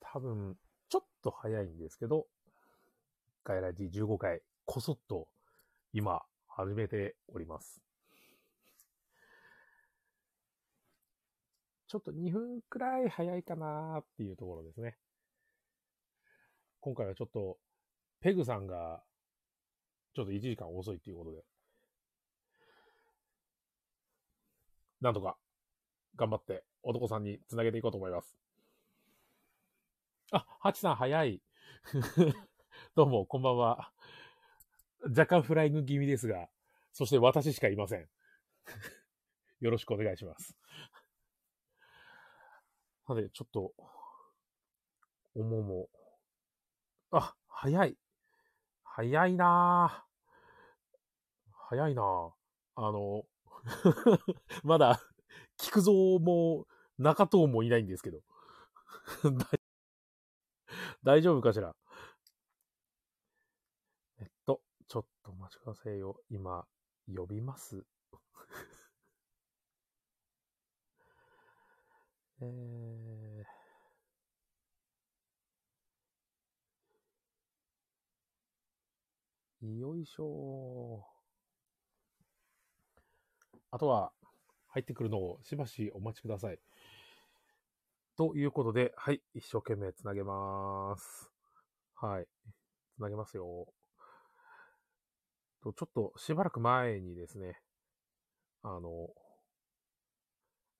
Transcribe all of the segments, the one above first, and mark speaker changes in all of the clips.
Speaker 1: 多分、ちょっと早いんですけど、ガイラジ15回、こそっと、今、始めております。ちょっと2分くらい早いかなーっていうところですね。今回はちょっと、ペグさんが、ちょっと1時間遅いっていうことで、なんとか、頑張って、男さんにつなげていこうと思います。あ、ハチさん早い。 どうも、こんばんは。若干フライング気味ですが、そして私しかいません。 よろしくお願いします。さて、ちょっと、おもも。あ、早い。早いなぁ。早いなぁ。あの、 まだ、菊蔵も中藤もいないんですけど。 大大丈夫かしらえっと、ちょっとお待ちくださいよ。今、呼びます。 えーよいしょーあとは、入ってくるのをしばしお待ちください。ということで、はい、一生懸命つなげます。はい、つなげますよ。とちょっとしばらく前にですね、あの、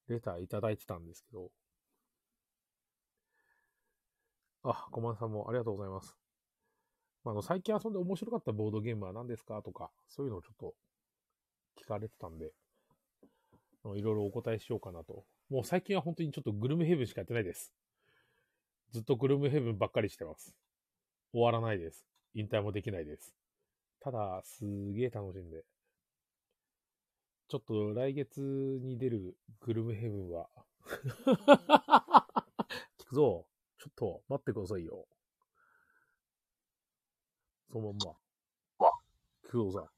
Speaker 1: レターいただいてたんですけど、あ、小松さんもありがとうございます。まああの、最近遊んで面白かったボードゲームは何ですかとか、そういうのをちょっと聞かれてたんで、あのいろいろお答えしようかなと。もう最近は本当にちょっとグルムヘブンしかやってないです。ずっとグルムヘブンばっかりしてます。終わらないです。引退もできないです。ただ、すげえ楽しんで。ちょっと来月に出るグルムヘブンは。聞くぞ。ちょっと待ってくださいよ。そのまんま。菊蔵さん。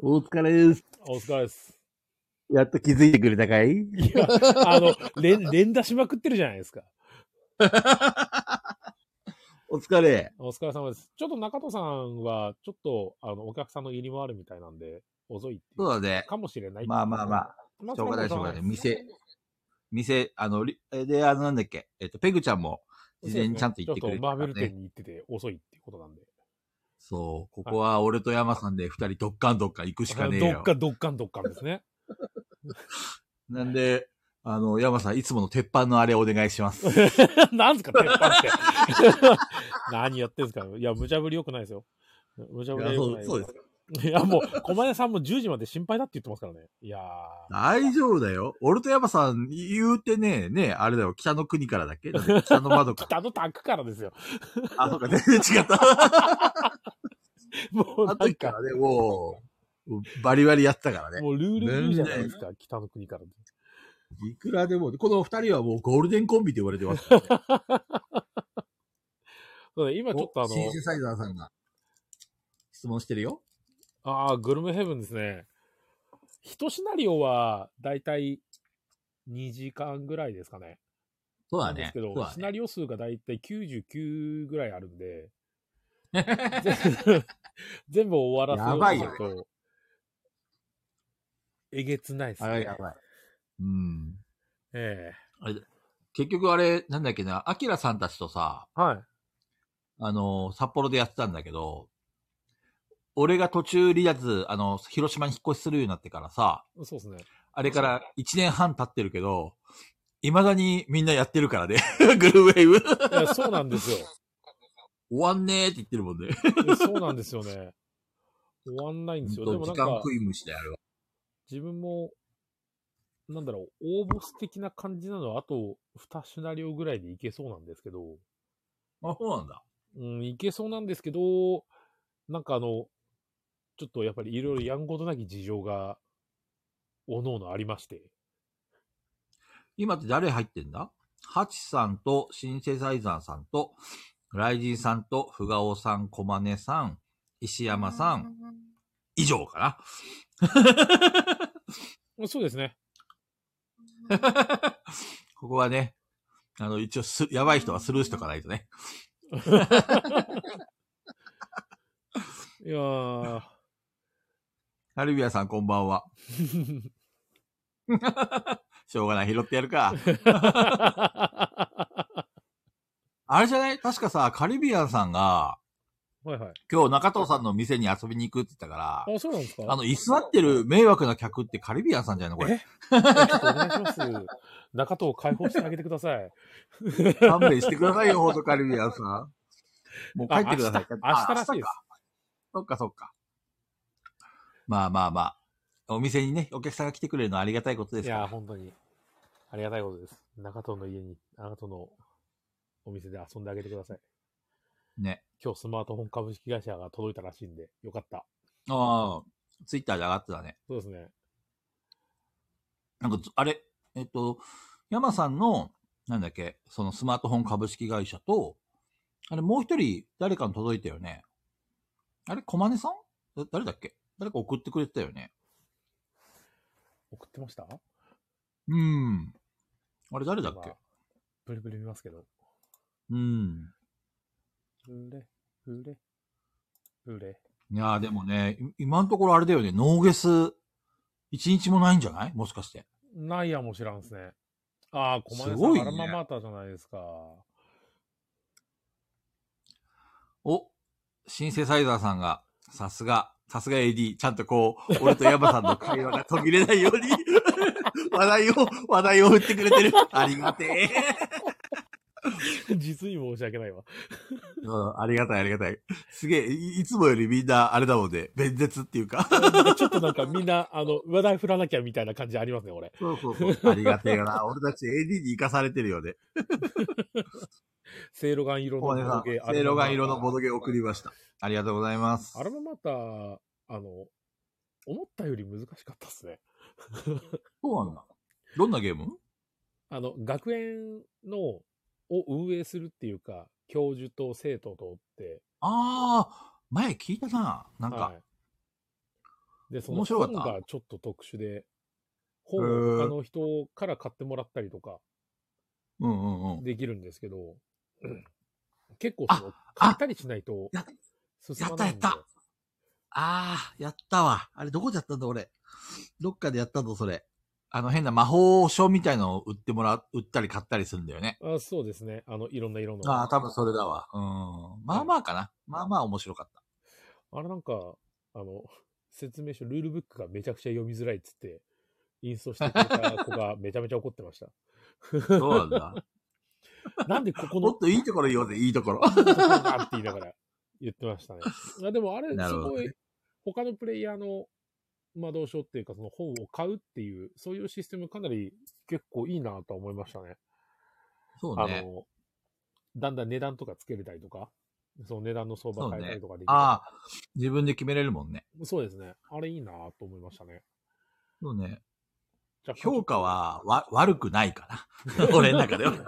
Speaker 2: お疲れです。
Speaker 1: お疲れです。
Speaker 2: やっと気づいてくれたかい
Speaker 1: いや、あの、連、連打しまくってるじゃないですか。
Speaker 2: お疲れ。
Speaker 1: お疲れ様です。ちょっと中戸さんは、ちょっと、あの、お客さんの入りもあるみたいなんで、遅いってい
Speaker 2: そう
Speaker 1: う。
Speaker 2: だね。
Speaker 1: かもしれない。
Speaker 2: まあまあまあ。
Speaker 1: まあ。
Speaker 2: しょうがないし
Speaker 1: それ
Speaker 2: ょう
Speaker 1: は
Speaker 2: が
Speaker 1: しょうが
Speaker 2: ない。
Speaker 1: ない
Speaker 2: 店、店、あの、りえで、あの、なんだっけ。えっと、ペグちゃんも事前にちゃんと行ってくれ
Speaker 1: ち
Speaker 2: て
Speaker 1: ょっとマ
Speaker 2: た
Speaker 1: ーベ
Speaker 2: か
Speaker 1: ル
Speaker 2: ら
Speaker 1: 店
Speaker 2: ね。
Speaker 1: に行ってて遅いっていうことなんで。
Speaker 2: そう。ここは俺と山さんで二人ドッカンドッカン行くしかねえ
Speaker 1: どっ
Speaker 2: よ。
Speaker 1: かどっかんどっかんですね。
Speaker 2: なんで、あの、山さん、いつもの鉄板のあれお願いします。
Speaker 1: なんすか、鉄板って。 何やってんすか。いや、無茶ぶり良くないですよ。無茶ぶりは良くない
Speaker 2: そうです。
Speaker 1: す。いや、もう、小林さんも10時まで心配だって言ってますからね。いやー。
Speaker 2: 大丈夫だよ。俺と山さん、言うてね、ね、あれだよ。北の国からだっけだって北の窓か。
Speaker 1: 北のタンクからですよ。
Speaker 2: あ、そうか、全然違った。
Speaker 1: もう
Speaker 2: あの
Speaker 1: なん
Speaker 2: 時か
Speaker 1: か、
Speaker 2: らね、もう、バリバリやったからね。
Speaker 1: もうルールブルーじゃないですか、北の国から。
Speaker 2: いくらでも、この二人はもうゴールデンコンビって言われて ますからね、
Speaker 1: そうだね今ちょっとあ
Speaker 2: おシンセサイザーさんが質問してるよ。
Speaker 1: の、ああ、グルメヘブンですね。一シナリオは、だいたい2時間ぐらいですかね。
Speaker 2: そう
Speaker 1: な
Speaker 2: だ
Speaker 1: んです
Speaker 2: ね。
Speaker 1: けど、
Speaker 2: そうだ
Speaker 1: シナ
Speaker 2: ね。
Speaker 1: リオ数がだいたい99ぐらいあるん で、全部終わらせようとすると、えげつないです
Speaker 2: あ
Speaker 1: ね。
Speaker 2: れやばい。うん。
Speaker 1: え
Speaker 2: あれ、結局あれ、なんだっけな、アキラさんたちとさ、
Speaker 1: えはい。
Speaker 2: あの、札幌でやってたんだけど、俺が途中離脱、あの、広島に引っ越しするようになってからさ、
Speaker 1: そうですね。
Speaker 2: あれから1年半経ってるけど、未だにみんなやってるからね。 グルーウェイブ。
Speaker 1: いやそうなん ですよ。
Speaker 2: 終わんねーって言ってるもんね。
Speaker 1: いやそうなんですよね。終わんないんですよ。でも
Speaker 2: 時
Speaker 1: なん
Speaker 2: 間
Speaker 1: か、
Speaker 2: 食い虫であるわ。
Speaker 1: 自分も、なんだろう、応募ス的な感じなのは、あと2シナリオぐらいでいけそうなんですけど、
Speaker 2: あ、そうなんだ。
Speaker 1: うん、いけそうなんですけど、なんかあの、ちょっとやっぱりいろいろやんごとなき事情が、おのおのありまして、
Speaker 2: 今って誰入ってんだハチさんとシンセサイザーさんと、ライジンさんと、フガオさん、コマネさん、石山さん、以上かな。
Speaker 1: そうですね。
Speaker 2: ここはね、あの、一応す、やばい人はスルーしとかないとね。
Speaker 1: いやー。
Speaker 2: アルビアさんこんば んは。しょうがない、拾ってやるか。あれじゃない確かさ、カリビアンさんが、
Speaker 1: はいはい。
Speaker 2: 今日中藤さんの店に遊びに行くって言ったか
Speaker 1: あ、そうなんです
Speaker 2: ら、あ
Speaker 1: か
Speaker 2: の、居座ってる迷惑な客ってカリビアンさんじゃないのこれ。
Speaker 1: ちょっとお願いします。 中藤を解放してあげてくださ い。
Speaker 2: 勘弁してくださいよ、ほんとカリビアンさん。 もう帰ってください。
Speaker 1: あ明日明日
Speaker 2: あ
Speaker 1: らしいです
Speaker 2: か。そっかそっか。まあまあまあ。お店にね、お客さんが来てくれるのはありがたいことで
Speaker 1: い
Speaker 2: すから
Speaker 1: やー、本当に。ありがたいことです。中藤の家に、中藤のお店で遊んであげてください。
Speaker 2: ね。
Speaker 1: 今日スマートフォン株式会社が届いたらしいんで、よかった。
Speaker 2: ああ、ツイッターで上がってたね。
Speaker 1: そうですね。
Speaker 2: なんかず、あれ、えっと、山さんの、なんだっけ、そのスマートフォン株式会社と、あれ、もう一人、誰かに届いたよね。あれ、小金さんだ誰だっけ誰か送ってくれてたよね。
Speaker 1: 送ってました
Speaker 2: うん。あれ、誰だっけ
Speaker 1: 今ブリブリ見ますけど。
Speaker 2: うん。
Speaker 1: うれ、うれ、うれ。
Speaker 2: いやーでもね、い今のところあれだよね、ノーゲス、一日もないんじゃないもしかして。
Speaker 1: ないやも知らんっすね。ああ、小前さん、
Speaker 2: すごいね
Speaker 1: アラママーターじゃないです か。
Speaker 2: お、シンセサイザーさんが、さすが、さすが AD、ちゃんとこう、俺とヤマさんの会話が途切れないように、 話題を、話題を振ってくれてる。ありがてえ。
Speaker 1: 実に申し訳ないわ。
Speaker 2: うん、ありがたい、ありがたい。すげえ、いいつもよりみんな、あれだもんね、弁舌っていうか。
Speaker 1: ちょっとなんかみんな、あの、話題振らなきゃみたいな感じありますね、俺。
Speaker 2: そうそう そう。ありがてえよな。俺たち AD に生かされてるよね。
Speaker 1: セイロガン色の
Speaker 2: 小金さん、
Speaker 1: ゲ
Speaker 2: セイロガン色のボドゲを送りました。ありがとうございます。
Speaker 1: アラママーター、あの、思ったより難しかったっすね。
Speaker 2: そうなんだ。どんなゲーム
Speaker 1: あの、学園の、を運営するっていうか、教授と生徒とって、
Speaker 2: ああ、前聞いたな。なんか、
Speaker 1: はい。で、その
Speaker 2: 面白かっ
Speaker 1: 本
Speaker 2: た
Speaker 1: がちょっと特殊で、本を他の人から買ってもらったりとか
Speaker 2: うんうんうん。
Speaker 1: できるんですけど、結構
Speaker 2: あ
Speaker 1: その、買ったりしないと
Speaker 2: や
Speaker 1: 進まないんで
Speaker 2: やったやっああ、やったわ。あれ、どこでやったんだ、俺。どっかでやったんだ、それ。あの、変な魔法書みたいのを売ってもらう、売ったり買ったりするんだよね。
Speaker 1: あ。そうですね。あの、いろんな色の。
Speaker 2: ああ、多分それだわ。うん。まあまあかな。まあまあ面白かった。
Speaker 1: あれなんか、あの、説明書、ルールブックがめちゃくちゃ読みづらいっつって、インストしてくれた子がめちゃめちゃ怒ってました。
Speaker 2: そうなんだ。
Speaker 1: なんでここ
Speaker 2: も
Speaker 1: の
Speaker 2: っ、といいところ言おうぜ、いいところ。
Speaker 1: ここのところがって言いながら言ってましたね。いやでもあれ、
Speaker 2: な
Speaker 1: す
Speaker 2: るほど
Speaker 1: ご
Speaker 2: ね
Speaker 1: い、他のプレイヤーの魔導書っていうか、その本を買うっていう、そういうシステムかなり結構いいなとは思いましたね。
Speaker 2: そう
Speaker 1: あ
Speaker 2: ね。
Speaker 1: の、だんだん値段とかつけれたりとか、その値段の相場変えたりとかできる。
Speaker 2: ああ、自分で決めれるもんね。
Speaker 1: そうですね。あれいいなと思いましたね。
Speaker 2: そうね。
Speaker 1: 若干
Speaker 2: 評価は、わ、悪くないかな。 俺の 中では。
Speaker 1: そ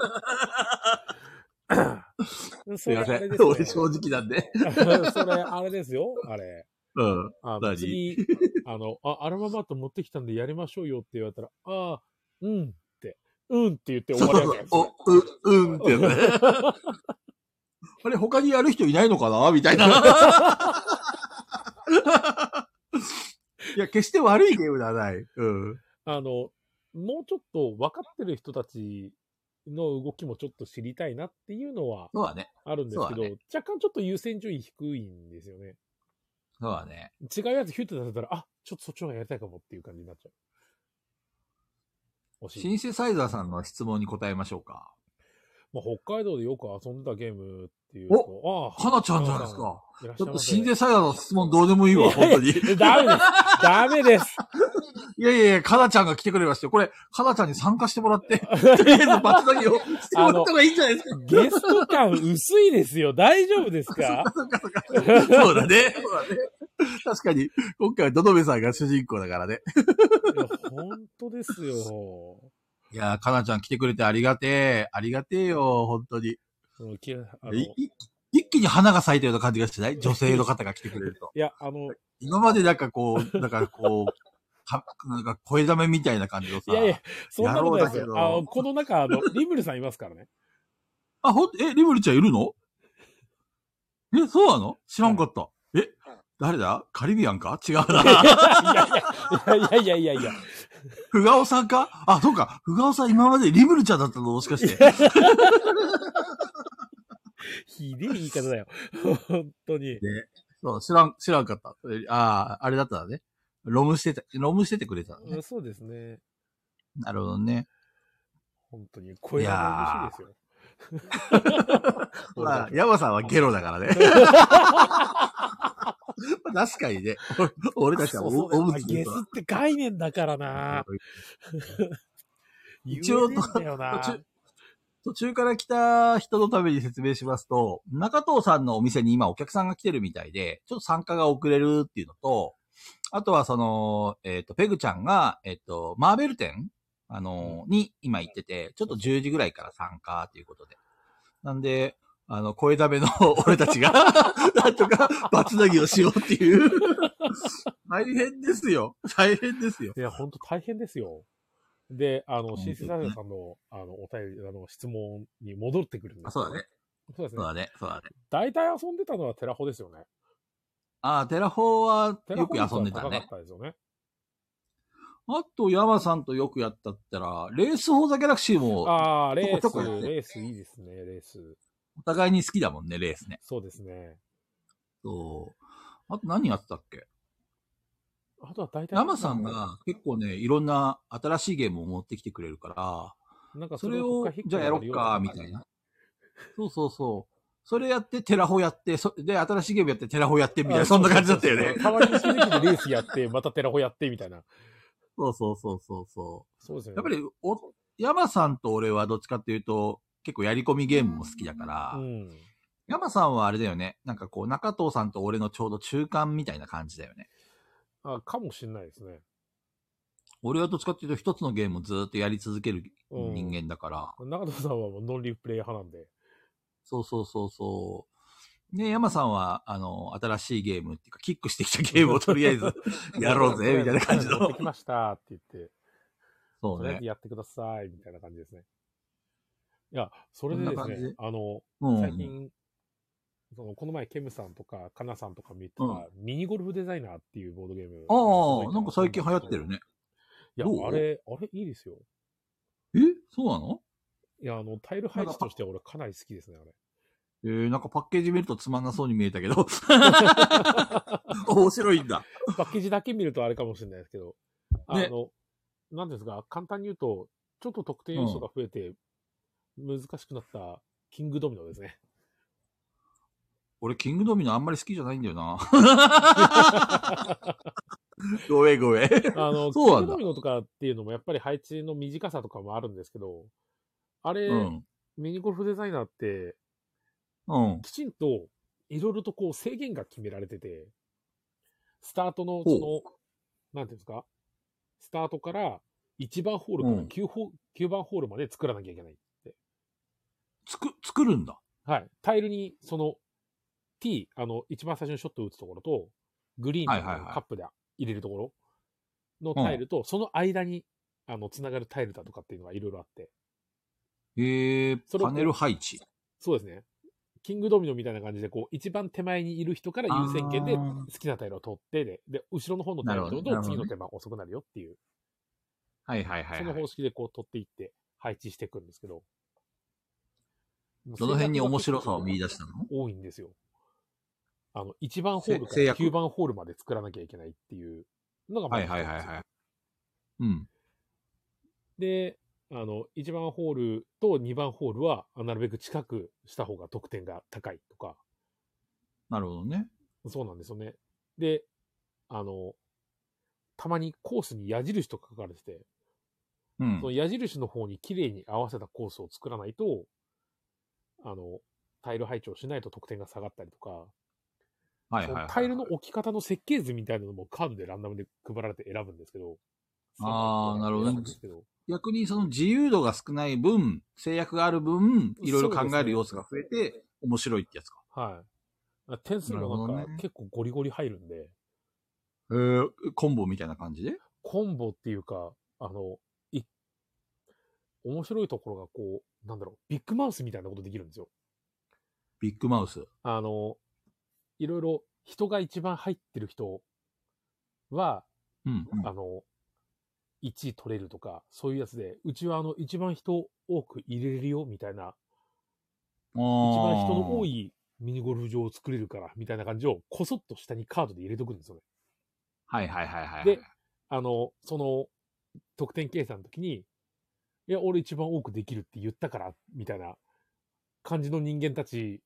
Speaker 2: すい
Speaker 1: れ
Speaker 2: ませ
Speaker 1: あれ
Speaker 2: ん。
Speaker 1: ですね
Speaker 2: 俺正直なんで。
Speaker 1: それ、あれですよ、あれ。
Speaker 2: うん。
Speaker 1: あ
Speaker 2: 何
Speaker 1: 次、あの、あ、アルマバット持ってきたんでやりましょうよって言われたら、ああ、うんって、うんって言って終わりや
Speaker 2: お、う、うんってやつね。 あれ、他にやる人いないのかなみたいな。 いや、決して悪いゲームではない。うん。
Speaker 1: あの、もうちょっと分かってる人たちの動きもちょっと知りたいなっていうのは
Speaker 2: そうだね。
Speaker 1: あるんですけど、
Speaker 2: そうだ
Speaker 1: 若干ちょっと優先順位低いんですよね。
Speaker 2: そうだね。
Speaker 1: 違うやつヒュッて出せたら、あ、ちょっとそっちの方がやりたいかもっていう感じになっちゃう。惜しい
Speaker 2: シンセサイザーさんの質問に答えましょうか。
Speaker 1: まあ、北海道でよく遊んでたゲームっていうと、ああ、
Speaker 2: 花ちゃんじゃないですか。
Speaker 1: いらっし
Speaker 2: ち
Speaker 1: ゃ
Speaker 2: ょ
Speaker 1: いま
Speaker 2: っと
Speaker 1: せ
Speaker 2: シンセサイザーの質問どうでもいいわ、
Speaker 1: いや
Speaker 2: 本
Speaker 1: いや
Speaker 2: 当に。い
Speaker 1: ダメです。ダメです。
Speaker 2: やいやいや、かなちゃんが来てくれましたよ。これ、かなちゃんに参加してもらって、とりあえず罰投げをしてもらった方がいいんじゃないですか。
Speaker 1: ゲスト感薄いですよ。大丈夫ですか
Speaker 2: そうだね。そうだね。確かに、今回はドドメさんが主人公だからね。
Speaker 1: いや本当ですよ。
Speaker 2: いやー、かなちゃん来てくれてありがてえ。ありがてえよ、本当に。
Speaker 1: うんきあの
Speaker 2: い
Speaker 1: い
Speaker 2: い一気に花が咲いたような感じがしない女性の方が来てくれると。
Speaker 1: や、あの、
Speaker 2: 今までなんかこう、なんかこう、はなんか声だめみたいな感じの
Speaker 1: い
Speaker 2: さ。
Speaker 1: やいや、そんなことないです
Speaker 2: やろ
Speaker 1: よ。
Speaker 2: うだけど
Speaker 1: あのこの中、あの、リムルさんいますからね。
Speaker 2: あ、ほん、え、リムリちゃんいるのえ、そうなの知らんかった。え、誰だカリビアンか違うな。
Speaker 1: いやいやいやいやいやいや。
Speaker 2: ふがおさんかあ、そうか。ふがおさん今までリムルちゃんだったのもしかして。
Speaker 1: ひでえ言い方だよ。本当に。
Speaker 2: そう、知らん、知らんかった。えああ、あれだったらね。ロムしてた、ロムしててくれたの
Speaker 1: う
Speaker 2: ね
Speaker 1: ん。そうですね。
Speaker 2: なるほどね。
Speaker 1: 本当に。声が嬉しいですよ。
Speaker 2: まあ、ヤマさんはゲロ だからね。まあ確かにね。俺俺たちは
Speaker 1: そ
Speaker 2: お
Speaker 1: うそう
Speaker 2: おむつ
Speaker 1: ゲスって概念だからな。
Speaker 2: 一応
Speaker 1: 言えねえんだよな。
Speaker 2: 途中途中から来た人のために説明しますと、中藤さんのお店に今お客さんが来てるみたいで、ちょっと参加が遅れるっていうのと、あとはその、えっ、と、ペグちゃんが、えっ、と、マーベル店あのに今行ってて、ちょっと10時ぐらいから参加ということで。なんで、あの、声だめの 俺たちが、なんとか、バツナギをしようっていう。大変ですよ。大変ですよ。
Speaker 1: いや、本当大変ですよ。で、あの、
Speaker 2: 本当
Speaker 1: シンセサイザーさんの、あの、お便り、あの、質問に戻ってくるんで
Speaker 2: あ
Speaker 1: す
Speaker 2: そうだね。。
Speaker 1: そうです
Speaker 2: そう
Speaker 1: ね。
Speaker 2: だね。そうだね。
Speaker 1: 大体遊んでたのはテラホですよね。
Speaker 2: ああ、テラフォー
Speaker 1: テ
Speaker 2: は
Speaker 1: ラ
Speaker 2: よ
Speaker 1: ホ
Speaker 2: く
Speaker 1: 率は
Speaker 2: 遊んでた
Speaker 1: 高か
Speaker 2: ね
Speaker 1: っ。たですよね。
Speaker 2: あと、ヤマさんとよくやったったら、レース・フォー・ザ・ギャラクシーも、
Speaker 1: ああ、レー
Speaker 2: ちょこちょこやっ
Speaker 1: ス、
Speaker 2: て
Speaker 1: レースいいですね、レース。
Speaker 2: お互いに好きだもんね、レースね。
Speaker 1: そうですね。
Speaker 2: そう。あと何やってたっけ
Speaker 1: あとは大体。
Speaker 2: ヤマさん、が結構ね、いろんな新しいゲームを持ってきてくれるか、
Speaker 1: なんから
Speaker 2: それを、じゃあやろっか、みたい。な
Speaker 1: こ。
Speaker 2: そうそうそう。それやって、テラフォーやって、そで、新しいゲームやって、テラフォーやって、
Speaker 1: っか
Speaker 2: みたいな、そんな感じだったよ
Speaker 1: そうそ
Speaker 2: ね
Speaker 1: う。たまに好きな時にレースやって、またテラホやって、みたいな。
Speaker 2: そうそうそうそうそう。
Speaker 1: そうですよね。
Speaker 2: やっぱ、り、お、山さんと俺はどっちかっていうと、結構やり込みゲームも好きだから、
Speaker 1: うん。
Speaker 2: 山さんはあれだよね。なんかこう、中藤さんと俺のちょうど中間みたいな感じだよね。
Speaker 1: あかもしれないですね。
Speaker 2: 俺はどっちかっていうと一つのゲームをずーっとやり続ける
Speaker 1: うん
Speaker 2: 人間だから、
Speaker 1: 中野さんはもうノンリプレイ派なんで。
Speaker 2: そうそうそうそう。ね、山さんは、あの、新しいゲームっていうか、キックしてきたゲームをと りあ えずやろうぜ、みたいな感じ
Speaker 1: 持っ
Speaker 2: の
Speaker 1: て。きましたって言って、
Speaker 2: そ
Speaker 1: と
Speaker 2: う
Speaker 1: りあえ
Speaker 2: ね
Speaker 1: ず。やってください、みたいな感じですね。いや、それでで
Speaker 2: こ
Speaker 1: す
Speaker 2: んな感
Speaker 1: ね
Speaker 2: じ、
Speaker 1: あの、
Speaker 2: う
Speaker 1: 最
Speaker 2: ん。
Speaker 1: 近、そのこの前、ケムさんとか、カナさんとか見てた、ミニゴルフデザイナーっていうボードゲーム。
Speaker 2: ああ、なんか最近流行ってる。ね。
Speaker 1: いや、
Speaker 2: どう
Speaker 1: あれ、あれいいですよ。
Speaker 2: えそうなの
Speaker 1: いや、あの、タイル配置としては俺かなり好きですね、あれ。
Speaker 2: えー、なんかパッケージ見るとつまんなそうに見えた けど。 面白いんだ。
Speaker 1: パッケージだけ見るとあれかもしれないですけど、あの、なんですか、簡単に言うと、ちょっと得点要素が増えて、難しくなった、キングドミノです ね。
Speaker 2: 俺、キングドミノあんまり好きじゃないんだよな。 ごめんごめん。
Speaker 1: あの、
Speaker 2: そ
Speaker 1: キ
Speaker 2: うな
Speaker 1: ング
Speaker 2: ん
Speaker 1: ド
Speaker 2: だ
Speaker 1: ミノとかっていうのもやっぱり配置の短さとかもあるんですけど、あれ、
Speaker 2: うん。
Speaker 1: ミニゴルフデザイナーって、
Speaker 2: うん。
Speaker 1: きちんと、いろいろとこう制限が決められてて、スタートの、
Speaker 2: ほう
Speaker 1: その、なんていうんですか、スタートから1番ホールから
Speaker 2: うん
Speaker 1: 9, ホ、9番ホールまで作らなきゃいけないって。
Speaker 2: つく、作るんだ。
Speaker 1: はい。タイルに、その、T、あの、一番最初にショットを打つところと、グリーン
Speaker 2: はいはい
Speaker 1: の
Speaker 2: はい
Speaker 1: カップで入れるところのタイルと、その間に、あの、つながるタイルだとかっていうのがいろいろあって。
Speaker 2: えー、
Speaker 1: それを
Speaker 2: パネル配置。
Speaker 1: そうですね。キングドミノみたいな感じで、こう、一番手前にいる人から優先権で、
Speaker 2: あ
Speaker 1: 好
Speaker 2: ー
Speaker 1: きなタイルを取ってで、で、後ろの方のタイルを取ると、
Speaker 2: なるほど
Speaker 1: 次
Speaker 2: ね
Speaker 1: の手間遅くなるよっていう、
Speaker 2: はいはいはい、
Speaker 1: そ
Speaker 2: は
Speaker 1: の
Speaker 2: い
Speaker 1: 方。式でこう取っていって、配置していくんですけど。
Speaker 2: どの辺に面白さを見出したの
Speaker 1: 多いんですよ。あの、1番ホールか
Speaker 2: せ制
Speaker 1: ら
Speaker 2: 約
Speaker 1: 9番ホールまで作らなきゃいけないっていうのがま
Speaker 2: は
Speaker 1: ず
Speaker 2: い
Speaker 1: 一つ
Speaker 2: はいはいはい。うん。
Speaker 1: で、あの、1番ホールと2番ホールは、あなるべく近くした方が得点が高いとか、
Speaker 2: なるほどね。
Speaker 1: そうなんですよね。で、あの、たまにコースに矢印とか書かれてて、
Speaker 2: うん
Speaker 1: その。矢印の方に綺麗に合わせたコースを作らないと、あの、タイル配置をしないと得点が下がったりとか、
Speaker 2: はい
Speaker 1: そ
Speaker 2: はい、は
Speaker 1: の
Speaker 2: い。
Speaker 1: タイルの置き方の設計図みたいなのもカードでランダムで配られて選ぶんですけど。
Speaker 2: あーなるほどね
Speaker 1: 選ぶんですけど
Speaker 2: 逆にその自由度が少ない分、制約がある分、いろいろ考える要素が増えて、面白いってやつか。
Speaker 1: はい。点数もな
Speaker 2: なんるほ
Speaker 1: か
Speaker 2: どね
Speaker 1: 結構ゴリゴリ入るんで、
Speaker 2: えー、コンボみたいな感じで
Speaker 1: コンボっていうか、あの、い、面白いところがこう、なんだろう、ビッグマウスみたいなことできるんですよ。
Speaker 2: ビッグマウス。
Speaker 1: あの、いろいろ人が一番入ってる人は、
Speaker 2: うん。
Speaker 1: あの、1位取れるとか、そういうやつで、うちはあの、一番人多く入れれるよ、みたいな、
Speaker 2: 一
Speaker 1: 一番人の多
Speaker 2: い。
Speaker 1: いミニゴルフ場を作れるから、みたいな感じを、こそっと下にカードで入れとくんですよね。
Speaker 2: はいはいはいはい。
Speaker 1: であの、その、得点計算の時に、いや、俺一番多くできるって言ったから、みたいな感じの人間たち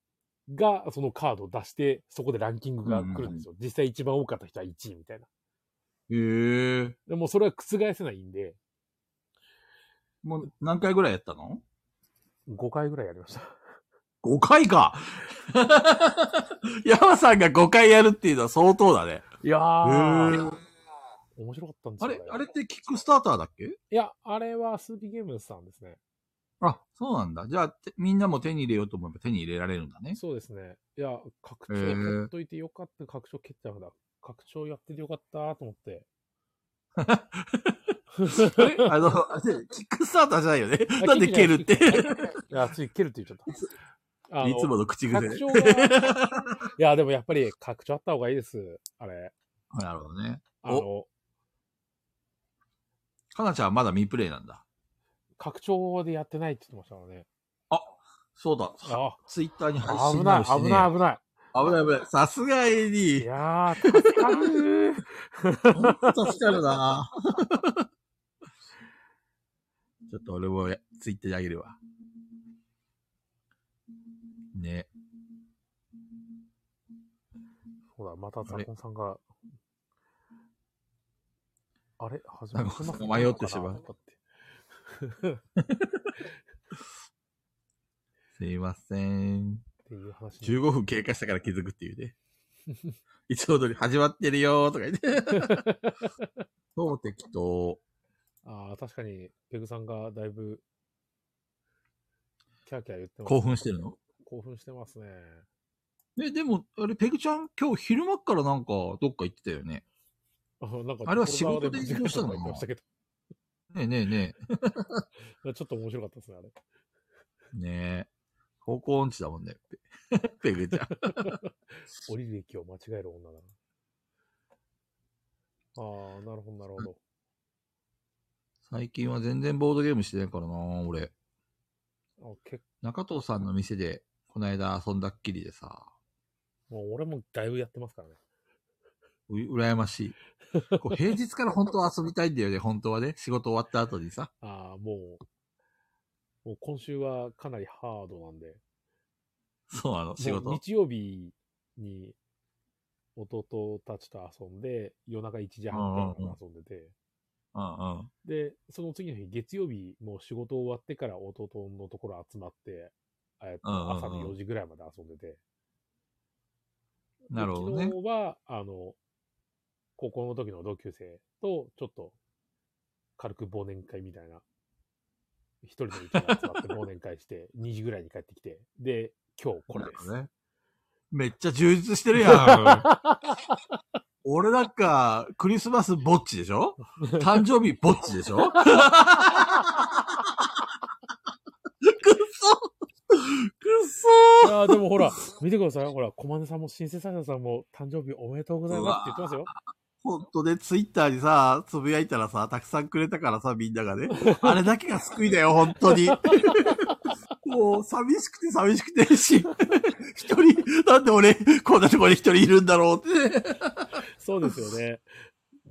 Speaker 1: が、そのカードを出して、そこでランキングが来るんですよ。実際一番多かった人は1位みたいな。
Speaker 2: へえ。
Speaker 1: でもうそれは覆せないんで、
Speaker 2: もう何回ぐらいやったの
Speaker 1: 5回ぐらいやりました。
Speaker 2: ?5 回 か山さんが5回やるっていうのは相当だね。
Speaker 1: いや
Speaker 2: へ
Speaker 1: ー
Speaker 2: ー、
Speaker 1: 面白かったんです
Speaker 2: あ
Speaker 1: よ、
Speaker 2: れ、あれってキックスターターだっけ
Speaker 1: いや、あれはスーピーゲームズさんですね。
Speaker 2: あ、そうなんだ。じゃあ、てみんなも手に入れようと思えば手に入れられるんだ ね。
Speaker 1: そうですね。いや、拡張
Speaker 2: へー
Speaker 1: やっといてよかった、拡張蹴っちゃうんだ。拡張やっててよかったと思って。
Speaker 2: あの、あれキックスターターじゃないよね。
Speaker 1: あ
Speaker 2: なんで蹴るって。
Speaker 1: キックじゃ
Speaker 2: い
Speaker 1: ないいや、つい蹴るって言っちゃった。
Speaker 2: つもの口癖。
Speaker 1: 拡張は、 いや、でもやっぱり拡張あった方がいいです。あれ。
Speaker 2: なるほどね。
Speaker 1: あの、
Speaker 2: かなちゃんはまだ未プレイなんだ。
Speaker 1: 拡張でやってないって言ってましたからね。
Speaker 2: そうだ。
Speaker 1: あ、
Speaker 2: ツイッターに配信
Speaker 1: 危ない、
Speaker 2: して、ね、
Speaker 1: 危ない、危ない。
Speaker 2: 危ない危ない。さすが
Speaker 1: い
Speaker 2: AD。
Speaker 1: やー、助かるー。
Speaker 2: 助かるな ちょっと俺もやツイッターにあげるわ。ね。
Speaker 1: ほら、またザコンさんが、あれ始
Speaker 2: ザコンさんが迷ってしまうすいませ
Speaker 1: っ
Speaker 2: ん。
Speaker 1: ていう話に。
Speaker 2: 15分経過したから気づくっていう ね。いつも通り始まってるよーとか言って。そう適当。
Speaker 1: ああ、確かに、ペグさんがだいぶ、キャーキャー言ってます。
Speaker 2: 興奮してるの
Speaker 1: 興奮してますね。
Speaker 2: え、でも、あれ、ペグちゃん今日昼間っからなんかどっか行ってたよね。
Speaker 1: あなんか
Speaker 2: あれは仕事で移動したのかな
Speaker 1: 言ってましたけ
Speaker 2: ねえねえね
Speaker 1: ど ちょっと面白かったですね、あれ。
Speaker 2: え。ねえ。方向音痴だもんね。 ペペグちゃん。
Speaker 1: 降りる駅を間違える女だな。ああ、なるほど、なるほど。
Speaker 2: 最近は全然ボードゲームしてないからな俺。
Speaker 1: あ結
Speaker 2: 中藤さんの店で、この間遊んだっきりでさ、
Speaker 1: 構、俺もだいぶやってますからね。
Speaker 2: う、羨ましい。こう平日から本当は遊びたいんだよね、本当はね。仕事終わった後にさ。
Speaker 1: ああ、もう、もう今週はかなりハードなんで。
Speaker 2: そうなの、仕
Speaker 1: もう
Speaker 2: 事。
Speaker 1: 日曜日に弟たちと遊んで、夜中1時半から
Speaker 2: うんうんうん
Speaker 1: 遊んでて、
Speaker 2: うんうん。
Speaker 1: で、その次の日、月曜日、もう仕事終わってから弟のところ集まって、えっと
Speaker 2: うんうんうん
Speaker 1: 朝の4時ぐらいまで遊んでて、
Speaker 2: なるほどね
Speaker 1: で。昨日は、あの、高校の時の同級生と、ちょっと、軽く忘年会みたいな、一人の家に集まって忘年会して、2時ぐらいに帰ってきて、で、今日これ
Speaker 2: な
Speaker 1: で
Speaker 2: るほ
Speaker 1: す。
Speaker 2: どね。めっちゃ充実して るやん。俺なんか、クリスマスぼっちでし ょ誕生日ぼっちでしょくっそくっ
Speaker 1: いやーでもほら、見てください。ほら、コマネさんもシンセサイザーさんも誕生日おめでとうございますって言ってますよ。
Speaker 2: ほんとね、ツイッターにさ、つぶやいたらさ、たくさんくれたからさ、みんながね。あれだけが救いだよ、ほんとに。もう、寂しくて寂しくてし、一人、なんで俺、こんなところに一人いるんだろうって。
Speaker 1: そうですよね。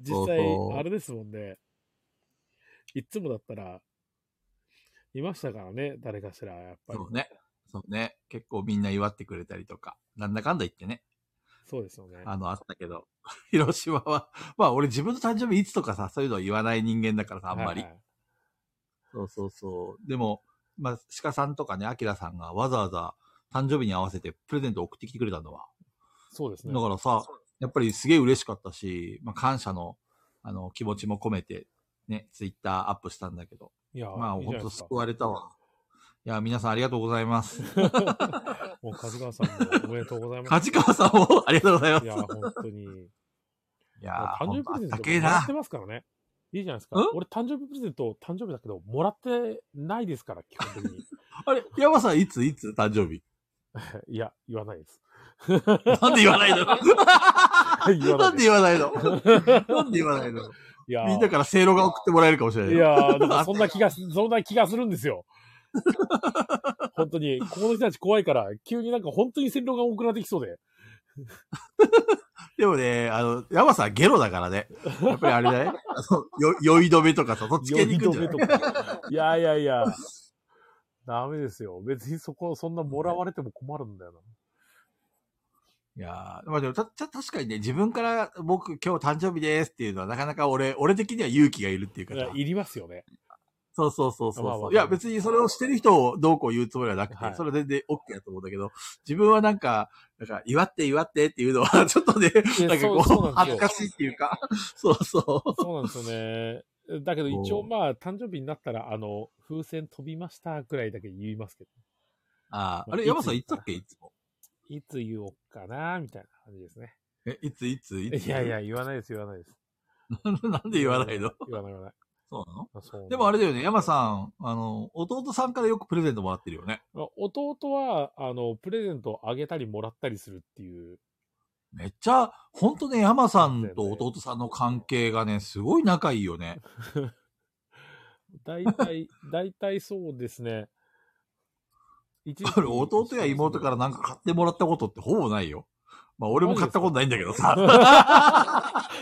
Speaker 1: 実際
Speaker 2: そうそ、う
Speaker 1: あれですもんね。いつもだったら、いましたからね、誰かしら、やっぱり。
Speaker 2: そうね。そうね。結構みんな祝ってくれたりとか、なんだかんだ言ってね。
Speaker 1: そうですよね。
Speaker 2: あの、あったけど。広島は、まあ俺自分の誕生日いつとかさ、そういうの言わない人間だからさ、あんまり。
Speaker 1: はいはい
Speaker 2: そうそうそう。でも、まあ、鹿さんとかね、アキラさんがわざわざ誕生日に合わせてプレゼント送ってきてくれたのは。
Speaker 1: そうですね
Speaker 2: だ。からさ、やっぱりすげえ嬉しかったし、まあ感謝の、あの、気持ちも込めて、ね、ツイッターアップしたんだけど。
Speaker 1: いやー、
Speaker 2: まあ、
Speaker 1: いいじゃ
Speaker 2: ほん
Speaker 1: ない
Speaker 2: と
Speaker 1: ですか
Speaker 2: 救。われたわ。いや、皆さんありがとうございます。
Speaker 1: もう、梶川さんもおめでとうございます。
Speaker 2: 梶 川さんもありがとうございます
Speaker 1: い。やー、本当に。
Speaker 2: いやー、
Speaker 1: 誕
Speaker 2: ほ
Speaker 1: 生
Speaker 2: ん
Speaker 1: 日プ
Speaker 2: とあ
Speaker 1: レ
Speaker 2: っ
Speaker 1: ゼン
Speaker 2: た
Speaker 1: ト
Speaker 2: けえ
Speaker 1: もらっ
Speaker 2: な
Speaker 1: て。ますからね。いいじゃないですか
Speaker 2: ん。
Speaker 1: 俺誕生日プレゼント、誕生日だけど、もらってないですから、基本的に。
Speaker 2: あれ、山さんいついつ誕生日
Speaker 1: いや、言わないです。
Speaker 2: なんで言 わないの
Speaker 1: 言わ
Speaker 2: なん
Speaker 1: ない
Speaker 2: で
Speaker 1: で
Speaker 2: 言わないの なんで言わないの
Speaker 1: いやー
Speaker 2: みんなからせいろが送ってもらえるかもしれない
Speaker 1: い
Speaker 2: よ。
Speaker 1: やー、なんかそんな気がす、そんな気がするんです よ。本当に、ここの人たち怖いから、急になんか本当に線路が送られてきそうで。
Speaker 2: でもね、あの、山さんゲロだからね。やっぱりあ れだね。あの、よ、酔い止めとかさ、そっち系に行くんじゃない
Speaker 1: 呼び止めとかいやいやいや。ダメですよ。別にそこ、そんなもらわれても困るんだよな。
Speaker 2: いやーまあでもた、た、確かにね、自分から僕今日誕生日ですっていうのはなかなか俺、俺的には勇気がいるっていうか
Speaker 1: い
Speaker 2: さ
Speaker 1: や。いりますよね。
Speaker 2: そうそうそうそう。
Speaker 1: まあまあ
Speaker 2: いや、別にそれをしてる人をどうこう言うつもりはなくて、
Speaker 1: はい
Speaker 2: それは全然 OK だと思うんだけど、自分はなんか、なんか、祝って祝ってっていうのは、ちょっとね、
Speaker 1: や
Speaker 2: なんかこ
Speaker 1: そうそう
Speaker 2: う、
Speaker 1: なんですよ
Speaker 2: 恥ずかしいっていうか、そうそう。
Speaker 1: そうなんですよね。だけど一応まあ、誕生日になったら、あの、風船飛びましたくらいだけ言いますけど。
Speaker 2: ああ、あ
Speaker 1: い
Speaker 2: れ、
Speaker 1: つ
Speaker 2: 山さんいつだっけいつも。
Speaker 1: いつ言おうかな、みたいな感じですね。
Speaker 2: え、いついついつ
Speaker 1: いやいや、。言わないです、言わないです。
Speaker 2: なんで言わないの
Speaker 1: 言わない、言わない。
Speaker 2: そうなの
Speaker 1: あそう
Speaker 2: でもあれだよね、山
Speaker 1: ん。
Speaker 2: さん、あの、弟さんからよくプレゼントもらってるよね。
Speaker 1: あ弟は、あの、プレゼントをあげたりもらったりするっていう。
Speaker 2: めっちゃ、ほんとね、山さんと弟さんの関係がね、すごい仲いいよね。
Speaker 1: 大 体、大体そうですね。一時期
Speaker 2: 俺、弟や妹からなんか買ってもらったことってほぼないよ。まあ、俺も買ったことないんだけどさ。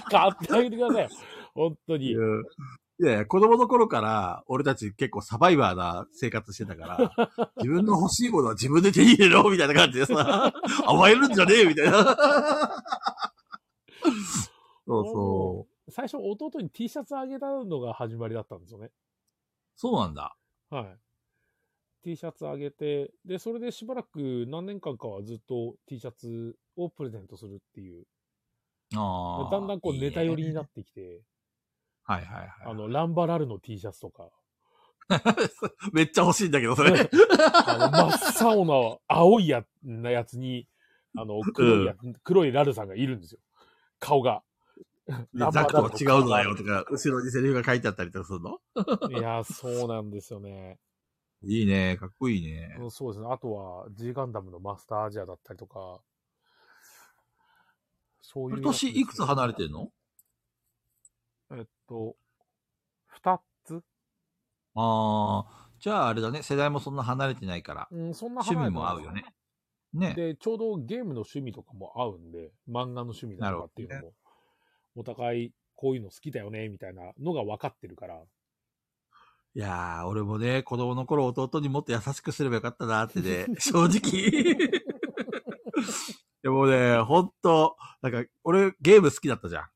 Speaker 1: 買ってあげてくだ さいよ。本当に。
Speaker 2: うん いやいや、子供の頃から、俺たち結構サバイバーな生活してたから、自分の欲しいものは自分で手に入れろみたいな感じでさ、甘えるんじゃねえみたいな。そうそう。
Speaker 1: 最初、弟に T シャツあげたのが始まりだったんですよね。
Speaker 2: そうなんだ。
Speaker 1: はい。T シャツあげて、で、それでしばらく何年間かはずっと T シャツをプレゼントするっていう。
Speaker 2: ああ。
Speaker 1: だんだんこうネタ寄りにな
Speaker 2: って。
Speaker 1: ってきて、
Speaker 2: はいはいはい。
Speaker 1: あの、ランバラルの T シャツとか。
Speaker 2: めっちゃ欲しいんだけど、それ。
Speaker 1: あの、真っ青な青いや、なやつに、あの、黒いや、黒いラルさんがいるんですよ。顔が。
Speaker 2: ザックとは違うのだよとか、 後ろにセリフが書いてあったりとかするの
Speaker 1: いや、そうなんですよね。
Speaker 2: いいね、かっこいいね。
Speaker 1: うんそうですね。あとは、G ガンダムのマスターアジアだったりとか、そういう。
Speaker 2: 年いくつ離れてんの
Speaker 1: えっと、二つ
Speaker 2: ああ、じゃああれだね、世代もそんな離れてないから、
Speaker 1: うん、そんな
Speaker 2: 趣
Speaker 1: 離れて
Speaker 2: 味
Speaker 1: ない
Speaker 2: も合うよね。。 ね。
Speaker 1: で、ちょうどゲームの趣味とかも合うんで、漫画の趣味だとかっていうのも、お互いこういうの好きだよね、みたいなのが分かってるから。
Speaker 2: いやー、俺もね、子供の頃弟にもっと優しくすればよかったなってね、 正直。でもね、ほんと、なんか、俺ゲーム好きだったじゃん。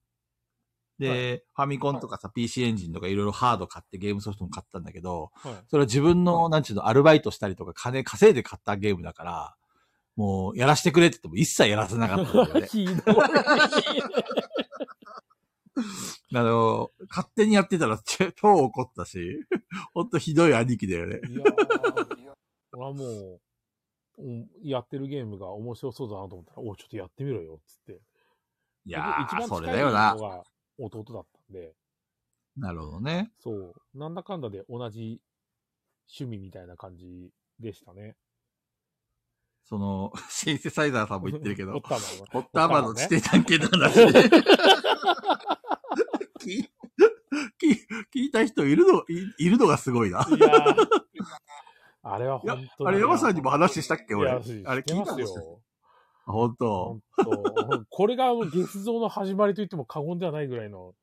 Speaker 2: で、
Speaker 1: は
Speaker 2: ファミコンとかさ、PC エンジンとかいろいろハード買ってゲームソフトも買ったんだけど、
Speaker 1: はい。。
Speaker 2: それは自分の、なんちゅうの、アルバイトしたりとか金稼いで買ったゲームだから、もう、やらしてくれって言っても一切やらせなかったんだよ ね
Speaker 1: ひどい。
Speaker 2: あの、勝手にやってたらちょ超怒ったし、 ほんとひどい兄貴だよね。
Speaker 1: いやー、俺はもう、うんやってるゲームが面白そうだなと思ったら、おいちょっとやってみろよ、つって。
Speaker 2: い
Speaker 1: い
Speaker 2: やー、それだよな。。
Speaker 1: 弟だったんで、
Speaker 2: なるほどね。
Speaker 1: そう、なんだかんだで同じ趣味みたいな感じでしたね。
Speaker 2: その、 シンセサイザーさんも言ってる け
Speaker 1: おっ
Speaker 2: ど、
Speaker 1: たの
Speaker 2: ホッターバの地底探検の話ね聞い聞いた人いるの、いいるのがすごいな。
Speaker 1: いやー あれはい
Speaker 2: や
Speaker 1: 本、当に。
Speaker 2: あれ山さんにも話したっ
Speaker 1: い
Speaker 2: け俺。
Speaker 1: や
Speaker 2: あ
Speaker 1: し
Speaker 2: れ
Speaker 1: して
Speaker 2: 聞い
Speaker 1: ま
Speaker 2: た
Speaker 1: す
Speaker 2: んで
Speaker 1: よ
Speaker 2: す。本当
Speaker 1: 本。当 これが月像の始まりと言っても過言ではないぐらいの。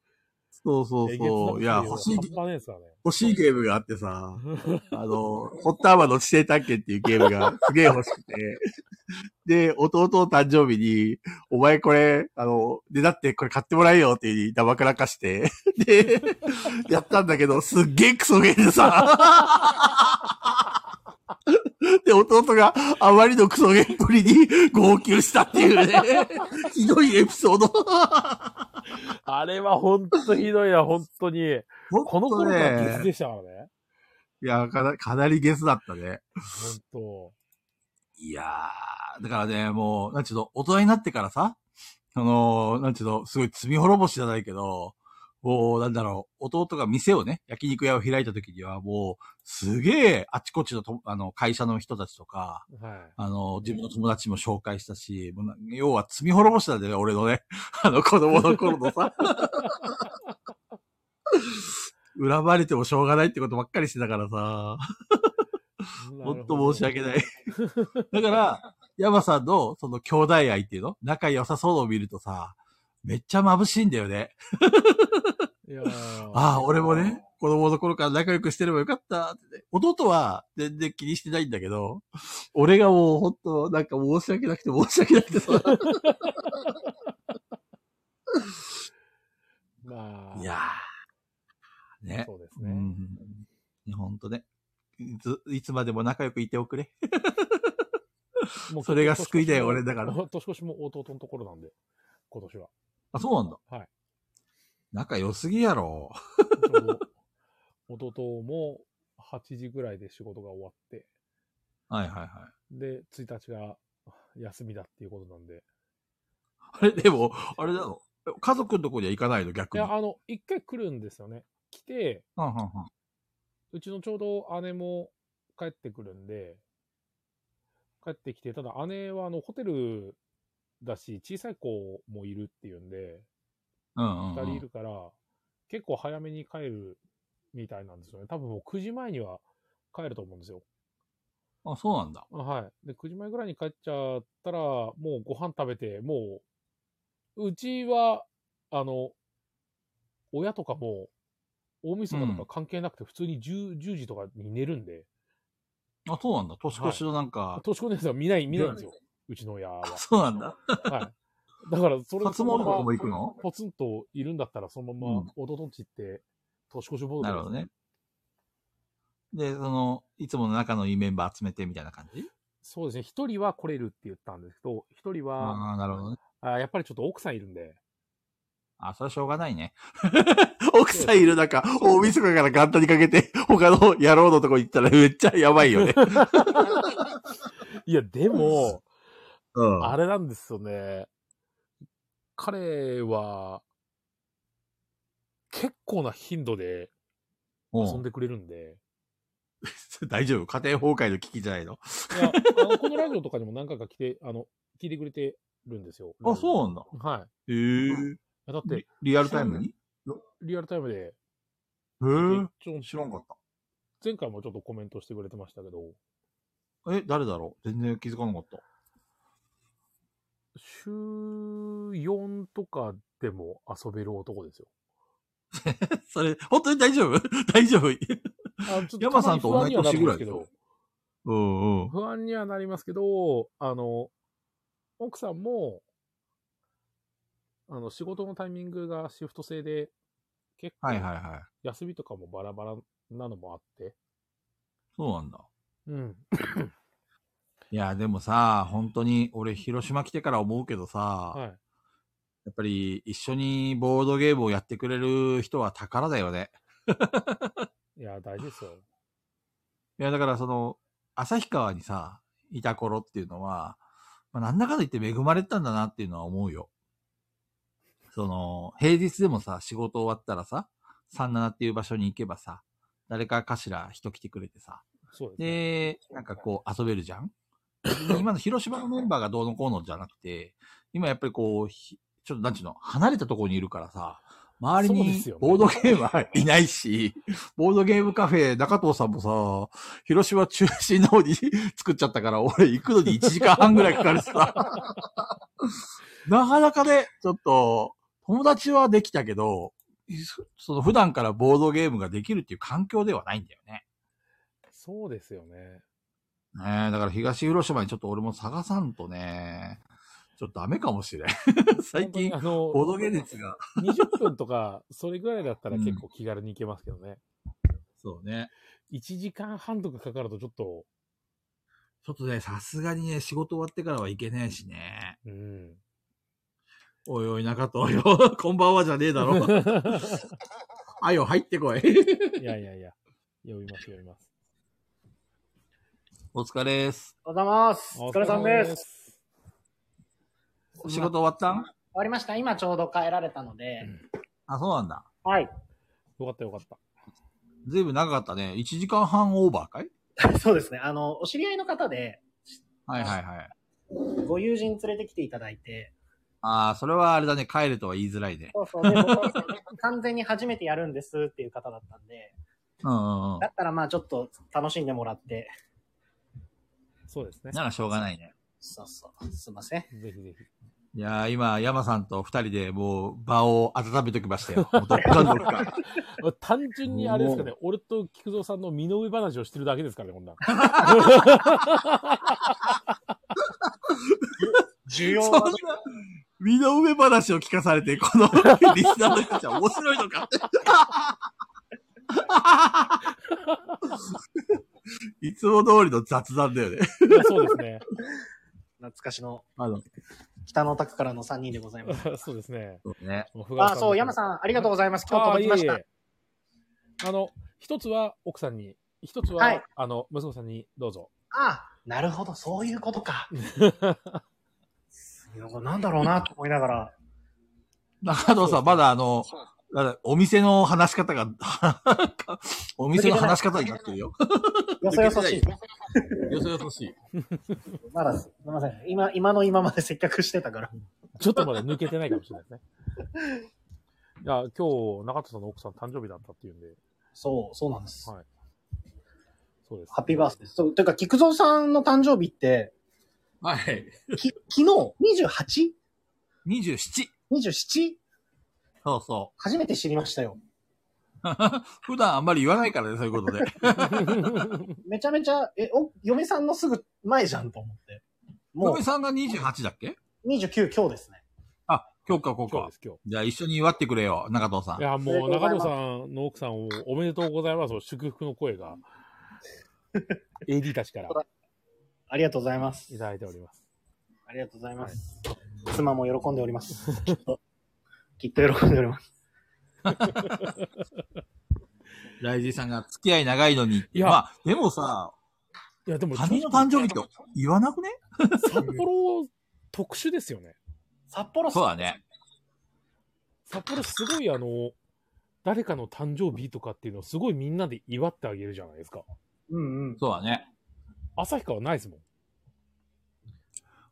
Speaker 2: そうそうそう。いや、欲しい、
Speaker 1: 半端ないですからね。
Speaker 2: 欲しいゲームがあってさ、あの、ホッターマの地底探検っていうゲームがすげえ欲しくて、で、弟の誕生日に、お前これ、あの、で、だってこれ買ってもらえよって言い、黙らかして、で、やったんだけど、すっげえクソゲーでさ、で、弟があまりのクソゲーっぷりに号泣したっていうね、ひどいエピソード。
Speaker 1: あれは本当ひどいな、本当に。この頃から
Speaker 2: ね
Speaker 1: ゲスでしたからね。
Speaker 2: いやかな、かなりゲスだったね。
Speaker 1: 本
Speaker 2: いやー、だからね、もう、なんちゅうの、大人になってからさ、あのー、なんちゅうの、すごい罪滅ぼしじゃないけど、もう、なんだろう、弟が店をね、焼肉屋を開いた時には、もう、すげえ、あちこちのと、あの、会社の人たちとか、
Speaker 1: はい。。
Speaker 2: あの、自分の友達も紹介したし、もうな要は罪滅ぼしたんだよね、俺のね。 あの、子供の頃のさ。恨まれてもしょうがないってことばっかりしてたからさ、ほんと申し訳ない い。だから、山さんの、その兄弟愛っていうの仲良さそうのを見るとさ、めっちゃ眩しいんだよね。
Speaker 1: いやー
Speaker 2: ああ、俺もね、子供の頃から仲良くしてればよかったって、ね。弟は全然気にしてないんだけど、俺がもう本当なんか申し訳なくて申し訳なく てさ。
Speaker 1: まあ、
Speaker 2: いやー。ね。
Speaker 1: そうです
Speaker 2: う
Speaker 1: ね。
Speaker 2: ん。本当ね。いつ、いつまでも仲良くいておくれ。
Speaker 1: もう
Speaker 2: それが救いだよ
Speaker 1: 年
Speaker 2: 俺
Speaker 1: 越し
Speaker 2: だから
Speaker 1: も年越しも弟のところなんで、今年は。
Speaker 2: あ、そうなんだ。
Speaker 1: はい。
Speaker 2: 仲良すぎやろ。
Speaker 1: ちょうど、弟も8時ぐらいで仕事が終わって、
Speaker 2: はいはいはい。
Speaker 1: で、1日が休みだっていうことなんで。
Speaker 2: あれ、でも、あれだろ。家族のとこには行かないの、
Speaker 1: い
Speaker 2: 逆に。
Speaker 1: や、あの、1回来るんですよね。来て、
Speaker 2: はんはんはん
Speaker 1: うちのちょうど姉も帰ってくるんで、帰ってきて、ただ姉はあの、ホテルだし、小さい子もいるっていうんで、
Speaker 2: うん
Speaker 1: 2
Speaker 2: うん、う
Speaker 1: 人い
Speaker 2: ん。
Speaker 1: るから、結構早めに帰るみたいなんですよね。多分もう9時前には帰ると思うんですよ。
Speaker 2: あ、そうなんだ。
Speaker 1: あはい。で、9時前ぐらいに帰っちゃったら、もうご飯食べて、もう、うちは、あの、親とかも、大晦日とか関係なくて、普通に 10, 10時とかに寝るんで、
Speaker 2: あ、そうなんだ。年越しのなんか、
Speaker 1: 年子のやつは見ない、見ないんですよ。うちの親は。
Speaker 2: あ そうなんだ。
Speaker 1: はい。だから、それ
Speaker 2: 初詣とかも行くの
Speaker 1: ポツンといるんだったら、そのま
Speaker 2: う
Speaker 1: ま
Speaker 2: ん、
Speaker 1: 弟んち行って、年越しボード
Speaker 2: なるほどね。で、その、いつもの仲のいいメンバー集めてみたいな感じ
Speaker 1: そうですね。一人は来れるって言ったんですけど、一人は、
Speaker 2: ああ、なるほどね。
Speaker 1: あやっぱりちょっと奥さんいるんで、
Speaker 2: あ、それはしょうがないね。奥さんいる中、大晦日から元旦にかけて、他の野郎のとこ行ったらめっちゃやばいよね。
Speaker 1: いや、でも、
Speaker 2: うん。
Speaker 1: あれなんですよね。彼は、結構な頻度で遊んでくれるん で、
Speaker 2: 大丈夫家庭崩壊の危機じゃないの。
Speaker 1: いや、あの、このラジオとかにも何回か来て、あの、聞いてくれてるんですよ。
Speaker 2: あ、そう
Speaker 1: う
Speaker 2: なんだ。
Speaker 1: は
Speaker 2: へ
Speaker 1: い。だっ
Speaker 2: え
Speaker 1: て、
Speaker 2: リアルタイムにへ
Speaker 1: リアルタイムで、
Speaker 2: え。
Speaker 1: ちょ
Speaker 2: 知らんかっ
Speaker 1: 前回もちょっとコメントしてくれてましたけど、
Speaker 2: た。え、誰だろう全然気づかなかった。
Speaker 1: 週4とかでも遊べる男 ですよ。
Speaker 2: それ、本当に大丈夫 大丈夫
Speaker 1: あちょっ
Speaker 2: 山さんと同い年ぐらい
Speaker 1: たまに不安にはなるんですけ
Speaker 2: でし
Speaker 1: ど
Speaker 2: ょうんうん。
Speaker 1: 不安にはなりますけど、あの、奥さんも、あの、仕事のタイミングがシフト制で、結構
Speaker 2: はいはい、はい。
Speaker 1: 休みとかもバラバラなのもあって、
Speaker 2: そうなんだ。
Speaker 1: うん。
Speaker 2: いや、でもさ、本当に、俺、広島来てから思うけどさ、
Speaker 1: はい。
Speaker 2: やっぱり、一緒にボードゲームをやってくれる人は宝だよね。
Speaker 1: いや、大事ですよ。
Speaker 2: いや、だから、その、旭川にさ、いた頃っていうのは、まあ、なんだかんだ言って恵まれてたんだなっていうのは思うよ。その、平日でもさ、仕事終わったらさ、37っていう場所に行けばさ、誰かかしら人来てくれてさ、
Speaker 1: そうですね。
Speaker 2: で、なんかこう遊べる じゃん今の広島のメンバーがどうのこうのじゃなくて、今やっぱりこう、ひちょっとなんちゅうの、離れたところにいるからさ、周
Speaker 1: そ
Speaker 2: り
Speaker 1: うです
Speaker 2: に
Speaker 1: よね
Speaker 2: ボードゲームはいないし、ボードゲームカフェ、中藤さんもさ、広島中心の方に 作っちゃったから、俺行くのに1時間半ぐらいかかるしさ。 なかなかね、ちょっと、友達はできたけど、その普段からボードゲームができるっていう環境ではないんだよね。
Speaker 1: そうですよね。
Speaker 2: ねえ、だから東広島にちょっと俺も探さんとね、ちょっとダメかもしれん。 最近
Speaker 1: 本、当
Speaker 2: ボード
Speaker 1: に
Speaker 2: ゲ
Speaker 1: あ
Speaker 2: ー
Speaker 1: の、
Speaker 2: 熱が。
Speaker 1: 20分とか、それぐらいだった ら結構気軽に行けますけどね。
Speaker 2: そうね。
Speaker 1: 1時間半とかかかるとちょっと、
Speaker 2: ちょっとね、さすがにね、仕事終わってからはいけねえしね。
Speaker 1: うん。
Speaker 2: おいおい、中藤よ。 こんばんはじゃねえだ ろ。あよ、入ってこい。
Speaker 1: いやいやいや、呼びます呼びます。
Speaker 2: お疲れっす。
Speaker 3: おはようございます。お疲れさんです。
Speaker 1: す。
Speaker 2: 仕事終わったん
Speaker 3: 終わりました。今ちょうど帰られたので、
Speaker 2: あ、そうなんだ。
Speaker 4: はい。
Speaker 1: よかったよかった。
Speaker 2: ずいぶん長かったね。1時間半オーバーかい
Speaker 4: そうですね。あの、お知り合いの方で、
Speaker 2: はいはいはい。
Speaker 4: ご友人連れてきていただいて、
Speaker 2: ああ、それはあれだね、帰るとは言いづらいね。
Speaker 4: そう そう。で、僕はね完全に初めてやるんですっていう方だったんで、
Speaker 2: うんうんうん。
Speaker 4: だったらまあちょっと楽しんでもらって、
Speaker 1: そうですね。
Speaker 2: ならしょうがないね。
Speaker 4: そうそう。すいません。
Speaker 1: ぜひぜひ。
Speaker 2: いやー、今、山さんと二人でもう場を温めときましたよ。もうどっかんどっかん。
Speaker 1: 単純にあれですかね、俺と菊蔵さんの身の上話をしてるだけですからね、こ んなん。
Speaker 4: 需
Speaker 2: そ
Speaker 4: 要
Speaker 2: んな
Speaker 4: は、
Speaker 2: 身の上話を聞かされて、こ のリスナーの人たちは面白いのか。 いつも通りの雑談だよね。
Speaker 1: いやそうですね。
Speaker 4: 懐かしの
Speaker 2: あの、
Speaker 4: 北の宅からの3人でございます。
Speaker 1: そうですね。
Speaker 2: そうね。
Speaker 4: あ、そう、山さん、ありがとうございます。今日届きました。
Speaker 1: あいえいえあの、一つは奥さんに、一つは、
Speaker 4: はい
Speaker 1: あの、息子さんにどうぞ。
Speaker 4: あなるほど、そういうこと か。いやこれなんだろうなと思いなが ら。
Speaker 2: 中野さん、まだあの、まだお店の話し方が、 お店の話し方になってるよ。
Speaker 4: よそよそしい。
Speaker 2: よそよそしい。
Speaker 4: まだ、すみません。今、今の今まで接客してたから。
Speaker 1: ちょっとまだ抜けてないかもしれないですね。 いや、今日、中田さんの奥さん誕生日だったっていうんで、
Speaker 4: そう、そうなんです。
Speaker 1: はい。そうです。
Speaker 4: ハッピーバースデーです。そう、てか、菊蔵さんの誕生日って、
Speaker 2: はい。
Speaker 4: き、昨日
Speaker 2: 27。
Speaker 4: 28?27?
Speaker 2: そうそ
Speaker 4: 初めて知りましたよ。
Speaker 2: う。 普段あんまり言わないからね、そういうことで。
Speaker 4: めちゃめちゃ、え、お、嫁さんのすぐ前じゃんと思って。も
Speaker 2: も
Speaker 4: う
Speaker 2: み、さんが28だっけ
Speaker 4: 29今日ですね。
Speaker 2: あ、今日か、今日
Speaker 1: 今日
Speaker 2: か
Speaker 1: で。す、今
Speaker 2: じゃあ一緒に祝ってくれよ、中藤さん
Speaker 1: 日。い。や、
Speaker 4: あり
Speaker 1: もう
Speaker 4: がとうご
Speaker 1: 中
Speaker 4: ざい
Speaker 1: 野さ
Speaker 4: ます
Speaker 1: んの奥さんをおめでとうございます。祝福の声が、AD たちから
Speaker 4: ありがとうございます。
Speaker 1: いただいております。
Speaker 4: ありがとうございます。妻も喜んでおり ます。きっと、きっと喜んでおります。
Speaker 2: ライジーさんが付き合い長いのに。
Speaker 1: いや
Speaker 2: まあ、でもさ、
Speaker 1: いや、でも、
Speaker 2: 他人の誕生日って言わなくね
Speaker 1: 札幌特殊ですよね。
Speaker 4: 札幌
Speaker 2: そうだね。
Speaker 1: 札幌すごいあの、誰かの誕生日とかっていうのをすごいみんなで祝ってあげるじゃないですか。
Speaker 4: うんうん。
Speaker 2: そうだね。
Speaker 1: 旭川ないですもん。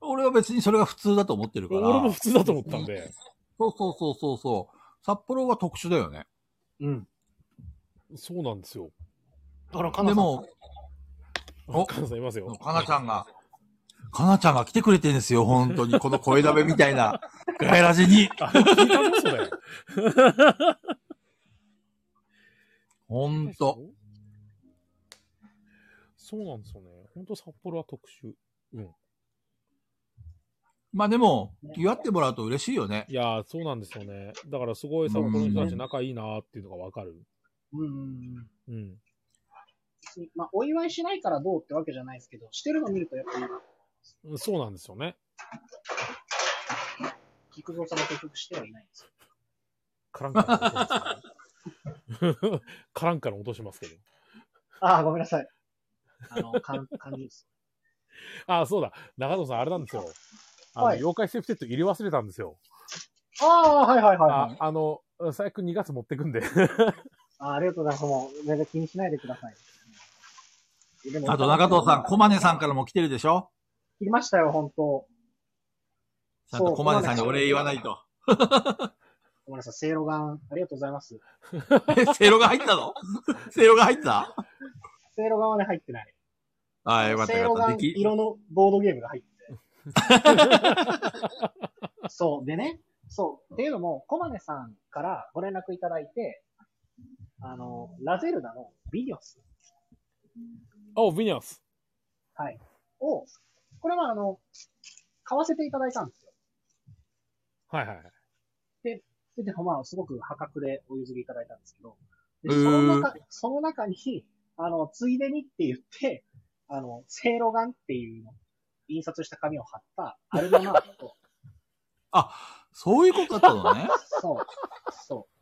Speaker 2: 俺は別にそれが普通だと思ってるから。
Speaker 1: 俺も普通だと思ったんで。
Speaker 2: そうそうそうそうそう。札幌は特殊だよね。
Speaker 4: うん。
Speaker 1: そうなんですよ。
Speaker 4: あら、かな
Speaker 2: で
Speaker 4: さん。
Speaker 2: も、お
Speaker 1: カナさんいますよ。
Speaker 2: かなちゃんが、かなちゃんが来てくれてるんですよ、本当に。この声だめみたいな、ガイラジに。
Speaker 1: あ聞いたぞ、それ。
Speaker 2: ほんと。。
Speaker 1: そうなんですよね。本当札幌は特殊。
Speaker 2: まあでも、祝ってもらうと嬉しいよね。
Speaker 1: いやー、そうなんですよね。だからすごい札幌の人たち仲いいなーっていうのがわかる。
Speaker 4: うんうん
Speaker 1: うん。
Speaker 4: うん。まあ、お祝いしないからどうってわけじゃないですけど、してるの見るとやっぱり、
Speaker 1: そうなんですよね。
Speaker 4: 菊蔵さんも結局してはいないんですよ。
Speaker 1: カランカラン音しますね。カランカラン落としますけど。
Speaker 4: ああ、ごめんなさい。あの、かん感じです。
Speaker 1: あ、そうだ。中野さん、あれなんですよ。あの、
Speaker 4: はい
Speaker 1: 妖怪セーフテッド入れ忘れたんですよ。
Speaker 4: あ あ、はいはいはい、は
Speaker 1: あ
Speaker 4: い。
Speaker 1: あの、最悪2月持ってく んで。
Speaker 4: あーありがとうございます。もう、全然気にしないでください。でも
Speaker 2: あと中藤さん、小金さんからも来てるでしょ
Speaker 4: 切りましたよ、本当。
Speaker 2: ちゃんと小金さんにお礼言わないいと。
Speaker 4: ごめんなさい、せいろがん、ありがとうございます。
Speaker 2: え、せいろが入ったの せいろが入った
Speaker 4: せいろがんはね、入ってない。
Speaker 2: ああ、よかった
Speaker 4: せい
Speaker 2: よ
Speaker 4: ろ
Speaker 2: かっ
Speaker 4: が
Speaker 2: た。でき、
Speaker 4: 色のボードゲームが入ってて。 そう。でね、そう。っていうのも、コマネさんからご連絡いただいて、あの、ラゼルダのビニョス、
Speaker 1: お、ビニャス。
Speaker 4: はい、を、これはあの、買わせていただいたんですよ。
Speaker 1: はいはいはい。
Speaker 4: で、でもまあ、すごく破格でお譲りいただいたんですけど、
Speaker 2: う
Speaker 4: でそ
Speaker 2: ーん
Speaker 4: の中、その中に、あの、ついでにって言って、あの、セいろがんっていうの、印刷した紙を貼ったアルバマークと、
Speaker 2: あ、そういうことだったのね。
Speaker 4: そう。そう。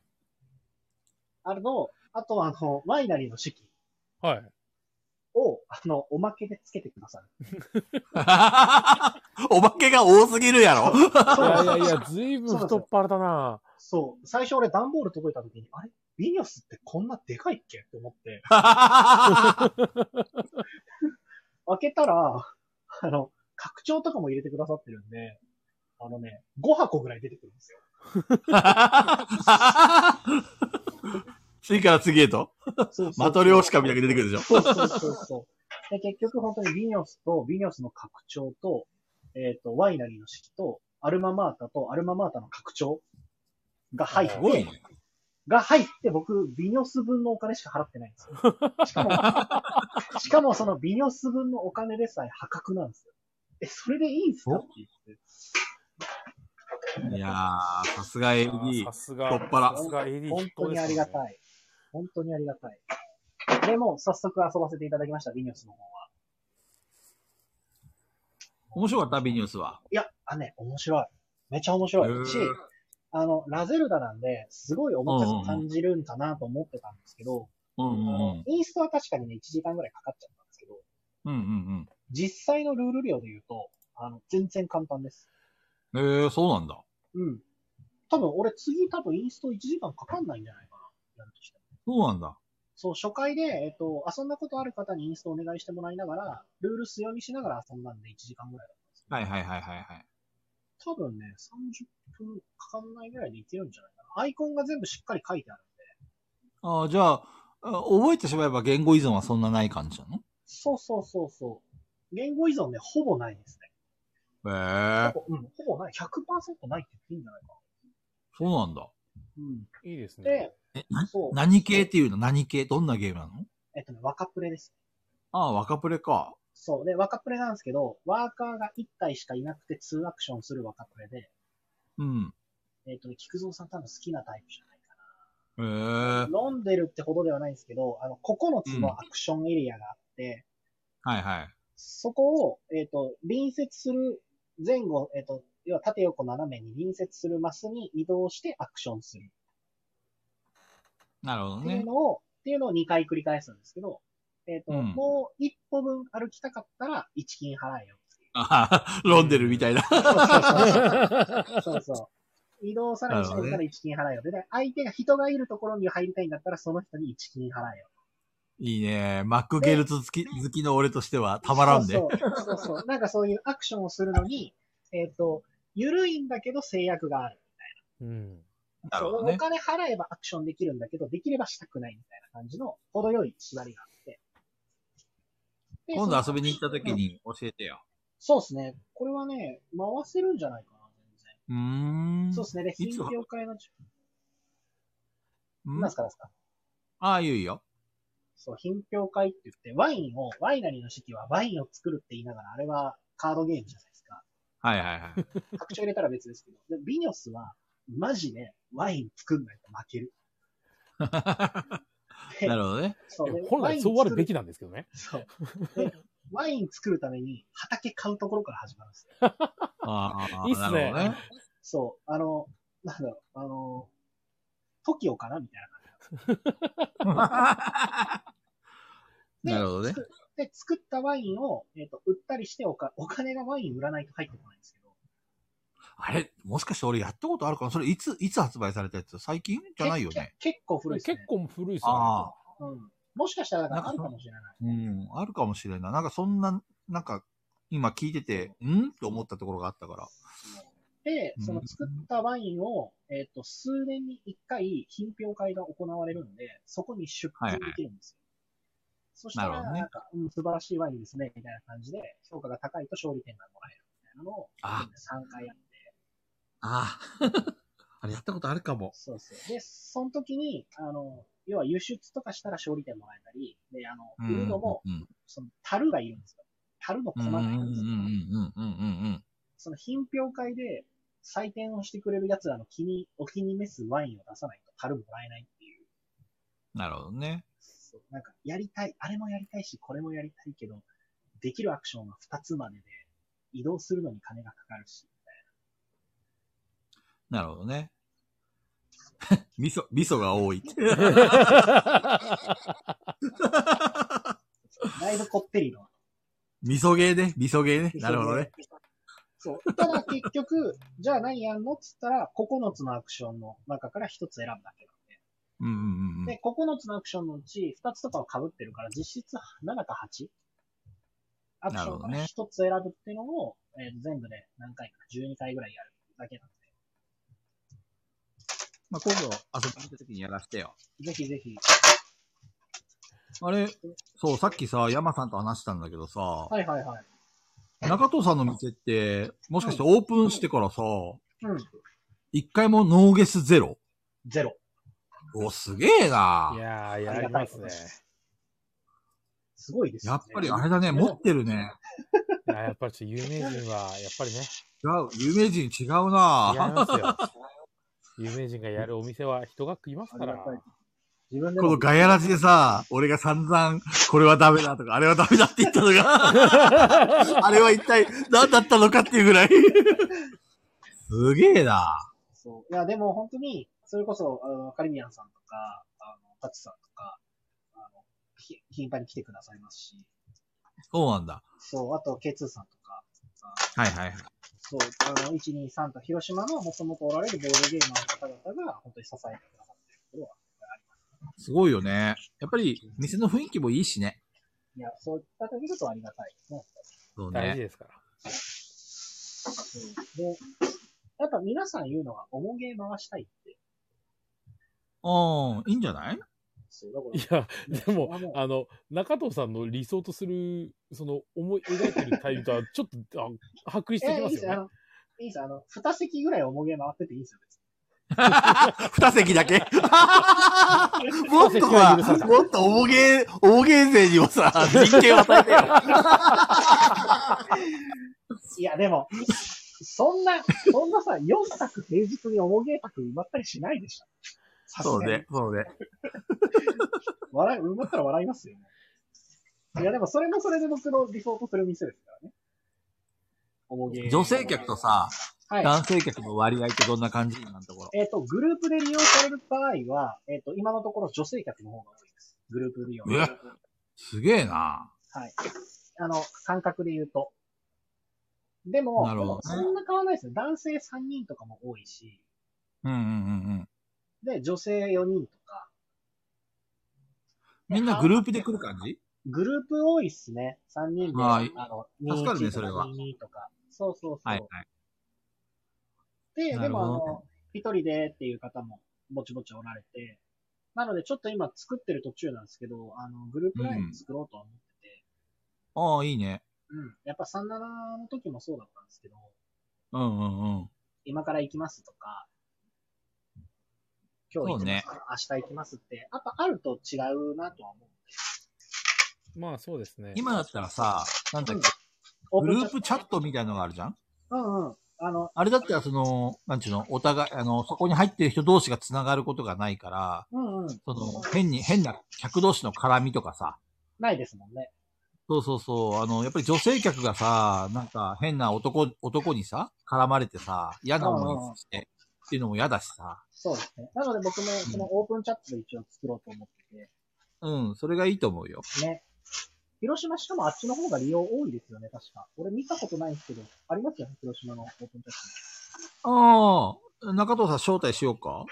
Speaker 4: あの、あとはあの、ワイナリーの式
Speaker 1: はい。
Speaker 4: を、あの、おまけでつけてくださる。
Speaker 2: お化けが多すぎるやろ。
Speaker 1: いやいやい
Speaker 4: そう
Speaker 1: や、ずいぶん太っ腹だな。
Speaker 4: そう、最初俺段ボール届いた時に、あれビニョスってこんなでかいっけって思って、開けたら、あの、拡張とかも入れてくださってるんで、あのね、5箱ぐらい出てくる んですよ。
Speaker 2: 次から次へと、
Speaker 4: そうそうそう
Speaker 2: マトリョーシカみたいに出てくるでしょ。
Speaker 4: そうそうそうそう。で、結局本当にビニョスと、ビニョスの拡張と、えっ、と、ワイナリーの式と、アルママータと、アルママータの拡張が入っ
Speaker 1: す
Speaker 2: すごい
Speaker 4: て、
Speaker 2: ね。
Speaker 4: が入って僕、ビニョス分のお金しか払ってないんです よ。しかも、しかもそのビニョス分のお金でさえ破格なんですよ。え、それでいいんですかって言って。
Speaker 2: いやー、さすが AD
Speaker 1: さ。すが、
Speaker 2: 太っ腹
Speaker 1: さすが AD
Speaker 4: 本当にありがた
Speaker 1: い。
Speaker 4: い。本当にありがたい。でも、早速遊ばせていただきました、ビニョスの方は。
Speaker 2: 面白かった、ビニュースは。
Speaker 4: いや、あのね、面白い。めちゃ面白
Speaker 2: へー
Speaker 4: いし、あの、ラゼルダなんで、すごい重たく感じるんかなと思ってたんですけど、
Speaker 2: うんうん
Speaker 4: あのインストは確かにね、1時間ぐらいかかっちゃったんですけど、
Speaker 2: うん。うん
Speaker 4: 実際のルール量で言うと、あの、全然簡単です。
Speaker 2: うんうん。えー、そうなんだ。
Speaker 4: うん。多分、俺次多分インスト1時間かかんないんじゃないかな。やるとしても
Speaker 2: そうなんだ。
Speaker 4: そう、初回で、えっと、遊んだことある方にインストお願いしてもらいながら、ルール強みしながら遊んだんで1時間ぐらいだったんですけど
Speaker 2: はいはいはいはいはい。
Speaker 4: 多分ね、30分かかんないぐらいでいけるんじゃないかな。アイコンが全部しっかり書いてある。
Speaker 2: あーじゃあ、あ覚えてしまえば言語依存はそんなない感じなの
Speaker 4: そうそうそうそう。言語依存ね、ほぼないですね。
Speaker 2: へえー、
Speaker 4: ほぼうん、ほぼない。100%ないって言っていいんじゃないか
Speaker 2: そうなんだ。
Speaker 4: な。う
Speaker 1: いいです
Speaker 4: ん。
Speaker 1: ね。
Speaker 4: で、
Speaker 2: え、な
Speaker 4: そう。
Speaker 2: 何系っていうの何系どんなゲームなの
Speaker 4: えっとね、若プレです。
Speaker 2: ああ、若プレか。
Speaker 4: そう。で、若プレなんですけど、ワーカーが1体しかいなくて2アクションする若プレで、
Speaker 2: うん。
Speaker 4: えっとね、菊蔵さん多分好きなタイプじゃないか
Speaker 2: へえー、
Speaker 4: な。飲んでるってほどではないんですけど、あの、9つのアクションエリアがあって、
Speaker 2: はいはい。
Speaker 4: そこを、えっ、と、隣接する前後、えっ、と、要は縦横斜めに隣接するマスに移動してアクションする
Speaker 2: なるほど
Speaker 4: っていう
Speaker 2: ね。
Speaker 4: のを、っていうのを2回繰り返すんですけど、えっ、と、
Speaker 2: うん
Speaker 4: もう1歩分歩きたかったら1金払えよっていう。
Speaker 2: ああ、 飲んでるみたいな。
Speaker 4: そうそう。移動さらにしてから1金払えよ。で、ね、相手が人がいるところに入りたいんだったらその人に1金払えよ。
Speaker 2: いいね。マックゲルツ好き好きの俺としてはたまらんで
Speaker 4: そ。うそうそうそう。なんかそういうアクションをするのに、えっ、と、緩いんだけど制約がある。
Speaker 1: うん。
Speaker 2: なるほど
Speaker 4: お
Speaker 2: ね。
Speaker 4: 金払えばアクションできるんだけど、できればしたくないみたいな感じの程よい縛りがあって。で
Speaker 2: 今度遊びに行った時。に教えてよ。
Speaker 4: そうですね。これはね、回せるんじゃないかな、全
Speaker 2: うーん。
Speaker 4: 然。そうですね。で、
Speaker 2: い
Speaker 4: 品
Speaker 2: つは
Speaker 4: 評会の、
Speaker 2: うん
Speaker 4: なんすか、なんすか。
Speaker 2: ああ、言うよ。
Speaker 4: そう、品評会って言って、ワインを、ワイナリーの式はワインを作るって言いながら、あれはカードゲームじゃないです か。
Speaker 2: はいはいはい。
Speaker 4: 拡張入れたら別ですけど。で、ビニョスは、マジでワイン作んないと負ける。
Speaker 2: なるほどね。
Speaker 4: そうで
Speaker 1: 本
Speaker 4: ワイ
Speaker 1: 来
Speaker 4: ン
Speaker 1: そうある
Speaker 4: 作
Speaker 1: べきなんですけどね。
Speaker 4: そう。で、ワイン作るために畑買うところから始まるんですよ。
Speaker 2: ああ、
Speaker 1: いいっすね
Speaker 2: なるほどね。
Speaker 4: そう、あの、なんだろう、あの、トキオかなみたいな感 じで。
Speaker 2: なるほどね
Speaker 4: 作。で、作ったワインを、えっ、と、売ったりしておか、お金がワイン売らないと入ってこないんですけど、
Speaker 2: あれ、もしかして俺やったことあるかなそれいつ、いつ発売されたやつ最近じゃないよね。
Speaker 4: け結構古いですね
Speaker 1: 結。構古いです
Speaker 2: あ
Speaker 1: よ
Speaker 2: あ、
Speaker 4: うん。もしかしたらだから
Speaker 2: なんか
Speaker 4: あるかもしれない。
Speaker 2: うん、あるかもしれんない。なんかそんな、なんか、今聞いてて、んと思ったところがあったから。
Speaker 4: で
Speaker 2: う、ん
Speaker 4: その作ったワインを、えっ、と、数年に一回品評会が行われるんで、そこに出品できるんですよ。そし
Speaker 2: な
Speaker 4: た
Speaker 2: る
Speaker 4: ら、
Speaker 2: ほどね
Speaker 4: なんか、うん、素晴らしいワインですね、みたいな感じで、評価が高いと勝利点がもらえるみたいなのを、
Speaker 2: あ
Speaker 4: 3回やって。
Speaker 2: ああ、 あれやったことあるかも。
Speaker 4: そうそう。で、その時に、あの、要は輸出とかしたら勝利点もらえたり、で、あ
Speaker 2: う
Speaker 4: の、
Speaker 2: ん。
Speaker 4: 売るのも、
Speaker 2: うん。
Speaker 4: その、樽がいるんですよ。樽の
Speaker 2: うんう
Speaker 4: 粉
Speaker 2: んう
Speaker 4: が
Speaker 2: ん
Speaker 4: い
Speaker 2: うん
Speaker 4: るんですよ。
Speaker 2: うんうん
Speaker 4: その品評会で採点をしてくれる奴らの気に、お気に召すワインを出さないと樽もらえないっていう。
Speaker 2: なるほどね。
Speaker 4: そうなんか、やりたい、あれもやりたいし、これもやりたいけど、できるアクションは2つまでで、移動するのに金がかかるし、
Speaker 2: なるほど ね。味噌、味噌が多い。
Speaker 4: だいぶこってりの。
Speaker 2: 味噌ゲーね。味噌ゲーね。なるほどね。
Speaker 4: そう。ただ結局、じゃあ何やんのっつったら、9つのアクションの中から1つ選ぶだけ
Speaker 2: うんうんうん
Speaker 4: で、9つのアクションのうち2つとかを被ってるから、実質7か 8? アクションから1つ選ぶっていうのを、えー全部で何回か、12回ぐらいやるだけなん
Speaker 2: まあ、今度遊びに行った時にやらせてよ。
Speaker 4: で、ぜひぜひ。
Speaker 2: あれ、そう、さっきさ、山さんと話したんだけどさ、
Speaker 4: はいはいはい。
Speaker 2: 中藤さんの店って、もしかしてオープンしてからさ、
Speaker 4: うん。
Speaker 2: 一回もノーゲスゼロ
Speaker 4: ゼロ。
Speaker 2: お、すげえない
Speaker 1: やー、
Speaker 4: あ
Speaker 1: やり
Speaker 4: がた
Speaker 1: ま
Speaker 4: いこ
Speaker 1: す
Speaker 4: と
Speaker 1: ね
Speaker 4: で。すごいですよ
Speaker 2: や
Speaker 4: ね
Speaker 2: っぱりあれだね、持ってるね。
Speaker 1: いや、やっぱりちょっと有名人は、やっぱりね、
Speaker 2: 違う、有名人違うな
Speaker 1: 違いますよ。有名人がやるお店は人がいます
Speaker 4: あ
Speaker 1: か
Speaker 4: りが
Speaker 1: ら。
Speaker 4: たい。自分で
Speaker 2: こ
Speaker 4: も
Speaker 2: のガヤラジでさ、俺が散々、これはダメだとか、あれはダメだって言ったのが、 あれは一体何だったのかっていうぐらい。すげえな
Speaker 4: そう。いや、でも本当に、それこそ、あの、カリビアンさんとか、あの、タチさんとか、あの、ひ頻繁に来てくださいますし、
Speaker 2: そうなんだ。
Speaker 4: そう、あと K2 さんとか、あ
Speaker 2: はいはいはい。
Speaker 4: そう、あの、123と広島のもともとおられるボードゲーマーの方々が本当に支えてくださってるところは、
Speaker 2: すごいよね。やっぱり、店の雰囲気もいいしね。
Speaker 4: いや、そういっただけだとありがたいですね。
Speaker 2: そう
Speaker 1: 大事
Speaker 2: ね。
Speaker 1: ですから。
Speaker 4: うんで、やっぱ皆さん言うのは、重げ回したいって。
Speaker 2: うん、いいんじゃない
Speaker 4: そう、だか
Speaker 1: い
Speaker 4: ら、
Speaker 1: や、でも
Speaker 4: あの、
Speaker 1: あの、中藤さんの理想とする、その、思い描いてるタイプとは、ちょっと、あ、剥離してき
Speaker 4: えいい
Speaker 1: ま
Speaker 4: ですすよ、あ
Speaker 1: よね。
Speaker 4: の、いいですよ、あの、二席ぐらい重げ回ってていいですよ、別に
Speaker 2: 二席だけもっと
Speaker 1: は
Speaker 2: は
Speaker 1: 許さない、
Speaker 2: もっと大芸、大芸勢にもさ、人権を与えてよ。
Speaker 4: いや、でも、そんな、そんなさ、4作平日に重げ卓埋まったりしないでしょ。さ す
Speaker 2: そう
Speaker 4: がに
Speaker 2: ね、そうね。
Speaker 4: 笑い、埋まったら笑いますよね。いや、でもそれもそれで僕の理想とする店ですからね。重げ
Speaker 2: 女性客と、さ、
Speaker 4: はい。
Speaker 2: 男性客の割合ってどんな感じ今のところ。
Speaker 4: えっ、と、グループで利用される場合は、えっ、と、今のところ女性客の方が多いです。グループ利用。
Speaker 2: えすげえな
Speaker 4: はい。あの、感覚で言うと。でも、
Speaker 2: なるほどね
Speaker 4: そんな変わらないですね。男性3人とかも多いし、
Speaker 2: うんうんうんうん。
Speaker 4: で、女性4人とか。
Speaker 2: みんなグループで来る感じ
Speaker 4: グループ多いっすね。3人で、
Speaker 2: はい
Speaker 4: あの、
Speaker 2: 助かるね
Speaker 4: 21と
Speaker 2: それ
Speaker 4: か
Speaker 2: は
Speaker 4: 22とか。そうそうそう。
Speaker 2: はいはい。
Speaker 4: で、
Speaker 2: な
Speaker 4: で
Speaker 2: るほ
Speaker 4: もあ
Speaker 2: ど
Speaker 4: の、一人でっていう方もぼちぼちおられて、なのでちょっと今作ってる途中なんですけど、あの、グループライン作ろうとは思ってて、
Speaker 2: ああ、いいね。
Speaker 4: うん、やっぱ37の時もそうだったんですけど、
Speaker 2: うんうんうん。
Speaker 4: 今から行きますとか、今日行きますとか、明日行きますって、やっぱあると違うなとは思う。
Speaker 1: まあ、そうですね。
Speaker 2: 今だったらさ、なんだっ
Speaker 4: オ
Speaker 2: け、グルー
Speaker 4: プン
Speaker 2: プチャットみたいのがあるじゃん
Speaker 4: チャットうんうん。あの、
Speaker 2: あれだったらその、なんちゅうの、お互い、あの、そこに入ってる人同士が繋がることがないから、
Speaker 4: うんうん。
Speaker 2: その、変に、変な客同士の絡みとかさ、
Speaker 4: ないですもんね。
Speaker 2: そうそうそう。あの、やっぱり女性客がさ、なんか変な男、男にさ、絡まれてさ、嫌な思いして、っていうのも嫌だしさ。
Speaker 4: そうですね。なので僕もそのオープンチャットで一応作ろうと思ってて、
Speaker 2: うん、それがいいと思うよ。
Speaker 4: ね。広島しかもあっちの方が利用多いですよね、確か。俺見たことないんですけど、ありますよね、広島のオープンチャッ
Speaker 2: ああ、中藤さん招待しようか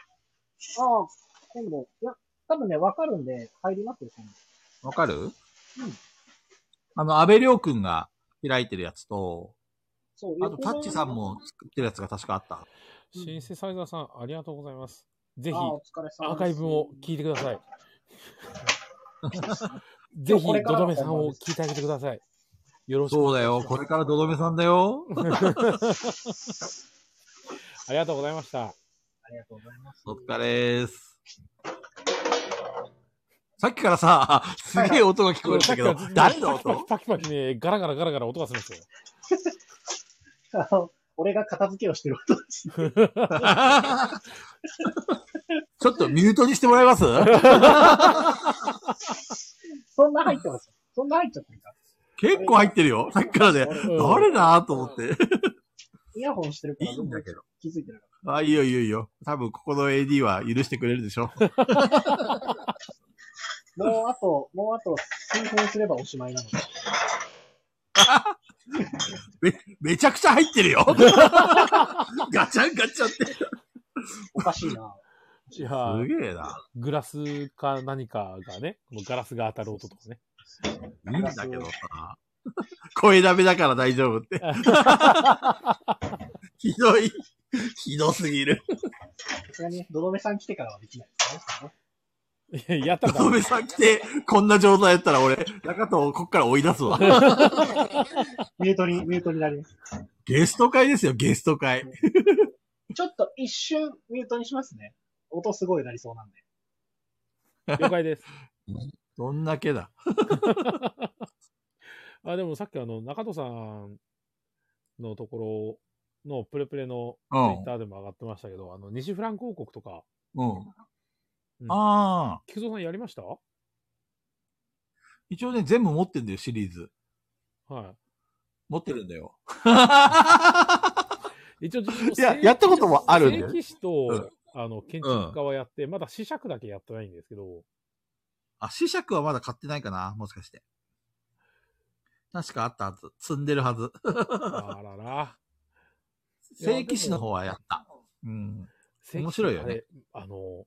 Speaker 4: ト。ああ、今度、いや、多分ね、わかるんで、入りますよ、今
Speaker 2: わかるうん。あの、安倍亮くんが開いてるやつと、
Speaker 4: 度。そう、
Speaker 2: あとタッチさんも作ってるやつが確かあった。
Speaker 1: シンセサイザーさん、ありがとうございます。ぜひ
Speaker 4: あ、あお疲れ様です
Speaker 1: アーカイブを聞いてく ださい。
Speaker 4: そ
Speaker 1: ぜ
Speaker 4: う
Speaker 1: ひ、
Speaker 4: これ
Speaker 1: ド
Speaker 4: から
Speaker 1: ド
Speaker 4: の
Speaker 1: メさんを聞いてあげてください。よろしく
Speaker 2: そうだよ。これからどどめさんだ よ。
Speaker 1: ありがとうございました。
Speaker 4: ありがとうございます。
Speaker 2: お疲れーす。さっきからさ、すげえ音が聞こえるんだけど、誰の
Speaker 1: パキ
Speaker 2: 音
Speaker 1: パキパキパキね、ガラガラガラガラ音がするんですよ。
Speaker 4: あの、俺が片付けをしてる音です。
Speaker 2: ちょっとミュートにしてもらえます
Speaker 4: そんな入ってますそんな入っちゃってるか。
Speaker 2: 結構入ってるよ。さっきからね。
Speaker 4: 俺、
Speaker 1: うん
Speaker 2: 誰だと思って。
Speaker 4: イヤホンしてるか
Speaker 2: い
Speaker 4: ら
Speaker 2: いんだけど。
Speaker 4: 気づいてなかっ
Speaker 2: あ、いいよいいよいいよ。多分ここの AD は許してくれるでしょ。
Speaker 4: た。もうあと、もうあと数分すればおしまいなので。
Speaker 2: めちゃくちゃ入って るよガチャンガチャンって。す
Speaker 3: おかしいな。
Speaker 1: いやー
Speaker 2: げえな。
Speaker 1: グラスか何かがね、もうガラスが当たる音とかね。
Speaker 2: いいんだけどさ。声ダメだから大丈夫って。 ひどい。ひどすぎる。
Speaker 3: さすがに、どどめさん来てからはできないですね。
Speaker 1: い ややったらダ
Speaker 2: ご
Speaker 1: メ
Speaker 2: めんさん来て、こんな状態やったら俺、中藤をこっから追い出すわ。
Speaker 3: ミュートに、ミュートになります。
Speaker 2: ゲスト会ですよ、ゲスト会。
Speaker 3: ちょっと一瞬ミュートにしますね。音すごいなりそうなんで。
Speaker 1: 了解です。
Speaker 2: どんだけだ。
Speaker 1: あ、でもさっきあの、中戸さんのところのプレプレの
Speaker 2: う
Speaker 1: ツイ
Speaker 2: ん
Speaker 1: ッターでも上がってましたけど、あの、西フラン広告とか、
Speaker 2: うん。
Speaker 1: うん
Speaker 2: ああ。
Speaker 1: 菊蔵さんやりましたは
Speaker 2: 一応ね、全部持ってんだよ、シリーズ。持ってるんだ よ。
Speaker 1: い。一応、
Speaker 2: いや、やったこともあるんだ
Speaker 1: 正
Speaker 2: よね。
Speaker 1: 規士と、あの、建築家はやって、まだ試釈だけやってないんですけ ど、
Speaker 2: あ、試釈はまだ買ってないかなもしかして。確かあったはず。積んでるはず。
Speaker 1: あらら。や
Speaker 2: 正規誌の方はやった。うん。
Speaker 1: 正規士
Speaker 2: 面白いよね
Speaker 1: あれ。あの、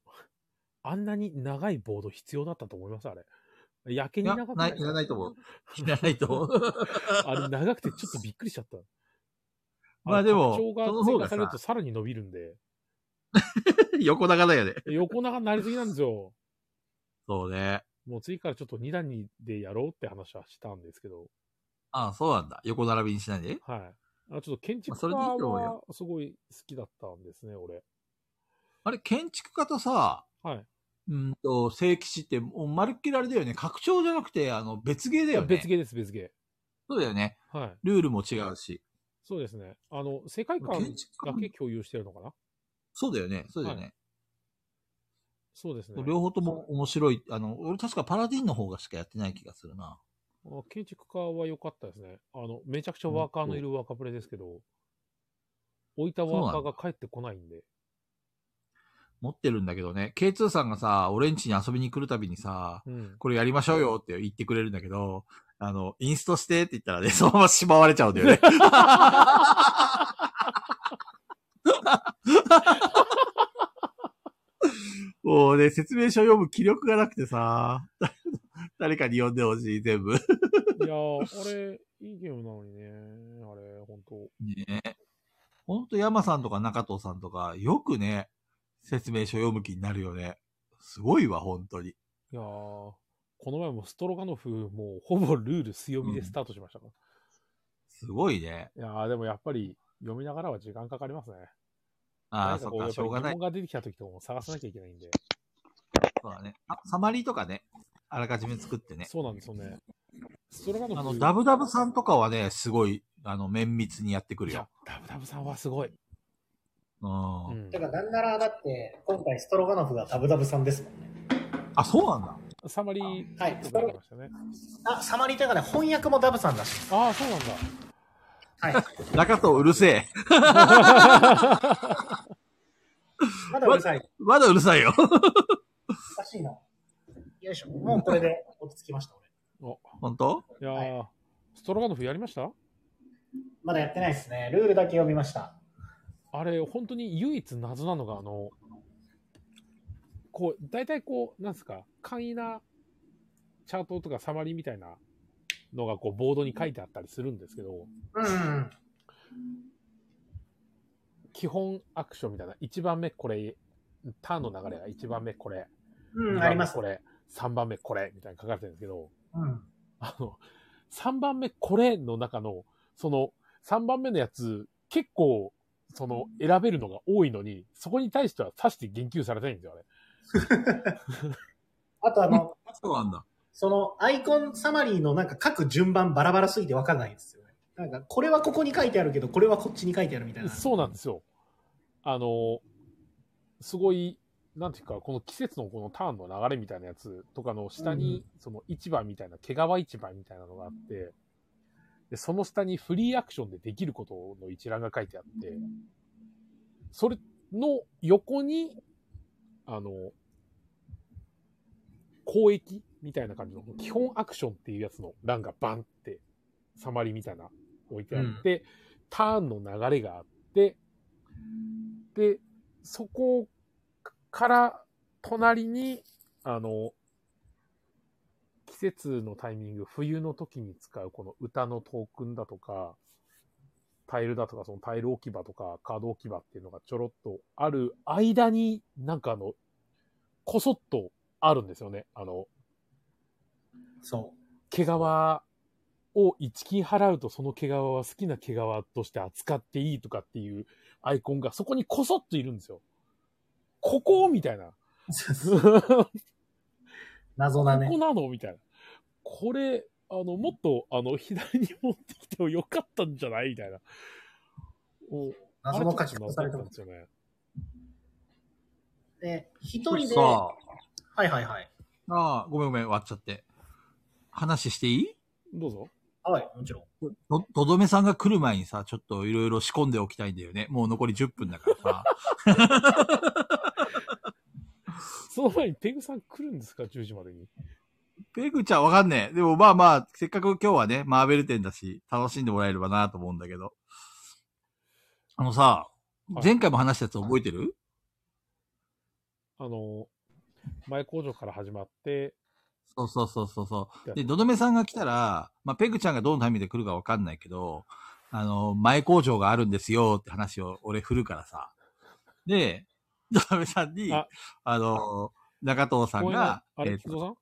Speaker 1: あんなに長いボード必要だったと思いますあれ。やけ
Speaker 2: い
Speaker 1: に
Speaker 2: や
Speaker 1: 長く、
Speaker 2: ない、いらないと思う。 いらないと思う。
Speaker 1: あれ長くてちょっとびっくりしちゃった。
Speaker 2: まあでも
Speaker 1: 拡張
Speaker 2: その
Speaker 1: が
Speaker 2: 方
Speaker 1: 追加さ
Speaker 2: がさ
Speaker 1: れるとさらに伸びるんで、
Speaker 2: 横長だよね。
Speaker 1: 横長になりすぎなんですよ。
Speaker 2: そうね。
Speaker 1: もう次からちょっと2段にでやろうって話はしたんですけど、
Speaker 2: ああそうなんだ。横並びにしないで。
Speaker 1: はい。あちょっと建築家
Speaker 2: まあそれでいいと思う
Speaker 1: は
Speaker 2: よ
Speaker 1: すごい好きだったんですね、俺。
Speaker 2: あれ、建築家とさ、
Speaker 1: はい。
Speaker 2: うんと、正規誌って、もう、まるっきりあれだよね。拡張じゃなくて、あの、別芸だ
Speaker 1: いや
Speaker 2: よね。
Speaker 1: 別芸です、別芸。
Speaker 2: そうだよね。
Speaker 1: はい。
Speaker 2: ルールも違うし。
Speaker 1: そうですね。あの、世界観
Speaker 2: 建築家
Speaker 1: だけ共有してるのかな
Speaker 2: そうだよね。そうだよね。
Speaker 1: そうですね。
Speaker 2: 両方とも面白い。あの、俺確かパラディンの方がしかやってない気がするな。
Speaker 1: あ建築家は良かったですね。あの、めちゃくちゃワーカーのいるワーカープレですけど、置いたワーカーが帰ってこないんで。
Speaker 2: 持ってるんだけどね。K2 さんがさ、俺ん家に遊びに来るたびにさ、
Speaker 1: うん。
Speaker 2: これやりましょうよって言ってくれるんだけど、あの、インストしてって言ったらね、そ のまましまわれちゃうんだよ ね。もうね、説明書読む気力がなくてさ、 誰かに読んでほしい、全
Speaker 1: い
Speaker 2: 部。
Speaker 1: やー、あれ、いいゲームなのにね。あれ、本当
Speaker 2: ねえ。ほんと山さんとか中藤さんとか、よくね、説明書読む気になるよね。すごいわ、本当に。
Speaker 1: いやー、この前もストロガノフ、もうほぼルール強みでスタートしましたか
Speaker 2: すごいね。
Speaker 1: ら。いやー、でもやっぱり読みながらは時間かかりますね。
Speaker 2: あ
Speaker 1: な
Speaker 2: あ、
Speaker 1: ん
Speaker 2: そ
Speaker 1: こ
Speaker 2: っ
Speaker 1: や
Speaker 2: か、
Speaker 1: っ
Speaker 2: し
Speaker 1: ぱ
Speaker 2: ょ
Speaker 1: り
Speaker 2: うが
Speaker 1: 疑
Speaker 2: ない
Speaker 1: 問。が出てきた時とかも探さなきゃいけないんで。
Speaker 2: そうだねあサマリーとかね、あらかじめ作ってね。
Speaker 1: そうなんですよね。ストロガノフ。
Speaker 2: あの、ダブダブさんとかはね、すごい、あの、綿密にやってくる
Speaker 1: いや
Speaker 2: よ。、
Speaker 1: ダブダブさんはすごい。
Speaker 2: うん。
Speaker 1: うん
Speaker 4: だ。からなんならだって、今回ストロガノフがダブダブさんですもんね。
Speaker 2: あ、そうなんだ。
Speaker 1: サマリー
Speaker 4: はい。
Speaker 1: と
Speaker 4: ス
Speaker 1: か
Speaker 4: ト
Speaker 1: やって
Speaker 4: ロ
Speaker 1: ましたね。
Speaker 4: あ、サマリーというかね、翻訳もダブさんだし。
Speaker 1: ああ、そうなんだ。
Speaker 4: はい。
Speaker 2: 中藤うるせえ。
Speaker 4: まだうるさい。
Speaker 2: まだうるさいよ。
Speaker 4: おかしいな。よいしょ。もうこれで落ち着きました、俺。
Speaker 2: 本当
Speaker 1: いやー、ストロガノフやりました
Speaker 4: まだやってないですね。ルールだけ読みました。
Speaker 1: あれ、本当に唯一謎なのが、あの、こう、大体こう、なんですか、簡易なチャートとかサマリーみたいなのが、こう、ボードに書いてあったりするんですけど、
Speaker 4: うんうん
Speaker 1: 基本アクションみたいな、1番目これ、ターンの流れが1番目これ、
Speaker 4: うん。
Speaker 1: 2
Speaker 4: うん、あ
Speaker 1: 番
Speaker 4: りま
Speaker 1: 目
Speaker 4: す。
Speaker 1: これ、3番目これ、みたいに書かれてるんですけど、
Speaker 4: うん。
Speaker 1: あの、3番目これの中の、その、3番目のやつ、結構、その、選べるのが多いのに、そこに対してはさして言及されてないんですよ、あれ。
Speaker 4: あとあの、
Speaker 2: そうなんだ。
Speaker 4: そのアイコンサマリーのなんか書く順番バラバラすぎてわからないんですよね。なんかこれはここに書いてあるけど、これはこっちに書いてあるみたいな。
Speaker 1: そうなんですよ。あの、すごい、なんていうか、この季節のこのターンの流れみたいなやつとかの下に、その市場みたいな、毛皮市場みたいなのがあって、で、その下にフリーアクションでできることの一覧が書いてあって、それの横に、あの、交易みたいな感じの、基本アクションっていうやつの欄がバンって、サマリみたいな置いてあって、ターンの流れがあって、で、そこから隣に、あの、季節のタイミング、冬の時に使うこの歌のトークンだとか、タイルだとか、そのタイル置き場とか、カード置き場っていうのがちょろっとある間に、なんかあの、こそっとあるんですよね。あの、
Speaker 4: そ
Speaker 1: 毛皮を一金払うとその毛皮は好きな毛皮として扱っていいとかっていうアイコンがそこにこそっといるんですよ。ここみ たいな。
Speaker 4: う。
Speaker 1: こ
Speaker 4: 謎だ
Speaker 1: こ
Speaker 4: ね。
Speaker 1: なのみたいな。これ、あの、もっと、あの、左に持ってきてもよかったんじゃないみたいな。お
Speaker 4: 謎の書き方され
Speaker 1: あ
Speaker 4: て
Speaker 1: れちょっと謎だったん
Speaker 4: ま。
Speaker 1: ですすよね。
Speaker 4: で、一
Speaker 2: これ
Speaker 4: 人で、は
Speaker 2: さ
Speaker 4: いはいはい。
Speaker 2: あ、ああごめんごめん、割っちゃって。話していい
Speaker 1: どうぞ。
Speaker 4: はい、もちろん。
Speaker 2: と、とどめさんが来る前にさ、ちょっといろいろ仕込んでおきたいんだよね。もう残り10分だからさ。
Speaker 1: その前にペグさん来るんですか ?10 時までに。
Speaker 2: ペグちゃんわかんねえ。でもまあまあ、せっかく今日はね、マーベル展だし、楽しんでもらえればなと思うんだけど。あのさ、
Speaker 1: はい
Speaker 2: 前回も話したやつ覚えてる、
Speaker 1: あの、前工場から始まって、
Speaker 2: そうそうそうそうそう。で、
Speaker 1: や
Speaker 2: どどめさんが来たら、まあ、ペグちゃんがどのタイミングで来るかわかんないけど、あの、前工場があるんですよって話を俺振るからさ。で、どどめさんに、あ
Speaker 1: あ
Speaker 2: の、中藤さん
Speaker 1: 公園の
Speaker 2: が、
Speaker 1: あ
Speaker 2: え
Speaker 1: れ、
Speaker 2: ー
Speaker 1: 菊蔵
Speaker 2: と
Speaker 1: さん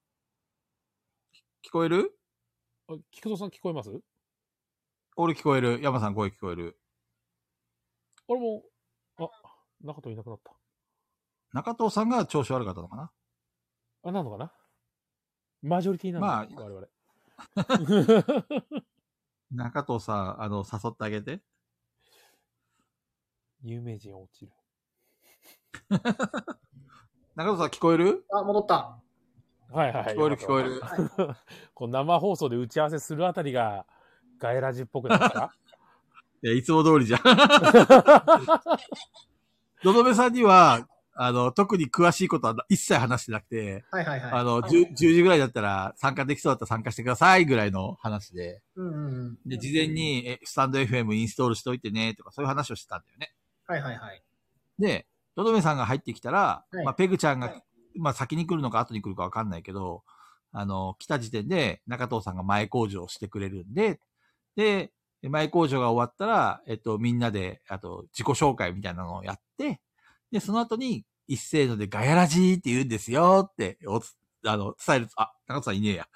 Speaker 2: 聞こえる
Speaker 1: あ菊蔵さん聞こえます
Speaker 2: 俺聞こえる。山さん声聞こえる。
Speaker 1: 俺も、あ、中戸いなくなった。
Speaker 2: 中藤さんが調子悪かったのかな
Speaker 1: あ、なのかなマジョリティなんだ、
Speaker 2: まあ
Speaker 1: 我々。
Speaker 2: 中藤さん、あの、誘ってあげて。
Speaker 1: 有名人落ちる。
Speaker 2: 中藤さん聞こえる
Speaker 4: あ、戻った。
Speaker 1: はいはい。
Speaker 2: 聞こえる聞こえる。
Speaker 1: こう生放送で打ち合わせするあたりが、ガエラジっぽくないです か
Speaker 2: いや、いつも通りじ ゃん。どどめさんには、あの、特に詳しいことは一切話してなくて、
Speaker 4: はいはいはい。
Speaker 2: あの、10, 10時ぐらいだったら参加できそうだったら参加してくださいぐらいの話で、
Speaker 4: うんうんうん。
Speaker 2: で、事前に、え、スタンド FM インストールしといてね、とかそういう話をしてたんだよね。
Speaker 4: はいはいはい。
Speaker 2: で、ドドメさんが入ってきたら、
Speaker 4: はい
Speaker 2: まあ、ペグちゃんが、
Speaker 4: はい
Speaker 2: まあ、先に来るのか後に来るかわかんないけど、あの、来た時点で中藤さんが前工場をしてくれるんで、で、前工場が終わったら、えっと、みんなで、あと、自己紹介みたいなのをやって、で、その後に、一斉のでガヤラジーって言うんですよって、おつ、あの、伝える、あ、中藤さんいねえや。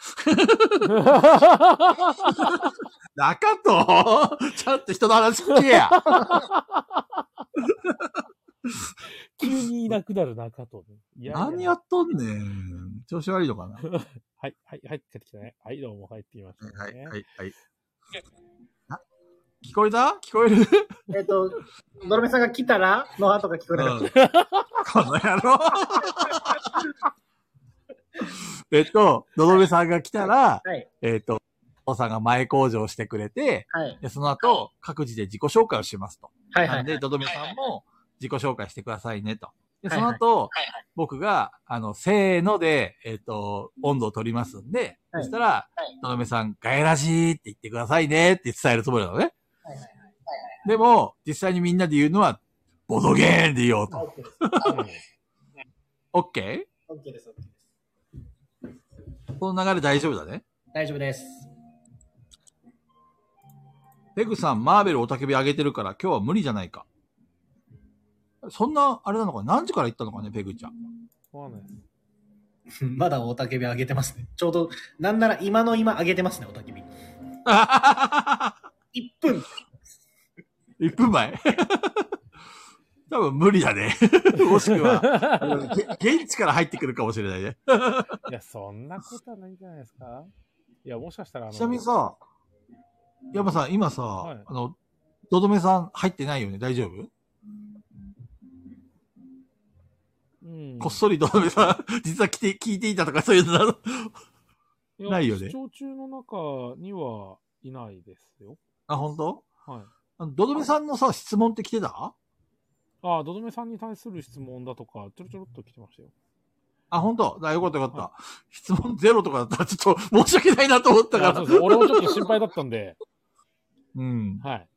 Speaker 2: 中藤 ちゃんと人の話聞けや
Speaker 1: 急にいなくなる中戸。いやい
Speaker 2: 何やっとんねん。調子悪いのかな
Speaker 1: はい、はい、入ってきたね。はい、どうも入ってきました、ね。
Speaker 2: はい、はい、はい。 あ聞こえた聞こえる、うん、
Speaker 4: えっと、ドロメさんが来たらの後が聞こえなかった。
Speaker 2: この野郎 えっと、のどめさんが来たら、
Speaker 4: はい。
Speaker 2: えっと、お父さんが前工場をしてくれて、
Speaker 4: はい。
Speaker 2: でその後、各自で自己紹介をしますと。
Speaker 4: はいは
Speaker 2: なん
Speaker 4: い。
Speaker 2: で、どどめさんも自己紹介してくださいねと。で、
Speaker 4: は
Speaker 2: そ
Speaker 4: いは
Speaker 2: の
Speaker 4: い
Speaker 2: 後、僕が、あの、せーので、えっ、と、温度を取りますんで、
Speaker 4: はい
Speaker 2: そしたら
Speaker 4: はい、
Speaker 2: どどめさん、ガヤラジーって言ってくださいねって伝えるつもりなのね。
Speaker 4: はいはい
Speaker 2: でも、実際にみんなで言うのは、ボドゲーンで言おうと。
Speaker 4: OK です。
Speaker 1: うん
Speaker 2: オッケ
Speaker 4: OK です。OK です。
Speaker 2: ーこの流れ大丈夫だね。
Speaker 4: 大丈夫です。
Speaker 2: ペグさん、マーベルおたけび上げてるから、今日は無理じゃないか。そんな、あれなのかな何時から行ったのかね、ペグちゃん。
Speaker 1: わかんないです
Speaker 4: まだ大竹火上げてますね。ちょうど、なんなら今の今上げてますね、大竹火。1分。
Speaker 2: 1分前 多分無理だ ね。もしくは、あのげ現地から入ってくるかもしれないね。
Speaker 1: いや、そんなことはないんじゃないですかいや、もしかしたら、あの
Speaker 2: ちなみにさ、山さん、今さ、
Speaker 1: はい
Speaker 2: あの、どどめさん入ってないよね、大丈夫、
Speaker 1: うん
Speaker 2: こっそりどどめさん、 実は来て、聞いていたとかそういうのなの
Speaker 1: いや
Speaker 2: ないよね
Speaker 1: 視聴中の中にはいないですよ。
Speaker 2: あ、本当？
Speaker 1: はい。
Speaker 2: あのどどめさんのさ、質問って来てた
Speaker 1: ああ、どどめさんに対する質問だとか、ちょろちょろっと来てましたよ。
Speaker 2: あ、本当だ、よかったよかった、質問ゼロとかだったらちょっと申し訳ないなと思った
Speaker 1: あ
Speaker 2: か
Speaker 1: そう
Speaker 2: ら。
Speaker 1: そう俺もちょっと心配だったんで、
Speaker 2: うん。
Speaker 1: はい。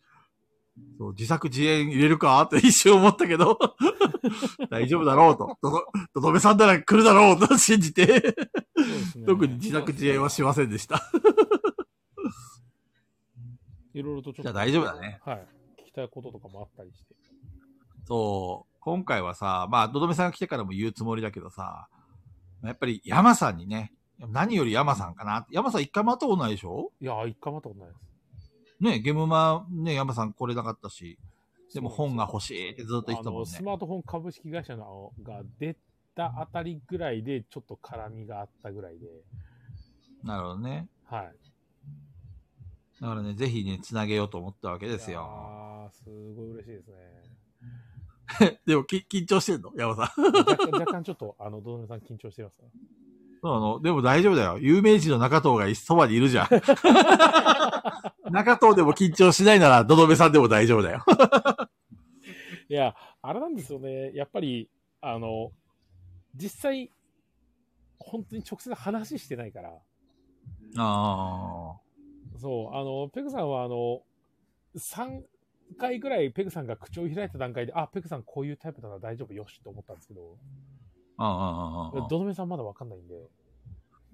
Speaker 2: そう自作自演入れるかって一瞬思ったけど、大丈夫だろうと。とど、とどめさんなら来るだろうと信じて、
Speaker 1: そうですね
Speaker 2: 特に自作自演はしませんでした。
Speaker 1: いろいろとちょっと。
Speaker 2: じゃあ大丈夫だね。
Speaker 1: はい。聞きたいこととかもあったりして。
Speaker 2: そう。今回はさ、まあ、とどめさんが来てからも言うつもりだけどさ、やっぱり山さんにね、何より山さんかな。山さん一回も会ったことないでしょ
Speaker 1: いやー、一回も会ったことないで
Speaker 2: ね、ゲームマね、山さん来れなかったし、
Speaker 1: す。
Speaker 2: でも本が欲しいってずっと言ってた
Speaker 1: あ
Speaker 2: もん
Speaker 1: の
Speaker 2: ね
Speaker 1: ス。マートフォン株式会社のが出たあたりぐらいで、ちょっと絡みがあったぐらいで、
Speaker 2: なるほどね。
Speaker 1: はい。
Speaker 2: だからね、ぜひね、つなげようと思ったわけ
Speaker 1: で
Speaker 2: ですよ。
Speaker 1: ああ、すごい嬉しいですね。
Speaker 2: でも、き緊張してんの山さん。
Speaker 1: 若干若干ちょっと、あの、どどめさん緊張してますね。
Speaker 2: そうなの。でも大丈夫だよ。有名人の中藤がそばにいるじゃん。 中藤でも緊張しないなら、どどめさんでも大丈夫だよ。
Speaker 1: いや、あれなんですよね。やっぱり、あの、実際、本当に直接話してないから、
Speaker 2: あ
Speaker 1: そう、あの、ペグさんは、あの、3回ぐらいペグさんが口を開いた段階で、あ、ペグさんこういうタイプだな、大丈夫よしと思ったんですけど、
Speaker 2: あ。ああ。
Speaker 1: どのめさんまだわかんないんで。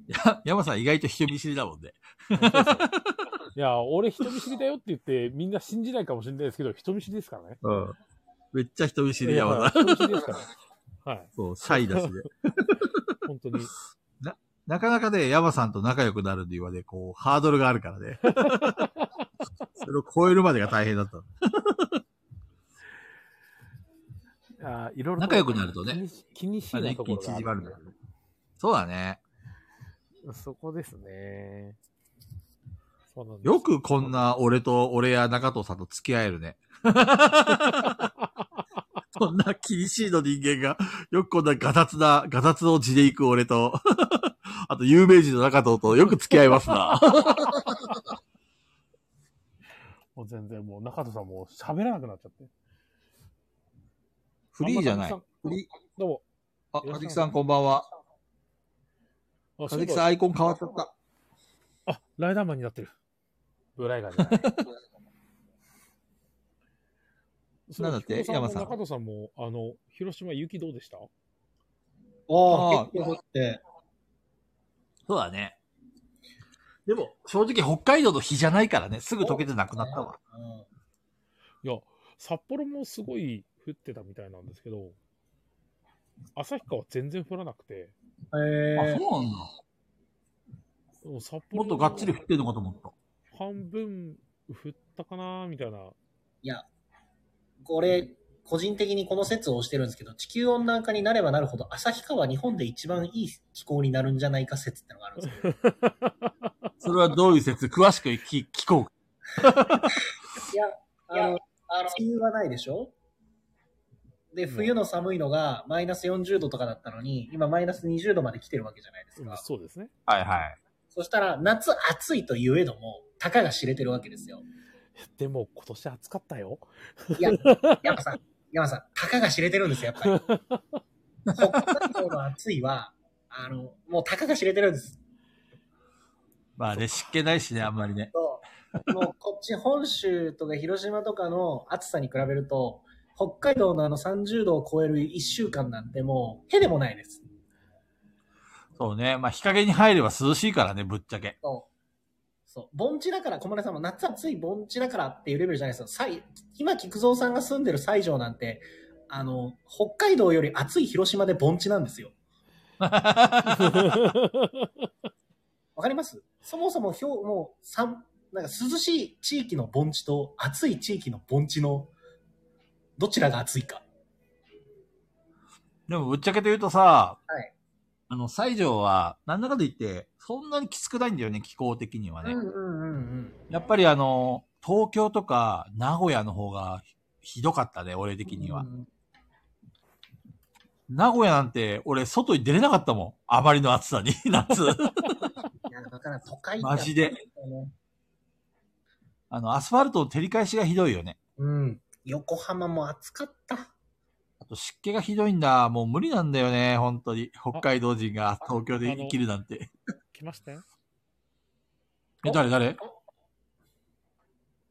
Speaker 2: や山さん意外と人見知りだもんね。
Speaker 1: いや、俺人見知りだよって言って、みんな信じないかもしれないですけど、人見知りですからね。
Speaker 2: うん。めっちゃ人見知り、
Speaker 1: いやま
Speaker 2: 山さ
Speaker 1: あ
Speaker 2: ん。
Speaker 1: 人見知りですから。はい、
Speaker 2: そう、シャイだしね。
Speaker 1: 本当に。
Speaker 2: なかなかね、山さんと仲良くなるにはね、こう、ハードルがあるから ね。それを超えるまでが大変だった。
Speaker 1: あいろいろと
Speaker 2: 仲良くなるとね
Speaker 1: 気にし。気にしないところがあ
Speaker 2: 一気に縮まるんだよねそうだね。
Speaker 1: そこですね。そうなんです
Speaker 2: よくこん。な俺と俺や中藤さんと付き合える ね。こんな厳しいの人間が、よくこんなガタツな、ガタツの地で行く俺と、 あと有名人の中藤とよく付き合いますな。
Speaker 1: もう全然もう中戸さんもう喋らなくなっちゃって。
Speaker 2: フリーじゃない
Speaker 1: あんま。
Speaker 2: フリー。
Speaker 1: どうも。
Speaker 2: あ、かずきさんこんばんは。
Speaker 1: あ
Speaker 2: かずきさんアイコン変わっちゃった。
Speaker 1: あ、ライダーマンになってる。ブライガーじゃない。 そう
Speaker 2: なんだって
Speaker 1: ヒコも
Speaker 2: 山さん
Speaker 1: 中戸さんも、あの、広島雪どうでした
Speaker 2: あ
Speaker 4: あ
Speaker 2: あ
Speaker 4: あ、結構掘って。
Speaker 2: そうだね。でも、正直北海道の日じゃないからね、すぐ溶けてなくなったわ。
Speaker 4: うん
Speaker 1: いや、札幌もすごい降ってたみたいなんですけど、旭川は全然降らなくて、
Speaker 4: え
Speaker 2: あ、
Speaker 4: ー
Speaker 2: そうなんだ。
Speaker 1: もう札
Speaker 2: も
Speaker 1: 幌
Speaker 2: っとがっちり降ってるのかと思った。
Speaker 1: 半分降ったかなみたいな。
Speaker 4: いや、これ、個人的にこの説を推してるんですけど、地球温暖化になればなるほど、旭川は日本で一番いい気候になるんじゃないか説ってのがあるんですよ。
Speaker 2: それはどういう説詳しく聞聞こうか。
Speaker 4: いや、あの、梅雨はないでしょで、冬の寒いのがマイナス40度とかだったのに、今マイナス20度まで来てるわけじゃないです
Speaker 1: うん
Speaker 4: か。
Speaker 1: そうですね。
Speaker 2: はいはい。
Speaker 4: そしたら、夏暑いと言えども、たかが知れてるわけです よ。
Speaker 1: でも今年暑かった よ。
Speaker 4: いや、山さん、山さん、たかが知れてるんですよ、やっぱり。 北海道の暑いは、あの、もうたかが知れてるんです。
Speaker 2: まあね、湿気ないしね、あんまりね。
Speaker 4: そうもうこっち本州とか広島とかの暑さに比べると、北海道のあの30度を超える1週間なんてもう、へでもないです。
Speaker 2: そうね。まあ日陰に入れば涼しいからね、ぶっちゃけ。
Speaker 4: そう。そう。盆地だから、小村さんも夏暑い盆地だからっていうレベルじゃないですよ。さい今、菊蔵さんが住んでる西条なんて、あの、北海道より暑い広島で盆地なんですよ。わかりますそもそもひょう、もう、さんなんか涼しい地域の盆地と暑い地域の盆地の、どちらが暑いか。
Speaker 2: でもぶっちゃけて言うとさ、
Speaker 4: はい
Speaker 2: あの、西条は、なんだかんだ言って、そんなにきつくないんだよね、気候的にはね。
Speaker 4: うんうんうん。
Speaker 2: やっぱりあの、東京とか名古屋の方がひどかったね、俺的には。名古屋なんて、俺、外に出れなかったもん。あまりの暑さに、 夏。
Speaker 4: いや、だからん都会って
Speaker 2: マジで。あの、アスファルトの照り返しがひどいよね。
Speaker 4: うん。横浜も暑かった。
Speaker 2: あと湿気がひどいんだ。もう無理なんだよね、本当に。北海道人が東京で生きるなんて。
Speaker 1: 来ましたよ。
Speaker 2: え、誰誰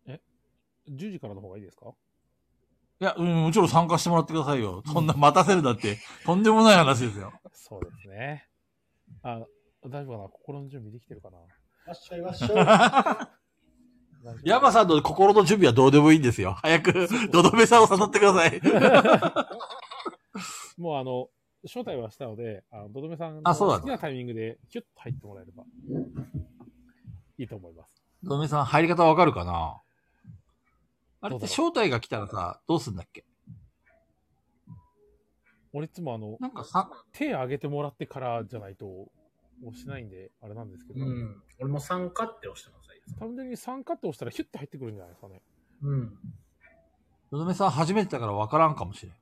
Speaker 1: え10時からの方がいいですか
Speaker 2: いや、うん、もちろん参加してもらってくださいよ。そんな待たせるだって、とんでもない話です よ。
Speaker 1: そうですね。あ、大丈夫かな心の準備できてるかな
Speaker 4: わっしょいわっしょい。あ
Speaker 1: 大丈夫
Speaker 2: ヤマさんの心の準備はどうでもいいんですよ。早く、ドドメさんを誘ってください。
Speaker 1: もうあの、招待はしたので、あの、どどめさんの
Speaker 2: あそうだ
Speaker 1: 好きなタイミングで、キュッと入ってもらえれば、いいと思います。
Speaker 2: ドドメさん、入り方わかるかなあれ
Speaker 1: ど
Speaker 2: っ
Speaker 1: う
Speaker 2: て
Speaker 1: だろう
Speaker 2: 招待が来たらさ、どうすんだっけ
Speaker 1: 俺いつもあの、
Speaker 2: なんかさ、
Speaker 1: 手挙げてもらってからじゃないと、押しないんで、あれなんですけど、
Speaker 4: うん。俺も参加って押してくださいよ。
Speaker 1: 単純に参加って押したらヒュッと入ってくるんじゃないですかね。
Speaker 4: うん。
Speaker 2: ドドメさん初めてだからわからんかもしれん。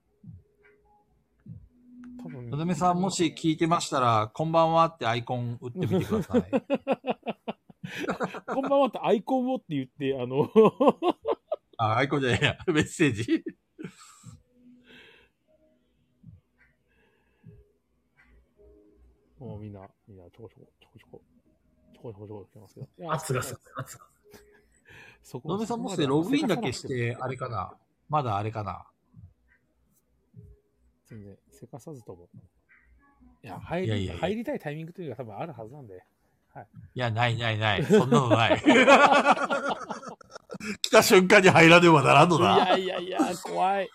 Speaker 1: 多分。
Speaker 2: ドドメさん、もし聞いてましたら、こんばんはってアイコン打ってみてください。
Speaker 1: こんばんはってアイコンをって言って、あの、
Speaker 2: あ、アイコンじゃないや、メッセージ。
Speaker 1: もうみんな、みんなちょこちょこ、ちょこちょこ、ちょこちょこちょこ来てますけど。いや
Speaker 4: 圧がすごい、圧が。
Speaker 1: そこ
Speaker 2: ドドメさん、もしログインだけして、あれかなまだあれかな
Speaker 1: 全然、せかさずとも。いや、入り
Speaker 2: いやいやいや
Speaker 1: 入りたいタイミングというか多分あるはずなんで。
Speaker 2: いや、ないないない。そんなのない。 来た瞬間に入らねばならんの
Speaker 1: い
Speaker 2: だ。
Speaker 1: やいやいや、怖 い。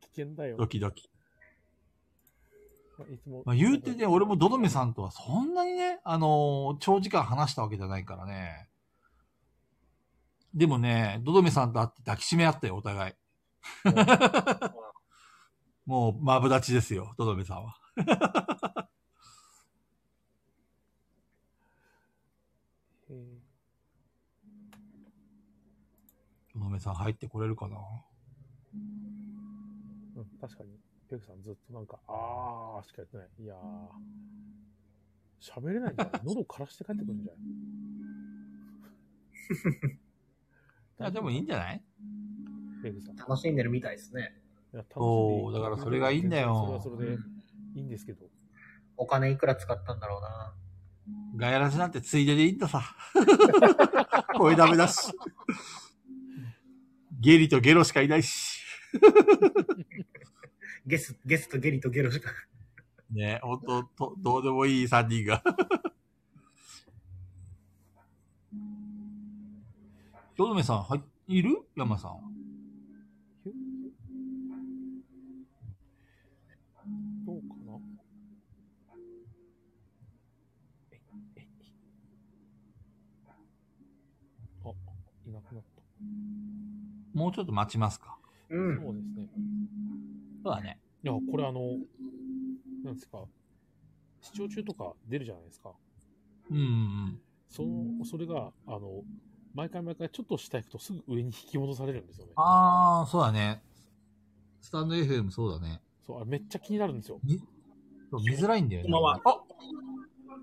Speaker 1: 危険だよ
Speaker 2: ド。キドキ。
Speaker 1: いつも。
Speaker 2: まあ、言うてね、俺もドドメさんとはそんなにね、あのー長時間話したわけじゃないからね。でもね、ドドメさんと会って抱きしめ合ったよ、お互い。 もう、マブダチですよ、ドドメさんは。
Speaker 1: えー
Speaker 2: ドドメさん入ってこれるかな
Speaker 1: うん、確かに。ペグさんずっとなんか、あーしか言ってない。いやー。喋れないんじ ゃない喉枯らして帰ってくるんじゃ
Speaker 2: い
Speaker 1: ない
Speaker 2: や、で もいいんじゃない
Speaker 1: ペグさん。い
Speaker 4: 楽しんでるみたいですね。
Speaker 1: や、楽しんで
Speaker 2: そうだからそれがいいんだよ
Speaker 1: それはそれでいいんですけど。
Speaker 4: お金いくら使ったんだろうな。
Speaker 2: ガヤラジなんてついででいいんださ。 声ダメだし。ゲリとゲロしかいないし。
Speaker 4: ゲス、ゲスとゲリとゲロしか。
Speaker 2: ね、ほんと、とどうでもいい3人が。 ドドメさん、はい、いる山さん。
Speaker 1: どうかなえいえいあ、いなくなった。
Speaker 2: もうちょっと待ちますか。
Speaker 4: う
Speaker 1: そ
Speaker 4: ん。
Speaker 1: うですね。
Speaker 2: そうだね。
Speaker 1: いや、これあの、なんですか、視聴中とか出るじゃないですか。
Speaker 2: うんうん
Speaker 1: その、それが、あの、毎回毎回ちょっと下行くとすぐ上に引き戻されるんですよね。
Speaker 2: ああ、そうだね。スタンド FM そうだね。
Speaker 1: そう、あれめっちゃ気になるんですよ。
Speaker 2: そう見づらいんだよね。
Speaker 5: こんばんは
Speaker 2: あ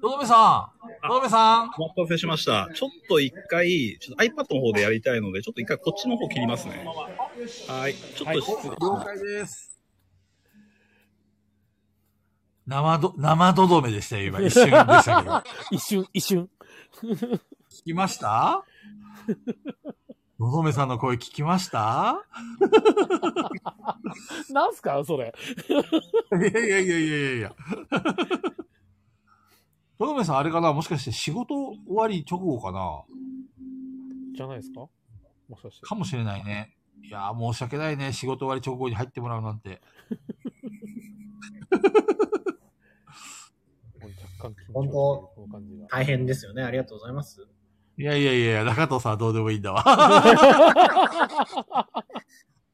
Speaker 2: ドドメさんドドメさん
Speaker 5: お待たせしました。ちょっと一回、ちょっと iPad の方でやりたいので、ちょっと一回こっちの方切りますね。はい。ちょっと失礼。
Speaker 2: 了解です。生ど、生どどめでしたよ、今。一瞬でしたけど。
Speaker 1: 一瞬、一瞬。
Speaker 2: 聞きましたのどめさんの声聞きました
Speaker 1: なんすかそれ。
Speaker 2: いやいやいやいやいやいや。のどめさんあれかなもしかして仕事終わり直後かな
Speaker 1: じゃないですかもしかして。
Speaker 2: かもしれないね。いやー、申し訳ないね。仕事終わり直後に入ってもらうなんて。
Speaker 1: これ若干緊張してる
Speaker 4: 本当
Speaker 1: この感じが。
Speaker 4: 大変ですよね。ありがとうございます。
Speaker 2: いやいやいや、中藤さんはどうでもいいんだわ。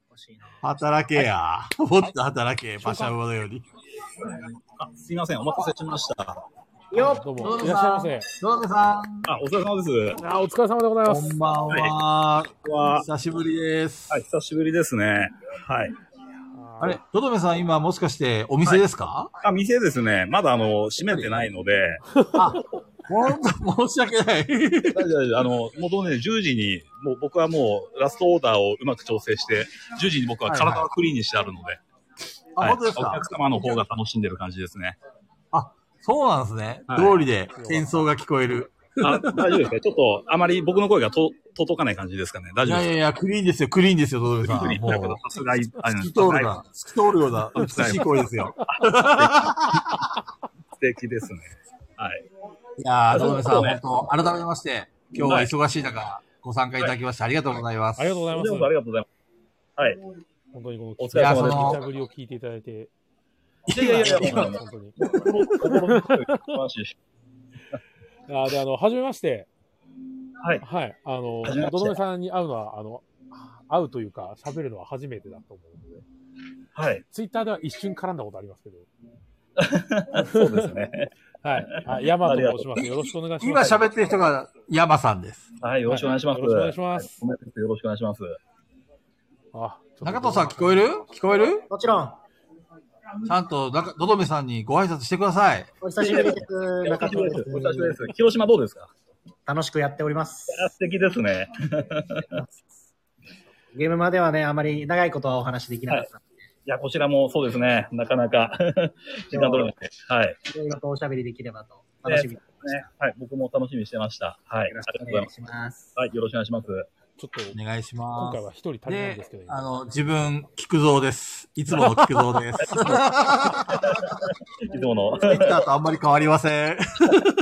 Speaker 4: 欲しいな。
Speaker 2: 働けや。もっと働け。馬車馬のように。
Speaker 5: あ、すいません。お待たせしました。
Speaker 4: よ
Speaker 1: どう
Speaker 2: どう
Speaker 1: も、
Speaker 2: ぞ
Speaker 1: いらっしゃいませ。
Speaker 2: のどめさん。
Speaker 5: あ、お疲れ様です。
Speaker 1: あ、お疲れ様でございま
Speaker 2: こ
Speaker 1: す
Speaker 2: ん。ばんは。
Speaker 5: は、
Speaker 2: 久しぶりです。
Speaker 5: はい、久しぶりですね。はい。
Speaker 2: あれ、ドドメさん、今、もしかして、お店ですか、
Speaker 5: あ、店ですね。まだあの、閉めてないので、
Speaker 2: 本当、申し訳 ない。
Speaker 5: 大丈夫大丈夫あの、もうね、10時に、もう僕はもう、ラストオーダーをうまく調整して、10時に僕は体はクリーンにしてあるので、
Speaker 2: あ、
Speaker 5: はい
Speaker 2: 本当です
Speaker 5: お
Speaker 2: か
Speaker 5: 客様の方が楽しんでる感じですね。
Speaker 2: そうなんですね。
Speaker 5: はい
Speaker 2: 通りで、演奏が聞こえる。
Speaker 5: あ大丈夫ですか ちょっと、あまり僕の声がと届かない感じですかね。大
Speaker 2: い
Speaker 5: 丈夫
Speaker 2: や
Speaker 5: で
Speaker 2: い
Speaker 5: す
Speaker 2: やいや、クリーンですよ、クリーンですよ、トド
Speaker 5: か
Speaker 2: さん。も
Speaker 5: だけど
Speaker 2: う、
Speaker 5: さすがに、あ
Speaker 2: 透
Speaker 5: の
Speaker 2: き通るな、透き通るような美しい声ですよ。
Speaker 5: 素敵ですね。はい。
Speaker 2: いやー、トドさん、
Speaker 5: そうね
Speaker 2: 本当改めまして、今日は忙しい中、ご参加いただきまして、ありがとうございます。
Speaker 1: ありがとうござい
Speaker 5: ど
Speaker 1: ます
Speaker 5: うもありがとうござい
Speaker 1: 本当にこの、
Speaker 5: お疲れ様
Speaker 1: の
Speaker 2: です
Speaker 1: 無茶ぶりを聞いていただいて。
Speaker 5: いやいやいや
Speaker 1: ありがとうございます本当に。
Speaker 5: ます。心の声が素晴らしいし
Speaker 1: あーで、あの、はじめまして。
Speaker 5: はい
Speaker 1: はい。あの
Speaker 5: はじめ、まして
Speaker 1: どどめさんに会うのは、あの、会うというか、喋るのは初めてだと思うので、
Speaker 5: はい。
Speaker 1: ツイッターでは一瞬絡んだことありますけど。
Speaker 5: そうですね。
Speaker 1: はい。あヤマと申します。よろしくお願いし
Speaker 2: 今
Speaker 1: ます。
Speaker 2: 喋ってる人が山さんです。
Speaker 5: はい、よろしくお願いします。
Speaker 1: はいよろしくお願いします
Speaker 5: は。ごめんなさいよろしくお願いします。
Speaker 1: あ、ちょっと
Speaker 2: 中藤さん聞こえる聞こえる
Speaker 4: もちろん、
Speaker 2: ちゃんと、なんか、どどめさんにご挨拶してください。
Speaker 4: お久しぶりです。
Speaker 5: お
Speaker 4: 中
Speaker 5: 久しぶり
Speaker 4: 藤
Speaker 5: です。お
Speaker 4: で。
Speaker 5: 久しぶりですす。広島どうですか
Speaker 4: 楽しくやっております。
Speaker 5: あ素敵ですね。
Speaker 4: ゲームまではね、あまり長いことはお話しできなかった。
Speaker 5: いや、こちらもそうですね。なかなか 時間取れなくて。はい。ね
Speaker 4: いろいろとおしゃべりできればと、楽しみに
Speaker 5: はい。僕も楽しみにしてました。はい。あり
Speaker 4: よろし
Speaker 5: が
Speaker 4: くお願
Speaker 5: とうございま
Speaker 4: い
Speaker 5: す。
Speaker 4: します。
Speaker 5: はい。よろしくお願いします。
Speaker 1: ちょっと
Speaker 2: お、願いし
Speaker 1: 今
Speaker 2: ま
Speaker 1: 回は
Speaker 2: す。
Speaker 1: 一人足りないんで
Speaker 2: です
Speaker 1: けど、、今
Speaker 2: あの、自分、菊蔵です。いつもの菊蔵です。 ツイ
Speaker 5: いつも
Speaker 2: ッ
Speaker 5: の。
Speaker 2: ターとあんまり変わりません。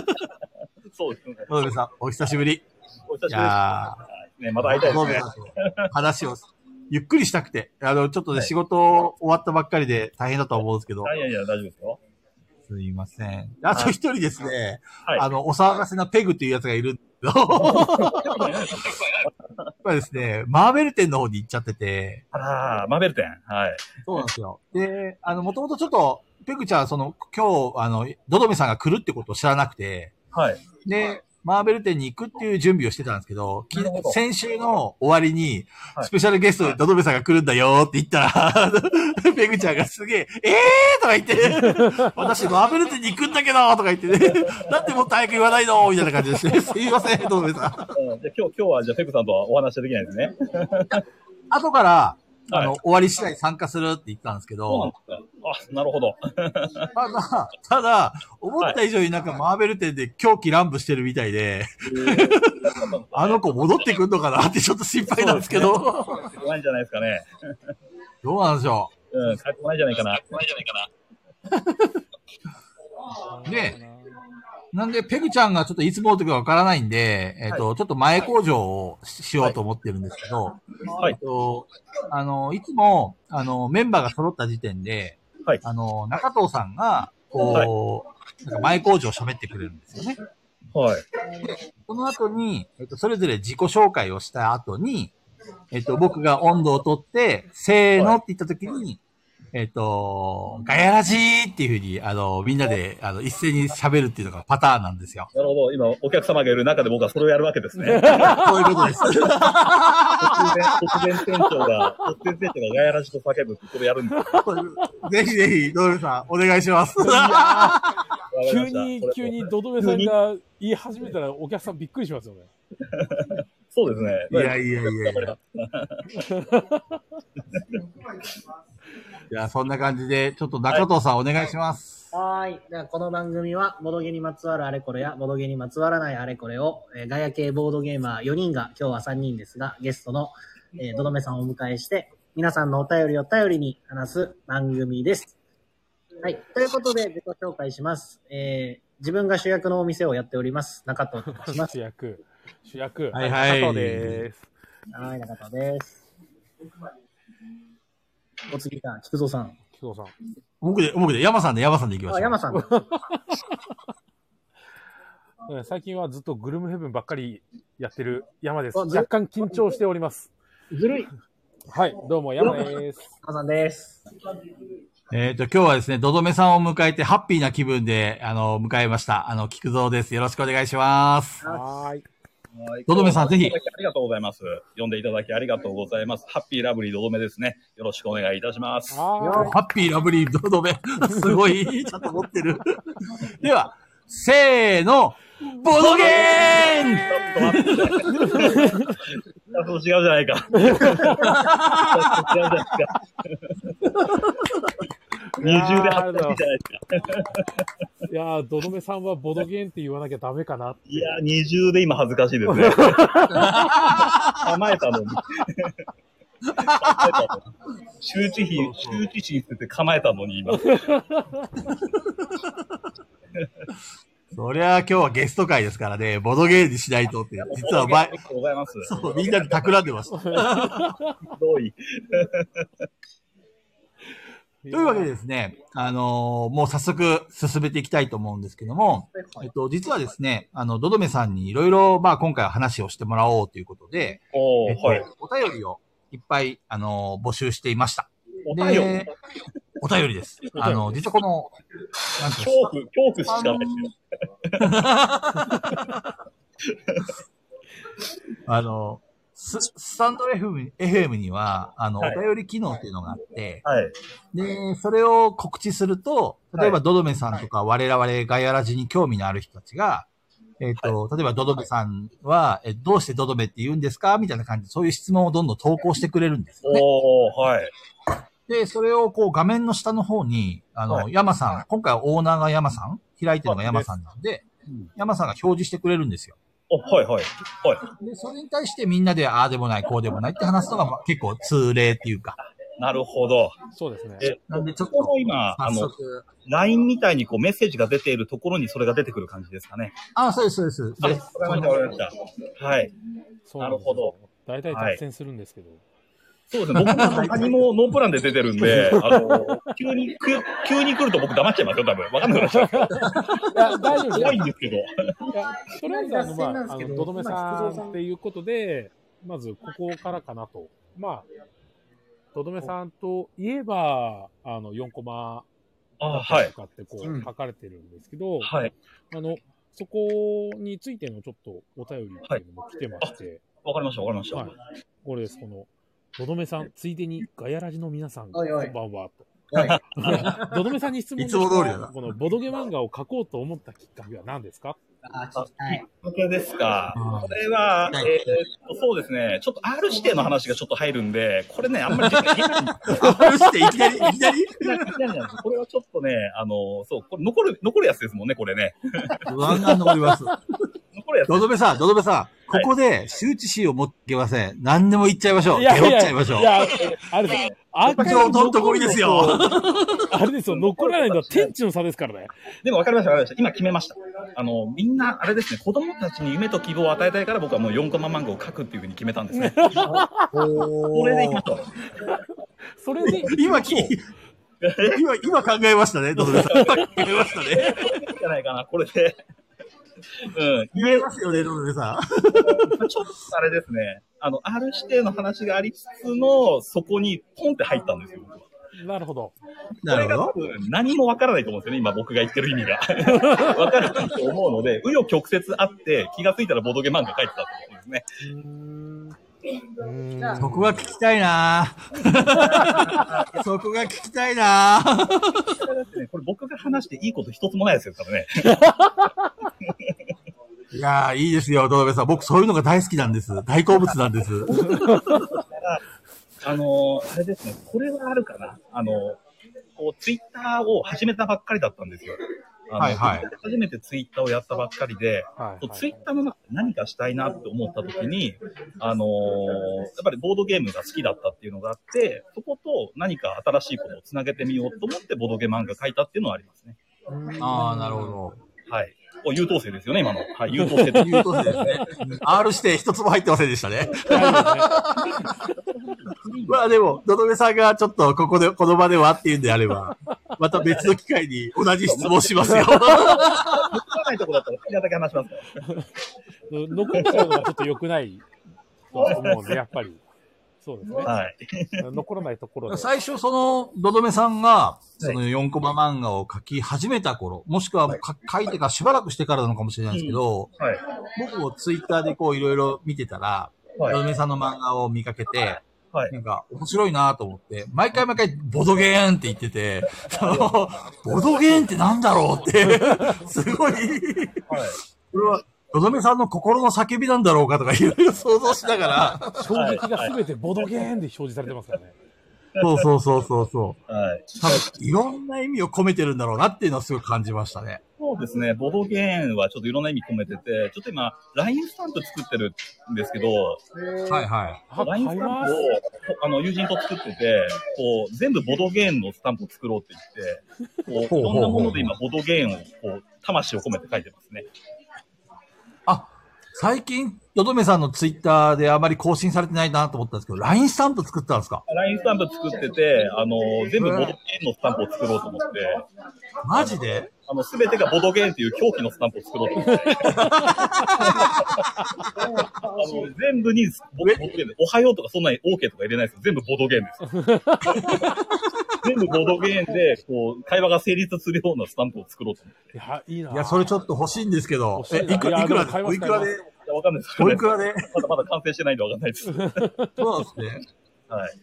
Speaker 5: そうですね。
Speaker 2: どどめさん、お久しぶり。
Speaker 5: お久しぶりで
Speaker 2: い
Speaker 5: す。
Speaker 2: や
Speaker 5: はいね、ま
Speaker 2: ー、
Speaker 5: た会いたいで
Speaker 2: どど
Speaker 5: す
Speaker 2: め
Speaker 5: ね
Speaker 2: さ。んと話を、ゆっくりしたくて。あの、ちょっとね、
Speaker 5: はい
Speaker 2: 仕事終わったばっかりで大変だとは思うんですけど。
Speaker 5: はい、いやいや、大丈夫ですよ。
Speaker 2: すいません。あと一人ですね、
Speaker 5: はい。
Speaker 2: あの、お騒がせなペグっていうやつがいるんですけ ど今ですね、マーベル店の方に行っちゃってて、
Speaker 5: あらー、マーベル店。はい。
Speaker 2: そうなんですよ。で、あの、もともとちょっと、ペグちゃん、その、今日、あの、ドドメさんが来るってことを知らなくて、
Speaker 5: はい。
Speaker 2: で、マーベル店に行くっていう準備をしてたんですけど、き
Speaker 5: なるほど
Speaker 2: 先週の終わりに、
Speaker 5: はい
Speaker 2: スペシャルゲストでドドメさんが来るんだよって言った ら、ペグちゃんがすげえ、えーとか言っ て、私マーベル店に行くんだけどとか言ってね、なんでもっと早く言わないのみたいな感じで して、すいません、ドドメさん。
Speaker 5: うんじゃあ今日、今日は、じゃあ、ペクさんとはお話はできないですね。
Speaker 2: 後から、あの、
Speaker 5: はい
Speaker 2: 終わり次第参加するって言ったんですけ
Speaker 5: そうな
Speaker 2: ど、
Speaker 5: んですか。あ、なるほど。
Speaker 2: ただ、ただ、思った以上になんかマーベル店で狂気乱舞してるみたいで、 あの子戻ってくんのかなってちょっと心配なんですけど、
Speaker 5: 怖いんじゃないですかね。
Speaker 2: どうなんでしょ
Speaker 5: うん、帰ってこないんじゃないかな。ないじゃないかな。
Speaker 2: ねう。なんで、ペグちゃんがちょっといつもとかわからないんで、えっ、と、ちょっと前工場をししようと思ってるんですけど、
Speaker 5: はい
Speaker 2: えっと、あの、いつも、あの、メンバーが揃った時点で、
Speaker 5: はい
Speaker 2: あの、中藤さんが、こう、なんか前工場を喋ってくれるんですよね。
Speaker 5: はい。
Speaker 2: その後に、えっと、それぞれ自己紹介をした後に、えっと、僕が温度を取って、せーのって言った時に、えっと、ガヤラジーっていうふうに、あの、みんなで、あの、一斉に喋るっていうのがパターンなんですよ。
Speaker 5: なるほど。今、お客様がいる中で僕はそれをやるわけです ね。
Speaker 2: そういうことです。
Speaker 5: 突然、突然店長が、突然店長がガヤラジと叫ぶってそれやるんです よ。
Speaker 2: ぜひぜひ、ドルさん、お願いします。
Speaker 5: わかりま
Speaker 1: 急
Speaker 5: した
Speaker 1: に
Speaker 5: これ、
Speaker 1: 急にドドメさんが言い始めたらお客さんびっくりしますよね。
Speaker 5: そうですね。
Speaker 2: いやいやいやいや。いや、そんな感じで、ちょっと中藤さん、お願いします。
Speaker 4: はーい。ではこの番組は、ボドゲにまつわるあれこれや、ボドゲにまつわらないあれこれを、えーガヤ系ボードゲーマー4人が、今日は3人ですが、ゲストの、えー、どどめさんをお迎えして、皆さんのお便りを頼りに話す番組です。はい。ということで、自己紹介します。えー自分が主役のお店をやっております。中藤と申します。
Speaker 1: 主役。主役。
Speaker 2: はいはい
Speaker 1: 加藤です。
Speaker 4: はい、中藤です。お次が、菊蔵さん。
Speaker 1: 木久扇さん。
Speaker 2: 僕で、僕で、山さんで、山さんで行きましょ
Speaker 4: あ、
Speaker 2: う。
Speaker 4: 山さん。
Speaker 1: ね最近はずっとグルムヘブンばっかりやってる山です。
Speaker 4: あず
Speaker 1: 若干緊張しております。
Speaker 4: ずるい。
Speaker 1: はい、どうも山です。
Speaker 4: 山さんです。
Speaker 2: えっ、と、今日はですね、どどめさんを迎えて、ハッピーな気分で、あの、迎えました。あの、菊蔵です。よろしくお願いします。
Speaker 1: はーい。
Speaker 5: はい
Speaker 2: どどめさんぜひ
Speaker 5: ありがとうございます。呼んでいただきありがとうございます。ハッピーラブリーどどめですね。よろしくお願いいたします。は
Speaker 1: はーい。
Speaker 2: ハッピーラブリー、どどめ。すごい、ちゃんと持ってる。では、せーの、ボドゲーン
Speaker 5: 違うじゃな いか。違うじゃないか。二重で張ってるじゃないですか。
Speaker 1: いやー、どどめさんはボドゲンって言わなきゃダメかな。
Speaker 5: いや、二重で今恥ずかしいで すね。構えたのに。構えたのに周知費、周知費ってて構えたのに今。
Speaker 2: そりゃあ今日はゲスト会ですからね、ボドゲーにしないとって、実は前
Speaker 5: あり、がとうございます。
Speaker 2: そう、みんなで企んでました。と
Speaker 5: ひどい。
Speaker 1: と
Speaker 2: いうわけでですね、あのーもう早速進めていきたいと思うんですけども、えっと、実はですね、あの、どどめさんにいろいろ、まあ今回は話をしてもらおうということで、
Speaker 5: お
Speaker 2: えっ
Speaker 5: ー、
Speaker 2: と
Speaker 5: はい。
Speaker 2: お便りをいっぱい、あのー募集していました。
Speaker 5: お便り
Speaker 2: で。お便りです。あの、実はこの、なんていうんですか
Speaker 5: 恐怖、恐怖しかないです
Speaker 2: あの、ススタンド FM, FM には、あの、
Speaker 5: はい
Speaker 2: お便り機能っていうのがあって、
Speaker 5: はい。
Speaker 2: で、それを告知すると、例え
Speaker 5: は
Speaker 2: ば、ドドメさんとか、我々ガイアラジに興味のある人たちが、えっ、と、例えば、ドドメさんは、えどうしてドドメって言うんですかみたいな感じで、そういう質問をどんどん投稿してくれるんですよね。
Speaker 5: おー、はい。
Speaker 2: で、それをこう、画面の下の方に、あの、
Speaker 5: は
Speaker 2: 山さん、今回はオーナーが山さん開いてるのが山さんなんで
Speaker 5: うん、
Speaker 2: 山さんが表示してくれるんですよ。
Speaker 5: お、はい、はい。はい。
Speaker 2: で、それに対してみんなで、ああでもない、こうでもないって話すのがまあ結構通例っていうか。
Speaker 5: なるほど。
Speaker 1: そうですね。
Speaker 5: え、
Speaker 2: なんでちょっと
Speaker 5: ここの今、あ
Speaker 2: 早
Speaker 5: の、
Speaker 2: 速。
Speaker 5: LINE みたいにこうメッセージが出ているところにそれが出てくる感じですかね。
Speaker 2: ああ、そうです、そうです。
Speaker 5: あ、
Speaker 2: で
Speaker 5: わかりました、わかりました。はい。
Speaker 1: そうなんですよ
Speaker 5: なるほど。
Speaker 1: 大体脱線するんですけど。
Speaker 5: そうですね。僕も何もノープランで出てるんで、あの、急に、く急に来ると僕黙っちゃいますよ、多分。わかんなくなっちゃう。
Speaker 1: いや、大丈夫です
Speaker 5: 怖いんですけど。
Speaker 1: いや、とりあえず、あの、ま
Speaker 4: 脱線なん
Speaker 1: あ、
Speaker 4: で
Speaker 1: あ
Speaker 4: すけ
Speaker 1: の、
Speaker 4: ど
Speaker 1: どどめ
Speaker 4: まあ
Speaker 1: さ
Speaker 4: 菊蔵さ
Speaker 1: ん
Speaker 4: ん
Speaker 1: っていうことで、まず、ここからかなと。まあ、どどめさんといえば、あの、4コマだ
Speaker 5: あ
Speaker 1: っ
Speaker 5: は
Speaker 1: たり
Speaker 5: い
Speaker 1: と。かって、こ
Speaker 4: う、
Speaker 1: うん書かれてるんですけど、
Speaker 5: はい。
Speaker 1: あの、そこについてのちょっとお便りっていうのも来てまして、
Speaker 5: わかりました、わかりました。
Speaker 1: はい。これです、この、どどめさん、ついでにガヤラジの皆さん、こ
Speaker 4: お
Speaker 1: ん
Speaker 4: いおい
Speaker 1: ばんは、と。
Speaker 4: はい。
Speaker 1: どどめさんに質問ですが
Speaker 2: いつも通りだな
Speaker 1: このボドゲ漫画を描こうと思ったきっかけは何ですか
Speaker 4: あ、聞きたい。
Speaker 5: これですか。
Speaker 2: うん
Speaker 5: これは、え
Speaker 2: はい
Speaker 5: ーっと、そうですね。ちょっと R 指定の話がちょっと入るんで、これね、あんまり理解できないんです
Speaker 2: あして、いきなり、いきなり
Speaker 5: いきなりいきなりなんですこれはちょっとね、あの、そう、これ残る、残るやつですもんね、これね。
Speaker 2: 不安が残ります。
Speaker 5: 残るやつ。
Speaker 2: どどめさん、どどめさん、こ
Speaker 5: はい
Speaker 2: こで周知心を持っていけません。何でも言っちゃいましょう。
Speaker 1: い
Speaker 2: ゲロっちゃい
Speaker 1: い
Speaker 2: ましょう。
Speaker 1: や、あれですよ。アーカイブ
Speaker 2: こっちもどんとこいですよ
Speaker 1: あれですよ、残らないのは天地の差ですからね。
Speaker 5: でも分かりました、分かりました。今決めました。あの、みんな、あれですね、子供たちに夢と希望を与えたいから僕はもう4コマ漫画を書くっていうふうに決めたんですね。こ
Speaker 2: こ
Speaker 5: れでいきましょう。
Speaker 1: それで、
Speaker 2: 今き、今、今考えましたね、どどめさん。今考えましたね。
Speaker 5: いいんじゃないかな、これで。 うん。
Speaker 2: 言えますよね、どどめさん。
Speaker 5: ちょっとあれですね、あの、R 指定の話がありつつの、そこにポンって入ったんですよ。僕は
Speaker 1: なるほど。
Speaker 2: なるほど
Speaker 5: こ。れが多分何もわからないと思うんですよね、今僕が言ってる意味が。 わからないと思うので、紆余曲折あって、気がついたらボドゲ漫画書いてたってことですね。
Speaker 2: そこが聞きたいなぁそこが聞きたいなぁ
Speaker 5: ねこれ僕が話していいこと一つもないですよ、多分ね。
Speaker 2: いやー、いいですよ、どどめさん。僕、そういうのが大好きなんです。大好物なんです。
Speaker 5: あのーあれですね、これはあるかな。あのーこう、ツイッターを始めたばっかりだったんですよ。あの
Speaker 2: はいはい。
Speaker 5: 初めてツイッターをやったばっかりで、
Speaker 1: はいはい
Speaker 5: ツイッターの中で何かしたいなって思った時に、あのーやっぱりボードゲームが好きだったっていうのがあって、そこと何か新しいことをつなげてみようと思ってボードゲ漫画書いたっていうのはありますね。
Speaker 2: ああ、なるほど。
Speaker 5: はい。お、優等生ですよね、今の。はい、優等 生です。
Speaker 2: いうことですね。R 指定一つも入ってませんでしたね。 まあでも、のどめさんがちょっとここで、この場ではっていうんであれ ば、また別の機会に同じ質問しますよ。
Speaker 5: つかないとこだったら好きなだけ話しますから。
Speaker 1: 残っちゃうのはちょっと良くないとは思うんで、やっぱり。そうですね。
Speaker 5: はい。
Speaker 1: 残らないところで。
Speaker 2: 最初、その、どどめさんが、その4コマ漫画を描き始めた頃、もしくはもうか書いてからしばらくしてからなのかもしれないですけど、
Speaker 5: はい。
Speaker 2: 僕もツイッターでこういろいろ見てたら、
Speaker 5: はい
Speaker 2: どどめさんの漫画を見かけて、
Speaker 5: はい。
Speaker 2: なんか、面白いなと思って、毎回毎回、ボドゲーンって言ってて、その、 ボドゲーンってなんだろうって、 すごい、
Speaker 5: はい。
Speaker 2: これは、のどめさんの心の叫びなんだろうかとか、いろいろ想像しながら、
Speaker 1: 衝撃が全てボドゲーンで表示されてますからね。
Speaker 2: そうそうそうそうそう。
Speaker 5: はい。
Speaker 2: 多分、いろんな意味を込めてるんだろうなっていうのをすごい感じましたね。
Speaker 5: そうですね。ボドゲームはちょっといろんな意味込めてて、ちょっと今、LINE スタンプ作ってるんですけど、
Speaker 2: はいはい。
Speaker 1: あ、買い
Speaker 5: LINE スタン
Speaker 1: ま
Speaker 5: プ
Speaker 1: す
Speaker 5: を。あの友人と作ってて、こう、全部ボドゲームのスタンプを作ろうって言って、こう、いろんなもので今、ボドゲームを、こう、魂を込めて書いてますね。
Speaker 2: あ、最近、よどめさんのツイッターであまり更新されてないなと思ったんですけど、LINE スタンプ作ったんですか
Speaker 5: LINE スタンプ作ってて、あの、全部ボドゲームのスタンプを作ろうと思って、
Speaker 2: マジで
Speaker 5: あの、すべてがボドゲームっていう狂気のスタンプを作ろうと思って、あの、全部にボボドゲーム、おはようとかそんなに OK とか入れないですよ。全部ボドゲーム ですよ。全部ボドゲームで、こう、会話が成立するようなスタンプを作ろうと思って。
Speaker 1: いや、いいな。
Speaker 2: いや、それちょっと欲しいんですけど
Speaker 1: 欲、し
Speaker 2: え、
Speaker 1: いない
Speaker 2: くい
Speaker 1: や
Speaker 2: くら
Speaker 1: でも買い
Speaker 2: で
Speaker 1: ます
Speaker 2: おいくらで
Speaker 5: いや、わかんないですけど
Speaker 2: お
Speaker 5: ね
Speaker 2: いくらで
Speaker 5: まだまだ完成してないんでわかんないです。 はい。
Speaker 2: そうなんですね。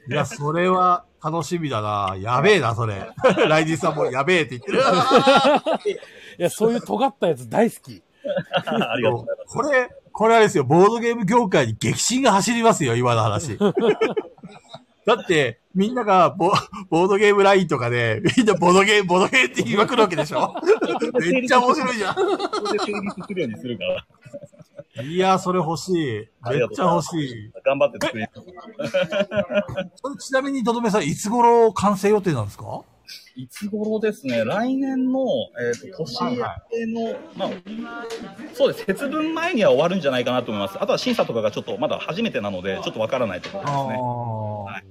Speaker 2: いや、それは楽しみだな。やべえな、それ。 ライジンさんもやべえって言ってる。
Speaker 1: いや、そういう尖ったやつ大好き。
Speaker 5: ありがとうございます。
Speaker 2: これ、これあれですよ、ボードゲーム業界に激震が走りますよ、今の 話。だって、みんながボボードゲームラインとかで、みんなボードゲーム、ボードゲームって言いまくるわけでし ょめっちゃ面白いじゃ
Speaker 5: これで成立するようにするから。
Speaker 2: ん。いや、それ欲しい。
Speaker 5: あ
Speaker 2: め
Speaker 5: り
Speaker 2: っ
Speaker 5: がとうご
Speaker 2: ち
Speaker 5: ざ
Speaker 2: ゃ
Speaker 5: い
Speaker 2: 欲
Speaker 5: ます
Speaker 2: しい。
Speaker 5: 頑張って作ります。
Speaker 2: それちなみに、とどめさん、いつ頃完成予定なんですか
Speaker 5: いつ頃ですね、来年の、えー、と年明けの、まあ、そうです、節分前には終わるんじゃないかなと思います。あとは審査とかがちょっとまだ初めてなので、ちょっとわからないところで
Speaker 2: あ
Speaker 5: すね。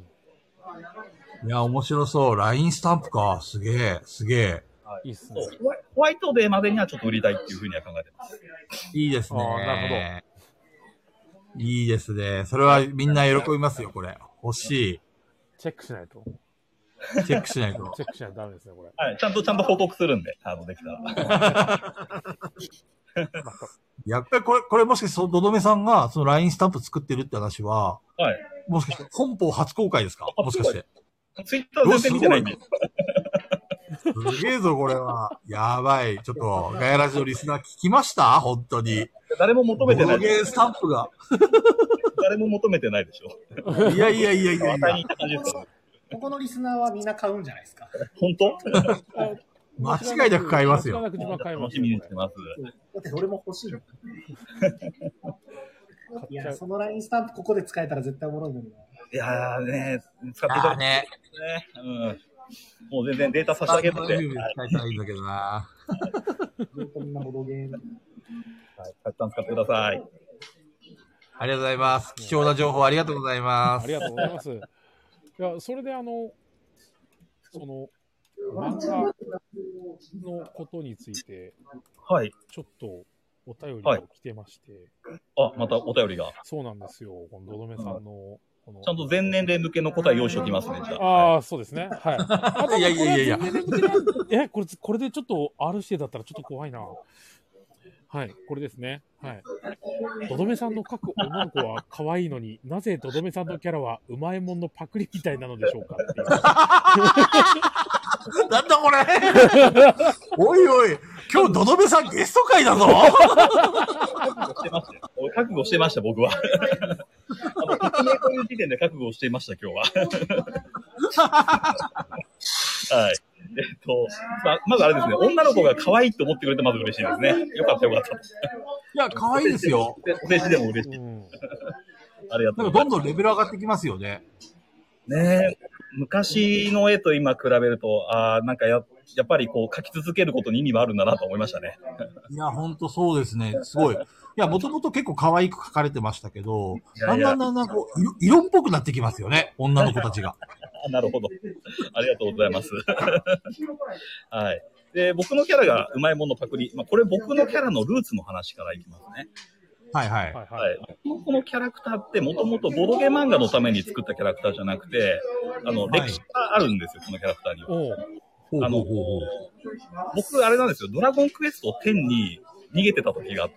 Speaker 2: あ。いや、面白そう。LINE スタンプか。すげえ、すげえ。
Speaker 1: いいっすね
Speaker 5: そ。うホワイホワイトデーまでにはちょっと売りたいっていうふうには考えてます。
Speaker 2: いいですね。
Speaker 1: あーな
Speaker 2: るほど。いいですね。それはみんな喜びますよ、これ。欲し
Speaker 1: チェックしないと。
Speaker 2: い。チェックしない と。
Speaker 1: チェックしないとダメですね、これ。
Speaker 5: はい、ちゃんと、ちゃんと報告するんで、あの、できたら。
Speaker 2: いやっぱりこれ、これもしかしてその、どどめさんが、その LINE スタンプ作ってるって話は、
Speaker 5: はい。
Speaker 2: もしかして、本邦初公開ですかもしかして。
Speaker 5: ツイッター全然見てないんで。
Speaker 2: すげえぞ、これは。やばい。ちょっと、ガヤラジのリスナー聞きました本当に。
Speaker 5: 誰も求
Speaker 2: ボ
Speaker 5: めてな
Speaker 2: ード
Speaker 5: い。
Speaker 2: ゲースタンプが。
Speaker 5: 誰も求めてないでしょ。
Speaker 2: いやいやいやい やい
Speaker 5: 大変
Speaker 2: や
Speaker 5: い。た感じですかね。
Speaker 4: ここのリスナーはみんな買うんじゃないですか。
Speaker 5: 本当
Speaker 2: 間違いなく買いますよ
Speaker 1: 間違いなく自分は買いま
Speaker 5: 楽
Speaker 1: す
Speaker 5: しみに
Speaker 1: よ
Speaker 5: して。ます。
Speaker 4: だって俺も欲しいの。い
Speaker 1: 買っちゃ
Speaker 4: や、
Speaker 1: う
Speaker 4: その LINE スタンプここで使えたら絶対おもろいのにな。
Speaker 5: いやーね、使っていただ
Speaker 2: あー
Speaker 5: きたい
Speaker 2: ね。
Speaker 5: ですね。うん。もう全然データ差し上
Speaker 2: あげ
Speaker 5: げる
Speaker 2: て。使
Speaker 5: んで。は
Speaker 2: い
Speaker 5: い
Speaker 2: たいんだけどな。
Speaker 4: 本当にみんなボドゲーム。
Speaker 5: はいたくさん使ってください。
Speaker 2: ありがとうございます。貴重な情報ありがとうございま
Speaker 1: あ
Speaker 2: す
Speaker 1: り。がとうございます。いや、それであの、その、漫画のことについて、
Speaker 5: はい。
Speaker 1: ちょっとお便り
Speaker 5: はい
Speaker 1: が来てまして、
Speaker 5: あ、またお便りが。
Speaker 1: そうなんですよ、このどどめさんの、この。
Speaker 5: ちゃんと全年齢向けの答え用意しておきますね、じゃあ。
Speaker 1: ああ、そうですね。はい。あ
Speaker 2: いやいやいやいや
Speaker 1: これ全然全然え、これ、これでちょっと RC だったらちょっと怖いな。はい、これですね。はい。ドドメさんの各女の子は可愛いのになぜドドメさんのキャラはうまいもんのパクリみたいなのでしょうかっていう
Speaker 2: なんだこれ おいおい、今日ドドメさんゲスト会だぞ
Speaker 5: してましたよお覚悟してました、僕は。あの、匿名という時点で覚悟していました、今日は。はい。えっと、ままずあれですね、女の子が可愛いと思ってくれてまず嬉しいですね。よかったよかった。
Speaker 2: いや、可愛いですよ。
Speaker 5: でお世辞でも嬉しい。
Speaker 1: うん
Speaker 5: ありがとう
Speaker 2: なんか
Speaker 5: ござい
Speaker 2: ど
Speaker 5: ま
Speaker 2: んどんレベル上がってきますよね。
Speaker 5: す。ねえ昔の絵と今比べると、ああ、なんかや、やっぱりこう、描き続けることに意味はあるんだなと思いましたね。
Speaker 2: いや、ほんとそうですね。すごい。いや、もともと結構可愛く描かれてましたけど、
Speaker 5: いや
Speaker 2: だ
Speaker 5: い
Speaker 2: ん
Speaker 5: や
Speaker 2: だんだんだんこう、色色っぽくなってきますよね。女の子たちが。
Speaker 5: あなるほど。ありがとうございます。 はい。で、僕のキャラがうまいものパクリ。まあ、これ僕のキャラのルーツの話からいきますね。
Speaker 2: はいはい。
Speaker 1: はいは。
Speaker 5: はいい。このキャラクターってもともとボドゲ漫画のために作ったキャラクターじゃなくて、あの、
Speaker 2: はい
Speaker 5: 歴史があるんですよ、このキャラクターには。
Speaker 1: おう
Speaker 2: ほう
Speaker 5: あ
Speaker 2: ほう
Speaker 5: の
Speaker 2: ほうほう。、
Speaker 5: 僕、あれなんですよ、ドラゴンクエスト10に逃げてた時があって、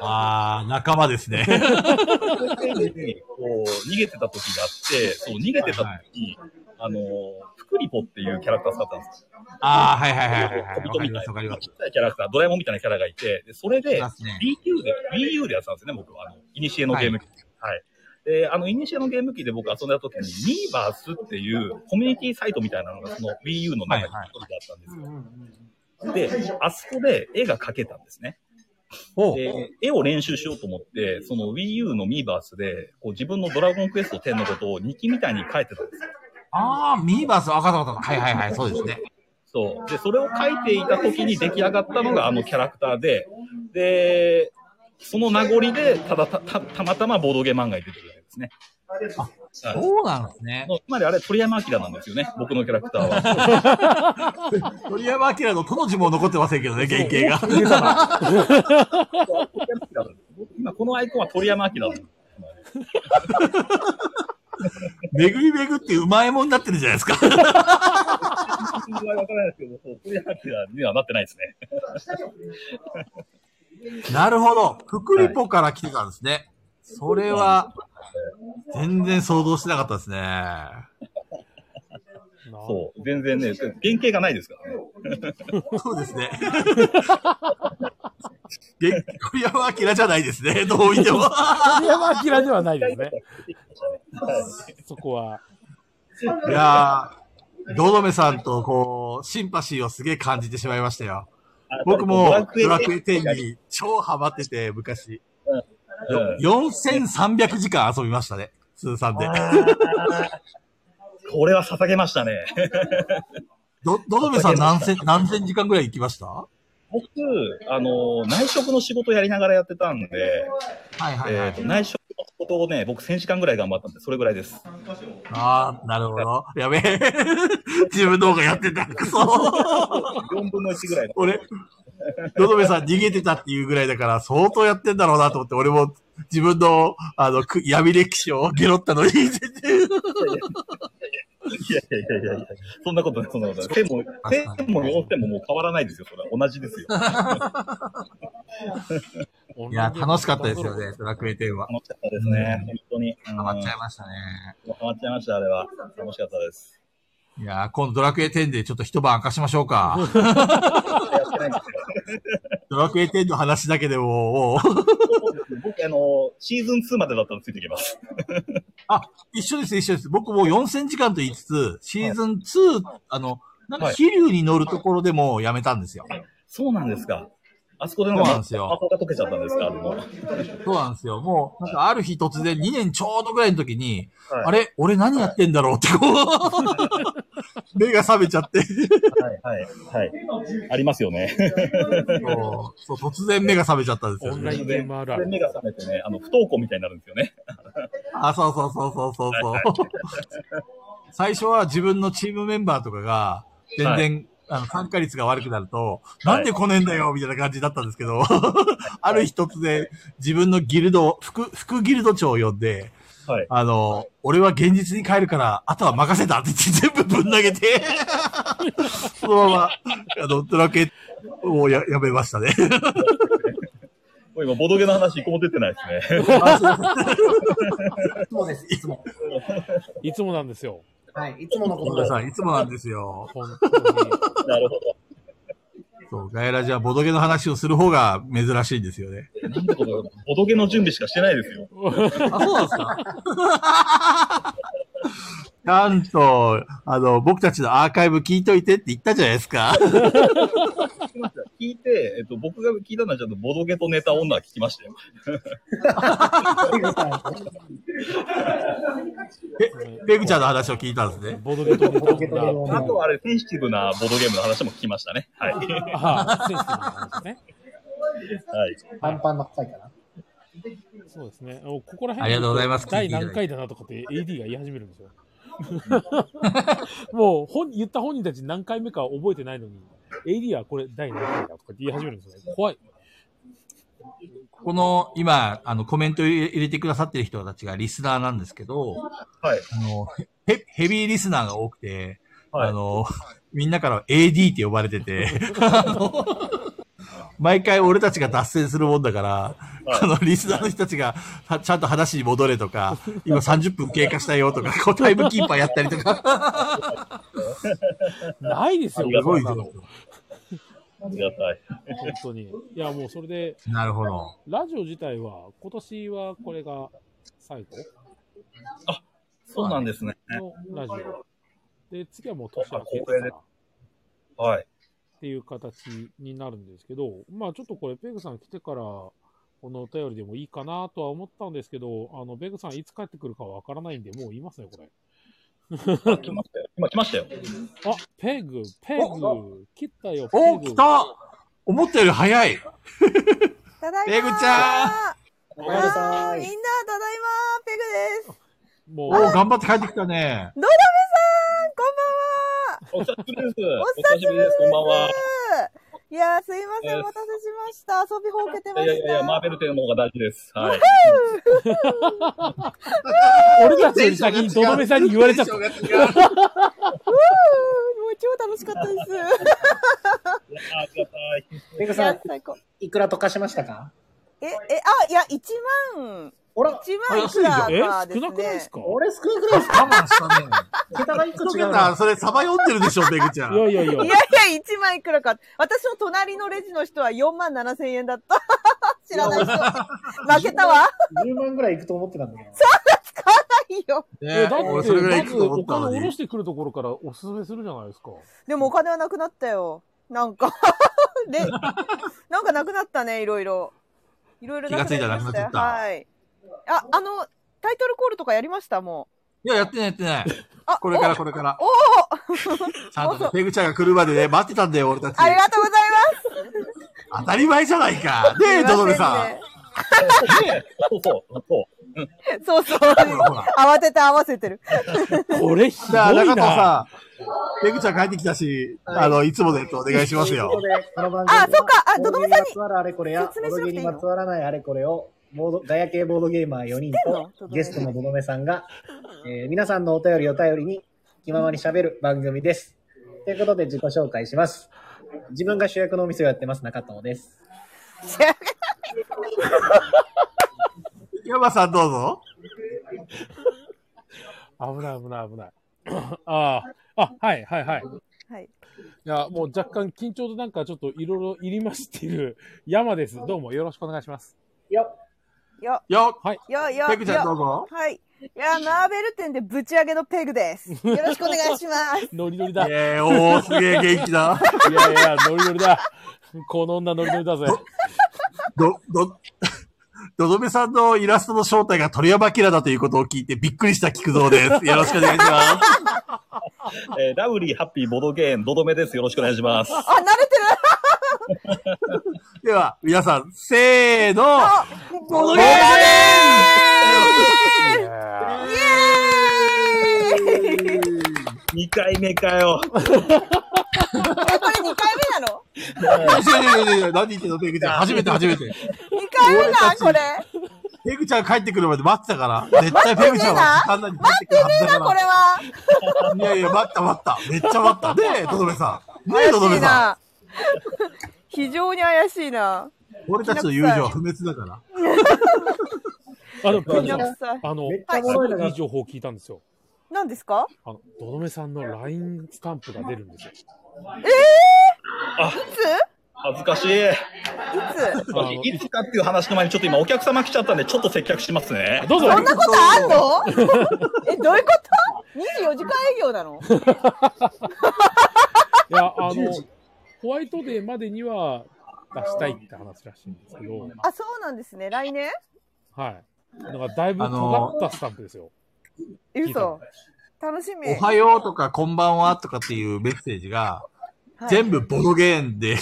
Speaker 2: あー、仲間です ね。
Speaker 5: こう、逃げてた時があって、そう、逃げてた時に、あの、クリポっていうキャラクター使ったんですよ
Speaker 2: あー、はいはいはい はいはい。
Speaker 5: 小
Speaker 2: わかり
Speaker 5: 人み
Speaker 2: ま
Speaker 5: た
Speaker 2: すわか
Speaker 5: い
Speaker 2: り
Speaker 5: な、
Speaker 2: ま
Speaker 5: ち
Speaker 2: す
Speaker 5: っ。ちゃいキャラクター、ドラえもんみたいなキャラがいて、でそれ
Speaker 2: い
Speaker 5: で
Speaker 2: ますね
Speaker 5: BU で、BU でやってたんですよね、僕は。あの、いにしえのゲーム機。はい。で、あの、イニシアのゲーム機で僕遊んだ時に、ミーバースっていうコミュニティサイトみたいなのが、その Wii U の中に一人だったんですよ。で、あそこで絵が描けたんですね。
Speaker 2: おう
Speaker 5: で、絵を練習しようと思って、その Wii U のミーバースで、こう自分のドラゴンクエスト10のことを日記みたいに書いてたんですよ。
Speaker 2: ああ、ミーバース、わかったわかった。はいはいはい、そうですね。
Speaker 5: そう。で、それを書いていた時に出来上がったのがあのキャラクターで、で、その名残で、ただた、た、たまたまボードゲーム漫画に出てくるわけですね。はい
Speaker 2: そうなんですね。
Speaker 5: つまりあれ、鳥山明なんですよね、僕のキャラクターは。
Speaker 2: 鳥山明のとの字も残ってませんけどね、原型が。
Speaker 5: 鳥山明なんです今、このアイコンは鳥山明なんです。
Speaker 2: めぐりめぐってうまいもんになってるじゃないですか。
Speaker 5: 僕はわからないですけど、そう鳥山明にはなってないですね。
Speaker 2: なるほど。福リポから来てたんですね。それは、全然想像してなかったですね。
Speaker 5: そう。全然ね、原型がないですからね。
Speaker 2: そうです ね。げ鳥山明じゃないですね。どう見て も。
Speaker 1: う。鳥山明ではないですね。そこは。
Speaker 2: いやー、堂々さんとこう、シンパシーをすげえ感じてしまいましたよ。僕もドラクエ10に超ハマってて、昔。
Speaker 5: うん
Speaker 2: 4300時間遊びましたね。通算で。
Speaker 5: これは捧げましたね。
Speaker 2: ど、どどめさん何千、何千時間ぐらい行きましたは
Speaker 5: 僕、あの、内職の仕事やりながらやってたんで、
Speaker 2: いはいは
Speaker 5: え
Speaker 2: い。
Speaker 5: ーと内職の仕事をね、僕1000時間ぐらい頑張ったんで、それぐらいです。
Speaker 2: ああ、なるほど。やべえ。 自分動画やってた。くそ。
Speaker 5: 4分の1ぐらいの。
Speaker 2: 俺、どどめさん逃げてたっていうぐらいだから、相当やってんだろうなと思って、俺も自分の、あの、く闇歴史をゲロった のに、全然。
Speaker 5: いやいやいやいやいや、そんなことない、そんなことない。手も、手も4点ももう変わらないですよ、それは。同じ ですよ。楽し
Speaker 2: いや、楽しかったですよね、ドラクエ10は。
Speaker 5: かったですね、本当に。うん
Speaker 2: ハマっちゃいましたね。
Speaker 5: ハマっちゃいました、あれは。楽しかったです。
Speaker 2: いやー、今度ドラクエ10でちょっと一晩明かしましょうか。
Speaker 5: やってないんですよ
Speaker 2: ドラクエ10の話だけでも、もう
Speaker 5: 僕、あの、シーズン2までだったらついてきます。
Speaker 2: 一緒です、一緒です。僕もう4000時間と言いつつ、シーズン2、あの、なんか
Speaker 5: はい
Speaker 2: 飛竜に乗るところでもうやめたんですよ。
Speaker 5: そうなんですか。あそこで
Speaker 2: そうなんですよ
Speaker 5: あそこが溶けちゃったんですか、あの。
Speaker 2: そうなんですよ。もう、なんかある日突然2年ちょうどぐらいの時に、
Speaker 5: はい
Speaker 2: あれ俺何やってんだろうってこ う、目が覚めちゃって、
Speaker 5: はい、はい、はい。ありますよね。
Speaker 2: もうそう突然目が覚めちゃったんです
Speaker 1: オ
Speaker 2: よ
Speaker 1: ンライ
Speaker 2: ね。
Speaker 1: ンゲームあるあ
Speaker 5: で
Speaker 1: る。
Speaker 5: 目が覚めてね、あの、不登校みたいになるんですよね。
Speaker 2: あ、そうそうそうそうそうそう。最初は自分のチームメンバーとかが、全然、あの、参加率が悪くなると、
Speaker 5: はい
Speaker 2: なんで来ねえんだよみたいな感じだったんですけど、ある日突然、自分のギルドを、副、副ギルド長を呼んで、
Speaker 5: はい
Speaker 2: あの、俺は現実に帰るから、あとは任せたって言って全部ぶん投げて、そのまま、あの、ドラケをややめましたね。
Speaker 5: もう今、ボドゲの話一個も出てないですね。
Speaker 4: そうです、いつも。
Speaker 1: いつもなんですよ。
Speaker 4: はい、いつものこと
Speaker 2: 皆
Speaker 4: です。
Speaker 2: さん、いつもなんですよ。
Speaker 1: 本当に。
Speaker 5: なるほど。
Speaker 2: そう、ガイラジはボドゲの話をする方が珍しいんですよね。
Speaker 5: なんてことだボドゲの準備しかしてないですよ。
Speaker 2: あ、そうなんですかちゃんと、あの、僕たちのアーカイブ聞いといてって言ったじゃないです か。
Speaker 5: 聞いて、えっと、僕が聞いたのは、ちょっとボドゲとネタ女は聞きましたよ。
Speaker 2: ペグちゃんの話を聞いたんですね。
Speaker 1: ボードゲートに飛んだ。
Speaker 5: あとはあれ、センシティブなボードゲームの話も聞きましたね。はい。はい。
Speaker 1: ああ、センシティブな話ね。
Speaker 4: パンパンな臭いかな。
Speaker 1: そうですね。おここら辺
Speaker 2: ありがとうございます
Speaker 1: 第何回だなとかって AD が言い始めるんですよ。 もう本言った本人たち何回目か覚えてないのに、AD はこれ第何回だとかって言い始めるんですよね。怖い。
Speaker 2: この、今、あの、コメント入れ入れてくださってる人たちがリスナーなんですけど、
Speaker 5: は
Speaker 2: あ
Speaker 5: い。
Speaker 2: の、ヘヘビーリスナーが多くて、
Speaker 5: はい
Speaker 2: あの、みんなから AD って呼ばれてて、あの毎回俺たちが脱線するもんだから、
Speaker 5: はい
Speaker 2: あの、リスナーの人たちが、はちゃんと話に戻れとか、今30分経過したよとか、こうタイムキーパーやったり とか、
Speaker 1: ないですよ、
Speaker 5: ありが
Speaker 2: すごい
Speaker 1: こん
Speaker 2: で
Speaker 1: な
Speaker 2: す
Speaker 1: の
Speaker 2: よ。
Speaker 5: ありがたい。
Speaker 1: 本当に。いや、もうそれで、
Speaker 2: なるほど。
Speaker 1: ラジオ自体は、今年はこれが最後
Speaker 5: そうなんですね。
Speaker 1: のラジオ。で、次はもう年明けてか
Speaker 5: あ光栄で
Speaker 1: ら
Speaker 5: すは
Speaker 1: っ
Speaker 5: い。
Speaker 1: ていう形になるんですけど、まあちょっとこれ、ペグさん来てから、このお便りでもいいかなとは思ったんですけど、あの、ペグさんいつ帰ってくるかわからないんで、もう言いますね、これ。
Speaker 5: あ来ましたよ。今来ましたよ。
Speaker 1: あ、ペグ、ペグ、切ったよ、ペグ。
Speaker 2: お来た思ったより早い
Speaker 6: ただいまー
Speaker 2: ペグちゃ
Speaker 4: おかえりな
Speaker 6: は
Speaker 4: さ
Speaker 6: ーいみん
Speaker 4: い。
Speaker 6: な、ただいまーペグです。
Speaker 1: も
Speaker 2: お
Speaker 1: う、
Speaker 2: 頑張って帰ってきたね
Speaker 6: こん
Speaker 5: お久しぶりです。
Speaker 6: お久しぶりです
Speaker 5: お久こんばんは。
Speaker 6: ばんはいやー、すいませ
Speaker 5: え
Speaker 6: ん、
Speaker 5: ー
Speaker 6: お待たせしました。遊びほうけてま
Speaker 5: い
Speaker 6: した。
Speaker 5: やいやいや、マーベル店の方が大事です。はい。
Speaker 1: 俺たちより先にドどめさんに言われちゃった。
Speaker 6: うーもう超楽しかったです。
Speaker 5: いやありがたい。
Speaker 4: ペグ
Speaker 6: い
Speaker 4: さ
Speaker 6: や
Speaker 4: ん、、
Speaker 6: 最高。
Speaker 4: いくら溶かしましたか
Speaker 6: え、え、あ、いや、1万、
Speaker 4: ほら、
Speaker 6: 1
Speaker 2: あ
Speaker 6: 万い
Speaker 2: 安
Speaker 6: く
Speaker 2: いじゃ
Speaker 6: ら
Speaker 2: ん
Speaker 1: え
Speaker 6: かです
Speaker 1: 少なくないです
Speaker 6: ね。
Speaker 1: か
Speaker 4: 俺少なくないですか
Speaker 2: 我慢したね
Speaker 4: 桁が一個
Speaker 2: 一
Speaker 4: 違う
Speaker 2: 桁
Speaker 4: な。
Speaker 2: それさば読んでるでしょペグちゃ
Speaker 1: いや
Speaker 2: ん
Speaker 1: いやい
Speaker 6: いやい
Speaker 1: や、
Speaker 6: や、1万いくらか。私の隣のレジの人は4万7千円だった。知らない人。負けたわ。
Speaker 4: 10万ぐらいいくと思ってたんだけど。
Speaker 6: いいよ。
Speaker 1: え
Speaker 2: ね
Speaker 1: だ
Speaker 2: 俺
Speaker 1: って、
Speaker 2: それぐらい
Speaker 1: ま
Speaker 2: いく
Speaker 1: ず
Speaker 2: と思
Speaker 1: お
Speaker 2: ったの
Speaker 1: 金下ろ
Speaker 2: に
Speaker 1: してくるところからおすすめするじゃないですか。
Speaker 6: でもお金はなくなったよ。なん か。で、なんかなくなったね、いろいろ。いろいろ
Speaker 2: 気がついたらなくなっちゃった
Speaker 6: はい。あ、あの、タイトルコールとかやりましたも。
Speaker 2: いややってないやってないう
Speaker 6: あ、
Speaker 2: これから
Speaker 6: お
Speaker 2: これから
Speaker 6: お
Speaker 2: ちゃんとねペグちゃんが来るまでね待ってたんだよ俺たち
Speaker 6: ありがとうござい
Speaker 2: 当たり前じゃないか
Speaker 6: ます。
Speaker 2: ねえ
Speaker 6: すいま
Speaker 2: ド
Speaker 6: せ
Speaker 2: ドメさん
Speaker 5: ねそうそう、そう。
Speaker 6: んね。そうそう。
Speaker 2: ほらほら
Speaker 6: 慌てて合わせてる。
Speaker 1: これひどい
Speaker 2: じゃあ、中田
Speaker 1: な。
Speaker 2: さん、ペグちゃん帰ってきたし、あの、いつものやつお願いします
Speaker 4: という
Speaker 2: よ
Speaker 4: こ。とでこの番組
Speaker 6: あそっかあ
Speaker 4: ボードゲーム
Speaker 6: ドドメさんに
Speaker 4: まつわるあれこれや、
Speaker 6: 説明
Speaker 4: ボード
Speaker 6: しなく
Speaker 4: ゲ
Speaker 6: ていい
Speaker 4: に
Speaker 6: の
Speaker 4: まつわらないあれこれを、ボード、ガヤ系ボードゲーマー4人と、
Speaker 6: ドドメ
Speaker 4: ゲストのドドメさんが、えー皆さんのお便りを頼りに、気ままに喋る番組です。ということで自己紹介します。自分が主役のお店をやってます、中友です。
Speaker 2: 山さんどうぞ。
Speaker 1: 危ない危ない危ない。ああ、あ、はいはいはい。
Speaker 6: はい。
Speaker 1: いや、もう若干緊張でなんかちょっといろいろ入りましている 山です。どうもよろしくお願いします。
Speaker 4: よっ
Speaker 6: よ、
Speaker 2: よ、
Speaker 6: よ、よ、
Speaker 2: ペグちゃんどう
Speaker 6: よ。
Speaker 2: ぞ。
Speaker 6: はい。いや、マーベル店でぶち上げのペ グです。よろしくお願いします。
Speaker 1: ノリノリだ。い
Speaker 2: えー、おー、すげえ元気だ。
Speaker 1: やいや、ノリノリだ。 この女ノリノリだぜ。
Speaker 2: ど、ど、どどめさんのイラストの正体が鳥山明だということを聞いてびっくりした菊蔵 です。よろしくお願いします。
Speaker 5: えーラブリーハッピーボードゲーム、ドドメです。よろしくお願いします。
Speaker 6: あ、慣れてる
Speaker 2: では、皆さん、せーの、ボドゲーム
Speaker 1: いやー
Speaker 5: 2回目かよ。
Speaker 6: え、これ2回目なの
Speaker 2: いやいやいやいや何言ってんの、ペグちゃん。初めて初めて。
Speaker 6: ?2 回目
Speaker 2: 俺た
Speaker 6: だ、
Speaker 2: ち
Speaker 6: これ。
Speaker 2: ペグちゃん帰ってくるまで待ってたから、絶対ペグちゃんは時間内に帰ってくるはずだから。
Speaker 6: これは。
Speaker 2: いやいや、待った待った。めっちゃ待った。ねえ、とどめさん。ねえ、
Speaker 6: 怪
Speaker 2: とど
Speaker 6: し
Speaker 2: め
Speaker 6: い
Speaker 2: さ
Speaker 6: な。非常に怪しいな。
Speaker 2: ん。俺たちの友情は不滅だから。
Speaker 1: あの、ペ
Speaker 6: み
Speaker 1: グさ、
Speaker 6: んなん臭い。
Speaker 1: あの、
Speaker 4: めっち
Speaker 6: ゃ
Speaker 4: おもろいのが
Speaker 1: いい情報を聞いたんですよ。
Speaker 6: 何ですか
Speaker 1: あの、どどめさんの LINE スタンプが出るんです よ。
Speaker 6: いつ
Speaker 5: 恥ずかしい。
Speaker 6: いつ
Speaker 1: あの
Speaker 5: いつかっていう話の前に、ちょっと今お客様来ちゃったんで、ちょっと接客しますね。
Speaker 1: どうぞ
Speaker 6: そんなことあんの え、どういうこと ?24 時間営業なの
Speaker 1: いや、あの、ホワイトデーまでには出したいって話らしいんですけど、
Speaker 6: あ、そうなんですね。来年
Speaker 1: はい。なんかだいぶ尖ったスタンプですよ。
Speaker 6: え
Speaker 1: 聞いた
Speaker 6: 嘘。楽しみ。
Speaker 2: おはようとか、こんばんはとかっていうメッセージが、
Speaker 6: はい
Speaker 2: 全部ボドゲーンで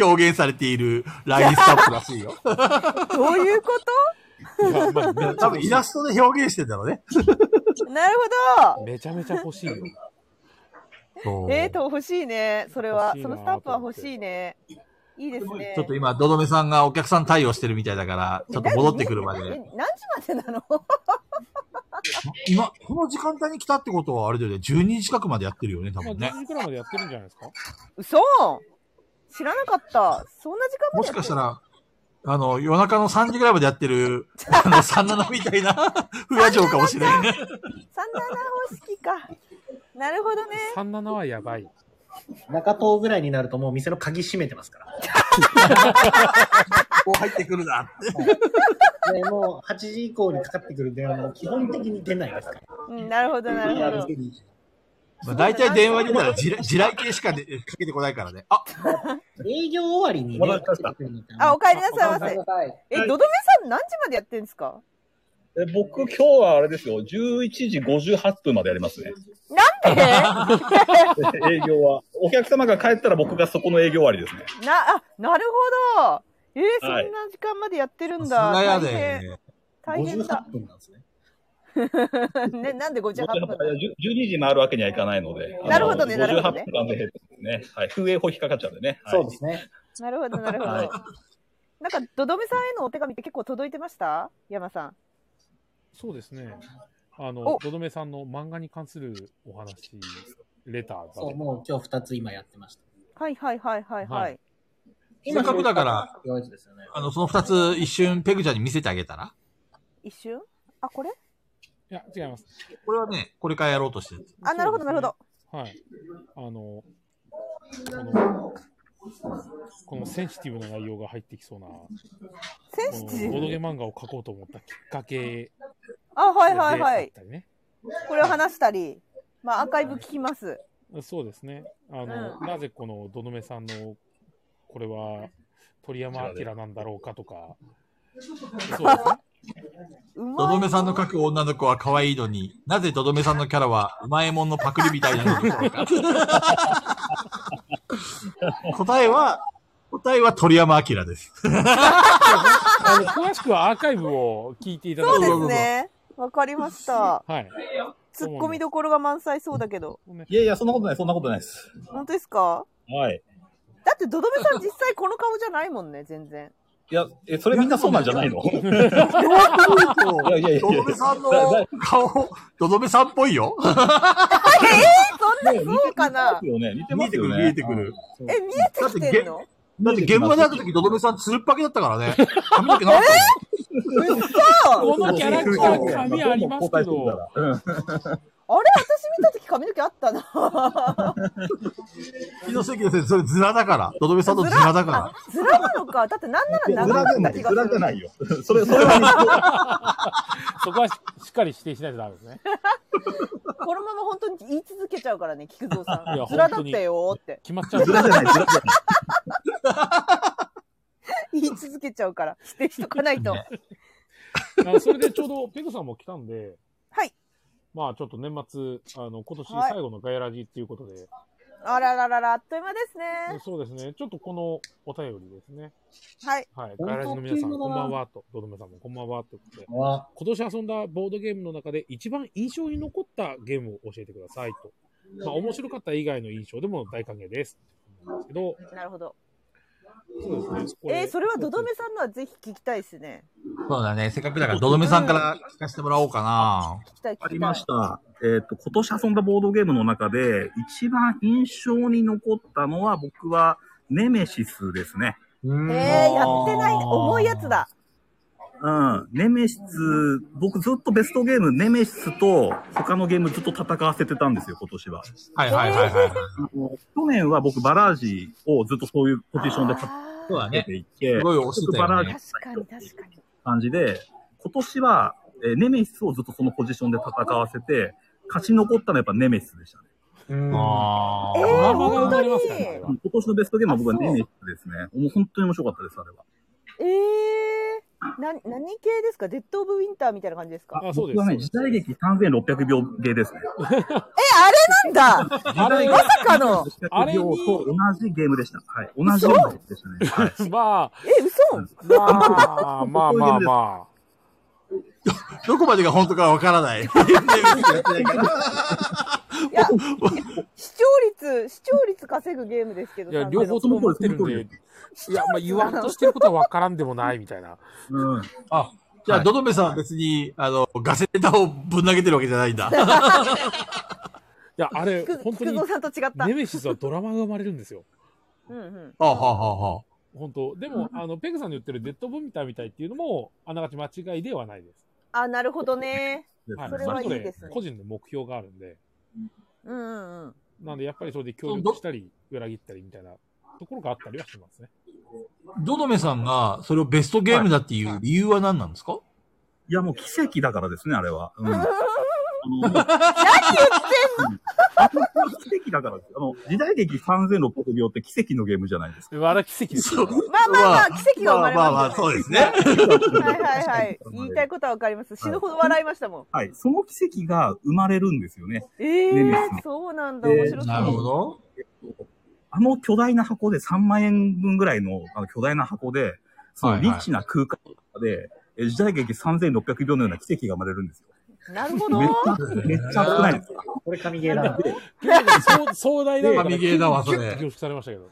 Speaker 2: 表現されている LINE スタンプらしいよ。
Speaker 6: どういうこ
Speaker 1: いやまあめ
Speaker 2: 多分イラストで表現してんだろうね。
Speaker 6: となるほ
Speaker 1: めちゃめちゃ欲しいよ。
Speaker 2: そう
Speaker 6: ど。えー、と、欲しいね。それは
Speaker 1: 欲し。いな
Speaker 6: そのスタンプは欲しいね。いいですね。
Speaker 2: ちょっと今、どどめさんがお客さん対応してるみたいだから、ちょっと戻ってくるま
Speaker 6: え
Speaker 2: で。
Speaker 6: 何時までなの
Speaker 2: 今、この時間帯に来たってことはあれだよね、12時近くまでやってるよね、多
Speaker 1: まあ、
Speaker 2: 分ね。
Speaker 1: 10時くらいまでやってるんじゃないですか
Speaker 6: 嘘知らなかった。そんな時間ま
Speaker 2: も
Speaker 6: で
Speaker 2: し
Speaker 6: やってる
Speaker 2: かしたら、あの、夜中の3時ぐらいまでやってる、あの、37みたいな、 不夜城かもしれん。
Speaker 6: 三七方式か。なるほどね。
Speaker 1: ?37 はやばい。
Speaker 4: 中東ぐらいになるともう店の鍵閉めてますから。
Speaker 2: こう入ってくるなって。
Speaker 4: で、もう8時以降にかかってくる電話も基本的に出ないですから。
Speaker 6: うん、なるほど、なるほど。
Speaker 2: まあ、大体電話にも地雷地雷系しかでかけてこないからね。あ、
Speaker 4: 営業終わりに
Speaker 5: お
Speaker 4: ね
Speaker 5: 待たせしました。
Speaker 6: あ、お帰りなさい
Speaker 4: お
Speaker 6: ま
Speaker 4: 帰り
Speaker 6: せ
Speaker 4: な。さい。
Speaker 6: え、
Speaker 5: はい
Speaker 6: どどめさん何時までやってんですか
Speaker 5: え僕、今日はあれですよ、11時58分までやりますね。
Speaker 6: なんでな、
Speaker 5: 営業は。お客様が帰ったら僕がそこの営業終わりですね。
Speaker 6: あ、なるほど。えー、そん
Speaker 5: は
Speaker 6: ない時間までやってるんだ。
Speaker 2: 砂屋
Speaker 6: 大
Speaker 2: で、
Speaker 6: 変、
Speaker 2: ね。
Speaker 6: 大変だ。
Speaker 4: 58分なんですね。
Speaker 6: ね、なんで
Speaker 5: 僕は
Speaker 6: 58分
Speaker 5: 12時回るわけにはいかないので。
Speaker 6: なるほどね
Speaker 5: あ
Speaker 6: な
Speaker 5: の
Speaker 6: るほど
Speaker 5: 58
Speaker 6: ね
Speaker 5: 分間で減ってね。はい。風営法引っかかっちゃうんでね。はい、
Speaker 4: そうですね。
Speaker 6: なるほど、なるほど。
Speaker 5: はい
Speaker 6: なんか、どどめさんへのお手紙って結構届いてました山さん。
Speaker 1: そうですね。あ
Speaker 6: お
Speaker 1: の、とどめさんの漫画に関するお話、レター
Speaker 4: そう、
Speaker 1: が。
Speaker 4: もう今日2つ今やってました。
Speaker 6: はいはいはいはいは
Speaker 1: はいい。
Speaker 2: せっかくだから、
Speaker 4: 今紹介したやつですよね
Speaker 2: あの、その二つ一瞬ペグちゃんに見せてあげたら
Speaker 6: 一瞬あ、これ
Speaker 1: いや、違います。
Speaker 2: これはね、これからやろうとしてる。
Speaker 6: あ、なるほど、なるほど。
Speaker 1: はい。あの、この、このセンシティブな内容が入ってきそうな、こ
Speaker 6: セン
Speaker 1: の
Speaker 6: シ
Speaker 1: ボ
Speaker 6: ティ
Speaker 1: ード
Speaker 6: ブ。
Speaker 1: ゲ漫画を描こうと思ったきっかけ
Speaker 6: あ、はいはい
Speaker 1: であ
Speaker 6: は
Speaker 1: っ
Speaker 6: い。
Speaker 1: たりね。
Speaker 6: これを話したり。まあ、アーカイブ聞きます。
Speaker 1: そうですね。あの、
Speaker 6: う
Speaker 1: なぜこのどのめさんの、これは鳥山明なんだろうかとか、そ うですね。
Speaker 6: う
Speaker 2: ど
Speaker 6: ま
Speaker 2: ど
Speaker 6: い。
Speaker 2: めさんの描く女の子は可愛いのに、なぜどどめさんのキャラはうまえもんのパクリみたいなのに答えは、答えは鳥山明です。
Speaker 1: あの詳しくはアーカイブを聞いていただ
Speaker 6: そ
Speaker 1: く
Speaker 6: う
Speaker 1: と
Speaker 6: ですね。わかりました。
Speaker 1: はい。
Speaker 6: 突っ込みどころが満載そうだけど。
Speaker 1: ね
Speaker 5: いやいや、そんなことない、そんなことないです。
Speaker 6: 本当ですか
Speaker 5: はい。
Speaker 6: だって、どどめさん実際この顔じゃないもんね、全然。
Speaker 5: いや、え、それみんなそうなんじゃないのいやいやいやいや
Speaker 2: どどめさんの顔、どどめさんっぽいよ。
Speaker 6: え、そんな、そうかな
Speaker 5: よね。似て
Speaker 2: 見
Speaker 5: ま
Speaker 2: え
Speaker 5: す
Speaker 2: てくる、
Speaker 5: よね。
Speaker 2: 見えてくる。
Speaker 6: え、見えてきてんの
Speaker 2: だって現場で会った時、どどめさんつるっぱけだったからね。髪の毛なかっ
Speaker 6: そう
Speaker 1: このキャラクター髪ありますけど、
Speaker 5: うん。
Speaker 6: あれ私見た時髪の毛あったな。
Speaker 2: た。の関の先生、それズラだから。どどめさんのズラだから。
Speaker 6: ズラなのか。だってなんなら
Speaker 5: ず
Speaker 6: 長からっ
Speaker 5: でな
Speaker 6: た
Speaker 5: い、ず
Speaker 6: 気がす
Speaker 5: らで
Speaker 6: る。
Speaker 5: ないよ。 それ、それは、
Speaker 1: そこはししっかり指定しないとダメですね。
Speaker 6: このまま本当に言い続けちゃうからね、菊蔵さ
Speaker 1: いや
Speaker 6: ん。ズラだったよーって。
Speaker 1: 決まっちゃう
Speaker 5: ずらでない、ずらでない。
Speaker 6: 言い続けちゃうから。否定しとかな いと。
Speaker 1: あのそれでちょうどペグさんも来たんで、
Speaker 6: はい。
Speaker 1: まあちょっと年末、あの、今年最後のガヤラジっていうことで、
Speaker 6: あらららら、あっという間ですね。
Speaker 1: そうですね。ちょっとこのお便りですね。
Speaker 6: はい。
Speaker 1: はい。
Speaker 4: 当
Speaker 1: ガヤラジの皆さん、
Speaker 4: 急だな
Speaker 1: こんばんはと、どどめさんもこんばんはってことで。
Speaker 4: わ
Speaker 1: 今年遊んだボードゲームの中で一番印象に残ったゲームを教えてくださいと。まあ、面白かった以外の印象でも大歓迎です。なんですけど、
Speaker 6: なるほど。
Speaker 1: そうですね。こ
Speaker 6: えー、それはどどめさんのはぜひ聞きたいですね。
Speaker 2: そうだね。せっかくだから、どどめさんから聞かせてもらおうかな。
Speaker 6: 聞きたい、
Speaker 5: あ
Speaker 6: 聞
Speaker 5: り
Speaker 6: きた
Speaker 5: ま
Speaker 6: い
Speaker 5: し。た。えっ、と、今年遊んだボードゲームの中で、一番印象に残ったのは、僕は、ネメシスですね。
Speaker 6: えー、やってない、重いやつだ。
Speaker 5: うん。ネメシス、僕ずっとベストゲーム、ネメシスと、他のゲームずっと戦わせてたんですよ、今年は。
Speaker 2: はいはいはいはい。
Speaker 5: 去年は僕、バラージをずっとそういうポジションで戦
Speaker 6: あ
Speaker 2: そうだ
Speaker 5: っ
Speaker 2: ね。
Speaker 5: ていて、
Speaker 2: すごい押してたよ
Speaker 6: ー
Speaker 2: ね。
Speaker 6: 確かに、確かに。
Speaker 5: 感じで、今年は、えーネメシスをずっとそのポジションで戦わせて、勝ち残ったのはやっぱネメシスでしたね。
Speaker 2: あ
Speaker 6: え
Speaker 2: ー
Speaker 6: ー、
Speaker 1: バ
Speaker 6: 本
Speaker 1: が
Speaker 6: 当
Speaker 1: な
Speaker 6: に
Speaker 1: りますからねあれは
Speaker 5: 今年のベストゲームは僕は
Speaker 6: あそう
Speaker 5: ネメシスですね。もう本当に面白かったです、あれは。
Speaker 6: えー、な、何系ですかデッド・オブ・ウィンターみたいな感じですか
Speaker 1: あ、そうで
Speaker 5: 僕
Speaker 1: す。そう
Speaker 5: はね、
Speaker 1: で
Speaker 5: 時
Speaker 1: す
Speaker 5: 代劇3600秒ゲーですね。
Speaker 6: え、あれなん だ
Speaker 5: 時代劇
Speaker 6: まさかの
Speaker 1: あれ
Speaker 5: 3600
Speaker 1: に
Speaker 5: 秒と同じゲームでした。はい。同じゲームでしたね。はい。
Speaker 1: まあ、
Speaker 6: え、嘘
Speaker 1: まあ、まあまあま
Speaker 2: どこまでが本当かわからない。
Speaker 6: いや、視聴率、視聴率稼ぐゲームですけ
Speaker 1: あ。
Speaker 6: ど
Speaker 1: いや、両方とも持ってるんで、いや、まあ言わんとしてることはわからんでもないみたいな。
Speaker 5: うん。
Speaker 2: あ、じゃあ、どどめさんは別に、あの、ガセネタをぶん投げてるわけじゃないんだ。
Speaker 1: いや、あれ、
Speaker 6: 菊
Speaker 1: 本当
Speaker 6: 菊
Speaker 1: に
Speaker 6: 蔵、さんと違った。
Speaker 1: ネメシスはドラマが生まれるんですよ。
Speaker 6: うんうん。
Speaker 2: あはあはあは
Speaker 1: 本当でも、あの、ペグさんの言ってるデッドブミターみたいっていうのも、あながち間違いではないです。
Speaker 6: あ、なるほどね。
Speaker 1: はい。
Speaker 6: それ
Speaker 1: そ
Speaker 6: は
Speaker 1: れ
Speaker 6: いい
Speaker 1: ぞ
Speaker 6: ですね
Speaker 1: れ個人の目標があるんで、
Speaker 6: うんうんうん。
Speaker 1: なんで、やっぱりそれで協力したり、裏切ったりみたいなところがあったりはしますね。
Speaker 2: ドドメさんがそれをベストゲームだっていう理由は何なんですか、
Speaker 5: いや、もう奇跡だからですね、あれは。うん。あの、奇跡だからです。あの、時代劇3600秒って奇跡のゲームじゃないですか。
Speaker 1: まあ、あれは奇跡ですよ。
Speaker 6: まあまあまあ、奇跡が生まれ
Speaker 2: まあまあ
Speaker 6: ま
Speaker 2: まあ、
Speaker 6: す
Speaker 2: そうですね。
Speaker 6: ね。はいはいはい。言いたいことはわかります。死ぬほど笑いましたもん。
Speaker 5: はい。その奇跡が生まれるんですよね。
Speaker 6: え
Speaker 5: ね
Speaker 6: えー、そうなんだ。面白そう。
Speaker 2: なるほど。
Speaker 5: あの巨大な箱で3万円分ぐらいのあの巨大な箱で、そ
Speaker 2: は
Speaker 5: の
Speaker 2: いはい
Speaker 5: リッチな空間の中で、え時代劇3600秒のような奇跡が生まれるんですよ。
Speaker 6: なるほ
Speaker 5: めっ
Speaker 6: ど。
Speaker 5: ちゃ、めっちゃ危ないです。
Speaker 4: これ神ゲーだな。
Speaker 1: そう壮大なのが
Speaker 2: 神ゲーだわそれ
Speaker 1: ギュッと凝縮されましたけど。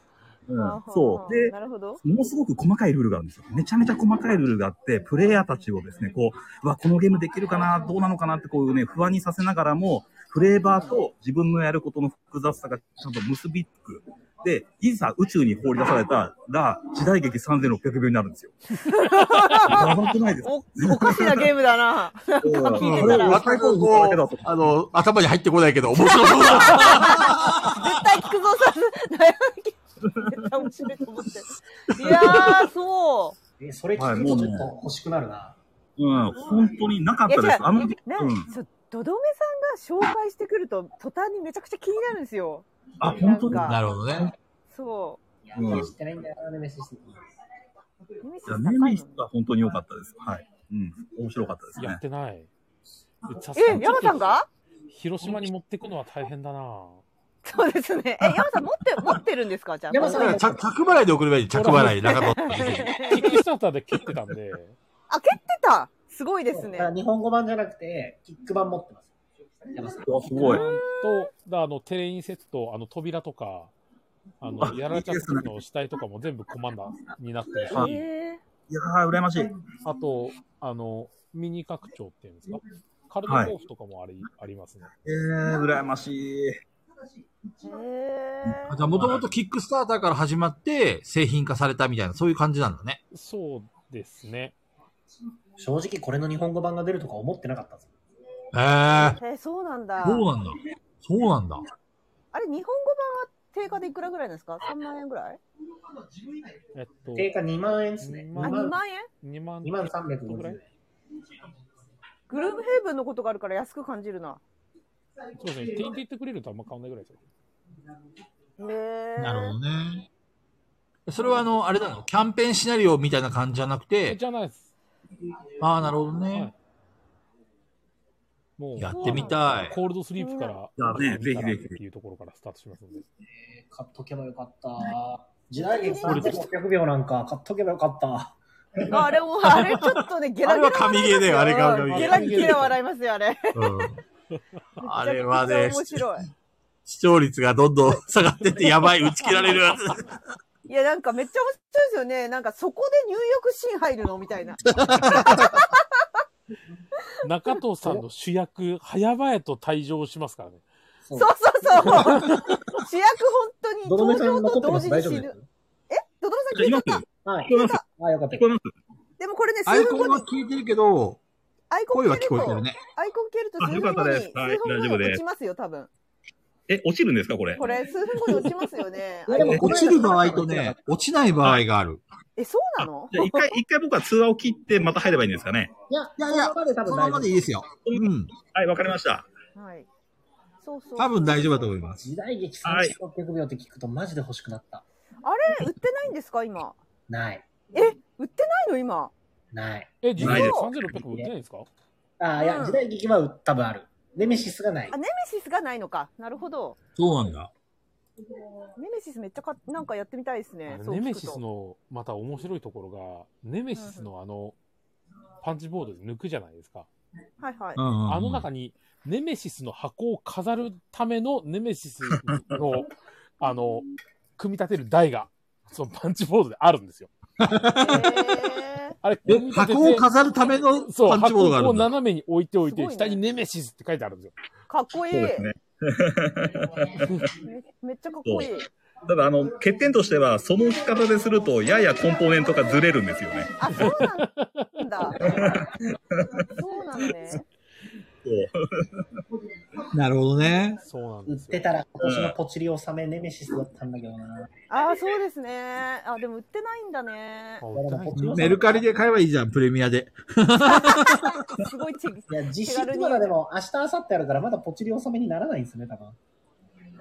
Speaker 5: うん
Speaker 6: はあはあ、
Speaker 5: そう。で、
Speaker 6: なるほ ど。
Speaker 5: ものすごく細かいルールがあるんですよ。めちゃめちゃ細かいルールがあって、プレイヤーたちをですね、こう、うわ、このゲームできるかな、どうなのかなってこうね、不安にさせながらも、フレーバーと自分のやることの複雑さがちゃんと結びつく。で、いざ宇宙に放り出されたら、時代劇3600秒になるんですよ。やばくないですか
Speaker 6: お、おかしなゲームだな。 聞いてたら
Speaker 2: 全くこう、あの、頭に入ってこないけど、面白そうだ。
Speaker 6: 絶対菊蔵さん、 悩み面白いと思って。いやー、そ
Speaker 4: え、それ聞くとちょっと欲しくなるな。
Speaker 5: うん、本当になかっ
Speaker 6: う。いや
Speaker 5: たで
Speaker 6: 違
Speaker 5: す。あの、う
Speaker 6: う、
Speaker 5: ん
Speaker 6: ね、、そう、どどめさんが紹介してくると、途端にめちゃくちゃ気になるんですよ。
Speaker 5: あ、本当に。
Speaker 6: なんか
Speaker 2: なるほどね。
Speaker 6: そ
Speaker 4: いや、まだ知ってないんだよな、ネメシス。
Speaker 6: う。ネメシス
Speaker 5: いや
Speaker 6: 高い
Speaker 5: ネ
Speaker 6: もん
Speaker 5: ミスは本当に良かったです。はい。うん、面白かったです
Speaker 1: や
Speaker 5: ね
Speaker 1: っ。てない。さすが
Speaker 6: え、
Speaker 1: に
Speaker 6: 山さんが
Speaker 1: 広島に持ってくのは大変だな
Speaker 6: そうですね。え、山さん持って、持ってるんですかじゃあ。
Speaker 4: 山
Speaker 2: だ
Speaker 4: さ
Speaker 2: から、着着払いで送る前に着払い、中野
Speaker 1: キックスターターで切ってたんで、
Speaker 6: あ、蹴ってたすごいですね
Speaker 4: だか。ら日本語版じゃなくて、キック版持ってます。山さん。
Speaker 5: わすごい
Speaker 1: ちゃ。んと、だあの、テレインセット、あの、扉とか、あの、やられちゃった時の死体とかも全部コマンダーになってるし、
Speaker 5: あ
Speaker 6: え
Speaker 5: いやー、羨ましい。
Speaker 1: あと、あの、ミニ拡張っていうんですかカルマ豆腐とかもあり、ありますね。
Speaker 5: えー、羨ましい。
Speaker 6: ー、えー。
Speaker 2: もともとキックスターターから始まって、製品化されたみたいな、そういう感じなんだね。
Speaker 1: そうですね。
Speaker 4: 正直これの日本語版が出るとか思ってなかったんですよ
Speaker 2: へえ。
Speaker 6: えー、そうなんだ。
Speaker 2: そうなんだ。そうなんだ。
Speaker 6: あれ、日本語版は定価でいくらぐらいなんですか ?3 万円ぐらい
Speaker 1: えっと、
Speaker 4: 定価2万円ですね。
Speaker 1: 2
Speaker 6: あ、
Speaker 1: 万
Speaker 4: 2万
Speaker 6: 2万円
Speaker 1: 2万、
Speaker 4: 2万350円。
Speaker 6: グルームヘイブンのことがあるから安く感じるな。
Speaker 1: そうですね。店員で言ってくれるとあんま変わんないぐらいですよ。
Speaker 6: へえ。
Speaker 2: なるほどね。それはあの、あれなのキャンペーンシナリオみたいな感じじゃなくて、
Speaker 1: じゃないです。
Speaker 2: ああ、なるほど
Speaker 1: はい
Speaker 2: ね。
Speaker 1: もう、
Speaker 2: やってみたい。
Speaker 1: コールドスリープから、
Speaker 5: やねぜひぜひ
Speaker 1: っていうところからスタートしますので。
Speaker 4: 買っとけばよかった。時代劇3600秒なんか買っとけばよかった。
Speaker 6: あれも、あれちょっとね、ゲラゲラ
Speaker 2: あれは
Speaker 6: 笑いますよ。
Speaker 2: 神ゲーだよあれが神ゲー
Speaker 6: ゲラゲラ笑いますよ、あれ。
Speaker 2: うん、あれはね
Speaker 6: めちゃくちゃ面白い。
Speaker 2: 視聴率がどんどん下がってって、やばい、打ち切られる。
Speaker 6: いや、なんかめっちゃ面白いですよね。なんかそこで入浴シーン入るのみたいな。
Speaker 1: 中藤さんの主役、早々と退場しますからね。
Speaker 6: そうそうそう。主役
Speaker 4: ドド
Speaker 6: 本
Speaker 4: メ
Speaker 6: 当
Speaker 4: さん残
Speaker 6: に登場
Speaker 4: って
Speaker 6: と同
Speaker 4: ます
Speaker 6: 時
Speaker 4: 大
Speaker 6: に
Speaker 4: 丈
Speaker 6: 死
Speaker 4: 夫で
Speaker 6: ぬ。
Speaker 4: す
Speaker 6: ドド
Speaker 5: じゃあ、い
Speaker 6: メさ
Speaker 5: ま
Speaker 6: ん
Speaker 5: す
Speaker 6: 聞
Speaker 4: はい。
Speaker 5: 聞こえま
Speaker 6: いた
Speaker 5: す
Speaker 4: あ、よかった
Speaker 5: 聞こえます
Speaker 6: でもこれね、
Speaker 2: アイ
Speaker 6: 数
Speaker 2: コン
Speaker 6: 分後
Speaker 2: は
Speaker 6: に
Speaker 2: 聞いてるけど、
Speaker 6: アイコ
Speaker 2: 声
Speaker 6: ン蹴
Speaker 2: は
Speaker 6: る
Speaker 2: 聞
Speaker 6: と、
Speaker 2: こえてるね。
Speaker 6: アイコン蹴ると
Speaker 5: あ
Speaker 6: 数
Speaker 5: よか
Speaker 6: 分
Speaker 5: った
Speaker 6: 後
Speaker 5: です
Speaker 6: に、
Speaker 5: はい
Speaker 6: 数分
Speaker 5: 大丈
Speaker 6: 後
Speaker 5: 夫
Speaker 6: に
Speaker 5: です
Speaker 6: 落ちますよ、多分。
Speaker 5: え、落ちるんですか、これ。
Speaker 6: これ、数分後に落ちますよね。
Speaker 4: いやでも
Speaker 2: 落ちる場合とね、落ちない場合がある。
Speaker 6: え、そうなの
Speaker 5: じゃあ一回、一回僕は通話を切って、また入ればいいんですかね。
Speaker 4: いや、い
Speaker 2: いや
Speaker 4: や、
Speaker 2: い
Speaker 4: い
Speaker 2: や
Speaker 4: や、まで多分
Speaker 2: そのま
Speaker 4: 大丈夫
Speaker 2: まで
Speaker 4: で。
Speaker 2: いいですよ。うん。
Speaker 5: はい、わかりました。
Speaker 6: はい。そうそう。
Speaker 2: 多分大丈夫だと思いますす。
Speaker 4: 時代劇3600秒って聞くとマジで欲しくなった。
Speaker 6: あれ、売ってないんですか、今。
Speaker 4: ない。
Speaker 6: え、売ってないの、今。
Speaker 4: ない。
Speaker 1: え、実
Speaker 5: な
Speaker 1: 際
Speaker 5: い
Speaker 1: に
Speaker 5: です
Speaker 1: 3600売ってないんですか
Speaker 4: あ、いや、時代劇は多分ある。ネメシスがない
Speaker 6: あ、。ネメシスがないのか。なるほど。
Speaker 2: そうなんだ。
Speaker 6: ネメシスめっちゃか、なんかやってみたいですね
Speaker 1: あ。の
Speaker 6: そう
Speaker 1: ネ
Speaker 6: 聞
Speaker 1: メ
Speaker 6: く
Speaker 1: シ
Speaker 6: と
Speaker 1: スの、また面白いところが、ネメシスのあの、パンチボードで抜くじゃないですか。
Speaker 6: はいはい。
Speaker 2: うんうんうん。
Speaker 1: あの中に、ネメシスの箱を飾るためのネメシス の、あの、組み立てる台が、そのパンチボードであるんですよ。
Speaker 6: へー
Speaker 1: あれ、
Speaker 2: え
Speaker 1: 組み、立てて
Speaker 2: 箱を飾るための
Speaker 1: そう、
Speaker 2: パンチボードがあ
Speaker 1: 箱
Speaker 2: る
Speaker 1: を
Speaker 2: んだ。
Speaker 1: 斜めに置いておいて、
Speaker 6: すごいね
Speaker 1: 下にネメシスって書いてあるんですよ。
Speaker 6: かっこいい。
Speaker 5: そうですね。
Speaker 6: めめっちゃかっこいい。
Speaker 5: ただ、あの、欠点としては、その置き方ですると、ややコンポーネントがずれるんですよね。
Speaker 6: あ、そうなんだ。そうなのね。
Speaker 5: そう。
Speaker 2: なるほどね。
Speaker 1: そうなん
Speaker 4: 売
Speaker 1: で
Speaker 4: っ
Speaker 1: す
Speaker 4: て
Speaker 1: よ。
Speaker 4: たら今年のポチリ納めネメシスだったんだけどな。
Speaker 6: ああ、そうですね。あ、でも売ってないんだね
Speaker 1: あ。売ってないんだ
Speaker 2: メルカリで買えばいいじゃん、プレミアで。
Speaker 6: すごいチェック。
Speaker 4: いや、実質まだでも明日、明後日あるからまだポチリ納めにならないんですね、多分。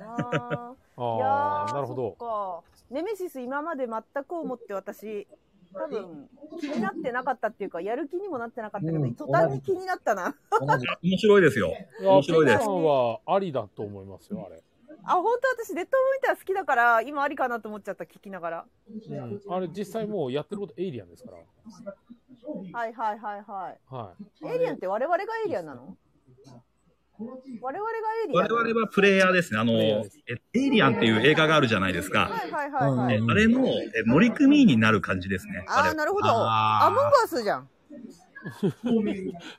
Speaker 6: あーいや
Speaker 1: あ
Speaker 6: ー
Speaker 1: あ、なるほど。
Speaker 6: そっか。ネメシス今まで全く思って私、多分気になってなかったっていうか、やる気にもなってなかったけど、
Speaker 4: うん
Speaker 6: 途端に気になったな。
Speaker 4: 同じ。
Speaker 5: 面白いですよ。面白いで
Speaker 1: ペ
Speaker 5: す
Speaker 1: ガさんはありだと思いますよ、あれ。
Speaker 6: あ、本当私、デッドモニター好きだから、今ありかなと思っちゃった、聞きながら。
Speaker 1: うんあれ実際もうやってることエイリアンですから。
Speaker 6: はいはいはいはい。
Speaker 1: はい。
Speaker 6: エイリアンって我々がエイリアンなの我々がエイリアン
Speaker 5: 我々はプレイヤーですね。あの、
Speaker 1: プレイヤー
Speaker 5: え
Speaker 1: です
Speaker 5: エイリアンっていう映画があるじゃないですか。
Speaker 6: はいはいはいはい。
Speaker 2: うん
Speaker 5: あれの、え乗組員になる感じですね。
Speaker 6: あ
Speaker 5: あ
Speaker 6: あ、
Speaker 5: れ
Speaker 6: なるほど。
Speaker 2: あー
Speaker 6: アモンバースじゃん。
Speaker 1: それこ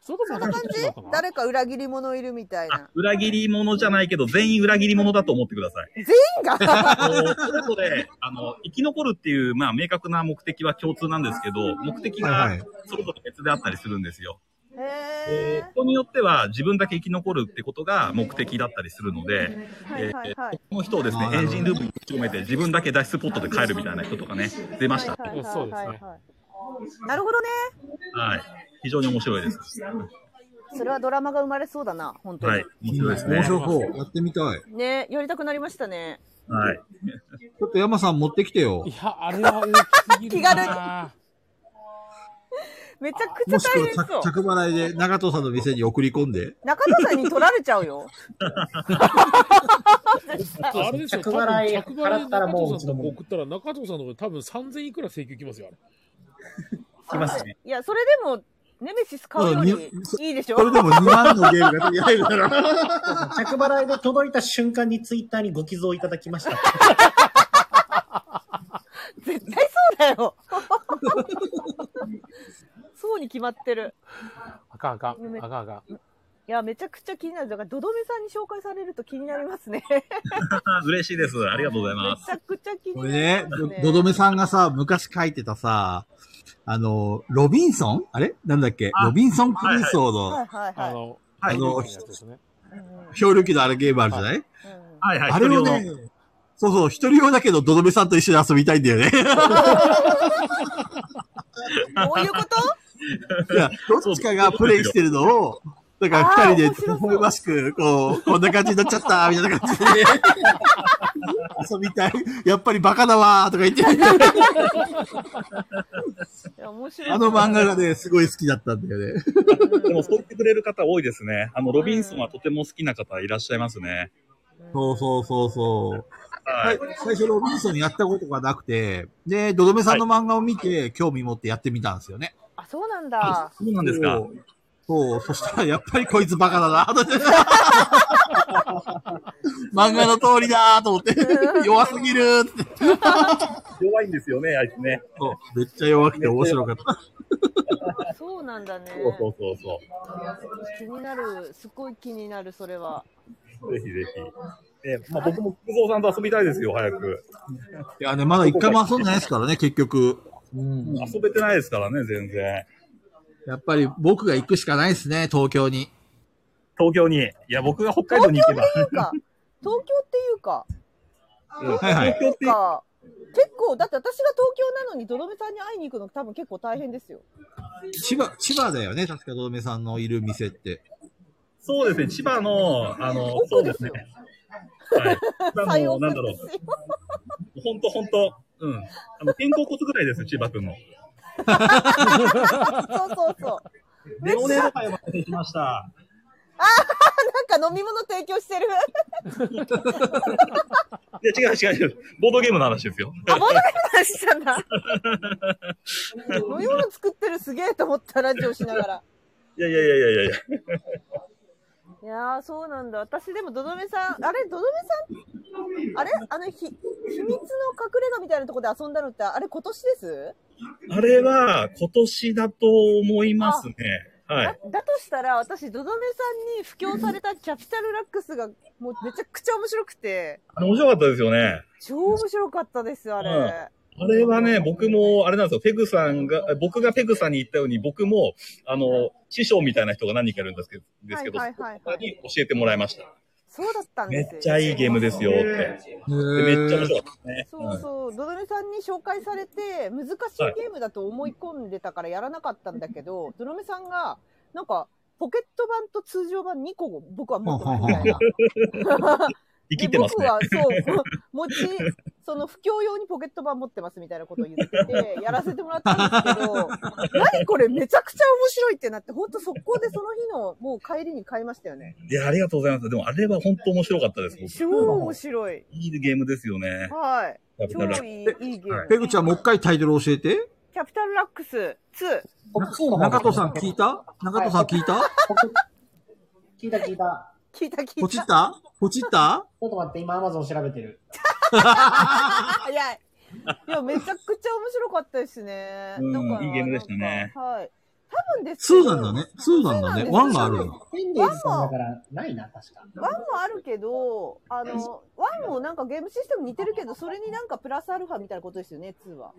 Speaker 1: そ
Speaker 6: そんな感
Speaker 1: 私た
Speaker 6: じ
Speaker 1: ちだったな
Speaker 6: 誰か裏切り者いるみたい
Speaker 5: あ
Speaker 6: な。
Speaker 5: 裏切り者じゃないけど、全員裏切り者だと思ってください。
Speaker 6: 全員が
Speaker 5: あのそれぞれ、あの、生き残るっていう、まあ、明確な目的は共通なんですけど、目的
Speaker 2: は
Speaker 5: が
Speaker 2: いはい
Speaker 5: それぞれ別であったりするんですよ。
Speaker 6: へ
Speaker 5: 人によっては、自分だけ生き残るってことが目的だったりするので、
Speaker 6: ー。はいはいはい。
Speaker 5: この人をですね
Speaker 2: あ、ー
Speaker 5: エンジンルームに閉めて、自分だけ脱出ポットで帰るみたいな人とかね、出ました。
Speaker 6: はいはいはいはいは
Speaker 1: そ
Speaker 6: い
Speaker 1: うですね
Speaker 6: なるほどね。
Speaker 5: はい。非常に面白いです。
Speaker 6: それはドラマが生まれそうだな、本当に。
Speaker 5: はい。面白いですね
Speaker 2: 面。白そう。やってみたい。
Speaker 6: ね、やりたくなりましたね。
Speaker 5: は
Speaker 2: ち
Speaker 5: い。
Speaker 2: ょっと山さん持ってきてよ
Speaker 1: い。や、あれは大きすぎるな。
Speaker 6: 気 軽めちゃくち
Speaker 2: も
Speaker 6: ゃ
Speaker 2: し
Speaker 6: 大変
Speaker 2: く
Speaker 6: そ
Speaker 2: は着
Speaker 6: う。
Speaker 2: 着払いで長藤さんの店に送り込んで。
Speaker 6: 中田さんに取られちゃうよ。
Speaker 1: あれですよ、多
Speaker 4: 着
Speaker 1: 分
Speaker 4: 払い
Speaker 1: 着払い
Speaker 4: 払ったらもう
Speaker 1: 中
Speaker 4: う
Speaker 1: 藤
Speaker 4: ち
Speaker 1: さ
Speaker 4: の
Speaker 1: んと
Speaker 4: もん
Speaker 1: こ送ったら、中藤さんのとこ多分3000いくら請求きますよ、あれ。
Speaker 4: 来ますね。
Speaker 6: いや、それでも、ネメシス買うよりいいでしょ
Speaker 2: これでも2万のゲームが手に入る から。
Speaker 4: 着払いで届いた瞬間にツイッターにご寄贈いただきました。
Speaker 6: 絶対そうだよ。 そうに決まってる。
Speaker 1: あかんあかん。あかんあかん。
Speaker 6: いや、めちゃくちゃ気になる。だから、ドドメさんに紹介されると気になりますね。
Speaker 5: あ嬉しいです。ありがとうござい
Speaker 6: め
Speaker 5: ま
Speaker 6: ちゃくちゃ気に
Speaker 2: こ
Speaker 6: な
Speaker 2: れ
Speaker 6: り
Speaker 2: ね
Speaker 6: ますね。、
Speaker 2: どどめさんがさ、昔書いてたさ、あの、ロビンソンあれなんだっけロビンソン・クルーソーの
Speaker 6: はいはい
Speaker 1: あ
Speaker 6: はい。
Speaker 1: の、
Speaker 5: はい
Speaker 1: あの、ですね。
Speaker 6: うん
Speaker 2: 漂流記のあれゲームあるじゃない
Speaker 6: うんうん
Speaker 5: す。はいはい。
Speaker 2: あれを
Speaker 5: 一人
Speaker 2: ね
Speaker 5: 用の、
Speaker 2: そうそう、一人用だけど、どどめさんと一緒に遊びたいんだよ ね。
Speaker 6: こういうこと
Speaker 2: いや、どっちかがプレイしてるのを、だから二人で、微笑ましく、こう、こんな感じになっちゃった、みたいな 感じで、遊びたい。やっぱりバカだわーとか言って、
Speaker 6: いや、面白い。
Speaker 2: あの漫画がね、すごい好きだったんだよね。
Speaker 5: でも、そう言ってくれる方多いですね。あの、ロビンソンはとても好きな方いらっしゃいますね。
Speaker 2: そうそうそうそう。
Speaker 5: は
Speaker 2: はいい。、最初ロビンソンやったことがなくて、で、ドドメさんの漫画を見て、興味持ってやってみたんですよね。
Speaker 6: あ、そうなんだ。
Speaker 5: そうなんですか
Speaker 2: そ。う。そう、そしたらやっぱりこいつバカだ なと思って漫画の通りだーと思 って、弱すぎるーって。
Speaker 5: 弱いんですよね、あいつね。
Speaker 2: そうめっちゃ弱くて面白かった。
Speaker 6: そうなんだね。
Speaker 5: そうそうそうそ
Speaker 6: 気になる。すごい気になる、それは。
Speaker 5: う。ぜひぜひ。え、まあ、僕も菊蔵さんと遊びたいですよ、早く。
Speaker 2: いやね、まだ一回も遊んでないですからね、結局。
Speaker 4: うん。
Speaker 5: 遊べてないですからね、全然。
Speaker 2: やっぱり僕が行くしかないですね、東京に。
Speaker 5: 東京に。いや、僕が北海道に行けば。
Speaker 6: なんか、東京っていうか、
Speaker 2: はいはい。
Speaker 5: 東京っ
Speaker 6: なんか、結構、だって私が東京なのに、どどめさんに会いに行くの多分結構大変ですよ。
Speaker 2: 千葉、千葉だよね、確かドドメさんのいる店って。
Speaker 5: そうですね、千葉の、あの、そ
Speaker 6: 奥
Speaker 5: うで
Speaker 6: ですす
Speaker 5: ね
Speaker 6: よ。
Speaker 5: はい。千葉
Speaker 6: 最
Speaker 5: の、
Speaker 6: 奥で
Speaker 5: なん
Speaker 6: す
Speaker 5: だ
Speaker 6: よ
Speaker 5: ろ う。ほんとほんと。うん。あの、肩甲骨ぐらいですよ、千葉くんの。
Speaker 6: そうそうそう。
Speaker 5: レオネード会まで行きました。
Speaker 6: なんか飲み物提供してる。
Speaker 5: いや、違う違う違う。ボードゲームの話ですよ。
Speaker 6: あ、ボードゲームの話したんだ。飲み物作ってるすげえと思った、ラジオしながら。
Speaker 5: いやいやいやいやいやいや。
Speaker 6: いやー、そうなんだ。私でも、どどめさん、あれ、どどめさん、あれあの、ひ、秘密の隠れ家みたいなとこで遊んだのって、あれ今年です、
Speaker 5: あれは、今年だと思いますね。はい。
Speaker 6: だだとしたら、私、どどめさんに布教されたキャピタルラックスが、もうめちゃくちゃ面白くて、
Speaker 5: あれ面白かったですよね。
Speaker 6: 超面白かったです、あれ。
Speaker 5: うんあれはね、僕も、あれなんですよ、ペグさんが、僕がペグさんに言ったように、僕も、あの、師匠みたいな人が何人かいるんですけど、ですけど、
Speaker 6: はいはいはいはい
Speaker 5: その方に教えてもらいました。
Speaker 6: そうだったん
Speaker 5: め
Speaker 6: ですよ。
Speaker 5: っちゃいいゲームですよって。で
Speaker 2: め
Speaker 5: めっちゃ面白かったね。
Speaker 6: そうそう、ドドメさんに紹介されて、難しいゲームだと思い込んでたからやらなかったんだけど、ドドメさんが、なんか、ポケット版と通常版2個僕は持ってるみたいな。
Speaker 5: 生きてますね。
Speaker 6: で僕は、そう、持ち、その、不況用にポケット版持ってますみたいなことを言ってて、やらせてもらったんですけど、何これめちゃくちゃ面白いってなって、ほんと速攻でその日の、もう帰りに買いましたよね。
Speaker 5: いや、ありがとうございます。でも、あれは本当面白かったです。僕
Speaker 6: 超面白い。
Speaker 5: いいゲームですよね。
Speaker 6: はい。
Speaker 5: やっぱ
Speaker 6: 超
Speaker 5: り
Speaker 6: いい、いいゲー
Speaker 2: ペ
Speaker 6: ム。
Speaker 2: グちゃん、もう一回タイトル教えて。
Speaker 6: キャピタルラックス2。
Speaker 2: 中戸さん聞いた中戸さん聞いた
Speaker 4: 聞いた聞いた。
Speaker 6: 聞いた聞
Speaker 2: ポ
Speaker 6: い。
Speaker 2: チったたポチった
Speaker 4: ちょっと待って、今 Amazon 調べてる。
Speaker 6: 早い。いや、めちゃくちゃ面白かったですね。
Speaker 5: うん
Speaker 6: だから
Speaker 5: いいゲームでしたね
Speaker 6: なんかはい。多分ですけど
Speaker 2: ?2 なんだね。2なんだね。1があるんだ。
Speaker 4: テンデイズさんだから、ないな、確か。
Speaker 6: ワンもあるけど、あの、ワンもなんかゲームシステム似てるけど、それになんかプラスアルファみたいなことですよね、ツーは。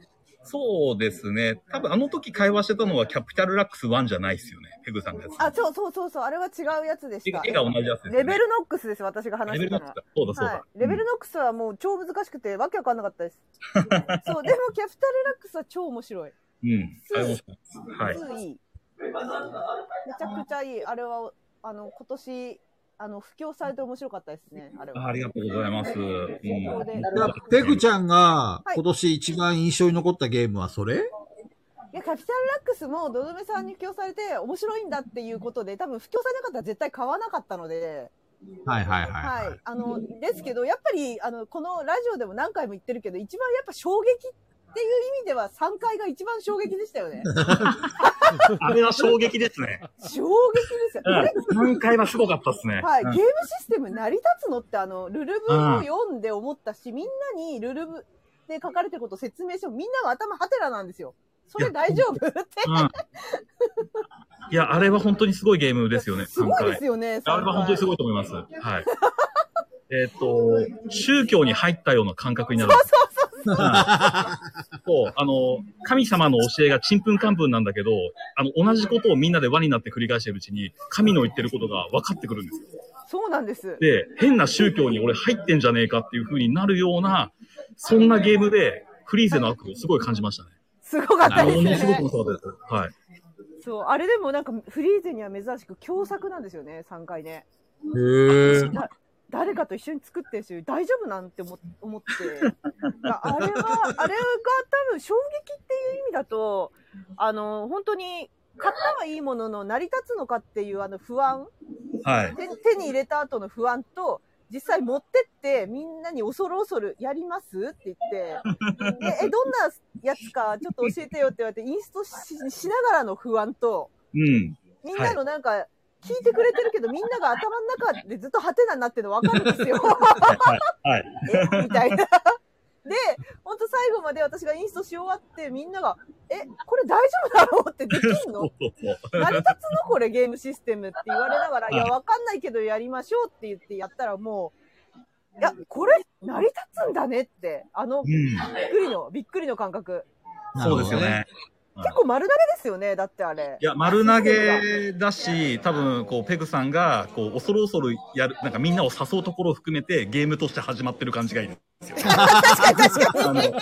Speaker 5: そうですね。多分あの時会話してたのはキャピタルラックス1じゃないですよね。ペグさんがやつ。
Speaker 6: あ、そうそうそうそう、あれは違うやつでし
Speaker 5: 絵
Speaker 6: た
Speaker 5: が。絵が同じやつです、ね。
Speaker 6: レベルノックスです、私が
Speaker 5: レ
Speaker 6: 話し
Speaker 5: ベ
Speaker 6: て
Speaker 5: ル
Speaker 6: た
Speaker 5: だっ
Speaker 6: のは
Speaker 5: た。。そうだそうだ。
Speaker 6: はい。レベル
Speaker 5: うん
Speaker 6: ノックスはもう超難しくて、わけわかんなかっ たです。そう、でもキャピタルラックスは超面白い。
Speaker 5: うん。あれ面白いはい。
Speaker 6: いい。めちゃくちゃいい。あれは、あの、今年、あの、布教されて面白かったですね。あれは。
Speaker 5: あありがとうございます。うん
Speaker 6: こで
Speaker 4: なる
Speaker 2: だ
Speaker 4: ほ
Speaker 2: から
Speaker 4: ど
Speaker 2: ペグちゃんが
Speaker 6: い
Speaker 2: 今年一番印象に残ったゲームはそれ、
Speaker 6: いや、キャピタルラックスも、ドドメさんに布教されて面白いんだっていうことで、多分布教されなかったら絶対買わなかったので、
Speaker 2: はい、はいはいは
Speaker 6: はいい。あの、ですけど、やっぱり、あの、このラジオでも何回も言ってるけど、一番やっぱ衝撃っていう意味では3回が一番衝撃でした よね。
Speaker 5: あれは衝撃ですね。
Speaker 6: 衝撃ですよ。これ
Speaker 5: うん。3回はすごかったですね。
Speaker 6: はい、
Speaker 5: う
Speaker 6: ゲー
Speaker 5: ん
Speaker 6: ムシステム成り立つのって、あの、ルルブを読んで思ったし、みんなにルルブで書かれてることを説明しても、みんなは頭ハテナなんですよ。それ大丈夫って。
Speaker 5: うんいや、あれは本当にすごいゲームですよね、
Speaker 6: す
Speaker 5: 3
Speaker 6: ごいで
Speaker 5: 回
Speaker 6: す。よね、
Speaker 5: あれは本当にす
Speaker 6: い。
Speaker 5: ごいと思います。はい。えっと、宗教に入ったような感覚になる。そうそうそう。あの、神様の教えがちんぷんかんぷんなんだけど、あの、同じことをみんなで輪になって繰り返してるうちに、神の言ってることが分かってくるんですよ。
Speaker 6: そうなんです。
Speaker 5: で、変な宗教に俺入ってんじゃねえかっていう風になるような、そんなゲームで、フリーゼの悪をすごい感じましたね。
Speaker 6: すごかったで
Speaker 5: も
Speaker 6: す
Speaker 5: のすごく
Speaker 6: ね
Speaker 5: 面。白かったです。はい。
Speaker 6: そう、あれでもなんか、フリーゼには珍しく共作なんですよね、3回ね。
Speaker 2: へえ。
Speaker 6: 誰かと一緒に作ってるし、大丈夫なんて思 思って。あれは、あれが多分衝撃っていう意味だと、あの、本当に、買ったはいいものの、成り立つのかっていうあの不安、
Speaker 5: はい。
Speaker 6: 手手に入れた後の不安と、実際持ってって、みんなに恐る恐るやりますって言 って、でえ、どんなやつかちょっと教えてよって言われて、インストししながらの不安と、
Speaker 5: うん。
Speaker 6: みんなのなんか、聞いてくれてるけど、みんなが頭の中でずっとハテナになってるの分かるんですよ。
Speaker 5: はい。
Speaker 6: えみたいな。で、ほんと最後まで私がインストし終わって、みんなが、え、これ大丈夫だろうってできん
Speaker 5: そう
Speaker 6: の
Speaker 5: そうそう。
Speaker 6: 成り立つのこれゲームシステムって言われながら、いや、わかんないけどやりましょうって言ってやったらもう、いや、これ成り立つんだねって、あの、
Speaker 5: う
Speaker 6: びっ
Speaker 5: ん。
Speaker 6: くりの、びっくりの感覚。
Speaker 5: そうですよね。
Speaker 6: 結構丸投げですよね、だってあれ
Speaker 5: い。や、丸投げだし、多分、こう、ペグさんが、こう、恐る恐るやる、なんかみんなを誘うところを含めて、ゲームとして始まってる感じがいいですよ。確かに確かに。あの、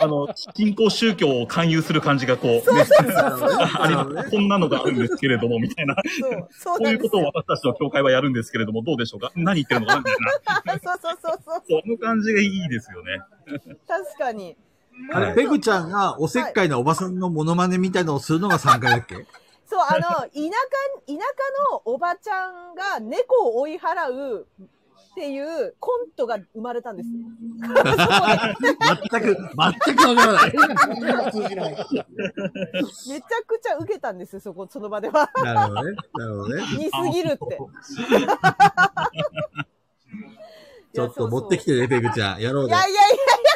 Speaker 5: あの、信仰宗教を勧誘する感じが、こう、ね、
Speaker 2: なるほどね。
Speaker 5: ありますこんなのがあるんですけれども、みたいな。
Speaker 6: そう、そう
Speaker 5: こう
Speaker 6: ないん
Speaker 5: うこ
Speaker 6: です
Speaker 5: とを
Speaker 6: よ。
Speaker 5: 私たちの教会はやるんですけれども、どうでしょうか何言ってるのかなみたいな。
Speaker 6: そうそうそうそう。
Speaker 5: その感じがいいですよね。
Speaker 6: 確かに。
Speaker 2: あれペグちゃんがおせっかいなおばさんのモノマネみたいのをするのが3回だっ け
Speaker 6: そう、あの、田舎、田舎のおばちゃんが猫を追い払うっていうコントが生まれたんです。
Speaker 2: 全く、全くわからない。
Speaker 4: 通じない。
Speaker 6: めちゃくちゃ受けたんですよ、そこ、その場では。
Speaker 2: なるほどね。なるほどね。
Speaker 6: 似すぎるって。
Speaker 2: ちょっと持ってきてね、ペグちゃん。やろう
Speaker 6: い
Speaker 2: ね。
Speaker 6: やいやいやいや、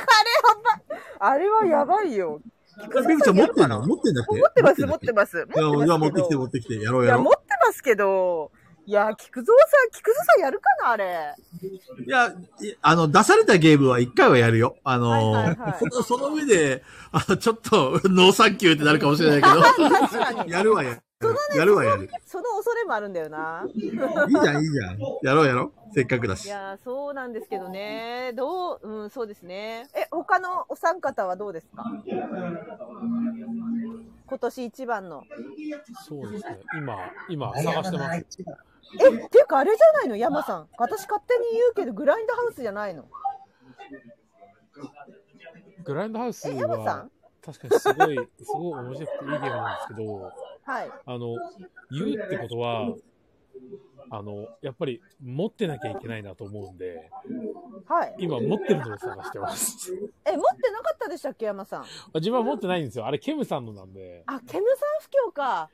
Speaker 6: あれやばい。あれはやばいよ。
Speaker 2: ペグちゃん持ってんの持ってんだっけ
Speaker 6: 持ってます、持ってます。持って
Speaker 2: いや、いや持ってき
Speaker 6: ます
Speaker 2: て
Speaker 6: け
Speaker 2: 持っ
Speaker 6: ど。
Speaker 2: てきて。やろう
Speaker 6: い
Speaker 2: や
Speaker 6: や、
Speaker 2: ろ
Speaker 6: 持
Speaker 2: う
Speaker 6: ってますけど、いや、菊蔵さん、菊蔵さんやるかな、あれ。
Speaker 2: いや、いあの、出されたゲームは一回はやるよ。あのー
Speaker 6: はいはいはい
Speaker 2: その、その上で、あの、ちょっと、ノーサンキューってなるかもしれないけ
Speaker 6: 確か
Speaker 2: ど、
Speaker 6: に。
Speaker 2: やるわやる。
Speaker 6: そのね
Speaker 2: やるわ、やる。
Speaker 6: その恐れもあるんだよな。
Speaker 2: いいじゃん、いいじゃん。やろう、やろう。せっかくだ
Speaker 6: い
Speaker 2: し。
Speaker 6: やー、そうなんですけどね。どう、うん、そうですね。え、他のお三方はどうですか今年一番の。
Speaker 1: そうですね。今、今、探してます。
Speaker 6: え、っていうかあれじゃないの山さん。私勝手に言うけど、グラインドハウスじゃないの。
Speaker 1: グラインドハウス
Speaker 6: え、山さ
Speaker 1: は
Speaker 6: ん、
Speaker 1: 確かにすごい、 すごい面白くていいゲームなんですけど、
Speaker 6: はい。
Speaker 1: あの、言うってことは、あの、やっぱり持ってなきゃいけないなと思うんで、
Speaker 6: はい。
Speaker 1: 今持ってるのを探して ます。
Speaker 6: え、持ってなかったでしたっけ山さん。
Speaker 1: 自分は持ってないんですよ。あれ、ケムさんのなんで、
Speaker 6: あ、ケムさん不況か。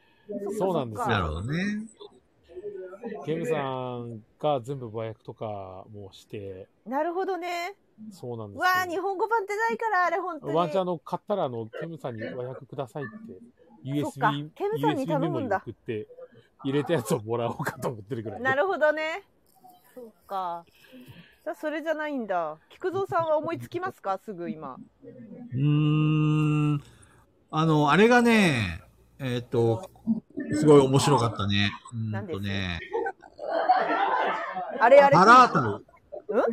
Speaker 1: そうなんです
Speaker 6: そっか
Speaker 2: な
Speaker 6: そっか
Speaker 2: るほどね。
Speaker 1: ケムさんが全部和訳とかもして、
Speaker 6: なるほどね。
Speaker 1: そうなんで
Speaker 6: う
Speaker 1: す
Speaker 6: わー、日本語版ってないから、あれ本当に。
Speaker 1: ワンチャンあの買ったらあの、ケムさんに和訳くださいって、
Speaker 6: そっか
Speaker 1: USB、
Speaker 6: ケムさんに
Speaker 1: USB メ
Speaker 6: 頼む
Speaker 1: モ
Speaker 6: ん
Speaker 1: に
Speaker 6: だ
Speaker 1: 送って、入れたやつをもらおうかと思ってるぐらい。
Speaker 6: なるほどね。そうか。じゃあそれじゃないんだ。菊蔵さんは思いつきますかすぐ今。
Speaker 2: うーん。あの、あれがね、えっ、と、すごい面白かったね。うーんとね、
Speaker 6: あれあれ。
Speaker 2: ハラータウ。
Speaker 6: うん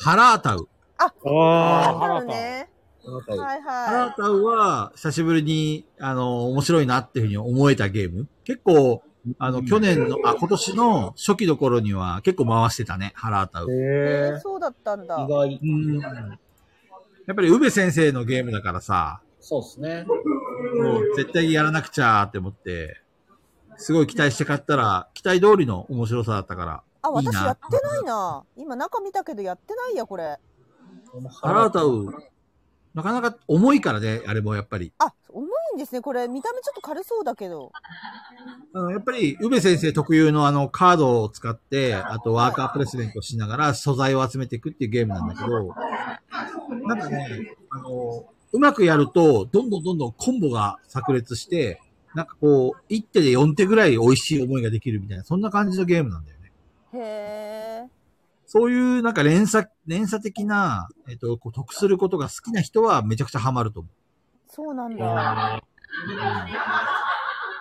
Speaker 2: ハラータウ。
Speaker 1: あー
Speaker 6: あるね。はい
Speaker 2: ハラ
Speaker 6: は
Speaker 2: ータウは、久しぶりに、あの、面白いなっていうふうに思えたゲーム。結構、あの、去年の、あ、今年の初期の頃には結構回してたね、ハラータウ。
Speaker 4: へ
Speaker 2: う
Speaker 6: い。え
Speaker 4: え
Speaker 6: ー、そうだったんだ
Speaker 4: 意。外。
Speaker 2: ん。やっぱり、宇部先生のゲームだからさ、
Speaker 4: そうですね。
Speaker 2: もう絶対やらなくちゃーって思って、すごい期待して買ったら、期待通りの面白さだったから。
Speaker 6: あ、
Speaker 2: いい
Speaker 6: 私
Speaker 2: な
Speaker 6: やってないな。今中見たけどやってないや、これ。
Speaker 2: ハラータウ、なかなか重いからね、あれもやっぱり。
Speaker 6: あ、重いんですね。これ、見た目ちょっと軽そうだけど。
Speaker 2: あのやっぱり、宇部先生特有のあのカードを使って、あとワーカープレスメントしながら素材を集めていくっていうゲームなんだけど、なんかね、あの、うまくやると、どんどんどんどんコンボが炸裂して、なんかこう、1手で4手ぐらい美味しい思いができるみたいな、そんな感じのゲームなんだよね。
Speaker 6: へえ。
Speaker 2: そういうなんか連鎖、連鎖的な、えっと、こう得することが好きな人はめちゃくちゃハマると思う。
Speaker 6: そうなんだ。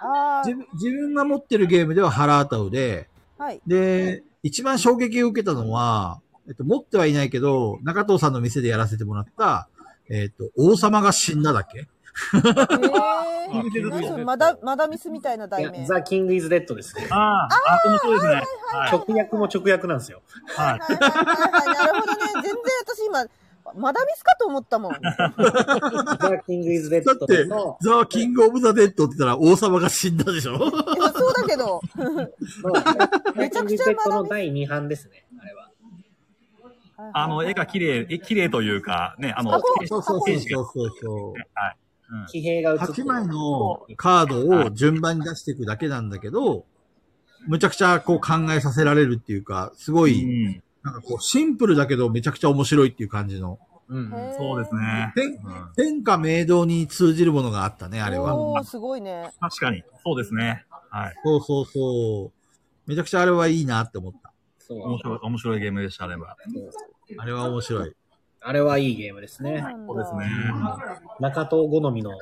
Speaker 6: あ
Speaker 2: 自分自分が持ってるゲームではハラータウで、
Speaker 6: あ、はい。
Speaker 2: で、一番衝撃を受けたのは、えっと、持ってはいないけど、中藤さんの店でやらせてもらった、えっと、王様が死んだだっけ
Speaker 6: へ
Speaker 1: あ
Speaker 6: え。
Speaker 1: キング
Speaker 6: 何そ
Speaker 1: ズ
Speaker 6: れマダ、マダミスみたいな題名。
Speaker 4: ザ・キング・イズ・デッドですね。
Speaker 5: ああ、あ、面白いですね。はい。
Speaker 4: 直訳も直訳なんですよ。
Speaker 5: はい。
Speaker 6: はいはいはいはいなるほどね。全然私今、マダミスかと思ったもん。
Speaker 4: ザ・キング・イズ・デッ
Speaker 2: だって
Speaker 4: ドの、
Speaker 2: ザ・キング・オブ・ザ・デッドって言ったら王様が死んだでしょ
Speaker 6: いやそうだけど。
Speaker 4: の
Speaker 6: めち
Speaker 4: ザキ
Speaker 6: ゃくちゃ学び
Speaker 4: ングイズデッドの第2版ですね。あれは。
Speaker 5: あの、絵が綺麗、え綺麗というか、ね、あの、
Speaker 6: あこう
Speaker 2: そうそうそう
Speaker 5: 選手
Speaker 2: そ
Speaker 5: が
Speaker 2: うそうそう。
Speaker 5: はい。うん
Speaker 4: 騎兵が映って
Speaker 2: 8
Speaker 4: る。
Speaker 2: 枚のカードを順番に出していくだけなんだけど、むちゃくちゃこう考えさせられるっていうか、すごい、
Speaker 5: うん
Speaker 2: なんかこうシンプルだけどめちゃくちゃ面白いっていう感じの、
Speaker 4: うんうん。
Speaker 6: へー
Speaker 5: そうです。ね。
Speaker 2: 天
Speaker 5: うん
Speaker 2: 天下明堂に通じるものがあったね、あれは。
Speaker 6: おー、すごいね。
Speaker 5: 確かに。そうですね。はい。
Speaker 2: そうそうそう。めちゃくちゃあれはいいなって思った。
Speaker 4: そ
Speaker 5: 面
Speaker 4: う。
Speaker 5: 白い、面白いゲームでした、あれは。
Speaker 2: あれは面白い。
Speaker 4: あれはいいゲームですね。
Speaker 5: そうですね。
Speaker 4: 中藤好みのメ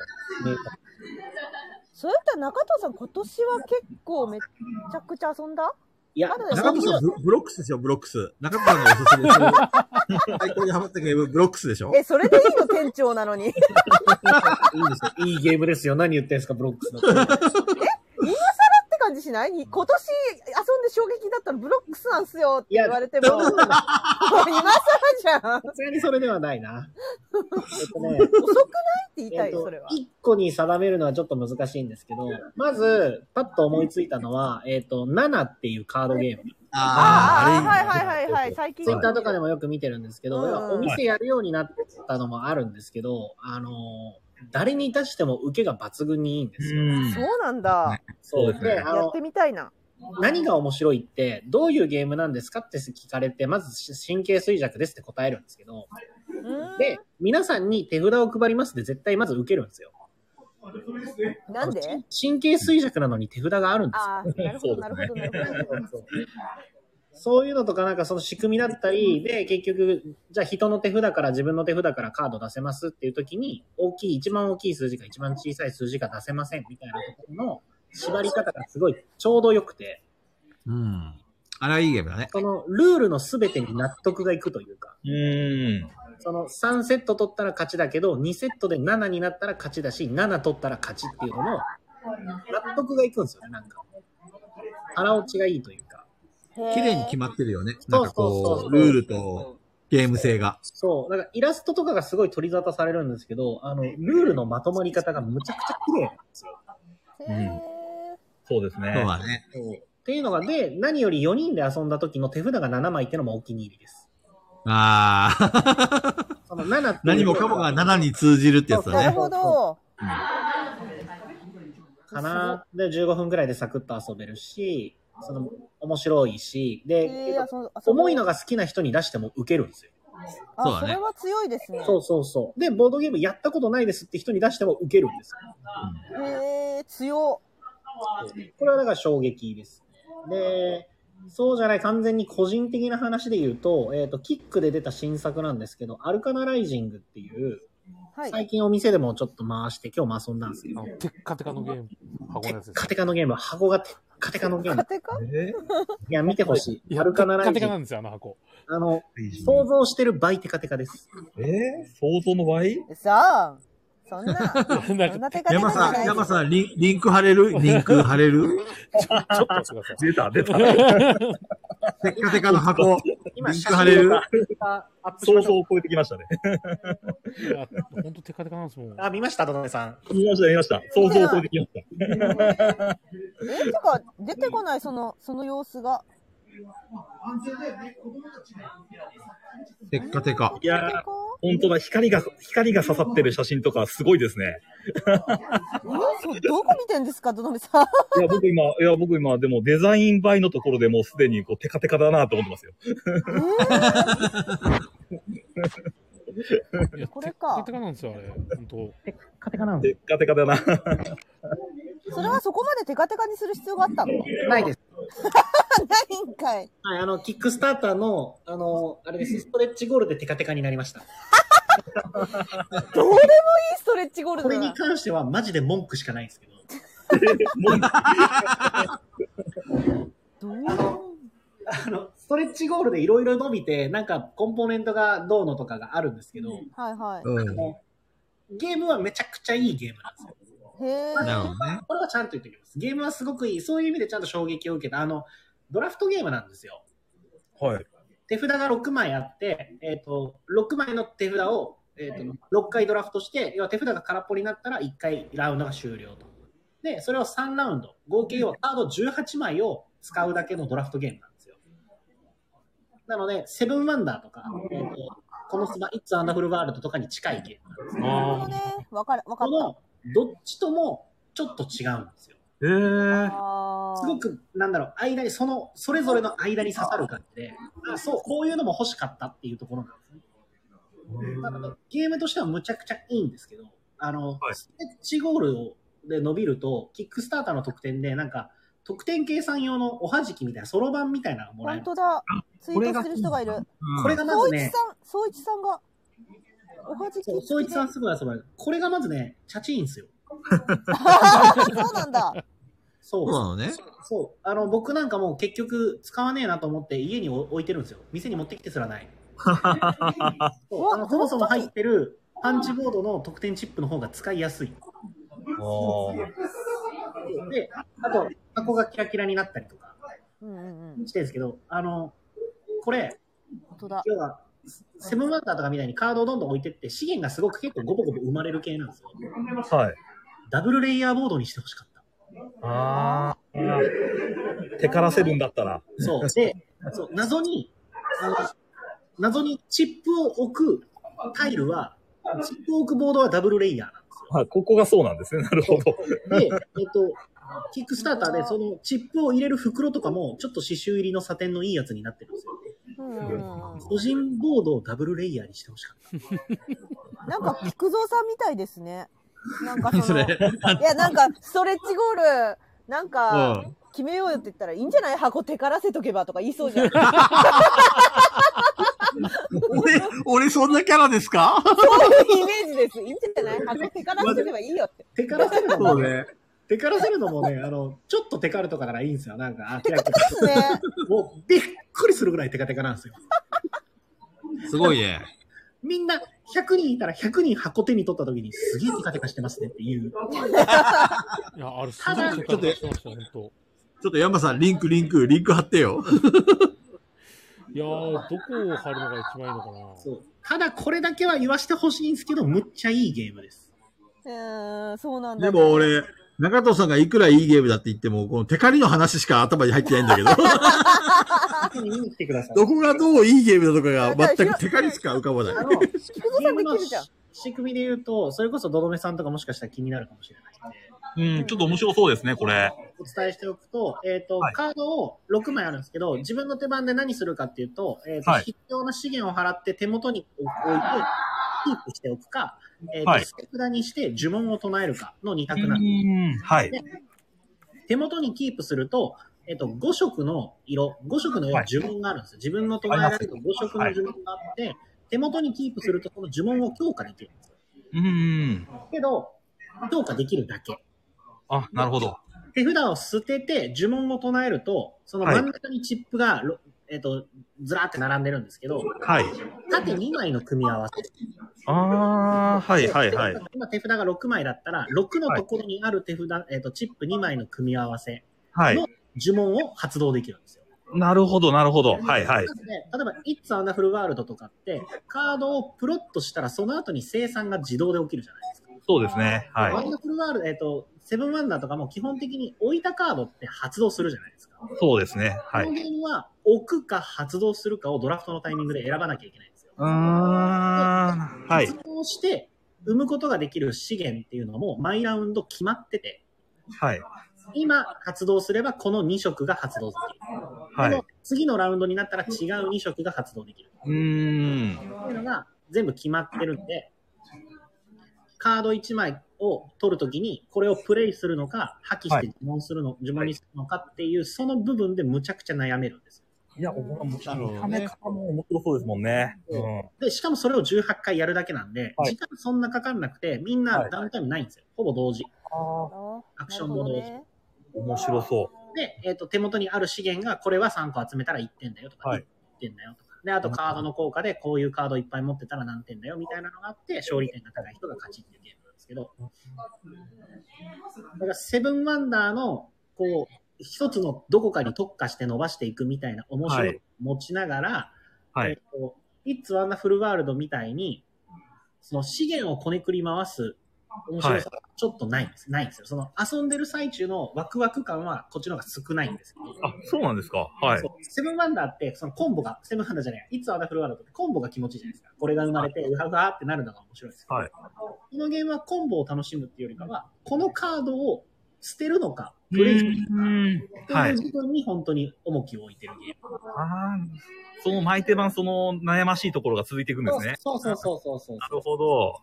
Speaker 4: ーカー。
Speaker 6: そういったら中藤さん、今年は結構めちゃくちゃ遊んだ
Speaker 4: いや
Speaker 6: ま、だ
Speaker 2: 中
Speaker 6: そ
Speaker 2: 藤
Speaker 6: ん
Speaker 2: さ、
Speaker 6: なん
Speaker 2: ブブロックスですよ、ブロックス。中藤さんがおすすめする。最高にハマったゲーム、ブロックスでしょ
Speaker 6: え、それでいいの店長なのに。今
Speaker 4: いいんですよ。いいゲームですよ。何言ってんすか、ブロックスの。
Speaker 6: 更って感じしないに今年遊んで衝撃だったのブロックスなんすよって言われても。今更じゃん。っ
Speaker 4: さすがにそれではないな。えっと ね、
Speaker 6: て言いた
Speaker 4: え
Speaker 6: い、
Speaker 4: っと
Speaker 6: それは。
Speaker 4: 一個に定めるのはちょっと難しいんですけど、まず、パッと思いついたのは、えっと、7っていうカードゲーム。
Speaker 6: ああ、
Speaker 2: あ
Speaker 6: はいはいはいはい。最近
Speaker 4: ツイッターとかでもよく見てるんですけど、
Speaker 6: うん
Speaker 4: 要はお店やるようになったのもあるんですけど、あのー、誰に出しても受けが抜群にいいんですよ。
Speaker 5: うん
Speaker 6: そうなんだ。
Speaker 4: そう
Speaker 5: で
Speaker 4: です
Speaker 5: ね
Speaker 4: すね。あ
Speaker 6: やっ
Speaker 4: の
Speaker 6: て、みたいな。
Speaker 4: 何が面白いって、どういうゲームなんですかって聞かれて、まず神経衰弱ですって答えるんですけど、
Speaker 6: うん
Speaker 4: で、皆さんに手札を配りますで絶対まず受けるんですよ。
Speaker 6: なんで
Speaker 4: 神経衰弱なのに手札があるんですよ。
Speaker 6: ああ、なるほど、なるほど、なるほど。
Speaker 4: そういうのとかなんかその仕組みだったり、で、結局、じゃあ人の手札から自分の手札からカード出せますっていう時に、大きい、一番大きい数字か一番小さい数字が出せませんみたいなところの、縛り方がすごいちょうど良くて、
Speaker 7: うん。あれはいいゲームだね。
Speaker 4: そのルールの全てに納得がいくというか、
Speaker 2: うん。
Speaker 4: その3セット取ったら勝ちだけど、2セットで7になったら勝ちだし、7取ったら勝ちっていうのも、納得がいくんですよね、なんか。腹落ちがいいというか。
Speaker 7: 綺麗に決まってるよね。な
Speaker 4: そ
Speaker 7: ん
Speaker 4: う
Speaker 7: か
Speaker 4: そう
Speaker 7: こ
Speaker 4: そう
Speaker 7: う、ルールとゲーム性が。
Speaker 4: そう、なんかイラストとかがすごい取り沙汰されるんですけど、あの、ルールのまとまり方がむちゃくちゃ綺麗なんですよ。
Speaker 6: へー
Speaker 2: そうです
Speaker 7: そう
Speaker 2: ね。
Speaker 7: だね。
Speaker 4: っていうのが、で、何より4人で遊んだ時の手札が7枚っていうのもお気に入りです。
Speaker 7: ああ。
Speaker 4: その7っていう
Speaker 7: 何もかもが7に通じるってやつ
Speaker 6: な
Speaker 7: だ
Speaker 6: る
Speaker 7: ね。
Speaker 6: ほど。
Speaker 4: かな。で、15分くらいでサクッと遊べるし、その、面白いし、
Speaker 6: え
Speaker 4: で、
Speaker 6: ー、あそあそ
Speaker 4: 重いのが好きな人に出しても受けるんですよ。
Speaker 6: あ
Speaker 7: そうだ
Speaker 6: そ
Speaker 7: ね
Speaker 6: れは強いですね。
Speaker 4: そうそうそう。で、ボードゲームやったことないですって人に出しても受けるんですよ。
Speaker 6: へー、強。
Speaker 4: これはだから衝撃ですね。で、そうじゃない、完全に個人的な話で言うと、えっ、と、キックで出た新作なんですけど、アルカナライジングっていう、
Speaker 6: はい。
Speaker 4: 最近お店でもちょっと回して、今日も遊んだんですけど
Speaker 1: あ、のテッカテカのゲーム。箱
Speaker 4: テ
Speaker 1: のやつ
Speaker 4: ッ
Speaker 1: です
Speaker 4: カ。テカのゲーム、箱がテッカテカのゲーム
Speaker 6: カ。テカ
Speaker 5: え
Speaker 4: いや、見てほし
Speaker 1: い
Speaker 4: い。
Speaker 1: や
Speaker 4: アルカナライ
Speaker 1: テッカ
Speaker 4: ジ
Speaker 1: テカ
Speaker 4: ン
Speaker 1: な
Speaker 4: グ。
Speaker 1: んですよ、あの箱。
Speaker 4: あの、想
Speaker 2: そう
Speaker 4: 像してる倍テカテカです。
Speaker 5: え想像の倍
Speaker 6: さあ、そんな、 そん
Speaker 1: なんか
Speaker 6: なテカテカじ
Speaker 7: 山
Speaker 6: ゃ
Speaker 7: さ、
Speaker 6: なんい
Speaker 7: 山さん、リンリンク貼れるリンク貼れる
Speaker 1: ちょっと待ってください。
Speaker 5: 出た、出た。
Speaker 7: テッカテカの箱。
Speaker 4: 今、
Speaker 7: リン
Speaker 4: 写
Speaker 7: ク貼れ
Speaker 4: 真
Speaker 7: る
Speaker 4: とかアップし
Speaker 5: 想
Speaker 4: まし
Speaker 5: 像
Speaker 4: ょう。
Speaker 5: を超えてきましたね。
Speaker 1: いや、ほんとテッカテカなんですもん。
Speaker 4: あ、見ました、どどめさん。
Speaker 5: 見ました、見ました。想像を超えてきました。
Speaker 6: えとか、出てこない、その、その様子が。
Speaker 7: テッカテカ。
Speaker 5: いや
Speaker 6: テ
Speaker 5: ー
Speaker 6: カテカ
Speaker 5: 本当だ、光が、光が刺さってる写真とかすごいですね。
Speaker 6: えそうどこ見てんですか、どのみさん。
Speaker 5: いや、僕今、いや、僕今、でもデザイン倍のところでもうすでにこうテカテカだなと思ってますよ。
Speaker 1: いや
Speaker 6: これ
Speaker 1: テッ
Speaker 6: か
Speaker 1: カテカなんですよ、あれ。ほんと。
Speaker 4: テッカテカなの
Speaker 5: テカテカだな。
Speaker 6: それはそこまでテカテカにする必要があったのない
Speaker 4: ないです。
Speaker 6: んかい。
Speaker 4: はい、あの、キックスターターの、あの、あれです、ストレッチゴールでテカテカになりました。
Speaker 6: どうでもいいストレッチゴール
Speaker 4: こ
Speaker 6: ド
Speaker 4: れ
Speaker 6: だ
Speaker 4: に
Speaker 6: な。
Speaker 4: 関してはマジで文句しかないんですけど。
Speaker 5: もう
Speaker 6: どうでもいい
Speaker 4: あの、ストレッチゴールでいろいろ伸びて、なんかコンポーネントがどうのとかがあるんですけど、
Speaker 6: はい は
Speaker 7: うん。
Speaker 4: ゲームはめちゃくちゃいいゲームなんですよ。
Speaker 6: い。へ
Speaker 7: なるほ
Speaker 6: ー。
Speaker 7: どね。
Speaker 4: これはちゃんと言っておきます。ゲームはすごくいい。そういう意味でちゃんと衝撃を受けた。あの、ドラフトゲームなんですよ。
Speaker 5: はい。
Speaker 4: 手札が6枚あって、えっ、と、6枚の手札を、えっ、と、6回ドラフトして、要は手札が空っぽになったら1回ラウンドが終了と。で、それを3ラウンド、合計要はカード18枚を使うだけのドラフトゲームなんですよ。なので、セブンワンダーとか、えっ、と、このスマ、イッツアンダフルワールドとかに近いゲームなんです。
Speaker 6: なるほど
Speaker 1: あ
Speaker 6: ね。わかる、わか
Speaker 4: こ
Speaker 6: った。
Speaker 4: の、どっちともちょっと違うんですよ。
Speaker 2: えー。
Speaker 6: あ
Speaker 4: す
Speaker 6: ー
Speaker 4: ごく、なんだろう、間に、その、それぞれの間に刺さる感じで、あそう、こういうのも欲しかったっていうところなんですね。なので、ゲームとしてはむちゃくちゃいいんですけど、あの、
Speaker 2: はい
Speaker 4: ステッチゴールをで伸びると、キックスターターの得点で、なんか、得点計算用のおはじきみたいな、そろばんみたいなのもらえる。
Speaker 6: 本当だ。ツイ
Speaker 2: これ
Speaker 6: ート
Speaker 2: が
Speaker 6: してる人がいる。
Speaker 4: これがま
Speaker 6: 総
Speaker 4: ず
Speaker 6: 一
Speaker 4: ね、
Speaker 6: さん、総一さんが。おはじき付き
Speaker 4: そ
Speaker 6: で。
Speaker 4: う、そういち さんすごい遊ばれる。これがまずね、チャチいんですよ。
Speaker 6: そうなんだ。
Speaker 7: そ
Speaker 4: そ
Speaker 7: う
Speaker 4: う
Speaker 7: な。のね。
Speaker 4: そう。あの、僕なんかもう結局使わねえなと思って家に置いてるんですよ。店に持ってきてすらない。そうあ
Speaker 6: うわ
Speaker 4: のそもそも入ってるパンチボードの得点チップの方が使いやすい。で、あと、箱がキラキラになったりとか
Speaker 6: うんうんうん。
Speaker 4: してるんですけど、あの、これ、
Speaker 6: 本当だ。
Speaker 4: 要は、セブンワンダーとかみたいにカードをどんどん置いてって、資源がすごく結構ゴボゴボ生まれる系なんですよ。
Speaker 5: はい。
Speaker 4: ダブルレイヤーボードにしてほしかった。
Speaker 5: ああ。手からせるんだったら。
Speaker 4: そう。で、そう謎に、あの、謎にチップを置くタイルは、チップを置くボードはダブルレイヤーなんですよ。
Speaker 5: あ、ここがそうなんですね。なるほど。
Speaker 4: で、えっと、キックスターターでそのチップを入れる袋とかも、ちょっと刺繍入りのサテンのいいやつになってるんですよ。
Speaker 6: うんうんうんうん
Speaker 4: 個人ボードをダブルレイヤーにしてほしかった。
Speaker 6: なんか、菊蔵さんみたいですね。なんかその、
Speaker 7: それ。
Speaker 6: いや、なんか、ストレッチゴール、なん
Speaker 7: う
Speaker 6: か
Speaker 7: ん、
Speaker 6: 決めようよって言ったら、いいんじゃない箱手からせとけばとか言いそうじゃん。 そう
Speaker 7: 俺、俺そんなキャラですか
Speaker 6: いうイメージです。いいんじゃない箱手からせとけばいいよって。
Speaker 4: 手からせるの
Speaker 7: そ
Speaker 4: も、
Speaker 7: うね。
Speaker 4: テカらせるのもね、あの、ちょっとテカるとかならいいんですよ。なんか、あ、テカテカ
Speaker 6: ですね。
Speaker 4: もうびっくりするぐらいテカテカなんですよ。
Speaker 2: すごいね。
Speaker 4: みんな100人いたら100人箱手に取った時にすげえテカテカしてますねっていう。
Speaker 1: いや、あれ、すごい世界観してました、本当。
Speaker 7: ちょっと山さん、リンク、リンク、リンク貼って よ。
Speaker 1: いやー、どこを貼るのが一番いいのかな。
Speaker 4: そうただこれだけは言わしてほしいんですけど、むっちゃいいゲームです。
Speaker 6: うーん、 そうなんだ。
Speaker 7: でも。俺、中藤さんがいくらいいゲームだって言っても、このテカリの話しか頭に入ってないんだけど、
Speaker 4: 見に来てください。
Speaker 7: どこがどういいゲームだとかが全くテカリしか浮かば
Speaker 4: あ
Speaker 7: ない。
Speaker 4: の、ゲ
Speaker 6: さ
Speaker 4: ー
Speaker 6: ん
Speaker 4: ム
Speaker 6: で
Speaker 4: の
Speaker 6: きるじゃん
Speaker 4: 仕組みで言うと、それこそどどめさんとかもしかしたら気になるかもしれないので、
Speaker 5: うん、ちょっと面白そうですね、これ。
Speaker 4: お伝えしておくと、えっ、と、
Speaker 5: はい
Speaker 4: カードを6枚あるんですけど、自分の手番で何するかっていうと、えーと
Speaker 5: はい
Speaker 4: 必要な資源を払って手元に置いて、キープしておくか、えーと
Speaker 5: はい
Speaker 4: 捨て札にして呪文を唱えるかの2択なんです
Speaker 5: ん、はい。
Speaker 4: 手元にキープすると、えっと、5色の色、5色の色
Speaker 5: はい
Speaker 4: 呪文があるんですよ。自分の唱えられると5色の呪文があって、手元にキープすると、この呪文を強化できるんですよ。
Speaker 5: うん。
Speaker 4: けど、強化できるだけ。
Speaker 5: あ、なるほど。
Speaker 4: 手札を捨てて呪文を唱えると、その真ん中にチップが、ろえっと、ずらーって並んでるんですけど、
Speaker 5: はい。
Speaker 4: 縦2枚の組み合わせ。
Speaker 5: あー、はい、はい、はい。
Speaker 4: 今手札が6枚だったら、6のところにある手札、えっと、チップ2枚の組み合わせ、
Speaker 5: はい。
Speaker 4: 呪文を発動できるんですよ。
Speaker 5: なるほど、なるほど。はい、はい
Speaker 4: な。ので例えば、It's a Wonderful World とかって、カードをプロットしたら、その後に生産が自動で起きるじゃないですか。
Speaker 5: そうですね。は
Speaker 4: ワ
Speaker 5: い。
Speaker 4: ンダフルワールド、えっ、と、セブンワンダーとかも基本的に置いたカードって発動するじゃないですか。
Speaker 5: そうですね。は
Speaker 4: こ
Speaker 5: い。
Speaker 4: のゲームは、置くか発動するかをドラフトのタイミングで選ばなきゃいけないんですよ。
Speaker 5: あー、はい
Speaker 4: 発。動して、生むことができる資源っていうのも、毎ラウンド決まってて、
Speaker 5: はい。
Speaker 4: 今発動すればこの2色が発動できる。
Speaker 5: は
Speaker 4: で
Speaker 5: い
Speaker 4: も。次のラウンドになったら違う2色が発動できる。
Speaker 5: うーん。
Speaker 4: っていうのが全部決まってるんで、カード1枚を取るときに、これをプレイするのか、破棄して
Speaker 5: はい
Speaker 4: 呪文するの、呪文にするのかっていう、その部分でむちゃくちゃ悩めるんです。
Speaker 5: いや、ここはもちろん、
Speaker 1: 見
Speaker 5: 見
Speaker 1: た
Speaker 5: た
Speaker 1: 目
Speaker 5: 目
Speaker 1: か
Speaker 5: からも面白そうですもんね。うん。
Speaker 4: で、しかもそれを18回やるだけなんで、
Speaker 5: はい
Speaker 4: 時間そんなかかんなくて、みんなダウンタイムないんですよ。ほぼ同時。
Speaker 5: あ
Speaker 6: あ
Speaker 4: アクションも同時。
Speaker 6: なる
Speaker 5: 面白そ
Speaker 4: で、えっ、と、手元にある資源が、これは3個集めたら1点だよとか、
Speaker 5: はい
Speaker 4: 1点だよとか。で、あとカードの効果で、こういうカードいっぱい持ってたら何点だよみたいなのがあって、勝利点が高い人が勝ちっていうゲームなんですけど。だから、セブンワンダーの、こう、一つのどこかに特化して伸ばしていくみたいな面白
Speaker 5: はい
Speaker 4: い持ちながら、
Speaker 5: はい
Speaker 4: えっ、と、It's Wonderful World みたいに、その資源をこねくり回す面白さがちょっとないんです。ないんですよ。その遊んでる最中のワクワク感はこっちの方が少ないんですけど。
Speaker 5: う。あ、そうなんですか。はい
Speaker 4: そ。うセブンワンダーって、そのコンボが、セブンワンダーじゃない、いつアダフルワールドってコンボが気持ちいいじゃないですか。これが生まれて、うはうはってなるのが面白いですけど。
Speaker 5: はい
Speaker 4: このゲームはコンボを楽しむっていうよりかは、このカードを捨てるのか、プレイする
Speaker 5: うん。
Speaker 4: かっ
Speaker 5: は
Speaker 4: て
Speaker 5: い
Speaker 4: いう。自分に本当に重きを置いてるゲーム。
Speaker 5: あーその巻いて版、その悩ましいところが続いていくんですね。
Speaker 4: そうそうそうそうそう
Speaker 5: なるほど。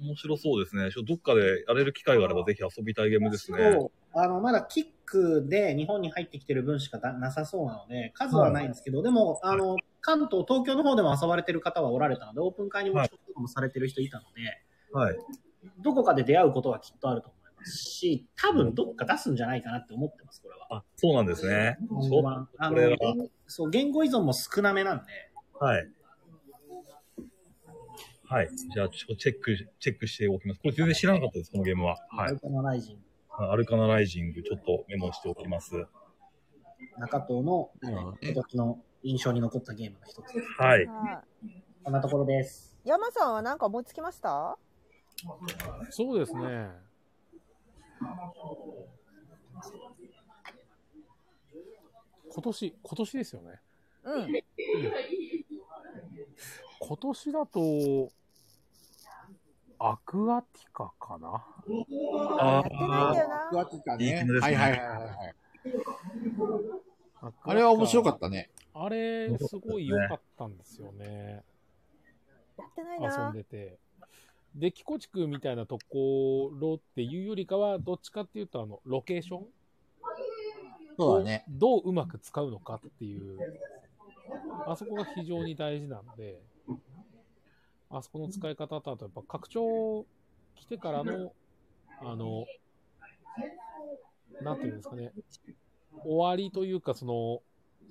Speaker 5: 面白そうですね。ちょっとどっかでやれる機会があればぜひ遊びたいゲームですね。
Speaker 4: そうあの、まだキックで日本に入ってきてる分しかだなさそうなので、数はないんですけど、でも、あの、関東、東京の方でも遊ばれてる方はおられたので、オープン会にも
Speaker 5: はい
Speaker 4: ちょっともされてる人いたので、
Speaker 5: はい。
Speaker 4: どこかで出会うことはきっとあると思いますし、多分どっか出すんじゃないかなって思ってます、これは。
Speaker 5: あ、そうなんですね。そう
Speaker 4: まああ
Speaker 5: これ
Speaker 4: の
Speaker 5: は
Speaker 4: 言そう、言語依存も少なめなんで、
Speaker 5: はい。はい。じゃあ、ちょっとチェック、チェックしておきます。これ全然知らなかったです、このゲームは。は
Speaker 4: ア
Speaker 5: い
Speaker 4: ル。カナライジン、
Speaker 5: アルカナライジング、ちょっとメモしておきます。
Speaker 4: 中東の、今年の印象に残ったゲームの一つです。
Speaker 5: はい。
Speaker 6: ほどねはい
Speaker 4: こんなところです。
Speaker 6: 山さんは何か思いつきました
Speaker 1: そうですね。今年、今年ですよね。
Speaker 6: うん。
Speaker 1: 今年だと、アクアティカかな
Speaker 6: やってないんだよな。
Speaker 8: クアティカ
Speaker 5: いい
Speaker 8: ね
Speaker 5: 気分ですね
Speaker 8: はいはいはい
Speaker 1: ア
Speaker 8: はい。
Speaker 1: クアティカ
Speaker 8: あれは面白かったね。
Speaker 1: あれ、すごい良かったんですよね。
Speaker 6: やってない
Speaker 1: 遊ん
Speaker 6: な。
Speaker 1: でて。で、キコチクみたいなところっていうよりかは、どっちかっていうと、あの、ロケーション
Speaker 8: そうだね。
Speaker 1: どううまく使うのかっていう、あそこが非常に大事なので、あそこの使い方と、あとやっぱ拡張来てからの、あの、なんていうんですかね、終わりというか、その、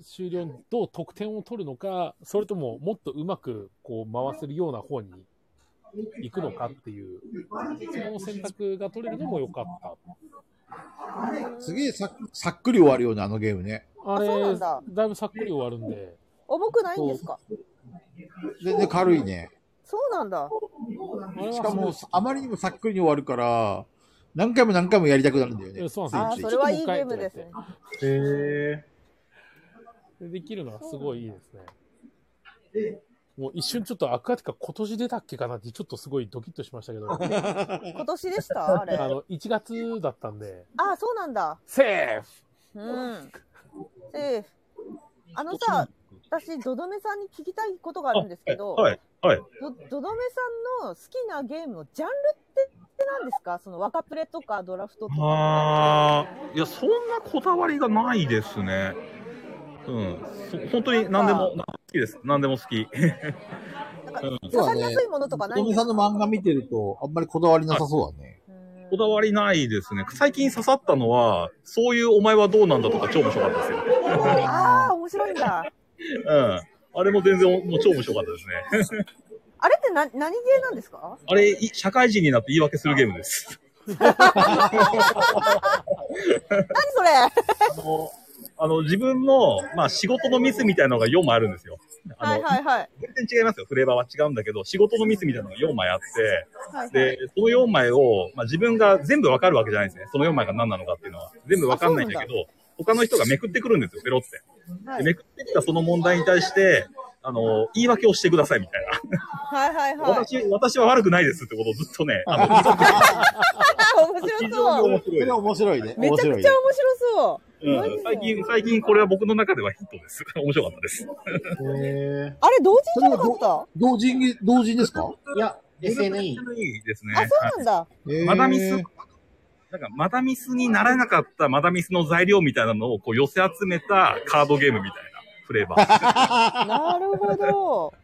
Speaker 1: 終了にどう得点を取るのか、それとももっとうまくこう回せるような方に行くのかっていう、その選択が取れるのも良かった。
Speaker 8: すげえささっくり終わるような、あのゲームね。
Speaker 1: あ
Speaker 6: そうな
Speaker 1: れ、
Speaker 6: んだ
Speaker 1: だいぶさっくり終わるんで、
Speaker 6: 重くないんですか
Speaker 8: 全然軽いね。
Speaker 6: そうなんだ。
Speaker 1: あれは
Speaker 8: し
Speaker 1: す
Speaker 8: か
Speaker 1: ごい
Speaker 8: も、あまりにもさっくりに終わるから、何回も何回もやりたくなるんだよ
Speaker 1: え
Speaker 8: ね。
Speaker 1: そう
Speaker 6: あ
Speaker 1: なん
Speaker 6: あ
Speaker 1: で
Speaker 6: ー、
Speaker 1: す
Speaker 6: そ
Speaker 1: よ。
Speaker 6: れはいいゲームですね。
Speaker 3: へえ。
Speaker 1: でできるのはすごいいいですね。もう一瞬ちょっとアクアティカ今年出たっけかなってちょっとすごいドキッとしましたけ ど、あ
Speaker 6: 今年でしたあれ。 あ
Speaker 1: の、1月だったんで、
Speaker 6: ー、そうなんだ。
Speaker 1: セーフ
Speaker 6: うん。セーフ。あのさ、私、どどめさんに聞きたいことがあるんですけど、
Speaker 5: はい。はい。
Speaker 6: どどどめさんの好きなゲームのジャンルって何ですかその若プレとかドラフトとか。
Speaker 5: あーいや、そんなこだわりがないですね。うん。そ本当に何でも、好きです。何でも好き。
Speaker 6: 刺さりやすいものとかない
Speaker 8: 乙
Speaker 6: んで
Speaker 8: 女
Speaker 6: すか
Speaker 8: さんの漫画見てると、あんまりこだわりなさそうだね。
Speaker 5: こだわりないですね。最近刺さったのは、そういうお前はどうなんだとか超面白かったですよ。
Speaker 6: ああ、面白いんだ。
Speaker 5: うん。あれも全然、もう超面白かったですね。
Speaker 6: あれってな何ゲーなんですか
Speaker 5: あれ、い社会人になって言い訳するゲームです。
Speaker 6: 何それ
Speaker 5: あの、あの自分の、まあ仕事のミスみたいなのが4枚あるんですよ。あ
Speaker 6: はい
Speaker 5: の、
Speaker 6: はいはい。
Speaker 5: 全然違いますよ。フレーバーは違うんだけど、仕事のミスみたいなのが4枚あって、
Speaker 6: はいはい
Speaker 5: で、その4枚を、まあ、自分が全部わかるわけじゃないんですね。その4枚が何なのかっていうのは。全部わかんないんだけど、他の人がめくってくるんですよ、ペロって。
Speaker 6: は
Speaker 5: で
Speaker 6: い
Speaker 5: めくってきたその問題に対して、あの、言い訳をしてくださいみたいな。
Speaker 6: はいはいはい。
Speaker 5: 私、私は悪くないですってことをずっとね、あの、
Speaker 6: あ、面白
Speaker 5: 非常
Speaker 6: そう。
Speaker 5: に面
Speaker 8: そ
Speaker 5: 白いで
Speaker 8: れ
Speaker 5: す
Speaker 8: は面白いね。
Speaker 6: めちゃ
Speaker 8: 面
Speaker 6: くちゃ
Speaker 8: 白
Speaker 6: 面
Speaker 8: いね
Speaker 6: 白。そう。
Speaker 5: うん、最近、最近これは僕の中ではヒットです。面白かったです。
Speaker 3: へ
Speaker 6: あれ、同人じゃなかったあ、
Speaker 8: 同人げ、同人ですか
Speaker 4: いや、SNE。
Speaker 5: いいですね。
Speaker 6: そうなんだ。
Speaker 5: マダミス
Speaker 8: へー、
Speaker 5: なんかマダミスにならなかったマダミスの材料みたいなのをこう寄せ集めたカードゲームみたいなフレーバ ー。
Speaker 6: なるほど。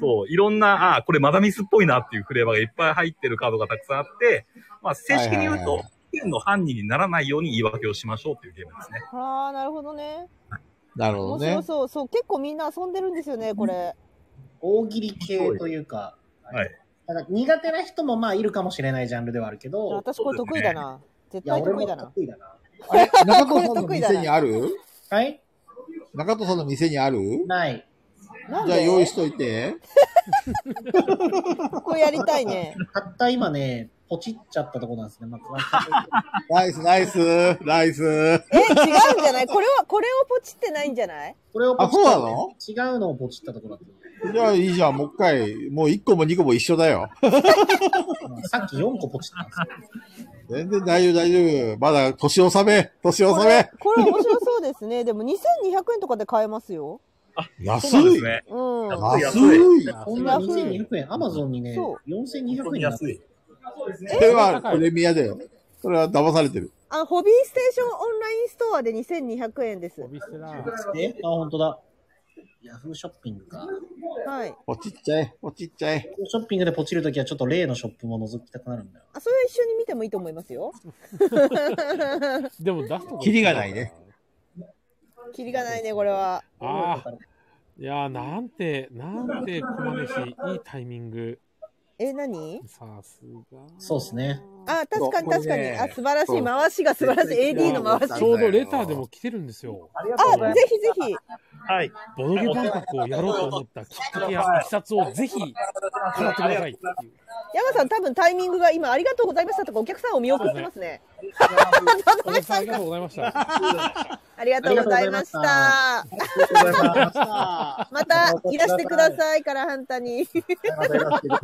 Speaker 5: そう、いろんな、ああ、これマダミスっぽいなっていうフレーバーがいっぱい入ってるカードがたくさんあって、まあ正式に言う
Speaker 8: はいはい
Speaker 5: と、事件の犯人にならないように言い訳をしましょうっていうゲームですね。
Speaker 6: ああ、なるほどね。
Speaker 8: なるほ
Speaker 6: 面
Speaker 8: どね
Speaker 6: 白。そう。そう、結構みんな遊んでるんですよね、これ。
Speaker 4: 大喜利系というか、
Speaker 5: はい
Speaker 4: なんか苦手な人もまあいるかもしれないジャンルではあるけど、
Speaker 6: 私これ得意だな。絶
Speaker 4: いや、
Speaker 6: 対
Speaker 4: 俺
Speaker 6: 得
Speaker 4: も
Speaker 6: 意だな。
Speaker 4: 得意だな。
Speaker 8: あれ、中藤さん
Speaker 6: これ
Speaker 8: の
Speaker 6: 得意だ
Speaker 8: 店
Speaker 6: な
Speaker 8: にある
Speaker 4: はい
Speaker 8: 中藤さんの店にある
Speaker 4: ない。
Speaker 6: なん
Speaker 8: じゃあ用意
Speaker 6: で
Speaker 8: しといて。
Speaker 6: ここやりたい ね。
Speaker 4: たった今ね、ポチっちゃったとこなんですね。まあ、
Speaker 8: ナイス、ナイス、ナイス。
Speaker 6: え、違うんじゃないこれは、これをポチってないんじゃない
Speaker 4: これをポチっ
Speaker 8: あ
Speaker 4: た違うのをポチったところだった。
Speaker 8: じゃあいいじゃん、もう一回。もう一個も二個も一緒だよ。
Speaker 4: さっき4個ポチったんですよ。
Speaker 8: 全然大丈夫、大丈夫。まだ年納め、年
Speaker 6: こ
Speaker 8: 納
Speaker 6: れ
Speaker 8: め。、
Speaker 6: これ面白そうですね。でも2200円とかで買えますよ。
Speaker 8: 安
Speaker 5: そうなんで
Speaker 8: い
Speaker 5: す。ね。
Speaker 6: うん。
Speaker 8: 安
Speaker 5: 安
Speaker 8: い。
Speaker 4: こんな2200円、アマゾンにね
Speaker 6: そ、
Speaker 4: 4200円になって
Speaker 5: 安い。
Speaker 8: それはプレミアだよ。それは騙されてる。
Speaker 6: あの、ホビーステーションオンラインストアで2200円です
Speaker 1: お。店だ。
Speaker 4: えあ、本当だ。ヤフーショッピングか。
Speaker 6: はい。
Speaker 8: おちっちゃい、おちっちゃい。
Speaker 4: ヤフーショッピングでポチるときはちょっと例のショップも覗きたくなるんだよ。
Speaker 6: あ、それは一緒に見てもいいと思いますよ。
Speaker 1: でも出すとこ
Speaker 8: キリがないね。
Speaker 6: キリがないね、これは。
Speaker 1: ああ。いやー、なんて、なんて、熊根氏、いいタイミング。
Speaker 6: え、何
Speaker 1: さすが。
Speaker 4: そうですね。
Speaker 6: あ、確かに確かに。あ、素晴らし
Speaker 8: そ
Speaker 6: い。
Speaker 8: う
Speaker 6: 回しが素晴らしい。
Speaker 8: 絶対
Speaker 6: AD の回し。
Speaker 1: ちょうどレターでも来てるんですよ。
Speaker 6: あ、ぜひぜひ。
Speaker 5: はい。
Speaker 1: ボドゲ万博をやろうと思ったきっかけやいきさつをぜひ語ってくださいっていう。
Speaker 6: 山さん、多分タイミングが今、ありがとうございましたとか、お客さんを見送ってますね。
Speaker 1: 小野さんありがとうございました。
Speaker 6: ありがとうございました。また、いらしてください、から反対に。
Speaker 4: またよろしくよ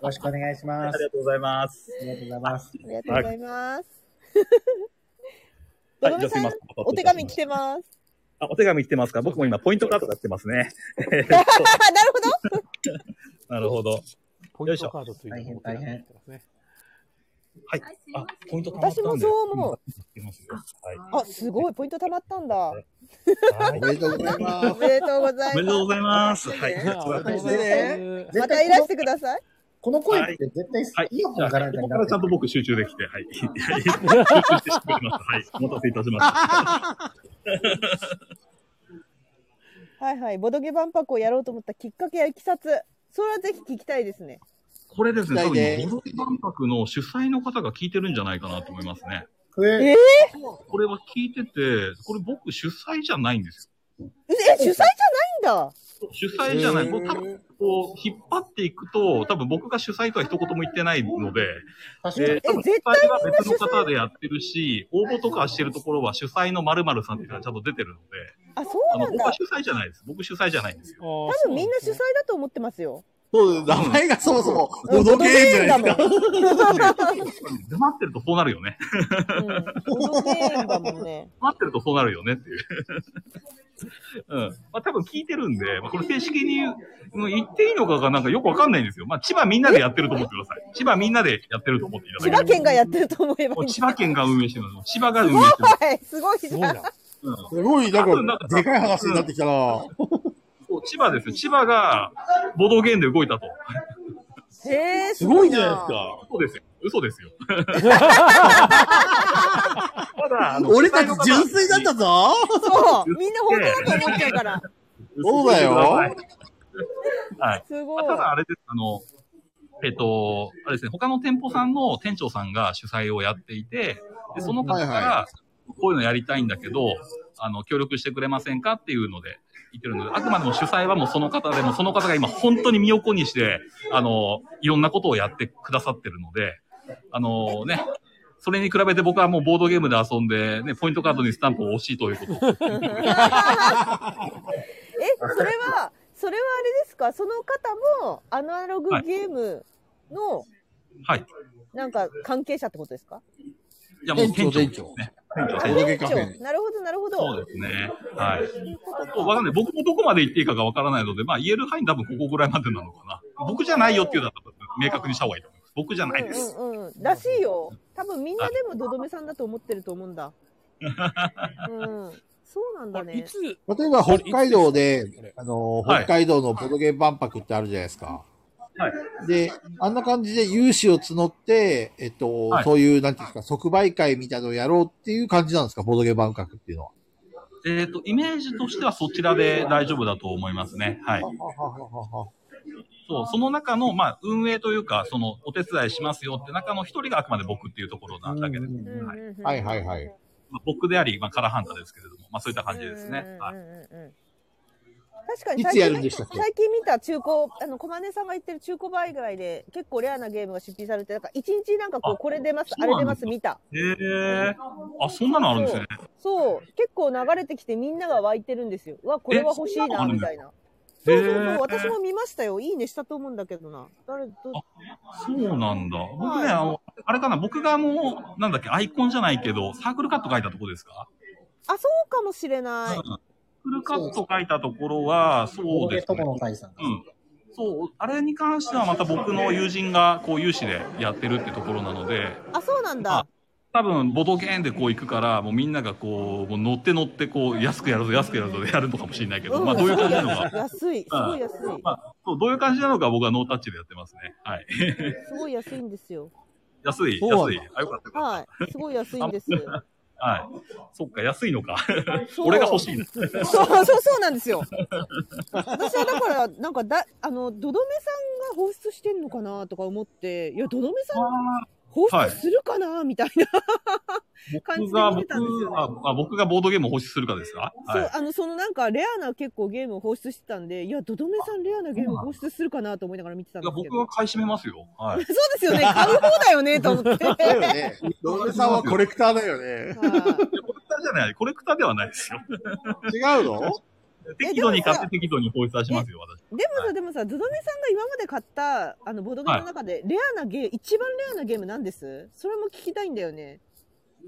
Speaker 4: ろしくお願いしま
Speaker 5: あ
Speaker 4: す
Speaker 5: り。がとうございます。
Speaker 4: ありがとうございます。
Speaker 6: ありがとうございます。ド
Speaker 5: はい
Speaker 6: ロメさ
Speaker 5: じゃあすいま
Speaker 6: ん
Speaker 5: せん、
Speaker 6: お手紙来てます。
Speaker 5: あ、お手紙来てますか僕も今、ポイントカードが来てますね。
Speaker 6: なるほど。
Speaker 5: なるほど。
Speaker 1: ポイントカードというのを持って
Speaker 4: 大変大変
Speaker 1: ってますね。
Speaker 5: はい。あ、ポイント貯まっ
Speaker 6: 私
Speaker 5: た
Speaker 6: も
Speaker 5: んで
Speaker 6: そう思う。
Speaker 5: いますよは
Speaker 6: あ、すごい、ポイント貯まったんだ。
Speaker 5: い。
Speaker 8: おめでとうございま
Speaker 6: おめでとうございま
Speaker 5: お
Speaker 6: す。
Speaker 5: めでとうございます。はい。
Speaker 1: ありがとうございます
Speaker 8: ね
Speaker 6: またいらしてください。
Speaker 4: この声って絶対
Speaker 5: はい。
Speaker 4: イヤホンからなんかに
Speaker 5: ここ
Speaker 4: な
Speaker 5: か
Speaker 4: っ
Speaker 5: ら
Speaker 4: て
Speaker 5: ちゃんと
Speaker 4: る
Speaker 5: 僕集中できて、 はい。集中してしまいました。はい。お待たせいたしま した。
Speaker 6: はいはい。ボドゲ万博をやろうと思ったきっかけやいきさつ。それはぜひ聞きたいですね。
Speaker 5: これですね、多
Speaker 8: 期待で
Speaker 5: 分、ボドゲ万博の主催の方が聞いてるんじゃないかなと思いますね。
Speaker 4: え
Speaker 6: えー、
Speaker 5: これは聞いてて、これ僕主催じゃないんです
Speaker 6: え、主催じゃないんだ。
Speaker 5: よ。主催じゃない。僕多分、こう、引っ張っていくと、多分僕が主催とは一言も言ってないので、
Speaker 4: 確かに
Speaker 5: で、多分主
Speaker 6: 絶
Speaker 5: 催は別の方でやってるし、応募とかしてるところは主催の〇〇さんっていうのがちゃんと出てるので、
Speaker 6: あ、そ
Speaker 5: あ
Speaker 6: う
Speaker 5: の、
Speaker 6: なん
Speaker 5: 僕は
Speaker 6: だ。
Speaker 5: 主催じゃないです。僕主催じゃないんですよ。
Speaker 1: 多
Speaker 6: 多分みんな主催だと思ってますよ。
Speaker 8: そう、名前がそもそも、ボドゲーじゃないですか。
Speaker 5: 黙ってるとそうなるよね。
Speaker 6: うん。ボドゲームだもんね。
Speaker 5: 待ってるとそうなるよねっていう。 うん。まあ多分聞いてるんで、まあ、これ正式に言ううん言っていいのかがなんかよくわかんないんですよ。まあ千葉みんなでやってると思ってください。千葉みんなでやってると思って いただけれ
Speaker 6: 千
Speaker 5: ば
Speaker 6: 葉県がやってると思えば
Speaker 5: も
Speaker 6: い
Speaker 5: う
Speaker 6: いんだ。
Speaker 5: 千葉県が運営してるの。千葉が運営してる。
Speaker 6: はい、 すごいじゃ
Speaker 1: す
Speaker 6: ん。
Speaker 1: ごいな。
Speaker 5: うん
Speaker 8: すごい、な
Speaker 5: 多分
Speaker 8: ん
Speaker 5: なん
Speaker 8: か
Speaker 5: か、
Speaker 8: でかい話になってきたな。
Speaker 5: そう千葉ですよ。千葉が、ボドゲームで動いたと。
Speaker 6: へえ、
Speaker 8: すごいじゃないです
Speaker 6: か。
Speaker 8: か。
Speaker 5: 嘘ですよ。嘘ですよ。 ただ、あの
Speaker 8: 俺たち純粋だったぞ
Speaker 6: そう、みんな本当だと思っちゃうから。
Speaker 8: そうだよ
Speaker 5: はい。
Speaker 6: す
Speaker 5: ま
Speaker 6: ご
Speaker 5: あ
Speaker 6: い。
Speaker 5: ただ、あれです。あの、えっと、あれですね、他の店舗さんの店長さんが主催をやっていて、でその方
Speaker 8: はい
Speaker 5: が
Speaker 8: は、
Speaker 5: こういうのやりたいんだけど、あの、協力してくれませんかっていうので、言ってるので、あくまでも主催はもうその方でも、その方が今本当に身を粉にして、あの、いろんなことをやってくださってるので、あのね、それに比べて僕はもうボードゲームで遊んで、ね、ポイントカードにスタンプを押しいということを。
Speaker 6: え、それは、それはあれですかその方もアナログゲームの、
Speaker 5: はい。
Speaker 6: なんか関係者ってことですか
Speaker 5: いや、もう
Speaker 8: 店長、
Speaker 5: 店長です
Speaker 8: 店長。
Speaker 5: ね。
Speaker 8: ボドゲカフェ。
Speaker 6: なるほど、なるほど。
Speaker 5: そうですね。はい。わかんない。僕もどこまで言っていいかがわからないので、まあ言える範囲多分ここぐらいまでなのかな。僕じゃないよっていうのは多分明確にした方がいいと思います。僕じゃないです。
Speaker 6: うんうんうん。らしいよ。多分みんなでもドドメさんだと思ってると思うんだ。うん。そうなんだ
Speaker 1: い
Speaker 6: ね。
Speaker 1: つ、
Speaker 8: 例えば北海道で
Speaker 1: あれ、
Speaker 8: あの、
Speaker 5: はい
Speaker 8: 北海道のボドゲ万博ってあるじゃないですか。
Speaker 5: はい。
Speaker 8: で、あんな感じで融資を募って、えっと、
Speaker 5: はい
Speaker 8: そういう、なんていうんですか、即売会みたいなのをやろうっていう感じなんですか、ボドゲ万博っていうのは。
Speaker 5: えっ、と、イメージとしてはそちらで大丈夫だと思いますね。はい。そう、その中の、まあ、運営というか、その、お手伝いしますよって中の一人があくまで僕っていうところなだけで、
Speaker 8: うん
Speaker 6: うん
Speaker 5: はい
Speaker 6: うんうん
Speaker 8: はいはいはい。
Speaker 5: まあ、僕であり、まあ、カラーハンターですけれども、まあ、そういった感じですね
Speaker 6: う。ん
Speaker 5: はい。
Speaker 6: うんうんうんうん確かに
Speaker 8: い
Speaker 6: 最
Speaker 8: つ
Speaker 6: 近
Speaker 8: やるんでしたっけ
Speaker 6: 最近見た中古、あの、小金さんが言ってる中古売買で結構レアなゲームが出品されて、なんか一日なんかこう、
Speaker 5: あ
Speaker 6: これ出ます、
Speaker 5: そう
Speaker 6: あ
Speaker 5: なんだ
Speaker 6: れ出ます、見た。
Speaker 5: へえ。あ、そんなのあるんですね。
Speaker 6: そう、結構流れてきてみんなが湧いてるんですよ。うわ、これは欲しい
Speaker 5: えそんなの
Speaker 6: な、
Speaker 5: あるん
Speaker 6: み
Speaker 5: だ
Speaker 6: たいな。そうそうそう
Speaker 5: へ、ー
Speaker 6: 私も見ましたよ。いいねしたと思うんだけどな。誰、ど、
Speaker 5: そうなんだ。僕
Speaker 6: はい
Speaker 5: ね、あの、あれかな、僕がもう、なんだっけ、アイコンじゃないけど、サークルカット書いたとこですか
Speaker 6: あ、そうかもしれない
Speaker 5: うん。サークルカット書いたところは、
Speaker 4: ボ
Speaker 5: そ
Speaker 4: ド
Speaker 5: う
Speaker 4: ゲ
Speaker 5: です
Speaker 4: 友
Speaker 5: ね。
Speaker 4: の会さん。
Speaker 5: うん。そう、あれに関してはまた僕の友人が、こう、有志でやってるってところなので、
Speaker 6: あ、そうなん
Speaker 5: あ
Speaker 6: だ。
Speaker 5: 多分、ボトゲーンでこう行くから、もうみんながこう、もう乗って乗って、こう、安くやるぞ、安くやるぞでやるのかもしれないけど、
Speaker 6: うん
Speaker 5: まあ、どういう感じなのか。
Speaker 6: 安い、すごい安い。
Speaker 5: まあ、そうどういう感じなのか僕はノータッチでやってますね。はい。
Speaker 6: すごい安いんですよ。
Speaker 5: 安い、
Speaker 8: そうなん
Speaker 5: 安
Speaker 8: だ
Speaker 5: い。あ、よかったよかった。
Speaker 6: はい。すごい安いんです。
Speaker 5: はい。そっか、安いのか。
Speaker 6: そう
Speaker 5: 俺が欲しいな。
Speaker 6: そうそうそうなんですよ。私はだから、なんかだ、あの、どどめさんが放出してんのかなとか思って、いや、どどめさん放出するかなみたいな。感じ
Speaker 5: 僕
Speaker 6: で
Speaker 5: が、
Speaker 6: 見て
Speaker 5: 僕
Speaker 6: たんですよ
Speaker 5: ああ僕がボードゲームを放出するかですかは
Speaker 6: そ、。
Speaker 5: いう
Speaker 6: あの、そのなんか、レアな結構ゲームを放出してたんで、いや、どどめさんレアなゲームを放出するかなと思いながら見てたん
Speaker 5: い
Speaker 6: で
Speaker 5: や、
Speaker 6: すけ
Speaker 5: 僕
Speaker 6: ど
Speaker 5: は。買い占めますよ。はい。
Speaker 6: そうですよね。買う方だよね、と思って。
Speaker 8: だよね。ロールさんはコレクターだよね。
Speaker 6: はい
Speaker 5: コレクターじゃない、コレクターではないですよ。
Speaker 8: 違うの
Speaker 5: 適度に買って適度に放出はしますよ、私。
Speaker 6: でもさ、でもさ、ドドメさんが今まで買った、あの、ボドゲの中で、レアなゲー、一番レアなゲームなんですそれも聞きたいんだよね。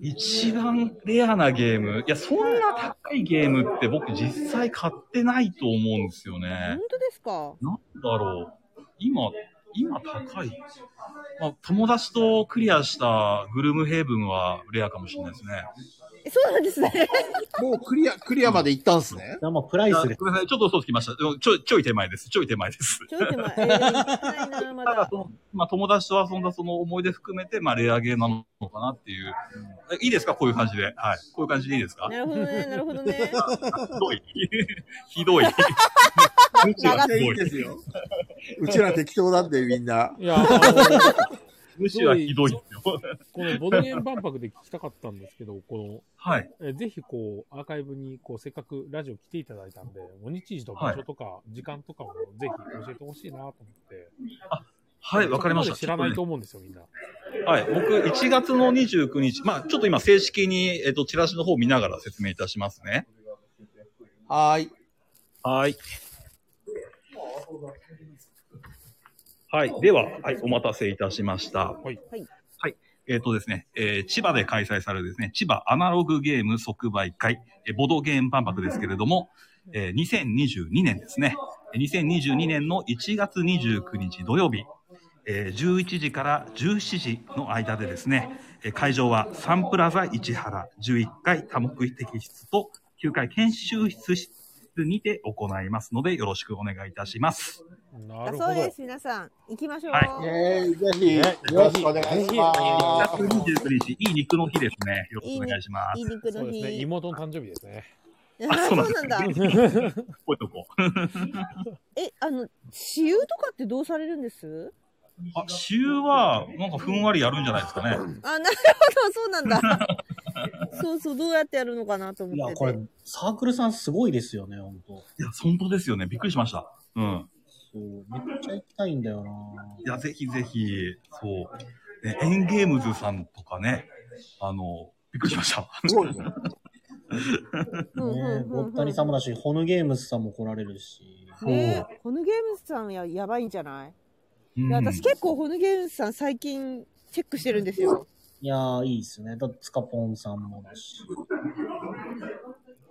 Speaker 5: 一番レアなゲーム。いや、そんな高いゲームって僕実際買ってないと思うんですよね
Speaker 6: 本。当ですか
Speaker 5: なんだろう。今、今高い。まあ、友達とクリアしたグルムヘイブンはレアかもしれないですね。
Speaker 6: えそうなんですね。
Speaker 8: もうクリア、クリアまで行ったんすね。
Speaker 4: らもうプライス
Speaker 5: あ
Speaker 4: で
Speaker 5: ごめんなさい、ちょっと嘘つきました。でもちょい、ちょい手前です。ちょい手前です。
Speaker 6: ちょい手前。えー、行きたいな、ま
Speaker 5: ただ
Speaker 6: だ
Speaker 5: そ。の、まあ、友達と遊んだその思い出含めて、まあ、レアゲーなのかなっていう。えいいですかこういう感じで。はい。こういう感じでいいですか
Speaker 6: なるほどね、なるほどね。
Speaker 5: ひどい。ひ どい。
Speaker 8: うちらいいですよ。 うちら適当なんでみんな。
Speaker 1: いや、あの、
Speaker 5: むしろひどいですよ。
Speaker 1: このボドゲン万博で聞きたかったんですけど、こ
Speaker 5: はい。
Speaker 1: の、えぜひこう、アーカイブに、こう、せっかくラジオ来ていただいたんで、お日時と場所とか、時間とかもぜひ教えてほしいなと思って。
Speaker 5: はい、わかりました。
Speaker 1: そこまで知らない
Speaker 5: ち
Speaker 1: と
Speaker 5: ょっ
Speaker 1: 思うんですよ、みんな。
Speaker 5: とねはい。僕、1月の29日、まあ、ちょっと今正式に、えっと、チラシの方を見ながら説明いたしますね。
Speaker 8: はーい。
Speaker 5: はい。はい。では、はい、お待たせいたしました。
Speaker 1: はい
Speaker 6: はい。
Speaker 5: はい。えっ、とですね、えー千葉で開催されるですね、千葉アナログゲーム即売会、えーボードゲーム万博ですけれども、えー2022年ですね、えー2022年の1月29日土曜日、えー11時から17時の間でですね、えー会場はサンプラザ市原11階多目的室と9階研修室にて行いますので、よろしくお願いいたします。
Speaker 1: な
Speaker 6: あ
Speaker 1: るほど。
Speaker 6: そうです、皆さん。行きましょう。
Speaker 5: はい
Speaker 8: えー、ぜひ、よろしくお願いしま
Speaker 5: 1月29日、いい肉の日ですね。よろしくお願いします
Speaker 6: いい。肉
Speaker 1: そ
Speaker 6: の
Speaker 1: うですね。
Speaker 6: 日。
Speaker 1: 妹の誕生日です ね。
Speaker 6: あ
Speaker 5: あ
Speaker 6: そうなんだ。
Speaker 5: 覚えとこ
Speaker 6: え、あの、私有とかってどうされるんです
Speaker 5: う。あ、週は、なんかふんわりやるんじゃないですかね。
Speaker 6: あ、なるほど、そうなんだ。そうそう、どうやってやるのかなと思
Speaker 4: い
Speaker 6: っ
Speaker 4: や
Speaker 6: て、て。
Speaker 4: これ、サークルさんすごいですよね、ほんと。
Speaker 5: いや、本当ですよね。びっくりしました。うん。
Speaker 4: そう、めっちゃ行きたいんだよない
Speaker 5: や、ぜひぜひ、そう。ね、エンゲームズさんとかね、あの、びっくりしました。
Speaker 8: す。すごいね。
Speaker 6: うんうん
Speaker 4: ねえ、
Speaker 6: うんう
Speaker 4: ごったにさんもだし、ホヌゲームスさんも来られるし。
Speaker 6: ねえ、ホヌゲームズさんややばいんじゃない、
Speaker 5: うん
Speaker 6: いや私結構ホヌゲームズさん最近チェックしてるんですよ。
Speaker 4: いやー、いいですね。だって、スカポンさんもだし。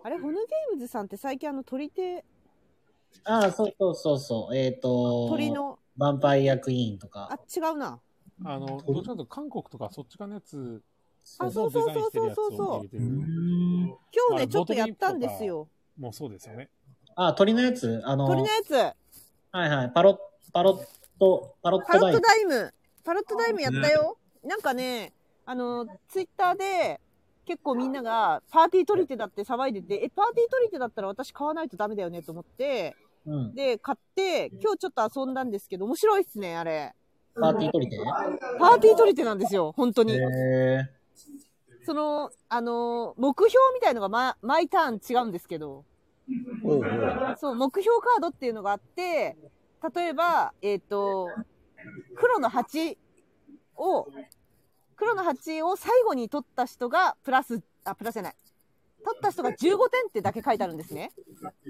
Speaker 6: あれ、ホヌゲームズさんって最近あの鳥手、
Speaker 4: ああ、そうそうそうそう。えっ、と、
Speaker 6: 鳥の、
Speaker 4: ヴァンパイアクイーンと
Speaker 6: あ
Speaker 4: か。、
Speaker 6: 違うな。
Speaker 1: あの、どっちかというと韓国とかそっち側のやつ
Speaker 6: あ
Speaker 1: のデザインしてるやつを入れてる。
Speaker 6: 今日
Speaker 1: あ
Speaker 6: ね、ちょっとやったんですよ。
Speaker 1: もうそうですよね。
Speaker 4: あ、鳥のやつあの、
Speaker 6: 鳥のや
Speaker 4: はいはい。パロッ、パロット、パロッ
Speaker 6: つ、パ
Speaker 4: ト
Speaker 6: ロ
Speaker 4: ダ
Speaker 6: ッ
Speaker 4: イ
Speaker 6: ト
Speaker 4: ム。
Speaker 6: ダイム、パロットダイムやったよ。なんかね、あの、ツイッターで、結構みんながパーティー取り手だって騒いでて、え、パーティー取り手だったら私買わないとダメだよねと思って、
Speaker 4: うん。
Speaker 6: で、買って、今日ちょっと遊んだんですけど、面白いっすね、あれ。
Speaker 4: パーティー取り手。
Speaker 6: パーティー取り手なんですよ、本当に。
Speaker 4: え
Speaker 6: その、あの、目標みたいのが、ま、毎ターン違うんですけど、
Speaker 8: おうおう
Speaker 6: そう、目標カードっていうのがあって、例えば、えっ、と、黒の8を、黒の8を最後に取った人が、プラス、あ、プラスじゃない。取った人が15点ってだけ書いてあるんですね。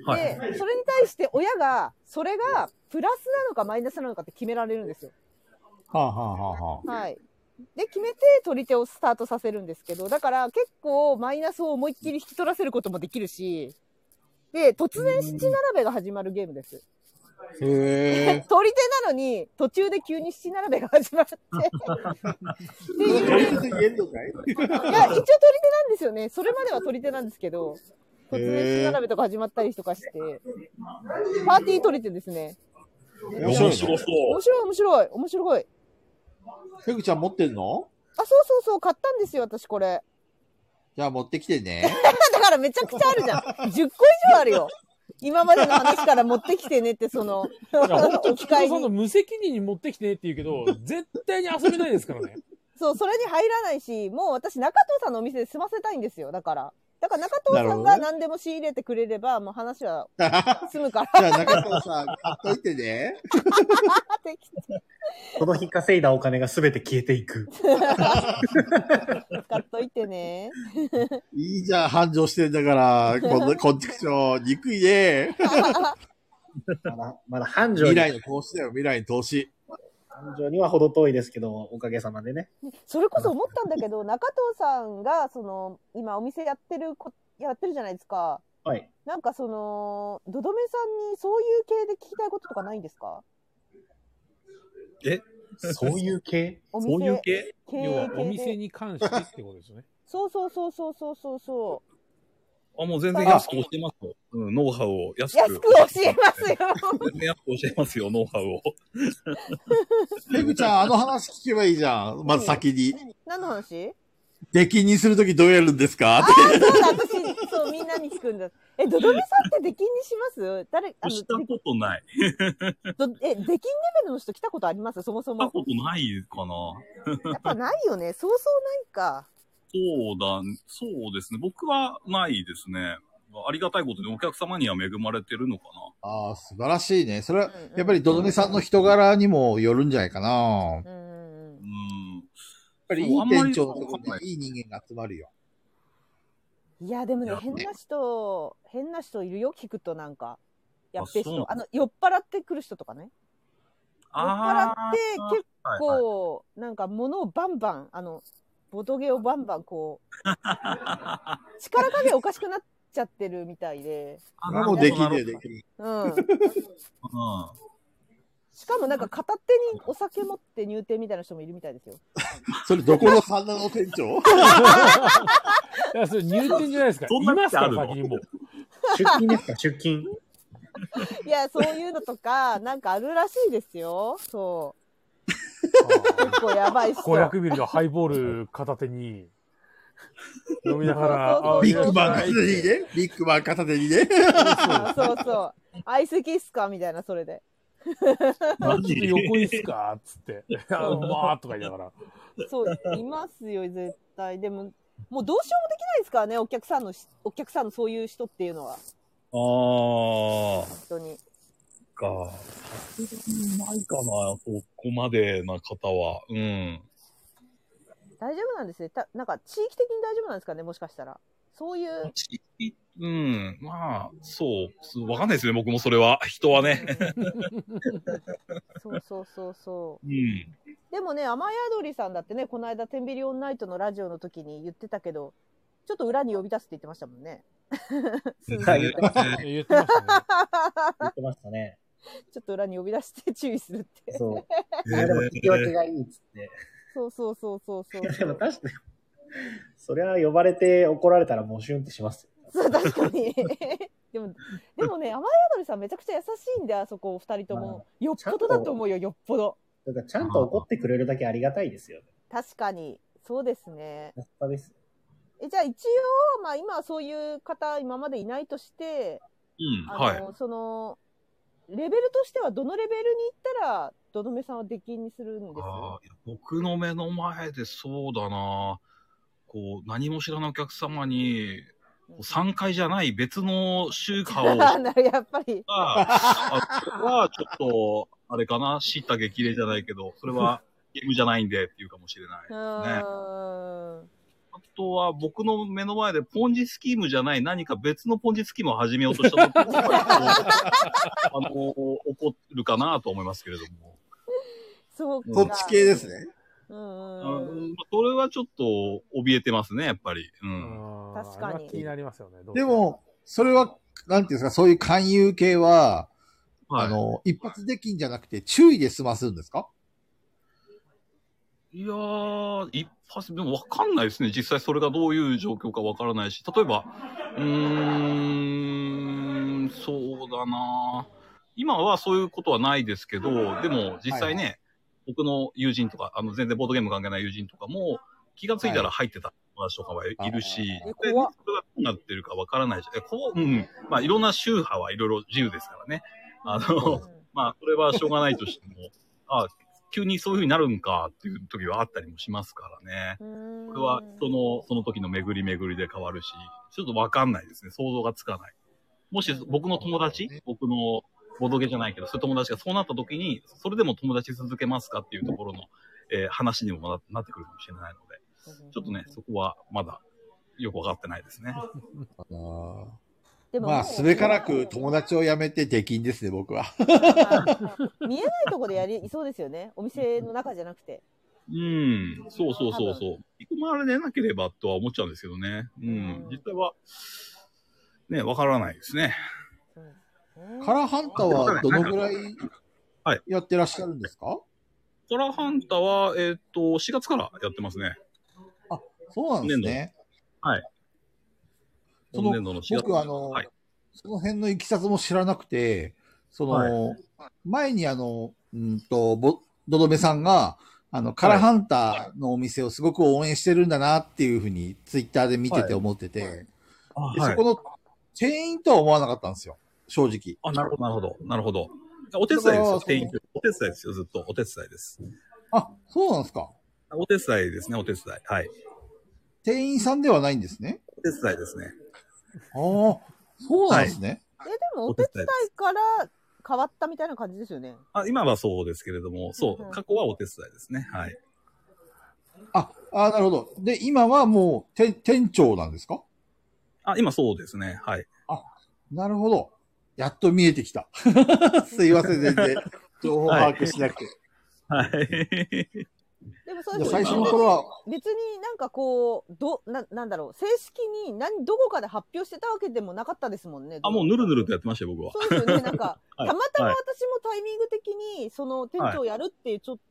Speaker 5: はい。
Speaker 6: で、それに対して親が、それがプラスなのかマイナスなのかって決められるんですよ。
Speaker 8: はあ、はあはあはあ、
Speaker 6: はい。で、決めて取り手をスタートさせるんですけど、だから結構マイナスを思いっきり引き取らせることもできるし、で、突然七並べが始まるゲームです。
Speaker 8: へ
Speaker 6: 取り手なのに、途中で急に七並べが始まって。って
Speaker 8: え。
Speaker 6: いう、いや、
Speaker 8: と言えんのか
Speaker 6: 一
Speaker 8: い
Speaker 6: 応取り手なんですよね。それまでは取り手なんですけど、突然七並べとか始まったりとかして、パーティー取り手ですね。
Speaker 8: 面白いの。
Speaker 5: そ
Speaker 6: 面白い面白い、面白い。
Speaker 8: ペグちゃん持ってんの
Speaker 6: あ、そうそうそう、買ったんですよ、私これ。
Speaker 8: じゃあ持ってきてね。
Speaker 6: だからめちゃくちゃあるじゃん。10個以上あるよ。今までの話から持ってきてねって、その、
Speaker 1: いや、本当
Speaker 6: 置
Speaker 1: 菊
Speaker 6: き
Speaker 1: 田
Speaker 6: 換え
Speaker 1: さんの
Speaker 6: に。
Speaker 1: 無責任に持ってきてねって言うけど、絶対に遊べないですから ね。
Speaker 6: そう、それに入らないし、もう私中藤さんのお店で済ませたいんですよ、だから。だから中藤さん
Speaker 8: なるほど
Speaker 6: が
Speaker 8: ね
Speaker 6: 何でも仕入れてくれれば、もう話は
Speaker 8: じゃ
Speaker 6: 済むから。
Speaker 8: あ中藤 さん、買っといてね。
Speaker 6: っ
Speaker 4: ー、
Speaker 6: て
Speaker 4: この日稼いだお金がすべて消えていく。
Speaker 6: 使っといてね。
Speaker 8: いいじゃん、繁盛してんだから、こん な、こんちくしょう、憎いね。
Speaker 4: まだ、まだ繁盛
Speaker 8: 未
Speaker 4: に、
Speaker 8: 来の投資だよ、未来の投資。
Speaker 4: 繁盛には程遠いですけど、おかげさまでね。
Speaker 6: それこそ思ったんだけど、中藤さんが、その、今お店やってるこ、やってるじゃないですか。
Speaker 4: はい。
Speaker 6: なんかその、どどめさんにそういう系で聞きたいこととかないんですか
Speaker 5: え
Speaker 4: そういう系
Speaker 6: お店
Speaker 5: そういう系
Speaker 6: 経営系
Speaker 1: 要は
Speaker 6: で
Speaker 1: お店に関してってことですよね。
Speaker 6: そうそうそうそうそうそうそ
Speaker 5: あ、もう全然安く教えますよ。うん、ノウハウを安
Speaker 6: う。
Speaker 5: く。
Speaker 6: 安く教えますよ。
Speaker 5: 全然安く教えますよ、ノウハウを。
Speaker 8: ペグちゃん、あの話聞けばいいじゃん。まず先に。
Speaker 6: 何の話
Speaker 8: 出禁にするときどうやるんですかって
Speaker 6: そうだ、私、そう、みんなに聞くんだ。え、ドドメさんって出禁にします誰、あ
Speaker 5: した
Speaker 6: の、
Speaker 5: ことない。し
Speaker 6: どえ、出禁レベルの人来たことありますそもそ
Speaker 5: た
Speaker 6: も。
Speaker 5: ことないかな。
Speaker 6: やっぱないよね。そうそうないか。
Speaker 5: そうだ、そうですね。僕はないですね。ありがたいことでお客様には恵まれてるのか
Speaker 8: ああ、素晴らしいね。それは、
Speaker 6: うん
Speaker 8: やっぱりドドメさんの人柄にもよるんじゃないかな。やっ
Speaker 6: うんうんうん
Speaker 5: な。うん。やっ
Speaker 8: ぱりいい店長のところにいい人間が集まるよ。
Speaker 6: いや、でもね
Speaker 5: や、っぱ
Speaker 6: 変な人、変な人いるよ、聞くとなんか。やっべえ
Speaker 5: そうな
Speaker 6: 人。
Speaker 5: の
Speaker 6: あの、酔っ払ってくる人とかね。酔っ払って、結構、なんか物をバンバン、あの、ボトゲをバンバンこ う、力加減おかしくなっちゃってるみたいで。
Speaker 8: それはもうできねえ、
Speaker 5: で
Speaker 8: できね
Speaker 6: うん。
Speaker 5: うん。
Speaker 6: しかもなんか片手にお酒持って入店みたいな人もいるみたいですよ。
Speaker 8: え。それどこのサンダの店 長
Speaker 1: いや、それ入店じゃないですか。
Speaker 5: そん
Speaker 1: い
Speaker 5: な
Speaker 1: ますか
Speaker 5: そんな
Speaker 1: ら、
Speaker 5: 店あ
Speaker 1: 先に
Speaker 5: るの
Speaker 1: もう。
Speaker 4: 出勤ですか、出勤。
Speaker 6: いや、そういうのとか、なんかあるらしいですよ。
Speaker 1: あ
Speaker 6: そう。結構やばい人。
Speaker 1: あ500ミリのハイボール片手に、飲みなが
Speaker 6: そ
Speaker 1: ら、
Speaker 6: うそうそう
Speaker 1: あ
Speaker 8: ビッグバン
Speaker 1: い
Speaker 8: 片
Speaker 1: い
Speaker 8: 手にね。ビッグバン片手にね。
Speaker 6: あそうそう。アイスキッスかみたいな、それで。
Speaker 1: あちょっ と横いいっすかっつ って。あの、まあとか言いながら。
Speaker 6: そう、いますよ、絶対。でも、もうどうしようもできないですからね、お客さんのし、お客さんのそういう人っていうのは、
Speaker 5: ああ、
Speaker 6: 本当に。
Speaker 5: か。ないかな、そこまでな方は。うん。
Speaker 6: 大丈夫なんですね。たなんか、地域的に大丈夫なんですかね、もしかしたら。そういう。
Speaker 5: うん、まあ、そう。わかんないですね、僕もそれは。人はね。
Speaker 6: そうそうそうそ
Speaker 5: うん。
Speaker 6: う。でもね、雨宿りさんだってね、この間、テンビリオンナイトのラジオの時に言ってたけど、ちょっと裏に呼び出すって言ってましたもんね。すずさん
Speaker 5: 言
Speaker 6: み
Speaker 5: った
Speaker 6: いな
Speaker 1: 言ってま したね。
Speaker 4: 言ってましたね。
Speaker 6: ちょっと裏に呼び出して注意するって。
Speaker 4: そう。いや、でも、聞き分け
Speaker 5: え
Speaker 4: がいいっつって。
Speaker 6: そうそうそうそうそう
Speaker 4: いや、でも確かに、そりゃ呼ばれて怒られたらもうシュンってしますよ。
Speaker 6: そう、確かに。 でも、でもね、雨宿りさんめちゃくちゃ優しいんだよ、あそこ、二人とも。よっぽどだと思うよ、よっぽど。
Speaker 4: だからちゃんと怒ってくれるだけありがたいですよ。
Speaker 6: 確かに。そうですね。
Speaker 4: やったです。
Speaker 6: え、じゃあ一応、まあ今はそういう方、今までいないとして、
Speaker 5: うん、
Speaker 6: あ
Speaker 5: はい
Speaker 6: の、。その、レベルとしてはどのレベルに行ったら、どどめさんは出禁にするんです
Speaker 5: あーいや僕の目の前でそうだなこう、何も知らないお客様に、こう3階じゃない別の宗派を
Speaker 6: あなるやっぱり。
Speaker 5: あこれはちょっと、あれかな、知った激励じゃないけど、それはゲームじゃないんでっていうかもしれないうですね。
Speaker 6: ーん。
Speaker 5: あとは僕の目の前でポンジスキームじゃない何か別のポンジスキームを始めようとした時 にこうあの、怒るかなと思いますけれども。
Speaker 6: そうか。
Speaker 8: そっち系ですね。
Speaker 6: うん
Speaker 5: あ
Speaker 6: うんうん。
Speaker 5: のそれはちょっと怯えてますね、やっぱり。うん。
Speaker 1: あー
Speaker 6: 確かに
Speaker 1: あれは気になりますよね。どう
Speaker 8: でも、それは、なんていうんですか、そういう勧誘系は、
Speaker 5: はい、
Speaker 8: あの、一発できんじゃなくて、注意で済ますんですか
Speaker 5: いやー、一発、でもわかんないですね。実際それがどういう状況かわからないし、例えば、うーん、そうだな今はそういうことはないですけど、でも実際ね、僕の友人とか、あの、全然ボードゲーム関係ない友人とかも、気がついたら入ってた友達とかはいるし、
Speaker 8: はい
Speaker 6: え
Speaker 5: で
Speaker 6: 怖っ
Speaker 5: それがどうなってるかわからないし、え、こう、うん。まあ、いろんな宗派はいろいろ自由ですからね。あの、まあ、それはしょうがないとしても、 あ急にそういう風になるんかっていう時はあったりもしますからね。
Speaker 6: うん
Speaker 5: これは人の、その時の巡り巡りで変わるし、ちょっとわかんないですね。想像がつかない。もし僕の友達、僕のボドゲじゃないけど、そういう友達がそうなった時に、それでも友達続けますかっていうところの、えー話にもななってくるかもしれないので、ちょっとね、そこはまだよくわかってないですね。
Speaker 6: でも
Speaker 8: まあ、すべからく友達を辞めて出禁ですね、僕は。
Speaker 6: 見えないとこでやりいそうですよね。お店の中じゃなくて。
Speaker 5: うん、そうそうそうそう。見込まれなければとは思っちゃうんですけどね。うん
Speaker 6: うん、
Speaker 5: 実際は、ね、わからないですね。
Speaker 8: カラーハンターはどのぐらい
Speaker 5: はい
Speaker 8: やってらっしゃるんですか
Speaker 5: トラハンターは、えっ、と、4月からやってますね。
Speaker 8: そうなんですね。
Speaker 2: その
Speaker 5: 今年度の4月
Speaker 2: 僕あの、
Speaker 5: はい
Speaker 2: その辺のいきさつも知らなくて、その、前にあの、うんと、ぼ、どどめさんが、あの、カラハンターのお店をすごく応援してるんだなっていうふうに、ツイッターで見てて思ってて、
Speaker 5: あ、
Speaker 2: で
Speaker 5: はい
Speaker 2: そこ。の店員とは思わなかったんですよ、正直。
Speaker 5: あ、なるほど、なるほど、なるほど。お手伝いですよ、店員。お手伝いですよ、ずっと。お手伝いです。
Speaker 2: あ、そうなんですか。
Speaker 5: お手伝いですね、お手伝い。はい。
Speaker 2: 店員さんではないんですね。
Speaker 5: お手伝いですね。
Speaker 2: ああ、そうなんですね。
Speaker 6: え、でも
Speaker 5: お
Speaker 6: お
Speaker 5: 手
Speaker 6: 手
Speaker 5: 伝
Speaker 6: 伝
Speaker 5: い
Speaker 6: い
Speaker 5: で
Speaker 6: から変わったみたいな感じですよね。
Speaker 5: あ今はそうですけれども、そ
Speaker 6: うんう
Speaker 5: う、
Speaker 6: ん
Speaker 5: 過去はお手伝いですね。はい。
Speaker 2: あ、あーなるほど。で、今はもう、て店長なんですか
Speaker 5: あ、今そうですね。はい。
Speaker 2: なるほど。やっと見えてきた。 すいません、全然。情報把握しなくて。
Speaker 5: はい。
Speaker 6: でもそ
Speaker 2: い
Speaker 6: うで
Speaker 2: や
Speaker 6: す
Speaker 2: 最初の頃は、
Speaker 6: 別になんかこう、ど、な、なんだろう、正式に何、どこかで発表してたわけでもなかったですもんね。
Speaker 5: あ、もうぬるぬるとやってましたよ、僕は。
Speaker 6: そうですよね、なんか、
Speaker 5: はい
Speaker 6: たまたま
Speaker 5: はい
Speaker 6: 私もタイミング的に、その店長やるっていう、ちょっと、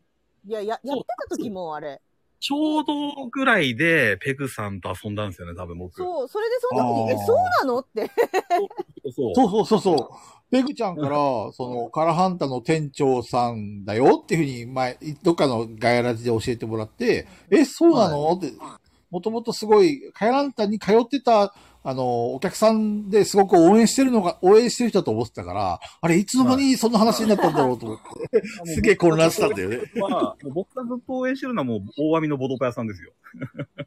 Speaker 6: いや、や、やってた時もあれ。
Speaker 5: ちょうどぐらいで、ペグさんと遊んだんですよね、多分僕。そう
Speaker 6: そう、それでその時
Speaker 2: あ
Speaker 6: に、
Speaker 2: ー
Speaker 6: え、そうなのって。
Speaker 5: そう。
Speaker 2: そうそうそうそう。ペグちゃんから、その、カラハンタの店長さんだよっていうふうに、前、どっかのガヤラジで教えてもらって、え、そうなの、って、もともとすごい、カラハンタに通ってた、あの、お客さんですごく応援してるのが、応援してる人だと思ってたから、あれ、いつの間にそんな話になったんだろうと思って、すげえ混乱したんだよね。
Speaker 5: まあ、もう僕がずっと応援してるのはもう大網のボドパ屋さんですよ。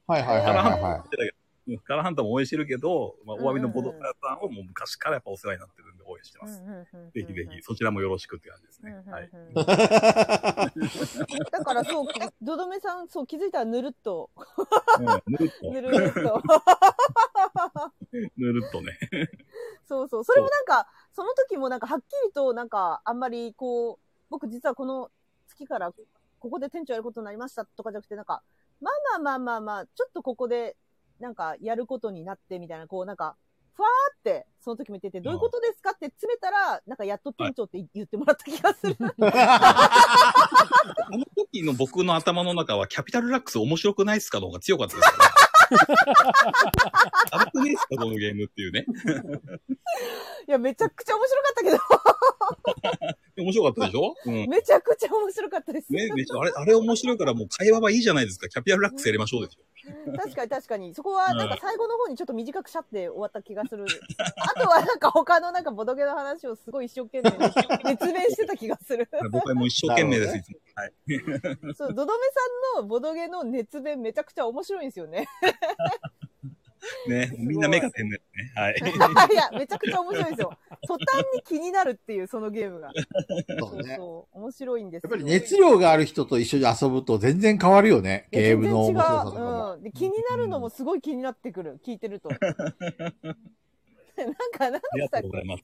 Speaker 2: はいはいはい
Speaker 5: カ
Speaker 2: は
Speaker 5: ラハ
Speaker 2: い、
Speaker 5: ンタも
Speaker 2: はい
Speaker 5: 応援。してたけど、カラハンタも応援してるけど、まあ、大網のボドパ屋さんをもう昔からやっぱお世話になってるんで応援してます。ぜひぜひ、そちらもよろしくって感じですね。はい。
Speaker 6: だからそう、どどめさん、そう気づいたらぬるっと、
Speaker 5: うんぬるっと、
Speaker 6: ぬるっと。
Speaker 5: ぬるっとね。
Speaker 6: そうそう。それもなんか、その時もなんかはっきりと、なんかあんまりこう、僕実はこの月からここで店長やることになりましたとかじゃなくて、なんか、まあまあまあまあまあ、ちょっとここでなんかやることになってみたいな、こうなんか、ふわーって、その時も言ってて、どういうことですかって詰めたら、なんかやっと店長って言ってもらった気が する。
Speaker 5: あの時の僕の頭の中は、キャピタルラックス面白くないっすかの方が強かったです よね。危くねえっすか、このゲームっていうね。
Speaker 6: いや、めちゃくちゃ面白かったけど、
Speaker 5: 面白かったでしょうん。
Speaker 6: めちゃくちゃ面白かったです。
Speaker 5: ね、めっちゃ、あれ、 あれ面白いからもう会話はいいじゃないですか。キャピタルラックスやりましょうですよ。
Speaker 6: 確かに確かに。そこはなんか最後の方にちょっと短くシャって終わった気がする。あとはなんか他のなんかボドゲの話をすごい一生懸 命熱弁してた気がする。
Speaker 5: 僕はもう一生懸命です、いつも。はい。
Speaker 6: そう、ドドメさんのボドゲの熱弁めちゃくちゃ面白いんですよね。
Speaker 5: ね、みんな目が点ですね。はい。
Speaker 6: いや、めちゃくちゃ面白いですよ。途端に気になるっていうそのゲームが。
Speaker 2: そ
Speaker 6: そうう
Speaker 2: ね。
Speaker 6: そう、面白いんです
Speaker 2: やっぱ
Speaker 6: よ。
Speaker 2: り熱量がある人と一緒に遊ぶと全然変わるよね。
Speaker 6: いや
Speaker 2: ゲームの
Speaker 6: 全
Speaker 2: 面白さ
Speaker 6: 然
Speaker 2: とか
Speaker 6: 違
Speaker 2: も。
Speaker 6: う、うんで。気になるのもすごい気になってくる。聞いて ると。なん
Speaker 5: ありがとうご
Speaker 6: か、なんでしたっけ
Speaker 5: ざいます。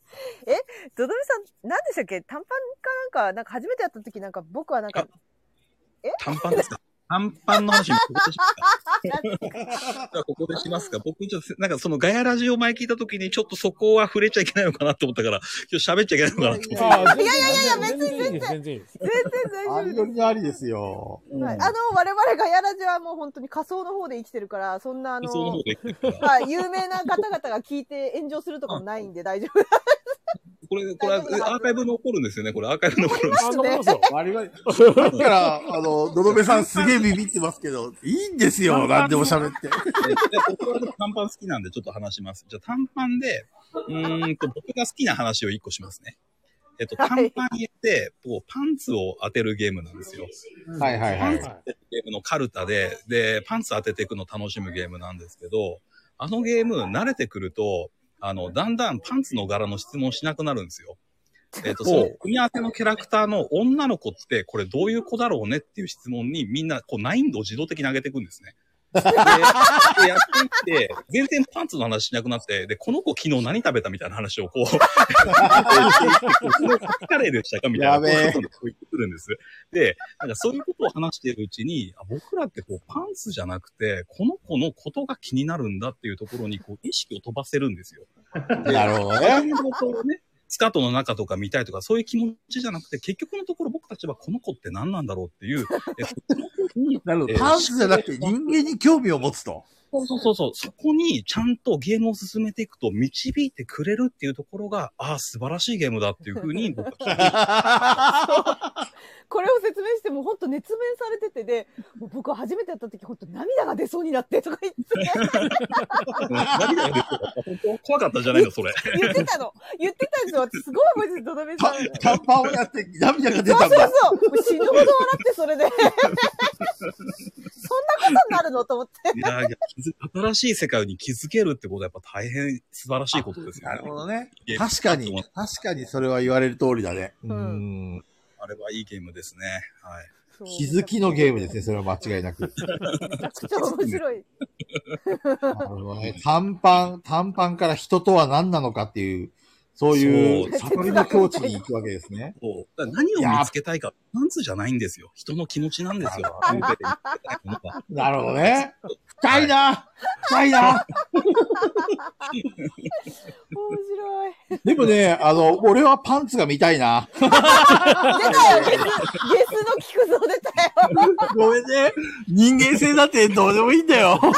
Speaker 6: ドドミさん、何でしたっけ短パンかなんか、なんか初めてやった時なんか僕はなんか、
Speaker 5: 短パンですか短パンの話もここでし ますかここでしますか僕、ちょっと、なんかそのガヤラジオ前聞いたときに、ちょっとそこは触れちゃいけないのかなと思ったから、今日喋っちゃいけないのかなと思って。
Speaker 1: いやいやいや、別に全然いいです。全然いいです。
Speaker 6: 全然
Speaker 2: あ
Speaker 6: 大
Speaker 2: り
Speaker 6: 丈
Speaker 2: よ
Speaker 6: 夫
Speaker 2: り
Speaker 6: で
Speaker 2: のありですよ。
Speaker 6: す。はい、あの、我々がやらじはもう本当に仮想の方で生きてるから、そんなあの、
Speaker 5: その方で言ってるから。
Speaker 6: はい、有名な方々が聞いて炎上するとかもないんで大丈夫。
Speaker 5: これ、これ、アーカイブ残るんですよね。これ、アーカイブ残るんです
Speaker 1: あ、
Speaker 6: ね
Speaker 1: 残りますよ。
Speaker 2: 我々、だから、あの、のどめさんすげえビビってますけど、いいんです よ、何でも喋って。
Speaker 5: ね。で僕は短パン好きなんで、ちょっと話します。じゃあ、短パンで、うーんと、僕が好きな話を一個しますね。えっと、短
Speaker 6: はい
Speaker 5: パン入れて、こう、パンツを当てるゲームなんですよ。
Speaker 2: はいはいは。
Speaker 1: はいい。
Speaker 5: ゲームのカルタで、で、パンツ当てていくの楽しむゲームなんですけど、あのゲーム慣れてくると、あの、だんだんパンツの柄の質問しなくなるんですよ。えっ、と、その組み合わせのキャラクターの女の子って、これどういう子だろうねっていう質問にみんな、こう、難易度を自動的に上げていく んですね。で、でやっていって、全然パンツの話しなくなって、で、この子昨日何食べたみたいな話を こう、 疲れでしたかみたいな。
Speaker 2: やべえ
Speaker 5: こういうことを言ってくるんです。で、なんかそういうことを話しているうちに、あ僕らってこうパンツじゃなくて、この子のことが気になるんだっていうところにこう意識を飛ばせるんですよ。
Speaker 2: なるほど
Speaker 5: そう
Speaker 2: ね。
Speaker 5: いうことをね、スカートの中とか見たいとか、そういう気持ちじゃなくて、結局のところ僕たちはこの子って何なんだろうっていう、えそ
Speaker 9: なるほ
Speaker 5: えー
Speaker 9: ど。パンツじゃなくて人間に興味を持つと。
Speaker 5: そうそうそうそう。そこにちゃんとゲームを進めていくと導いてくれるっていうところが、ああ、素晴らしいゲームだっていうふうに僕は 聞いて
Speaker 6: これを説明しても本当熱弁されててで、もう僕は初めてやった時本当涙が出そうになってとか言って、
Speaker 5: 涙が出てた本当怖かったじゃないの、それ。
Speaker 6: 言ってたの。言ってたんですよ。私すごい覚えてる、ドダメさ
Speaker 9: た
Speaker 6: ん。
Speaker 9: 短パンをやって涙が出
Speaker 6: そ
Speaker 9: た
Speaker 6: うんそう
Speaker 9: だ。
Speaker 6: そう。もう死ぬほど笑ってそ れで。そんなことになるのと思って。
Speaker 5: いやいや気づ新しい世界に気づけるってことはやっぱ大変素晴らしいことですよ、
Speaker 9: なるほどね
Speaker 5: い。や
Speaker 9: 確かに、確かにそれは言われる通りだね。うーん。
Speaker 5: あれはいいゲームですね。はい。
Speaker 9: 気づきのゲームですね、それは間違いなく。
Speaker 6: めちゃくちゃ面白い。
Speaker 9: なるほどね短パン、短パンから人とは何なのかっていう、そういう
Speaker 6: そう
Speaker 9: 悟りの境地に行くわけです ね。
Speaker 5: そうだから何を見つけたいか、パンツじゃないんですよ。人の気持ちなんですよ。本編で言ってたものが
Speaker 9: なるほどね。深いな深いな
Speaker 6: 面白 い。
Speaker 9: でもね、あの、俺はパンツが見たいな。
Speaker 6: 出たよ、ゲス。ゲスの菊蔵出たよ。
Speaker 9: ごめんね。人間性だってどうでもいいんだよ。僕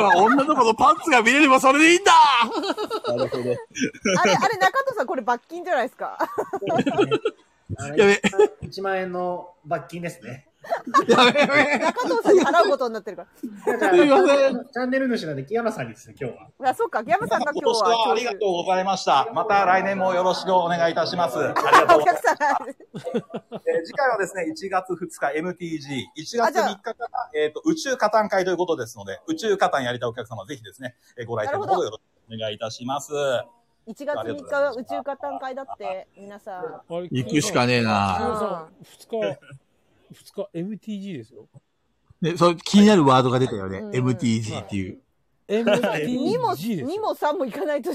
Speaker 9: は女の子のパンツが見れればそれでいいんだ
Speaker 5: なるほど。
Speaker 6: あれ、あれ、中戸さん、これ罰金じゃないですか。
Speaker 9: やべ、
Speaker 4: 1万円の罰金ですね。
Speaker 9: やべ、やべ。
Speaker 6: 中戸さんに払うことになってるか
Speaker 4: だから
Speaker 9: すいません
Speaker 4: チャンネル主なんで、木山さんにですね、今日は。
Speaker 6: ら。あ、そうか、ギャムさんが今
Speaker 5: 今
Speaker 6: 日
Speaker 5: 年
Speaker 6: は
Speaker 5: はあ
Speaker 6: 聴
Speaker 5: り
Speaker 6: 取。
Speaker 5: がとうございました。また来年もよろしくお願いいたします。ありがとう
Speaker 6: あ
Speaker 5: ご
Speaker 6: お
Speaker 5: ざいま
Speaker 6: 客
Speaker 5: す。
Speaker 6: さんが。
Speaker 5: えー次回はですね、1月2日 MTG、1
Speaker 6: あ
Speaker 5: 月
Speaker 6: じゃあ
Speaker 5: 3日から、えっ、と、宇宙加担会ということですので、宇宙加担やりたいお客様、ぜひですね、えーご来店のほどよろしくお願いいたします。
Speaker 6: 1月3日は宇宙加担会だって、皆さん。
Speaker 1: あれ
Speaker 2: 行くしかねえ
Speaker 1: さ
Speaker 2: な。
Speaker 1: ん、2日、2日 MTG ですよ。
Speaker 2: ね、そう、気になるワードが出たよね。
Speaker 6: うん
Speaker 2: MTG っていう。
Speaker 6: 2も、
Speaker 1: MTG です
Speaker 6: 2
Speaker 1: よ。
Speaker 6: も3も行かないと。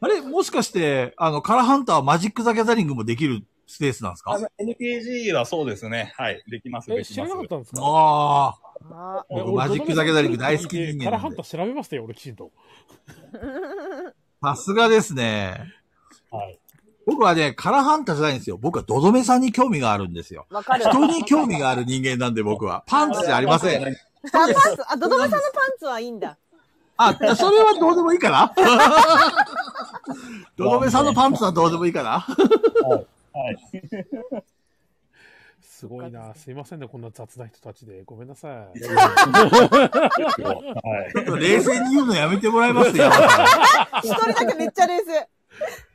Speaker 2: あれ、もしかして、あの、カラーハンターはマジック・ザ・ギャザリングもできるスペースなんですか
Speaker 5: あ
Speaker 2: あ
Speaker 5: の NPG はそうですね。はい。できます、
Speaker 1: え、
Speaker 5: でき
Speaker 1: 知
Speaker 5: ま
Speaker 1: ら
Speaker 5: す
Speaker 1: なか。ったんですか
Speaker 2: あー。
Speaker 6: あ
Speaker 1: え
Speaker 2: 僕
Speaker 1: 俺
Speaker 2: マジック・ザ・ギャザリング大好き人間なんで
Speaker 1: カラハンター調べましたよ、俺きちんと。
Speaker 2: さすがですね。
Speaker 5: はい。
Speaker 2: 僕はね、カラーハンターじゃないんですよ。僕はドドメさんに興味があるんですよ。
Speaker 6: わかる。
Speaker 2: 人に興味がある人間なんで僕は。パンツじゃありません。
Speaker 6: あ、パンツ、あ、ドドメさんのパンツはいいんだ。
Speaker 2: あ、それはどうでもいいかなドドメさんのパンツはどうでもいいかな
Speaker 1: すごいな。すいませんね、こんな雑な人たちで。ごめんなさい。
Speaker 5: はい。
Speaker 2: ちょっと冷静に言うのやめてもらいますよ。
Speaker 6: 一人だけめっちゃ冷静。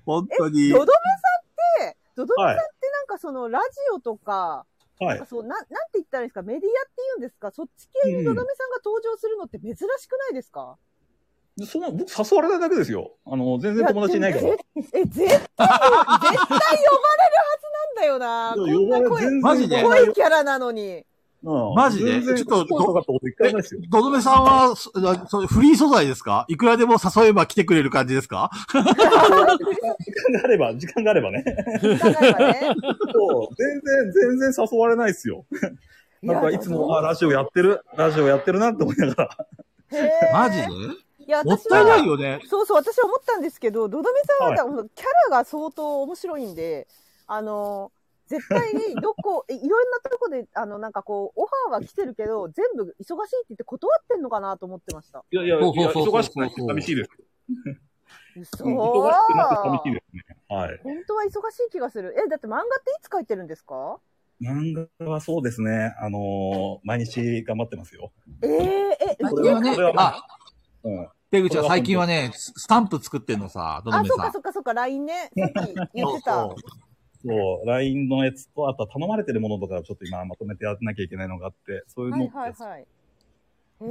Speaker 2: 本当に
Speaker 6: ド。ドメさんって、ドドメ
Speaker 5: は
Speaker 6: さんってなんかその、ラジオとか、
Speaker 5: い。はい。
Speaker 6: そう、なん、なんて言ったらいいんですか、メディアって言うんですか、そっち系のドドメさんが登場するのって珍しくないですか、
Speaker 5: その、僕、誘われただけですよ。あの、全然友達いないから。
Speaker 6: え、絶対、絶対呼ばれるはずなんだよな。こんな濃い、
Speaker 2: マジで
Speaker 6: 濃いキャラなの
Speaker 5: う
Speaker 6: に。
Speaker 5: ん
Speaker 2: マジで
Speaker 5: 全然
Speaker 2: ちょっと
Speaker 5: 来なかったこと一回もないですよ。
Speaker 2: ドドメさんは、そそフリー素材ですかいくらでも誘えば来てくれる感じですか
Speaker 5: 時間があれば、時間があればね。
Speaker 6: いかないわね
Speaker 5: そう。全然、全然誘われないですよ。 なんかいつも、あ、ラジオやってる、ラジオやってるなって思いながら。
Speaker 6: へー
Speaker 2: マジで
Speaker 6: いや、
Speaker 2: もっ
Speaker 6: 私
Speaker 2: たいない
Speaker 6: は、
Speaker 2: よね。
Speaker 6: そうそう、私は思ったんですけど、ドドメさんは、キャラが相当面白いんで、あの、絶対に、どこ、 えいろんなとこで、あの、なんかこう、オファーは来てるけど、全部忙しいって言って断ってんのかなと思ってました。
Speaker 5: いやいや、
Speaker 2: そうそうそうそう
Speaker 5: 忙しくなって寂しいです。
Speaker 6: 嘘
Speaker 5: うん忙しくなって寂しいですね。はい。
Speaker 6: 本当は忙しい気がする。え、だって漫画っていつ書いてるんですか
Speaker 5: 漫画はそうですね。あのー毎日頑張ってますよ。
Speaker 6: えー、え、
Speaker 2: これはね
Speaker 5: これは、ま
Speaker 2: あ、
Speaker 5: うん。
Speaker 2: ペグちゃん最近はね、ススタンプ作ってんのさ、ドド
Speaker 6: あ、
Speaker 2: メ
Speaker 6: そ
Speaker 2: さ。
Speaker 6: うんかそっかそっか、LINE ね。さっき言ってた。
Speaker 2: そう
Speaker 5: そう、LINE のやつと、あとは頼まれてるものとかをちょっと今まとめてやらなきゃいけないのがあって、そういう
Speaker 6: は
Speaker 5: の
Speaker 6: い
Speaker 5: って
Speaker 6: はいはい。え
Speaker 2: ご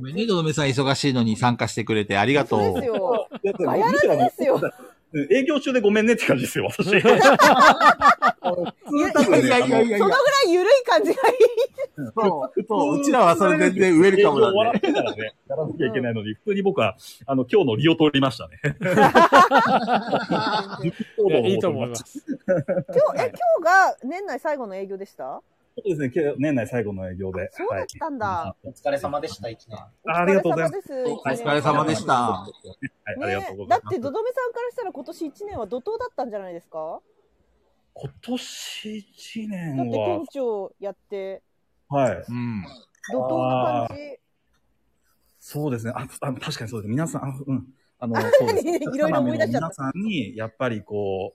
Speaker 6: ー。
Speaker 2: めんね、ドドメさん忙しいのに参加してくれてありがと
Speaker 6: そう
Speaker 2: う
Speaker 6: です。よ。
Speaker 5: だって
Speaker 6: ガヤラジですよ。
Speaker 5: うん営業中でごめんねって感じですよ、 私。普通多
Speaker 2: いや
Speaker 5: 分
Speaker 2: い
Speaker 5: ね、
Speaker 2: やいやいや
Speaker 6: そのぐらい緩い感じがいい。
Speaker 2: そう、そう、うちらはそれ全然ウェ
Speaker 5: 営
Speaker 2: ル
Speaker 5: 業
Speaker 2: カム
Speaker 5: 終
Speaker 2: な
Speaker 5: わら
Speaker 2: んで。
Speaker 5: せたらね、やらなきゃいけないのに、普通に僕は、あの、今日の利を取りましたね。
Speaker 1: いやいいと思います。
Speaker 6: 今日、え、今日が年内最後の営業でした
Speaker 5: そうですね、年内最後の営業で。
Speaker 6: そうだったんだ
Speaker 5: はい
Speaker 4: お疲れ様でした、1年。
Speaker 5: あありがとうございます。
Speaker 6: す。お
Speaker 2: お疲れ様でし。た。
Speaker 5: はい、ありがとうご
Speaker 6: ね
Speaker 5: ざい
Speaker 6: だ
Speaker 5: ま
Speaker 6: って、どどめさんからしたら今年1年は怒涛だったんじゃないですか
Speaker 5: 今年1
Speaker 6: だっ
Speaker 5: 年
Speaker 6: て
Speaker 5: は
Speaker 6: 店、長やって、
Speaker 5: はい。
Speaker 2: うん。
Speaker 6: 怒涛の感じ。
Speaker 5: そうですね。あ、あ確かにそうです。皆さん、あうん。あ の、そうです
Speaker 6: いろいろ思い出しちゃった
Speaker 5: 皆さんに、やっぱりこう、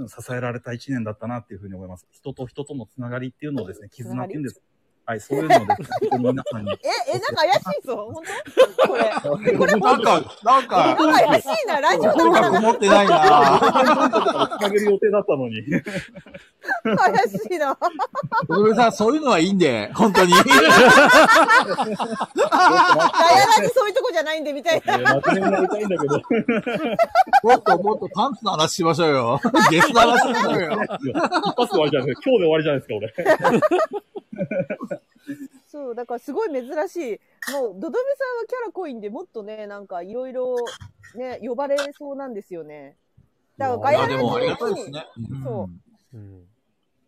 Speaker 5: うん支えられた一年だったなっていうふうに思います。人と人とのつながりっていうのをですね、
Speaker 6: つな
Speaker 5: 絆
Speaker 6: が
Speaker 5: っ
Speaker 6: り
Speaker 5: ていうんです。はい、そういうのをですね、本当に皆さんに。
Speaker 6: え、え、なんか怪しいぞ。本当これ。
Speaker 8: なんか、
Speaker 6: な
Speaker 8: なん
Speaker 6: ん
Speaker 8: か、
Speaker 6: か怪しいな、ラジオだ
Speaker 8: 音
Speaker 6: から
Speaker 8: 楽持ってないな
Speaker 5: つなげる予定だった のに。
Speaker 6: 怪しいな。
Speaker 7: 小野さん、そういうのはいいんで、本当に。
Speaker 6: ガヤラジそういうとこじゃないんで、みたいな。
Speaker 5: まとめになりたいんだけど。
Speaker 7: もっともっとパンツの話しましょうよ。ゲスの話しましょうよ。
Speaker 5: 一発で終わりじゃないですか。今日で終わりじゃないですか、俺。
Speaker 6: そう、だからすごい珍しい。もう、ドドメさんはキャラ濃いんで、もっとね、なんかいろいろ、ね、呼ばれそうなんですよね。だからガ
Speaker 7: い
Speaker 6: ヤ
Speaker 7: や、
Speaker 6: ラ
Speaker 7: で
Speaker 6: ジ
Speaker 7: もありがたいですね。
Speaker 6: そ
Speaker 1: うん。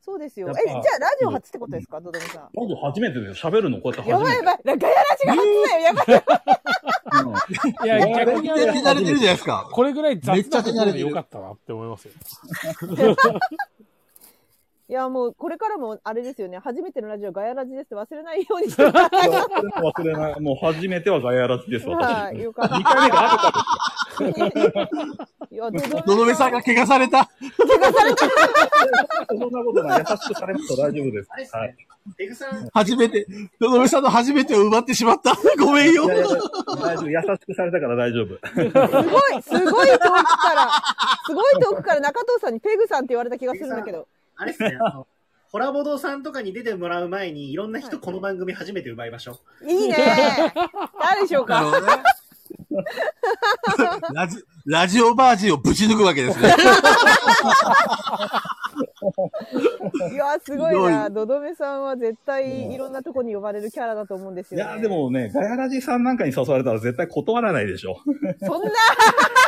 Speaker 6: そうですよ。
Speaker 5: や
Speaker 6: え
Speaker 5: っ、
Speaker 6: じ
Speaker 5: ぱ
Speaker 6: ゃあラジオ初ってことですか、ドドメさん。
Speaker 5: 今度初めてですよ。喋るの、こうやって
Speaker 6: や
Speaker 5: 初
Speaker 6: ばい
Speaker 5: め
Speaker 6: や
Speaker 5: て。
Speaker 6: ばい。ガヤラジが初だよ。やば
Speaker 1: い
Speaker 6: い。
Speaker 1: や、逆
Speaker 7: めっ
Speaker 1: に
Speaker 7: ち
Speaker 1: あ
Speaker 7: ゃ
Speaker 1: れ
Speaker 7: 手慣れてるじゃないですか。
Speaker 1: これぐらい雑
Speaker 7: めっちゃ
Speaker 1: な
Speaker 7: 手
Speaker 1: と
Speaker 7: 慣
Speaker 1: こ
Speaker 7: れ
Speaker 1: ろ
Speaker 7: て
Speaker 1: で
Speaker 7: る
Speaker 1: よかったなって思いますよ。
Speaker 6: いや、もう、これからも、あれですよね。初めてのラジオ、ガヤラジですって忘れないようにしてください。
Speaker 5: 忘れない。もう初めてはガヤラジです、
Speaker 6: は
Speaker 5: 私。
Speaker 6: い、よかった。
Speaker 5: 2回目があるか
Speaker 6: いや、
Speaker 7: のどめさんが怪我された。
Speaker 5: ら。そんなことない。優しくされると大丈夫で。
Speaker 4: あれですす
Speaker 5: はい
Speaker 4: ね。。ペグさん、
Speaker 7: 初めて。のどめさんの初めてを奪ってしまった。 ごめんよ
Speaker 5: い。やいや大丈夫。優しくされたから大丈夫。
Speaker 6: すごい、すごい遠くから、すごい遠くから中藤さんにペグさんって言われた気がするんだけど。
Speaker 4: あれですね。あのホラボドさんとかに出てもらう前に、いろんな人この番組初めて奪いましょう。
Speaker 6: いいね誰でしょう
Speaker 7: な
Speaker 6: か
Speaker 7: るほどね。ラジラジオバージンをぶち抜くわけですね。
Speaker 6: いや、すごいな。ドドメさんは絶対いろんなとこに呼ばれるキャラだと思うんです
Speaker 5: い
Speaker 6: よ、ね。
Speaker 5: や、で、もね、ガヤラジさんなんかに誘われたら絶対断らないでしょ。
Speaker 6: そんな、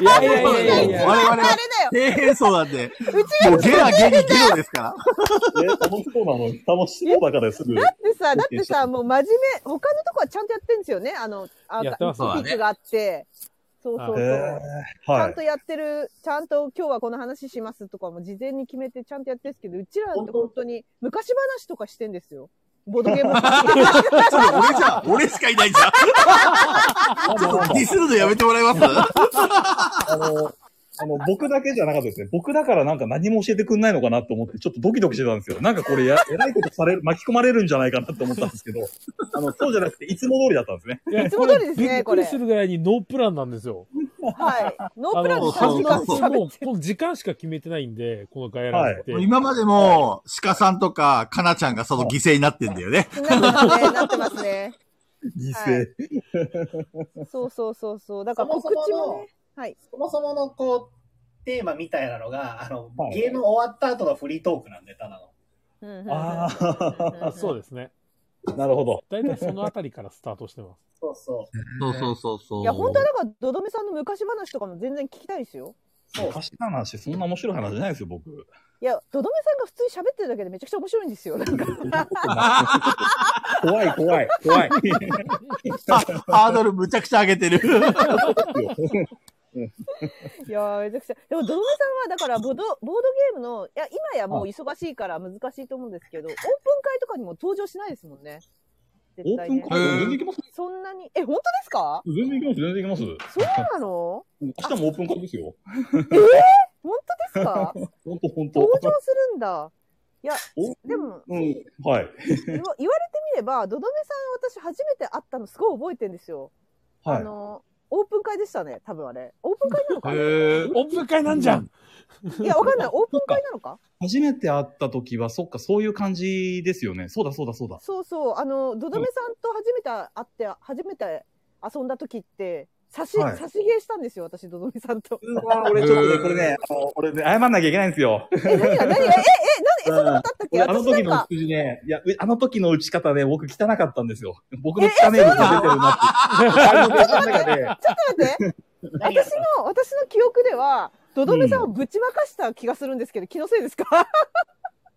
Speaker 1: いやいやいやいやいや。
Speaker 7: 我
Speaker 6: あ
Speaker 7: 々
Speaker 6: れだ
Speaker 7: は
Speaker 6: よ。
Speaker 7: 低変装なんで、
Speaker 6: うち
Speaker 7: もうゲラゲリゲロですから。
Speaker 5: え、楽しそうなの楽しそうだからすぐ。
Speaker 6: だってさ、だってさ、もう真面目、他のとこはちゃんとやってんですよね。あの、あ
Speaker 1: やってますわ
Speaker 6: ピックがあって。そうそうそう。
Speaker 5: へー
Speaker 6: ちゃ
Speaker 5: は
Speaker 6: ん
Speaker 5: い
Speaker 6: と。やってる、ちゃんと今日はこの話しますとかも事前に決めてちゃんとやってるんですけど、うちらって本当に昔話とかしてんですよ。ボードゲーム 話。
Speaker 7: ちょっと俺じゃん、俺しかいないじゃん。ちょっとディスるのやめてもらえます
Speaker 5: あの、あの、僕だけじゃなかったですね。僕だからなんか何も教えてくんないのかなと思って、ちょっとドキドキしてたんですよ。なんかこれや、 えらいことされる、巻き込まれるんじゃないかなと思ったんですけ ど、あの、そうじゃなくて、いつも通りだったんですね。
Speaker 1: いや
Speaker 6: いつも通りですね
Speaker 1: びっくりするぐらいにノープランなんですよ。
Speaker 6: はい。ノープランで
Speaker 1: の、
Speaker 6: 3時間
Speaker 1: そうそう
Speaker 6: 喋
Speaker 1: も
Speaker 6: っ
Speaker 1: う
Speaker 6: て。
Speaker 1: この時間しか決めてないんで、このガヤラジって。
Speaker 7: 今までも、鹿さんとか、かなちゃんがその犠牲になってんだよね。
Speaker 6: なってますね。
Speaker 5: 犠牲。
Speaker 6: はいそうそうそうそう。だから告知もね。はい。
Speaker 4: そもそものこう、テーマみたいなのが、あの、
Speaker 5: はい
Speaker 4: ゲーム終わった後のフリートークなんで、ただの。
Speaker 5: あ
Speaker 1: あそうですね。
Speaker 5: あ、なるほど。
Speaker 1: だいたいそのあたりからスタートして ます。
Speaker 4: そうそう。
Speaker 2: そうそうそうそう。
Speaker 6: いや、本当はだから、ドドメさんの昔話とかも全然聞きたいですよ。
Speaker 4: そう。
Speaker 5: 昔の話、そんな面白い話じゃないですよ、僕。
Speaker 6: いや、ドドメさんが普通に喋ってるだけでめちゃくちゃ面白いんですよ。なんか、
Speaker 5: 怖い、怖い、 怖い。
Speaker 7: ハードルむちゃくちゃ上げてる。
Speaker 6: いやー、めちゃくちゃ。でも、ドドメさんは、だからボード、ボードゲームの、いや、今やもう忙しいから難しいと思うんですけど、オープン会とかにも登場しないですもんね。
Speaker 5: オ
Speaker 6: 絶
Speaker 5: ー
Speaker 6: 対
Speaker 5: プン
Speaker 6: ね。
Speaker 5: 会全然行きます
Speaker 6: そんなに。え、本当ですか
Speaker 5: 全然行きます、全然行きます。
Speaker 6: そう なの
Speaker 5: 明日もオープン会ですよ。
Speaker 6: 本当ですか
Speaker 5: ほんと、ほんと
Speaker 6: 登。場するんだ。いや
Speaker 5: お、
Speaker 6: でも、
Speaker 5: うん、はい。
Speaker 6: 言わ言われてみれば、ドドメさん、私初めて会ったのすごい覚えてんですよ。
Speaker 5: は
Speaker 6: あ
Speaker 5: い。
Speaker 6: の、オープン会でしたね、多分あれ。オープン会 なのかな
Speaker 7: へ
Speaker 1: オープン会なんじゃん
Speaker 6: いや、わかんない。オープン会なのか
Speaker 5: 初めて会った時は、そっか、そういう感じですよね。そうだ、そうだ、そうだ。
Speaker 6: そうそう。あの、ドドメさんと初めて会って、初めて遊んだ時って、差し、
Speaker 5: はい
Speaker 6: 差し芸したんですよ、私、ドドメさんと。
Speaker 5: うわ俺ちょっとね、これね、あの、俺ね、謝んなきゃいけないんですよ。
Speaker 6: え、何が、何が、え、え、え、なんで、えそんなことあったっけ
Speaker 5: 俺あの
Speaker 6: 私な
Speaker 5: 時
Speaker 6: ん
Speaker 5: の
Speaker 6: か、
Speaker 5: 打ちね、いや、うあの時の打ち方で僕汚かったんですよ。僕の汚いのが出てるなっていう。あの中で、
Speaker 6: ちょっと待 って、
Speaker 4: 何が
Speaker 6: 私の、私の記憶では、ドドメさんをぶちまかした気がするんですけど、気のせいですか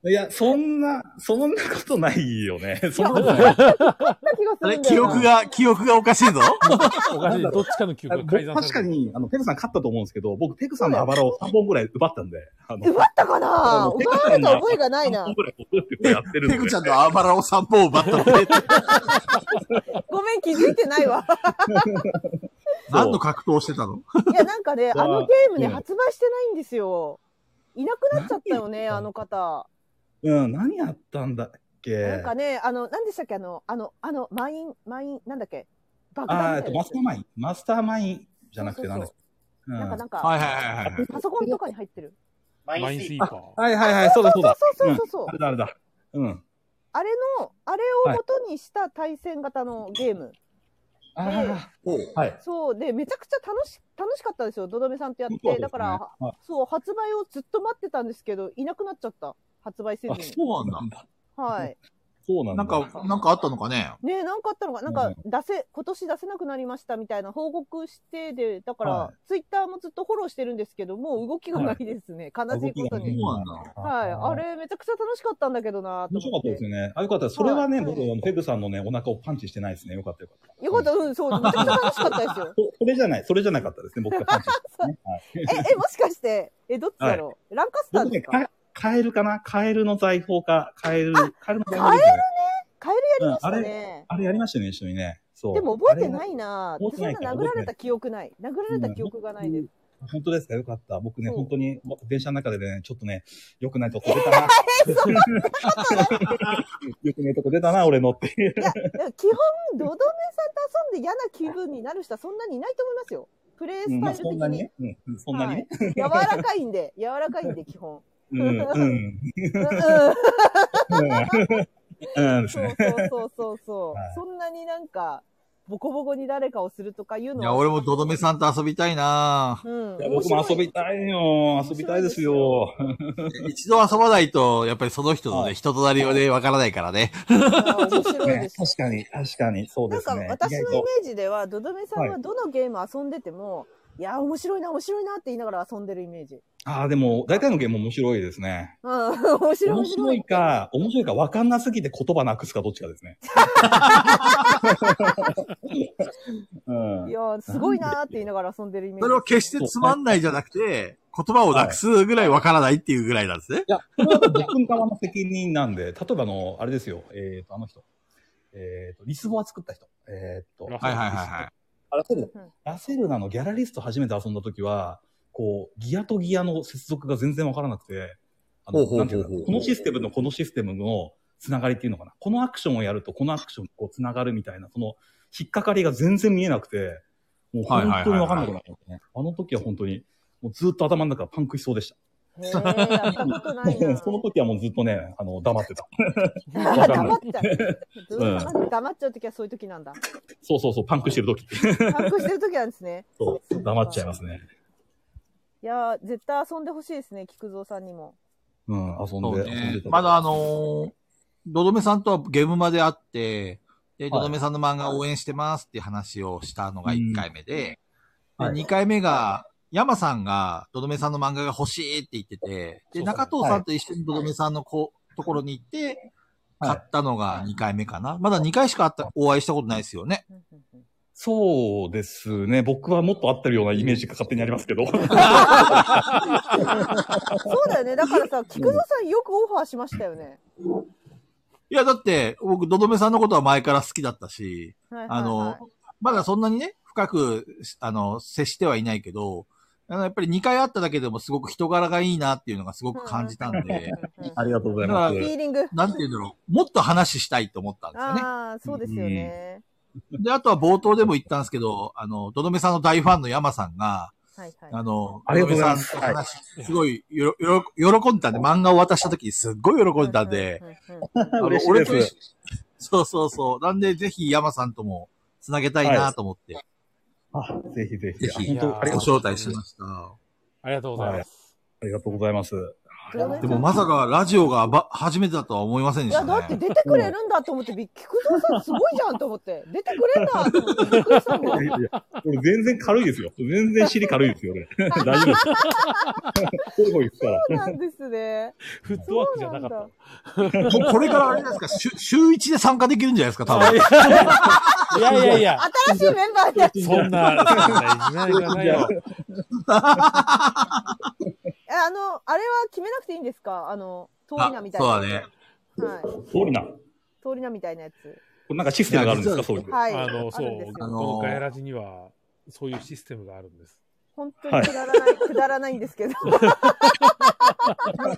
Speaker 5: いや、そんな、そんなことないよね。そんなことない。
Speaker 6: な 気がす
Speaker 2: あ
Speaker 6: る
Speaker 2: れ、
Speaker 6: んだ
Speaker 2: 記
Speaker 6: よな
Speaker 2: 憶が、記憶がおかしいぞ。
Speaker 1: おかしい。どっちかの記
Speaker 5: あ
Speaker 1: 憶が
Speaker 5: 僕
Speaker 1: 改ざん
Speaker 5: 確
Speaker 1: さ
Speaker 5: か
Speaker 1: れてる。
Speaker 5: に、あの、ペグさん勝ったと思うんですけど、僕、ペグさんのあばらを3本ぐらい奪ったんで、あの、
Speaker 6: 奪ったかな
Speaker 5: もうペ
Speaker 6: 奪
Speaker 5: グさん
Speaker 6: われた覚えがないな
Speaker 5: 3。本ぐらいこ うやってこうやってるん で。
Speaker 2: ペグちゃんのあばらを散歩を奪ったの で、
Speaker 6: ごめん、気づいてな いわ。
Speaker 2: 何の格闘してたの
Speaker 6: いや、なんかね、
Speaker 5: わ
Speaker 6: あのゲームね、
Speaker 5: うん
Speaker 6: 発売してないんですよ。いなくなっちゃったよね、
Speaker 5: 何
Speaker 6: あの方。
Speaker 5: うん、何やったんだっ
Speaker 6: なん
Speaker 5: け。
Speaker 6: かね、あの、何でしたっけ、あの、あの、あの、満員、満員、なんだっけ、爆
Speaker 5: あー、えっ
Speaker 6: 弾
Speaker 5: と、
Speaker 6: みたいなや
Speaker 5: マ
Speaker 6: つ
Speaker 5: スターマイン。マスターマインじゃなくて何ですか。う
Speaker 6: なんか、なんんか、
Speaker 2: はいはいはいはい。
Speaker 6: パソコンとかに入ってる。
Speaker 4: マ
Speaker 1: マインスイーパー。
Speaker 5: はいはいはい、そうだそうだ。
Speaker 6: そうそうそうそう。
Speaker 5: あれだあれだ。うん。
Speaker 6: あれの、あれを元にした対戦型のゲーム。
Speaker 5: ああ、はい。
Speaker 6: そう。で、めちゃくちゃ楽し、楽しかったですよ。どどめさんとやっ
Speaker 5: そうです
Speaker 6: て。
Speaker 5: ね
Speaker 6: だから、
Speaker 5: は
Speaker 6: そう、発売をずっと待ってたんですけど、いなくなっちゃった。発売せず
Speaker 5: あ、
Speaker 6: に。
Speaker 5: そうなんだ。
Speaker 6: はい。
Speaker 5: そうなん
Speaker 2: な
Speaker 5: だ。
Speaker 2: んか、なんかあったのかね
Speaker 6: ねえ、なんかあったのか、なんか
Speaker 5: うん
Speaker 6: 出せ、今年出せなくなりましたみたいな報告して、で、だから、
Speaker 5: は
Speaker 6: ツイッターもずっとフォローしてるんですけど、もう動きがないですね。悲しいことに。
Speaker 2: そうなんだ。
Speaker 6: はい。あれ、めちゃくちゃ楽しかったんだけどなと
Speaker 5: 面白か
Speaker 6: 思
Speaker 5: っ
Speaker 6: った
Speaker 5: です
Speaker 6: て。
Speaker 5: よね。あ、よかった。それはね、
Speaker 6: はい
Speaker 5: 僕、あのペグさんのね、お腹をパンチしてないですね。よかったよかった。。
Speaker 6: よかった、うん、そう。めちゃくちゃ楽しかったですよ
Speaker 5: そそれじゃない、それじゃなかったですね。僕がパンチして、 ね。はい
Speaker 6: え、え、もしかして、え、どっちだろう、ランカスター
Speaker 5: 僕
Speaker 6: で
Speaker 5: ね、
Speaker 6: すか
Speaker 5: かカエルかなカエルの財宝か、カエル、カエルの財宝ですね。
Speaker 6: カエ
Speaker 5: ル
Speaker 6: ルやりました
Speaker 5: うん、あれ、
Speaker 6: ね。
Speaker 5: あれやりましたよね、一緒にね。そう。
Speaker 6: でも覚えて
Speaker 5: あ
Speaker 6: な
Speaker 5: れ
Speaker 6: いな
Speaker 5: 覚えて
Speaker 6: そ
Speaker 5: なんいか
Speaker 6: な殴られた記憶ない。殴られた記憶がないです。
Speaker 5: 本当ですかよかった。僕ね、
Speaker 6: そう
Speaker 5: 本当に、電車の中でね、ちょっとね、良くないとこ出た な。良くないとこ出たな、俺のっていう。
Speaker 6: だから基本、ドドメさんと遊んで嫌な気分になる人はそんなにいないと思いますよ。プレイ
Speaker 5: うん
Speaker 6: ス
Speaker 5: ま
Speaker 6: タ
Speaker 5: あ、
Speaker 6: イル的
Speaker 5: そん
Speaker 6: に。
Speaker 5: なにね。うん、そんなにね。
Speaker 6: はい柔らかいんで、柔 らかいんで、基本。
Speaker 5: うん、うん。
Speaker 6: うんうん
Speaker 5: うん、うんです
Speaker 6: そう
Speaker 5: ね。
Speaker 6: そうそうそうそう、
Speaker 5: はい
Speaker 6: そんなになんか、ボコボコに誰かをするとかいうの
Speaker 2: いや、
Speaker 6: は。
Speaker 2: 俺もドドメさんと遊びたいな
Speaker 6: うん。
Speaker 5: いや僕も遊びたいよ。遊びたいですよ。
Speaker 2: 一度遊ばないと、やっぱりその人の
Speaker 5: は
Speaker 2: ね、人となりはね、わからないからね。
Speaker 6: 面白いですよ。面白い
Speaker 5: ね
Speaker 6: で
Speaker 5: 確
Speaker 6: す。
Speaker 5: かに、確かに、そう
Speaker 6: な
Speaker 5: で
Speaker 6: ん
Speaker 5: す
Speaker 6: か
Speaker 5: ね。
Speaker 6: 私の
Speaker 5: 意
Speaker 6: イ
Speaker 5: 外と
Speaker 6: メージでは、ドドメさんはどのゲーム遊んでても、い、や、面白いな、面白いなって言いながら遊んでるイメージ。
Speaker 5: ああ、でも、大体のゲーム面白いですね。
Speaker 6: うん、面白い
Speaker 5: 面
Speaker 6: 面
Speaker 5: 白
Speaker 6: 白い
Speaker 5: い。か、面白いか分かんなすぎて言葉なくすかどっちかですね。うん
Speaker 6: いや、すごいなーって言いながら遊んでるイメージ。
Speaker 2: それは決してつまんないじゃなくて、言葉をなくすぐらいわからないっていうぐらいなんですね。
Speaker 5: いや、これは僕の側の責任なんで、例えばあの、あれですよ、えっ、と、あの人。えっ、と、リスボア作った人。えっ、と、
Speaker 1: は
Speaker 2: はいはいはいはい。
Speaker 5: あラセ
Speaker 6: うん
Speaker 5: ル、ラセルナのギャラリスト初めて遊んだ時は、こう、ギアとギアの接続が全然わからなくて、あ
Speaker 2: ほ
Speaker 5: の
Speaker 2: うほうほうほう
Speaker 5: なんていうのこのシステムのこのシステムのつながりっていうのかな。このアクションをやるとこのアクションにこうつながるみたいな、その、引っかかりが全然見えなくて、もう本当にわかんなくなった、ねあの時は本当に、もうずっと頭の中パンクしそうでした。
Speaker 6: へーやったことないな。
Speaker 5: その時はもうずっとね、あの、黙ってた。
Speaker 6: 黙っちゃう。
Speaker 5: うん
Speaker 6: ドドメさん黙っちゃう時はそういう時なんだ。
Speaker 5: そうそうそう、パンクしてる時。
Speaker 6: パンクしてる時なんですね。
Speaker 5: そう、黙っちゃいますね。
Speaker 6: いやー、絶対遊んでほしいですね、菊蔵さんにも。
Speaker 5: うん、遊ん
Speaker 2: そう
Speaker 5: で、遊ん
Speaker 2: ね
Speaker 5: で。た
Speaker 2: まだあのー、ドドメさんとはゲームまで会って、で、
Speaker 5: い
Speaker 2: ドドメさんの漫画応援してますっていう話をしたのが1回目で、
Speaker 5: うんはい
Speaker 2: で2回目が、ヤマさんがドドメさんの漫画が欲しいって言ってて、で、
Speaker 5: そうそう
Speaker 2: 中藤さんと一緒にドドメさんのこうところに行って、
Speaker 5: はい
Speaker 2: 買ったのが2回目かな。まだ2回しか会ったお会いしたことないですよね。
Speaker 6: うんうんうん
Speaker 5: そうですね。僕はもっと合ってるようなイメージが勝手にあります けど。
Speaker 6: そうだよね。だからさ、菊蔵さんよくオファーしましたよね。
Speaker 2: いや、だって、僕、ドドメさんのことは前から好きだったし、
Speaker 6: はいはいはい
Speaker 2: あの、まだそんなにね、深く、あの、接してはいないけど、あの、やっぱり2回会っただけでもすごく人柄がいいなっていうのがすごく感じたんで、
Speaker 6: うんうん
Speaker 5: ありがとうござい
Speaker 2: ま
Speaker 5: ます
Speaker 6: フィーリング。
Speaker 2: なんていうんだろう、もっと話したいと思ったんですよね。
Speaker 6: ああ、そうですよね。
Speaker 2: で、あとは冒頭でも言ったんですけど、あの、ドドメさんの大ファンの山さんが、
Speaker 6: はいは
Speaker 2: あの、
Speaker 5: ありがとうございます
Speaker 2: ドドメさんと話、すごいよろ、よろ、喜んだんで、漫画を渡した時にすっごい喜
Speaker 6: い。
Speaker 2: んだんで、
Speaker 6: うんうんうんうん。
Speaker 2: あの
Speaker 5: 嬉しい
Speaker 2: 俺
Speaker 5: で
Speaker 2: と
Speaker 5: す
Speaker 2: 一緒そうそうそう。なんで、ぜひ山さんとも繋げたいなと思って、
Speaker 5: あ、ぜひぜひ。
Speaker 2: ぜひ
Speaker 5: 本当あ
Speaker 1: い
Speaker 5: りが
Speaker 1: や
Speaker 2: ご
Speaker 5: とう
Speaker 2: 招待しました。
Speaker 1: ありがとうございます。
Speaker 5: ありがとうございます。
Speaker 6: や
Speaker 2: でもまさかラジオがば初めてだとは思いません
Speaker 6: い
Speaker 2: でし
Speaker 6: や、だ
Speaker 2: た
Speaker 6: って
Speaker 2: ね。
Speaker 6: 出てくれるんだと思って、び菊蔵さんすごいじゃんと思って、出てくれんだと思って、びっくりし たもん。
Speaker 5: いやいや俺全然軽いですよ。全然尻軽いですよ、俺。 大丈夫です。ほいほい行くから。
Speaker 6: そうなんですね。
Speaker 1: フット
Speaker 6: そ
Speaker 1: ワーク
Speaker 6: う
Speaker 1: じゃ
Speaker 6: な
Speaker 1: なんかった
Speaker 6: だ。。
Speaker 2: もうこれからあれじゃないですか、週週一で参加できるんじゃないですか、多分。
Speaker 1: いやいやいや、
Speaker 6: 新しいメンバーになっちゃう
Speaker 1: そんな、そんないじめがないよ。
Speaker 6: えあの、あれは決めなくていいんですかあの、通り
Speaker 10: あ
Speaker 6: 名みたい
Speaker 10: そう
Speaker 6: な。
Speaker 10: だね。
Speaker 6: はい。
Speaker 5: 通りな。こ
Speaker 6: 通り名みたいなやつ。
Speaker 5: れなんかシステムがあるんですか、そういう。
Speaker 6: はい。
Speaker 1: あの、そう
Speaker 6: るんです、
Speaker 1: こ
Speaker 6: よ。
Speaker 1: のガヤラジには、そういうシステムがあるんです。
Speaker 6: 本当にくだらない、くだらないんですけど。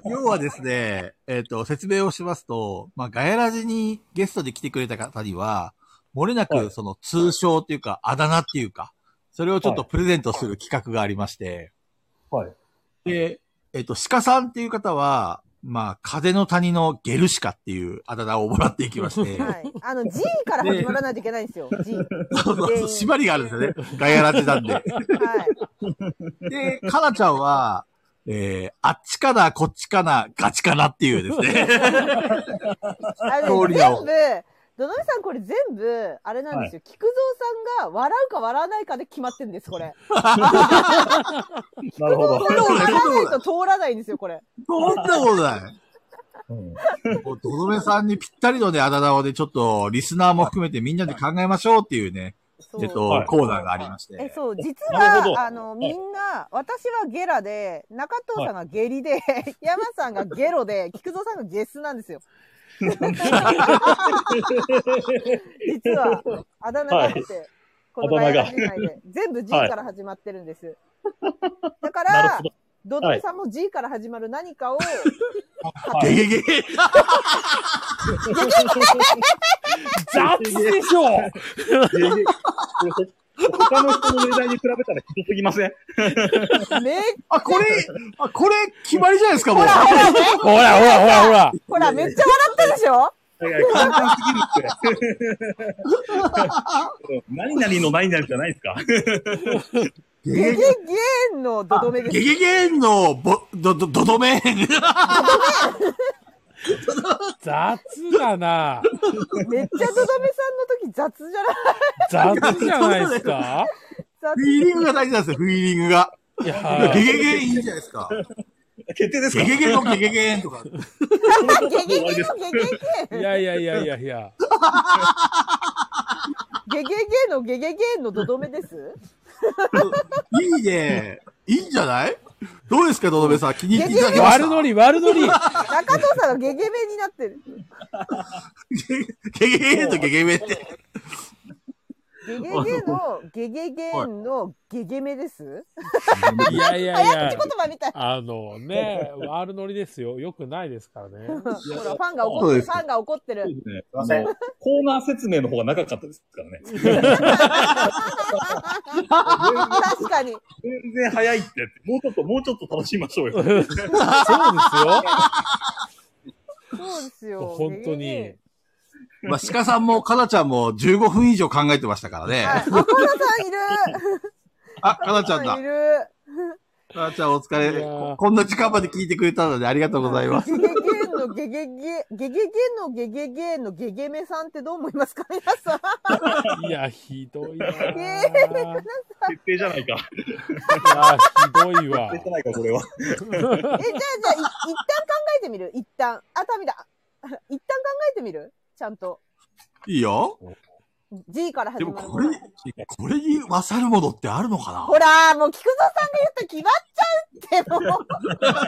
Speaker 2: 要はですね、えっ、と、説明をしますと、まあ、ガヤラジにゲストで来てくれた方には、漏れな
Speaker 5: は
Speaker 2: く
Speaker 5: い
Speaker 2: その通称っていうか、あだ名っていうか、それをちょっとプレゼントする企画がありまして、
Speaker 5: はい。
Speaker 2: で、えっ、と、鹿さんっていう方は、まあ、風の谷のゲルシカっていうあだ名をもらっていきまして、
Speaker 6: はい。あの、G から始まらないといけないんですよ。G。
Speaker 2: そうそうそう縛りがあるんですよね。ガヤラジなんで。
Speaker 6: はい。
Speaker 2: で、かなちゃんは、えー、あっちかな、こっちかな、ガチかなっていうですね。
Speaker 6: あれ
Speaker 2: 通り
Speaker 6: 全
Speaker 2: の
Speaker 6: 部、どのみさんこれ全部、あれなんですよ。菊蔵さんが笑うか笑わないかで決まってんです、これ。
Speaker 5: なるほど。
Speaker 6: これを笑わないと通らないんですよ、これ。
Speaker 2: そんなことない。
Speaker 5: うん
Speaker 2: もう、どどめさんにぴったりのね、あだ名をね、ちょっと、リスナーも含めてみんなで考えましょうっていうね、
Speaker 6: そう
Speaker 2: えっと
Speaker 5: はい、
Speaker 2: コーナーがありまして。
Speaker 6: え、そう、実
Speaker 5: なるほ
Speaker 6: は、
Speaker 5: ど
Speaker 6: あの、みんな、私はゲラで、中藤さんがゲリで、山さんがゲロで、菊蔵さんがゲスなんですよ。実は、あだ名があって、このガヤラジ内で、全部 G から始まってるんです。だか
Speaker 5: なる
Speaker 6: ら
Speaker 5: ほ、ど。
Speaker 6: ドドメさんも G から始まる何かを、
Speaker 5: はい
Speaker 2: ゲゲゲ
Speaker 1: 雑でしょ
Speaker 5: いやいやこれほ他の人の例題に比べたらひどすぎません
Speaker 6: めっ
Speaker 2: あ、これ、あ、これ、決まりじゃないですか、もう。
Speaker 6: ほらね、
Speaker 1: ほらほらほらほら
Speaker 6: ほら、めっちゃ笑ったでしょ
Speaker 5: いやいや、簡単すぎる って。何々の何々じゃないですか。
Speaker 6: ゲゲゲーンのドドメです
Speaker 2: ゲ。ゲゲの、ぼ、ど、ど、どどめ
Speaker 1: 雑だな
Speaker 6: めっちゃドドメさんの時雑じゃない
Speaker 1: 雑じゃないですか
Speaker 6: 雑
Speaker 2: フィーリングが大事なんですよ、フィーリングが。
Speaker 1: いや
Speaker 2: ゲゲゲいいじゃないですか。
Speaker 5: 決定ですか
Speaker 2: ゲゲゲのゲゲゲとか。
Speaker 6: ゲゲゲのゲ
Speaker 1: いやいやいやいやいや。
Speaker 6: ゲゲゲゲゲゲのゲゲゲのドドメです
Speaker 2: いいね。いいんじゃないどうですか、どどめさん。気に入っていただけました
Speaker 1: 悪ノリ、悪ノリ。
Speaker 6: 中藤さんがゲゲメになってる
Speaker 2: ゲゲゲとゲゲゲって。
Speaker 6: ゲゲゲのゲゲゲのゲゲメです
Speaker 1: いやいやい
Speaker 6: 早
Speaker 1: や
Speaker 6: 口。言葉みたい
Speaker 1: あのね、悪ノリですよ。よくないですからね。
Speaker 6: ほらファンが怒ってるファンが怒ってる
Speaker 5: あのコーナー説明の方が長かったですからね。
Speaker 6: 確かに
Speaker 5: 全然早いって。もうちょっと、もうちょっと楽しみましょ う
Speaker 1: そう
Speaker 5: よ。
Speaker 1: ですよ。
Speaker 6: そうですよ
Speaker 1: 本当
Speaker 6: ゲゲ
Speaker 1: に
Speaker 6: ゲ。
Speaker 2: まあ、鹿さんも、かなちゃんも15分以上考えてましたからね。
Speaker 6: はい、あ、コーナさんいる
Speaker 2: あ、かなちゃん
Speaker 6: コナ
Speaker 2: だ
Speaker 6: さい。る
Speaker 2: かなちゃんお疲れ
Speaker 1: いやー
Speaker 2: こ。こんな時間まで聞いてくれたのでありがとうござい ます。
Speaker 6: ゲゲゲのゲゲゲ、ゲゲゲのゲゲゲのゲゲメさんってどう思いますか皆さん。
Speaker 1: いや、ひどいな。いや、
Speaker 6: え
Speaker 1: ひ
Speaker 5: 決定じゃないか。決
Speaker 1: どいわ
Speaker 5: 定。じゃないか、これは。
Speaker 6: え、じゃあ、じゃあ、い一 旦考えてみる一旦。あ、ダメだ。 一旦考えてみるちゃんと。
Speaker 2: いいよ。
Speaker 6: G から
Speaker 2: で
Speaker 6: 始
Speaker 2: も
Speaker 6: まる。
Speaker 2: これ、これに勝るものってあるのかな
Speaker 6: ほら、もう菊蔵さんが言ったら決まっちゃうっ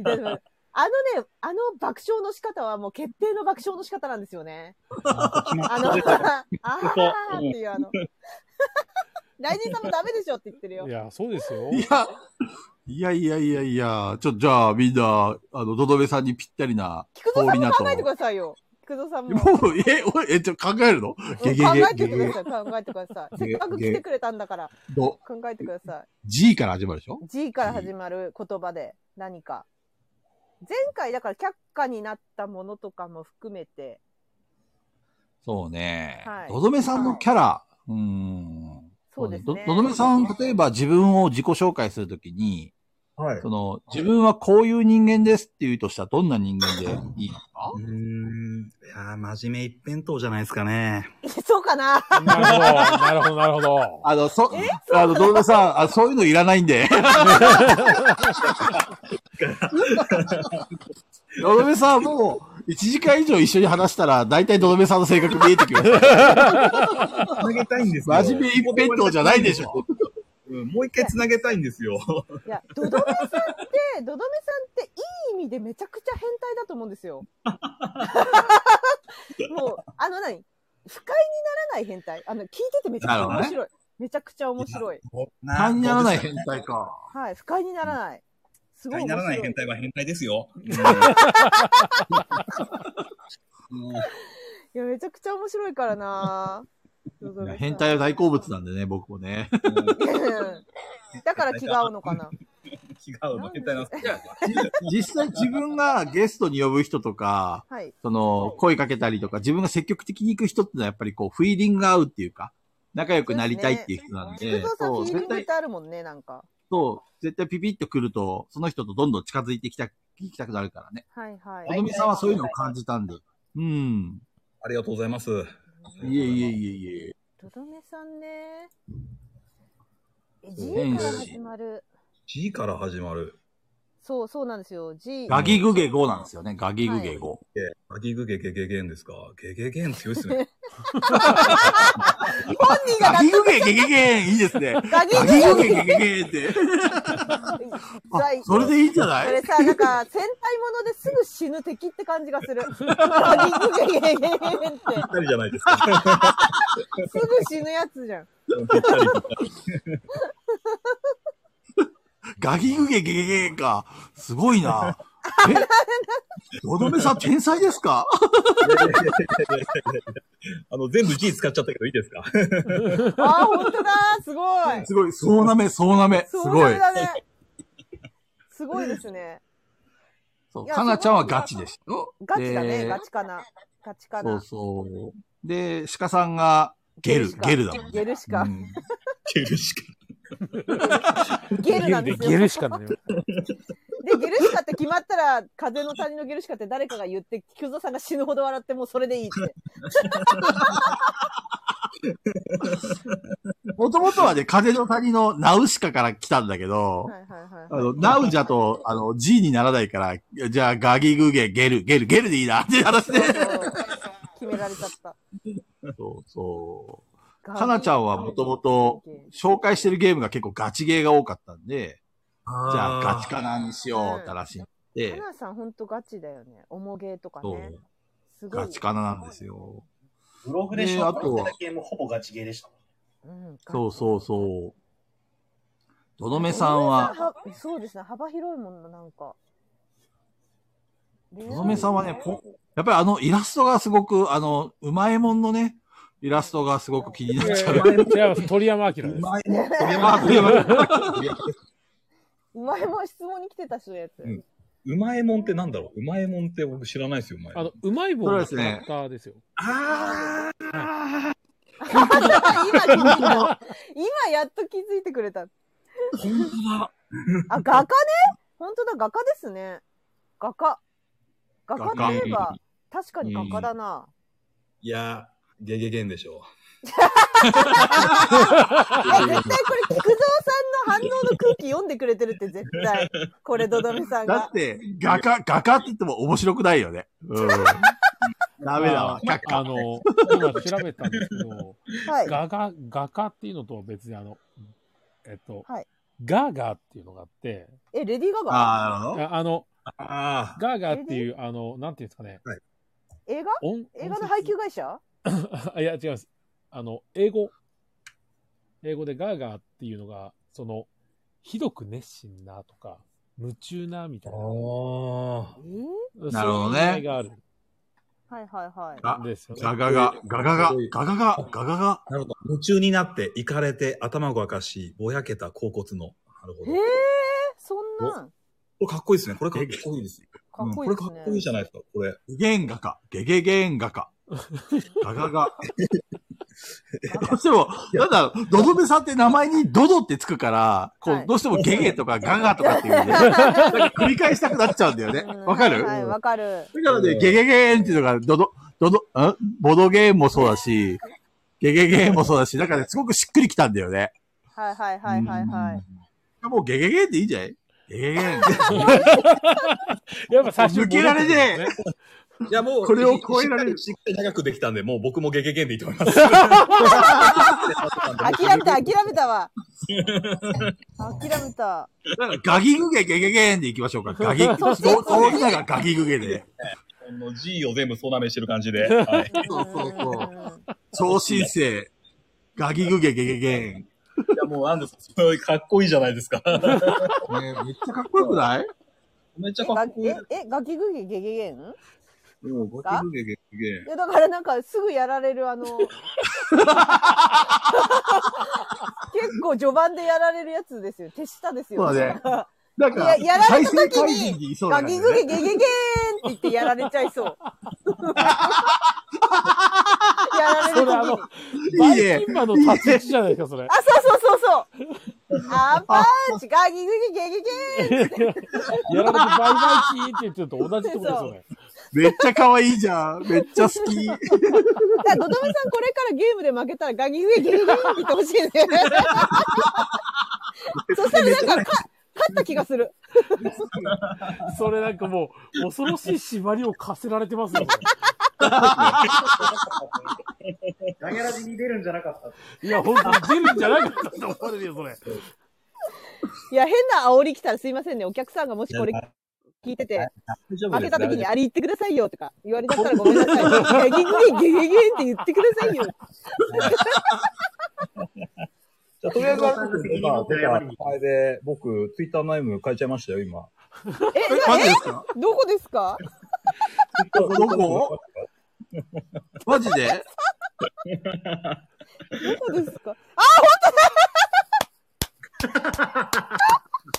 Speaker 6: もう。でもあのね、あの爆笑の仕方はもう決定の爆笑の仕方なんですよね。 あの、あーっていうあの。ライジンさんもダメでしょって言ってるよ
Speaker 1: い。や、そうですよ。
Speaker 2: いや、いやいやいやいや、ちょ、じゃあみんな、あの、どどめさんにぴったりな、
Speaker 6: 菊蔵さんも考えてく
Speaker 2: も
Speaker 6: ださいよ。菊蔵さんも。
Speaker 2: う、え、おいえ、ちょ、考えるの
Speaker 6: う
Speaker 2: ゲ
Speaker 6: ん
Speaker 2: ゲ
Speaker 6: 考
Speaker 2: ゲ
Speaker 6: えて
Speaker 2: ゲ
Speaker 6: くだ
Speaker 2: ゲ
Speaker 6: さい、考えてください。
Speaker 2: ゲ
Speaker 6: せっかく来てくれたんだから、
Speaker 2: ど、
Speaker 6: 考えてくださ
Speaker 2: G から始まるでしょ
Speaker 6: い。G から始まる言葉で何か。前回だから却下になったものとかも含めて、
Speaker 2: そうね
Speaker 6: はい。
Speaker 2: どどめさんのキャラ、うーん。
Speaker 6: そうです
Speaker 2: ど
Speaker 6: ね。
Speaker 2: どどめさん、例えば自分を自己紹介するときに、はい。
Speaker 11: その、自分はこういう人間ですっていうとしたらどんな人間でいいのか
Speaker 5: うーん。いやー、真面目一辺倒じゃないですかね。
Speaker 6: そうかな。
Speaker 1: なるほど、なるほど、なるほど。
Speaker 2: あの、そ、あの、どうでさん、あそういうのいらないん で。どどめさん、もう、1時間以上一緒に話したら、大体どどめさんの性格見えてきます。
Speaker 5: 繋げたいんですよ。
Speaker 2: 真面目一辺倒じゃないでしょ。
Speaker 5: うん、もう一回繋げたいんですよ。
Speaker 6: いや、ドドメさんって、ドドメさんっていい意味でめちゃくちゃ変態だと思うんで すよ。もう、あの何不快にならない変態。あの、聞いててめちゃくちゃ面白い。めちゃくちゃ面白い。
Speaker 5: 他
Speaker 11: 他にならない変態か。
Speaker 6: はい、不快にならない。すご
Speaker 5: 対
Speaker 6: い
Speaker 5: に
Speaker 6: 面
Speaker 5: ならな
Speaker 6: 白
Speaker 5: い変
Speaker 6: い。
Speaker 5: 態は変態ですよ。
Speaker 6: いや、めちゃくちゃ面白いか らなドドメさん
Speaker 11: 変態は大好物なんでね、僕もね。
Speaker 6: うんだから気が合うのかな。
Speaker 5: 違うの、変態なんですか
Speaker 2: 実際自分がゲストに呼ぶ人とか、
Speaker 6: はい。
Speaker 2: その、声かけたりとか、自分が積極的に行く人ってのはやっぱりこう、フィーリングが合うっていうか、仲良くなりたいっていう人なん
Speaker 6: 菊
Speaker 2: で、
Speaker 6: 蔵さん、フ
Speaker 2: そう、
Speaker 6: ィーリ
Speaker 2: 絶
Speaker 6: ングっ
Speaker 2: 対、
Speaker 6: てあるもんね、なんか。
Speaker 2: そう、絶対ピピッと来ると、その人とどんどん近づいてきた、きたくなるからね。
Speaker 6: はいは
Speaker 2: お
Speaker 6: い。
Speaker 2: どみさんはそういうのを感じたんで。うん。
Speaker 5: ありがとうございます。
Speaker 2: いえいえいえいえ。
Speaker 6: ドドメさんね。G から始まる。
Speaker 5: G から始まる。
Speaker 6: そう、そうなんですよ。G。
Speaker 11: ガギグゲゴなんですよね。ガギグゲゴ。
Speaker 5: え、アギグゲゲゲゲンですかゲゲゲン強いっすね。
Speaker 6: 本人が
Speaker 2: ガギグゲゲゲゲンいいですね。
Speaker 6: ガギ
Speaker 2: ガギグゲゲゲゲンって。
Speaker 6: はい
Speaker 2: それでいいんじゃな
Speaker 6: そ
Speaker 2: い
Speaker 6: れさ、なんか、戦隊ものですぐ死ぬ敵って感じが する。ガギグゲゲゲゲンって。
Speaker 5: ぴったりじゃないですか。
Speaker 6: すぐ死ぬやつじゃん。
Speaker 5: ぴったりぴったり
Speaker 2: ガギグゲゲゲゲンか。すごいな。えどどめさん天才ですか
Speaker 5: あの、全部 G 使っちゃったけどいいですか
Speaker 6: あー、ほんとだすごい
Speaker 2: すごい。そうなめ、そうなめ。す
Speaker 6: そう
Speaker 2: ごい。
Speaker 6: だね。すごいですね。
Speaker 11: そう。
Speaker 6: いや
Speaker 11: かなちゃんはガチでしたよ。
Speaker 6: ガチだね、
Speaker 11: で
Speaker 6: ガチかな。ガチか
Speaker 11: そ
Speaker 6: な
Speaker 11: う。そう。
Speaker 2: で、鹿さんがゲル、ゲル
Speaker 6: ゲル
Speaker 2: だもんね。
Speaker 6: ゲルしか
Speaker 11: う。ん
Speaker 5: ゲルシカ。
Speaker 6: ゲルなん
Speaker 1: で
Speaker 6: ですよ。
Speaker 1: ゲルしかない。
Speaker 6: で、ゲルシカって決まったら、風の谷のゲルシカって誰かが言って、菊蔵さんが死ぬほど笑って、もうそれでい いって。
Speaker 2: もともとはね、風の谷のナウシカから来たんだけど、
Speaker 6: はいはい
Speaker 2: あ
Speaker 6: はい。
Speaker 2: の、ナウじゃと、あの、G にならないから、じゃあ、ガギグゲ、ゲル、ゲル、ゲルでいいなって話で。
Speaker 6: そう決められちゃった。
Speaker 2: そうそ
Speaker 6: か
Speaker 2: かなちゃんはもともと、う。紹介してるゲームが結構ガチゲーが多かったんで、じゃあ、ガチかなにしようって話になっ
Speaker 6: か
Speaker 2: て、
Speaker 6: なさんほんとガチだよね。重ゲーとか
Speaker 2: そ
Speaker 6: ね
Speaker 2: う。、
Speaker 6: すごい。
Speaker 2: ガチかななんですよ。
Speaker 4: ブログで
Speaker 2: で
Speaker 4: 紹
Speaker 2: あ
Speaker 4: 介
Speaker 2: と
Speaker 4: し
Speaker 2: は
Speaker 4: たゲームほぼガチゲーでしたもん。
Speaker 6: うん。ガチ
Speaker 2: そうそうそう。どどめ
Speaker 6: 嫁
Speaker 2: さんは、
Speaker 6: そうですね、幅広いもんな、なんか。の
Speaker 2: のぞめさんはね、こやっぱりあのイラストがすごく、あの、うまいもんのね、イラストがすごく気になっちゃう。
Speaker 1: 違います。鳥山明です。
Speaker 2: まいもん。これは、これは
Speaker 6: うまいもん質問に来てた人のやつ。
Speaker 5: うんうまえもんってなんだろううまえもんって僕知らないですよ、うまえも
Speaker 1: あ
Speaker 5: ん
Speaker 1: の、うまい棒のキャラクターですよ。
Speaker 6: 今気づいた。今やっと気づいてくれた。本当だ。あ、画家ね本当だ、画家ですね。画家。画家といえば、確かに画家だな。
Speaker 5: いやー、ゲゲゲンでしょ
Speaker 6: え、絶対これ、菊蔵さんの反応の空気読んでくれてるって絶対。これ、ドドメさん
Speaker 2: だ
Speaker 6: が
Speaker 2: っ。て、画家、画家って言っても面白くないよね。うん。ダメだわ。
Speaker 1: あ
Speaker 2: 画
Speaker 1: あ
Speaker 2: 家。
Speaker 1: の、今調べたんですけど、
Speaker 6: はい。
Speaker 1: ガガ、画家っていうのとは別にあの、えっと、
Speaker 6: はい
Speaker 1: ガーガーっていうのがあって、
Speaker 6: え、レディー・ガガ
Speaker 2: ああ、なるほど。
Speaker 1: ああの、
Speaker 5: あ
Speaker 1: ガーガーっていう、あの、なんていうんですかね、
Speaker 6: 映画
Speaker 1: 音
Speaker 6: 映画の配給会社
Speaker 1: あいや、違います。あの、英語。英語でガーガーっていうのが、その、ひどく熱心なとか、夢中なみたい
Speaker 5: あ。
Speaker 1: な。
Speaker 5: あ
Speaker 6: えー
Speaker 1: な
Speaker 11: なるほどね
Speaker 1: がある
Speaker 6: はいはいはい。
Speaker 2: あ
Speaker 1: んですよね。
Speaker 2: ガガガ、ガガガ、ガガガ、ガガガ。
Speaker 5: なるほど。夢中になって、行かれて、頭ごかし、ぼやけた、甲骨の。なるほ
Speaker 6: え
Speaker 5: ど。
Speaker 6: え
Speaker 5: こ
Speaker 6: そんなん
Speaker 5: れかっこいいですね。これかっこいいですね。
Speaker 6: かっこいい
Speaker 5: うん
Speaker 6: です
Speaker 5: これかっ
Speaker 6: ね。
Speaker 5: こいいじゃないですか、これ。
Speaker 2: ゲゲン画家。ゲゲゲン画家。ガガガ。どうしても、ただ、ドドメさんって名前にドドってつくから、こ
Speaker 6: は
Speaker 2: う
Speaker 6: い、
Speaker 2: どうしてもゲゲとかガガとかって いうね、なんか繰り返したくなっちゃうんだよね。わかる
Speaker 6: はい、
Speaker 2: だか
Speaker 6: わかる。
Speaker 2: らね、ゲゲゲーンっていうのが、ドド、ドド、んボドゲームもそうだし、ゲゲゲーンもそうだし、なんかね、すごくしっくりきたんだよね。
Speaker 6: はいはいはいはいはい。
Speaker 2: もうゲゲゲーンでいいんじゃないゲゲゲーン。
Speaker 1: やっぱ最初
Speaker 2: 抜けられねえ
Speaker 1: 戻ってくるんですね
Speaker 12: いや、もう、
Speaker 2: これを超えられる
Speaker 12: しっかりしっかり長くできたんで、もう僕もゲゲゲンでいいと思い ま す。
Speaker 6: 諦 めた、諦めたわ。諦め
Speaker 2: だ
Speaker 6: た。。
Speaker 2: からガギグゲゲゲゲーンでいきましょうか。ガギ、どうみんながガギグゲで。
Speaker 5: この G を全部総なめしてる感じで。はい。
Speaker 2: そうそうそううん超新星。ガギグゲゲゲゲーン。
Speaker 5: いや、もう、なんですか、それかっこいいじゃないです か。
Speaker 2: ねめっちゃかっこよくない
Speaker 5: めっちゃ
Speaker 6: え
Speaker 5: か
Speaker 6: が
Speaker 5: っこいい。
Speaker 6: え、え、ガキグゲゲゲゲン
Speaker 2: うん、
Speaker 6: ガキ
Speaker 2: グゲゲゲゲ
Speaker 6: いや、だからなんかすぐやられる あの、結構序盤でやられるやつですよ。手下ですよ。
Speaker 2: そうだね
Speaker 6: ガ
Speaker 2: なんか、
Speaker 6: いややられた時に
Speaker 2: 再生回避にいそうだ
Speaker 6: キ
Speaker 2: ね
Speaker 6: グゲゲゲゲーンって言ってやられちゃい そう。やられ
Speaker 1: そ
Speaker 6: る
Speaker 1: れあ
Speaker 6: 時
Speaker 1: の
Speaker 6: に。、
Speaker 1: バ
Speaker 2: いいね
Speaker 1: イキンマンの立ち位置じゃないですか、それ。
Speaker 6: あ、そうそうそうそう。アンパンチ、ガギグギゲゲゲーン。
Speaker 1: やられてバイバイキーって言ってると同じってことですよね。
Speaker 2: めっちゃ可愛いじゃん。めっちゃ好き。
Speaker 6: だから、のどめさんこれからゲームで負けたらガギグギゲゲゲーンって言ってほしいね。そしたらなんかか、勝った気がする。
Speaker 1: それなんかもう、恐ろしい縛りを課せられてますよね。
Speaker 4: ガヤラジに出るんじゃなかった。
Speaker 1: いや、本当に出るんじゃなかったって思われるよ、それ。
Speaker 6: いや、変な煽り来たらすいませんね。お客さんがもしこれ聞いてて、
Speaker 12: 大丈夫
Speaker 6: 負
Speaker 12: です
Speaker 6: けた時に
Speaker 12: 大
Speaker 6: あれ言ってくださいよとか言われちゃったらごめんなさい。ゲゲゲゲゲゲンって言ってくださいよ。
Speaker 5: じゃあ、とりあえず、あれですよ出たあれで、僕、ツイッターの M 変えちゃいましたよ、今。
Speaker 6: え、
Speaker 2: え、マジですか
Speaker 6: どこですか
Speaker 2: どこマジで
Speaker 6: どこですかあ、本当だ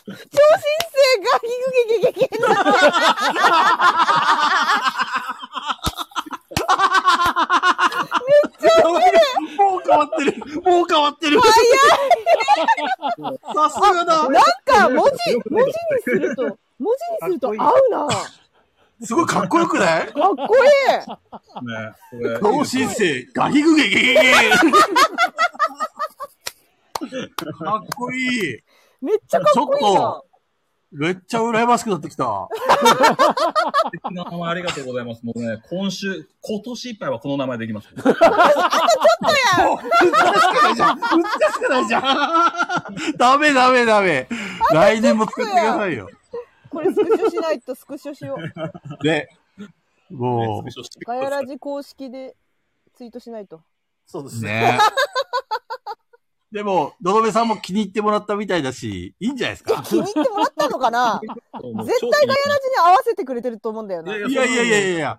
Speaker 6: 超新星ガギグゲゲゲゲンだ
Speaker 2: もう変わってる。もう変わってる。さすがだ。
Speaker 6: なんか文字、文字にする と、文字にすると合うな。か
Speaker 2: すごいかっこよくない
Speaker 6: っこいい。
Speaker 5: ね。こ れ
Speaker 2: 超新星、ガギグゲゲゲゲかっこいい。
Speaker 6: めっちゃかっこいいじ
Speaker 2: ち
Speaker 6: ゃ
Speaker 2: ょ
Speaker 6: ん
Speaker 2: っ。めっちゃ羨ましくなってきた。
Speaker 5: 素敵な名前ありがとうございます。もうね、今週、今年いっぱいはこの名前でいきます。
Speaker 2: 難しくないじゃん。難しくないじゃん。ダメダメダメ。来年も使ってくださいよ。
Speaker 6: これスクショしないとスクショしよう。
Speaker 2: で、もう、
Speaker 6: ガヤラジ公式でツイートしないと。
Speaker 2: そうですね。でも、のどめさんも気に入ってもらったみたいだし、いいんじゃないです
Speaker 6: え
Speaker 2: か、
Speaker 6: 気に入ってもらったのかな絶対ガヤラジに合わせてくれてると思うんだよな。
Speaker 5: いやい
Speaker 6: だ
Speaker 5: や
Speaker 2: いやいやいやいやいや。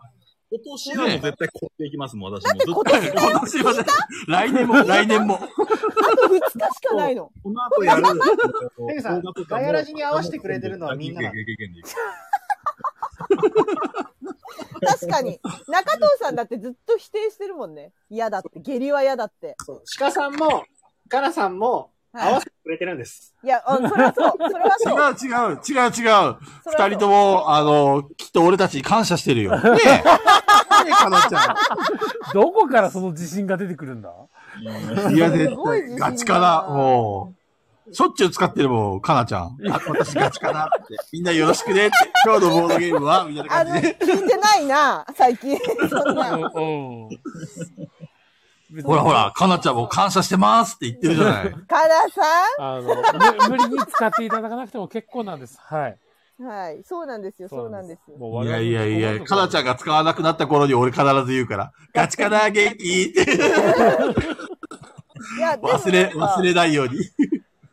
Speaker 5: 今年はもう絶対こっていきますもん、私も。
Speaker 6: って今年だよ
Speaker 2: 今年はね、来年も、来年も。
Speaker 6: あと2日しかないの。
Speaker 5: この後やる。
Speaker 4: ペグさん ガヤラジに合わせてくれてるのはみんな なの
Speaker 6: 確かに。中藤さんだってずっと否定してるもんね。嫌だって。下痢は嫌だって。
Speaker 13: そう鹿さんも、ガラさんも合
Speaker 6: は
Speaker 13: わせてくれてるんです。
Speaker 6: い、いや、うんそれはそう。それは
Speaker 2: 違う違う、違
Speaker 6: そう。
Speaker 2: う違う。
Speaker 6: それはそう
Speaker 2: 二人とも、あの、きっと俺たちに感謝してる よ。ねえ。ねえ、かなちゃ
Speaker 1: どこからその自信が出てくるんだ
Speaker 2: ん。いや、絶
Speaker 6: すごい自
Speaker 2: 対、
Speaker 6: 信だ
Speaker 2: ガチかな。
Speaker 6: な
Speaker 2: もう、しょっちゅう使ってるもん、かなちゃん。あ私ガチかなって。みんなよろしくねって。今日のボードゲームは、みたいな
Speaker 6: あ
Speaker 2: 感
Speaker 6: の、
Speaker 2: じで。
Speaker 6: 聞いてないな、最近。そんな。
Speaker 1: う
Speaker 2: ほらほら、かなちゃんも感謝してますって言ってるじ ゃない。
Speaker 6: かなさ
Speaker 1: あの、む無理に使っていただかなくても結構なんです。はい。
Speaker 6: んはい。そうなんですよ、そうなんです。
Speaker 1: もう
Speaker 2: い
Speaker 1: 我々
Speaker 2: や
Speaker 1: の
Speaker 2: いやいや、
Speaker 1: 心の
Speaker 2: かなちゃんが使わなくなった頃に俺必ず言うから、ガチかな、元気 って。
Speaker 6: いや、でも
Speaker 2: 忘れ、
Speaker 6: なんか
Speaker 2: 忘れないように。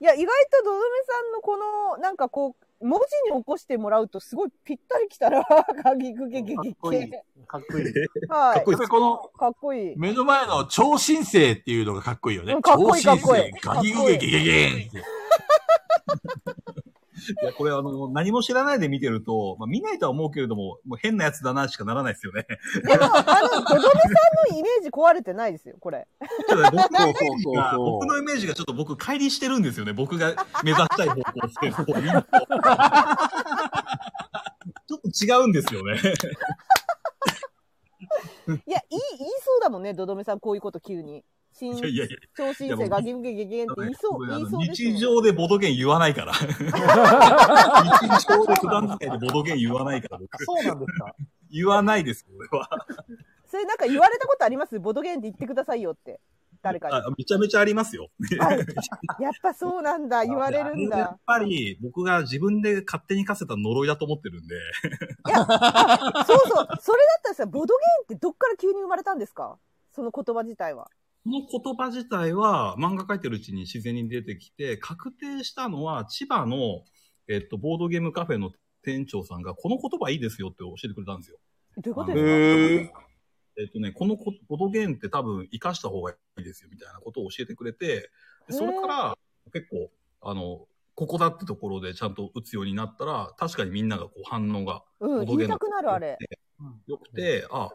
Speaker 6: いや、意外とどどめさんのこの、なんかこう、文字に起こしてもらうと、すごいぴったりきたら、 ガギグゲゲ
Speaker 2: か
Speaker 6: ゲ
Speaker 2: っこいい
Speaker 6: ゲ。
Speaker 2: かっこいい。
Speaker 6: は
Speaker 2: これこの、
Speaker 6: い。かっこいい。
Speaker 2: 目の前の超新星っていうのがかっこいいよね
Speaker 6: う。んかっ
Speaker 2: 超
Speaker 6: こいい
Speaker 2: 新
Speaker 6: かっこい
Speaker 2: 星
Speaker 6: い、
Speaker 2: ガギグゲゲゲゲンって。
Speaker 5: いや、これあの、何も知らないで見てると、まあ、見ないとは思うけれども、もう変なやつだなしかならないで すよね。
Speaker 6: でも、あの、ドドメさんのイメージ壊れてないですよ、これ。
Speaker 5: ちょっとね僕の
Speaker 14: そうそうそう
Speaker 5: が
Speaker 14: そう
Speaker 5: 僕のイメージがちょっと僕、乖離してるんですよね。僕が目指したい方向性の方にちょっと違うんですよね。
Speaker 6: いや、言い、言いそうだもんね、ドドメさん、こういうこと急に。新、
Speaker 5: いやいやいや
Speaker 6: 超新星がゲムゲゲゲンって言いそう、
Speaker 5: あ
Speaker 6: 言い
Speaker 5: の
Speaker 6: そうですもん
Speaker 5: 日常でボドゲン言わないから。日常で普段使いでボドゲン言わないから、僕。
Speaker 14: そうなんですか。
Speaker 5: 言わないです、俺は。
Speaker 6: それなんか言われたことありますボドゲンって言ってくださいよって。誰かに。
Speaker 5: あめちゃめちゃありますよ。
Speaker 6: やっぱそうなんだ、言われるん
Speaker 5: やっ
Speaker 6: だ。
Speaker 5: ぱり僕が自分で勝手に課せた呪いだと思ってるんで。
Speaker 6: そうそう、それだったらさ、ボドゲンってどっから急に生まれたんですかその言葉自体は。
Speaker 5: この言葉自体は漫画描いてるうちに自然に出てきて、確定したのは千葉の、えっと、ボードゲームカフェの店長さんが、この言葉いいですよって教えてくれたんですよ。
Speaker 6: どういうこと
Speaker 5: へ
Speaker 6: ですか
Speaker 14: ー
Speaker 5: えっとね、このこボードゲームって多分活かした方がいいですよみたいなことを教えてくれて、でそれから結構、あの、ここだってところでちゃんと打つようになったら、確かにみんながこう反応が
Speaker 6: うん、言いたくなる、あれ。。
Speaker 5: よくて、あ、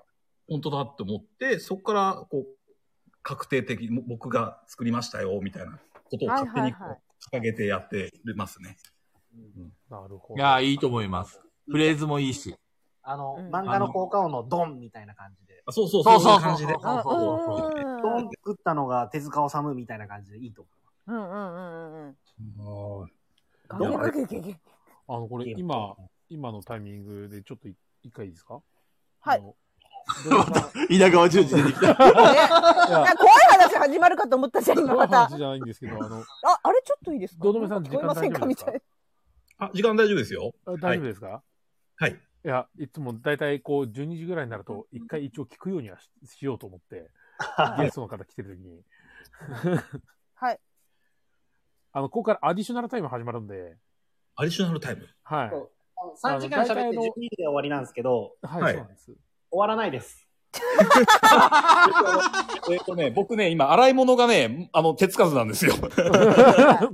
Speaker 5: 本当だって思って、そこから、こう、確定的に、僕が作りましたよ、みたいなことを勝手にこ
Speaker 6: はいはいは
Speaker 5: う掲げてやってますね。
Speaker 1: なるほ
Speaker 15: い
Speaker 1: ど。
Speaker 15: や、いいと思います。フレーズもいいし。
Speaker 4: あの、
Speaker 6: うん
Speaker 4: 漫画の効果音のドンみたいな感じで。
Speaker 5: あそうそう
Speaker 15: そ
Speaker 5: そ
Speaker 15: そ
Speaker 5: うう、そう
Speaker 15: そ
Speaker 5: う
Speaker 15: う
Speaker 5: 感
Speaker 15: そ
Speaker 5: じ
Speaker 15: う
Speaker 5: で。
Speaker 6: あうんうん
Speaker 4: ドン打ったのが手塚治虫みたいな感じでいいと思
Speaker 6: うんうんうんうんうん。
Speaker 1: はい
Speaker 6: ガゲガゲゲゲ
Speaker 1: あの、これ、今、今のタイミングでちょっとい一回いいですか
Speaker 6: は
Speaker 1: あ
Speaker 6: い
Speaker 1: の。ドラ マさん
Speaker 2: 稲川淳二出てきた。
Speaker 1: いや
Speaker 6: あ怖い話始まるかと思ったじゃん、今また。あ
Speaker 1: 話、じゃないんですけど、あの、
Speaker 6: あれちょっといいですか
Speaker 1: どどめさん
Speaker 6: 聞こえませんかみ
Speaker 1: 時間大丈夫ですか
Speaker 5: あ、
Speaker 6: たい
Speaker 5: 時間大丈夫ですよ。
Speaker 1: あ大丈夫ですか、
Speaker 5: はい。
Speaker 1: いや、いつも大体こう、12時ぐらいになると、一回一応聞くようにはししようと思って、ゲストの方来てる時に。
Speaker 6: な。はい。
Speaker 1: あの、ここからアディショナルタイム始まるんで、
Speaker 5: アディショナルタイム。
Speaker 1: はい。
Speaker 4: そうう。3時間
Speaker 1: あの
Speaker 4: 喋っ
Speaker 1: 大体
Speaker 4: て
Speaker 1: の
Speaker 4: 12時で終わりなんですけど、
Speaker 1: はい、
Speaker 5: はい
Speaker 1: そうなんです。
Speaker 4: 終わらないです。
Speaker 16: えっとね、僕ね、今、洗い物がね、あの、手つかずなんですよ。
Speaker 1: そうな
Speaker 6: 大
Speaker 1: んで
Speaker 6: 変
Speaker 1: す。
Speaker 6: だ
Speaker 1: ア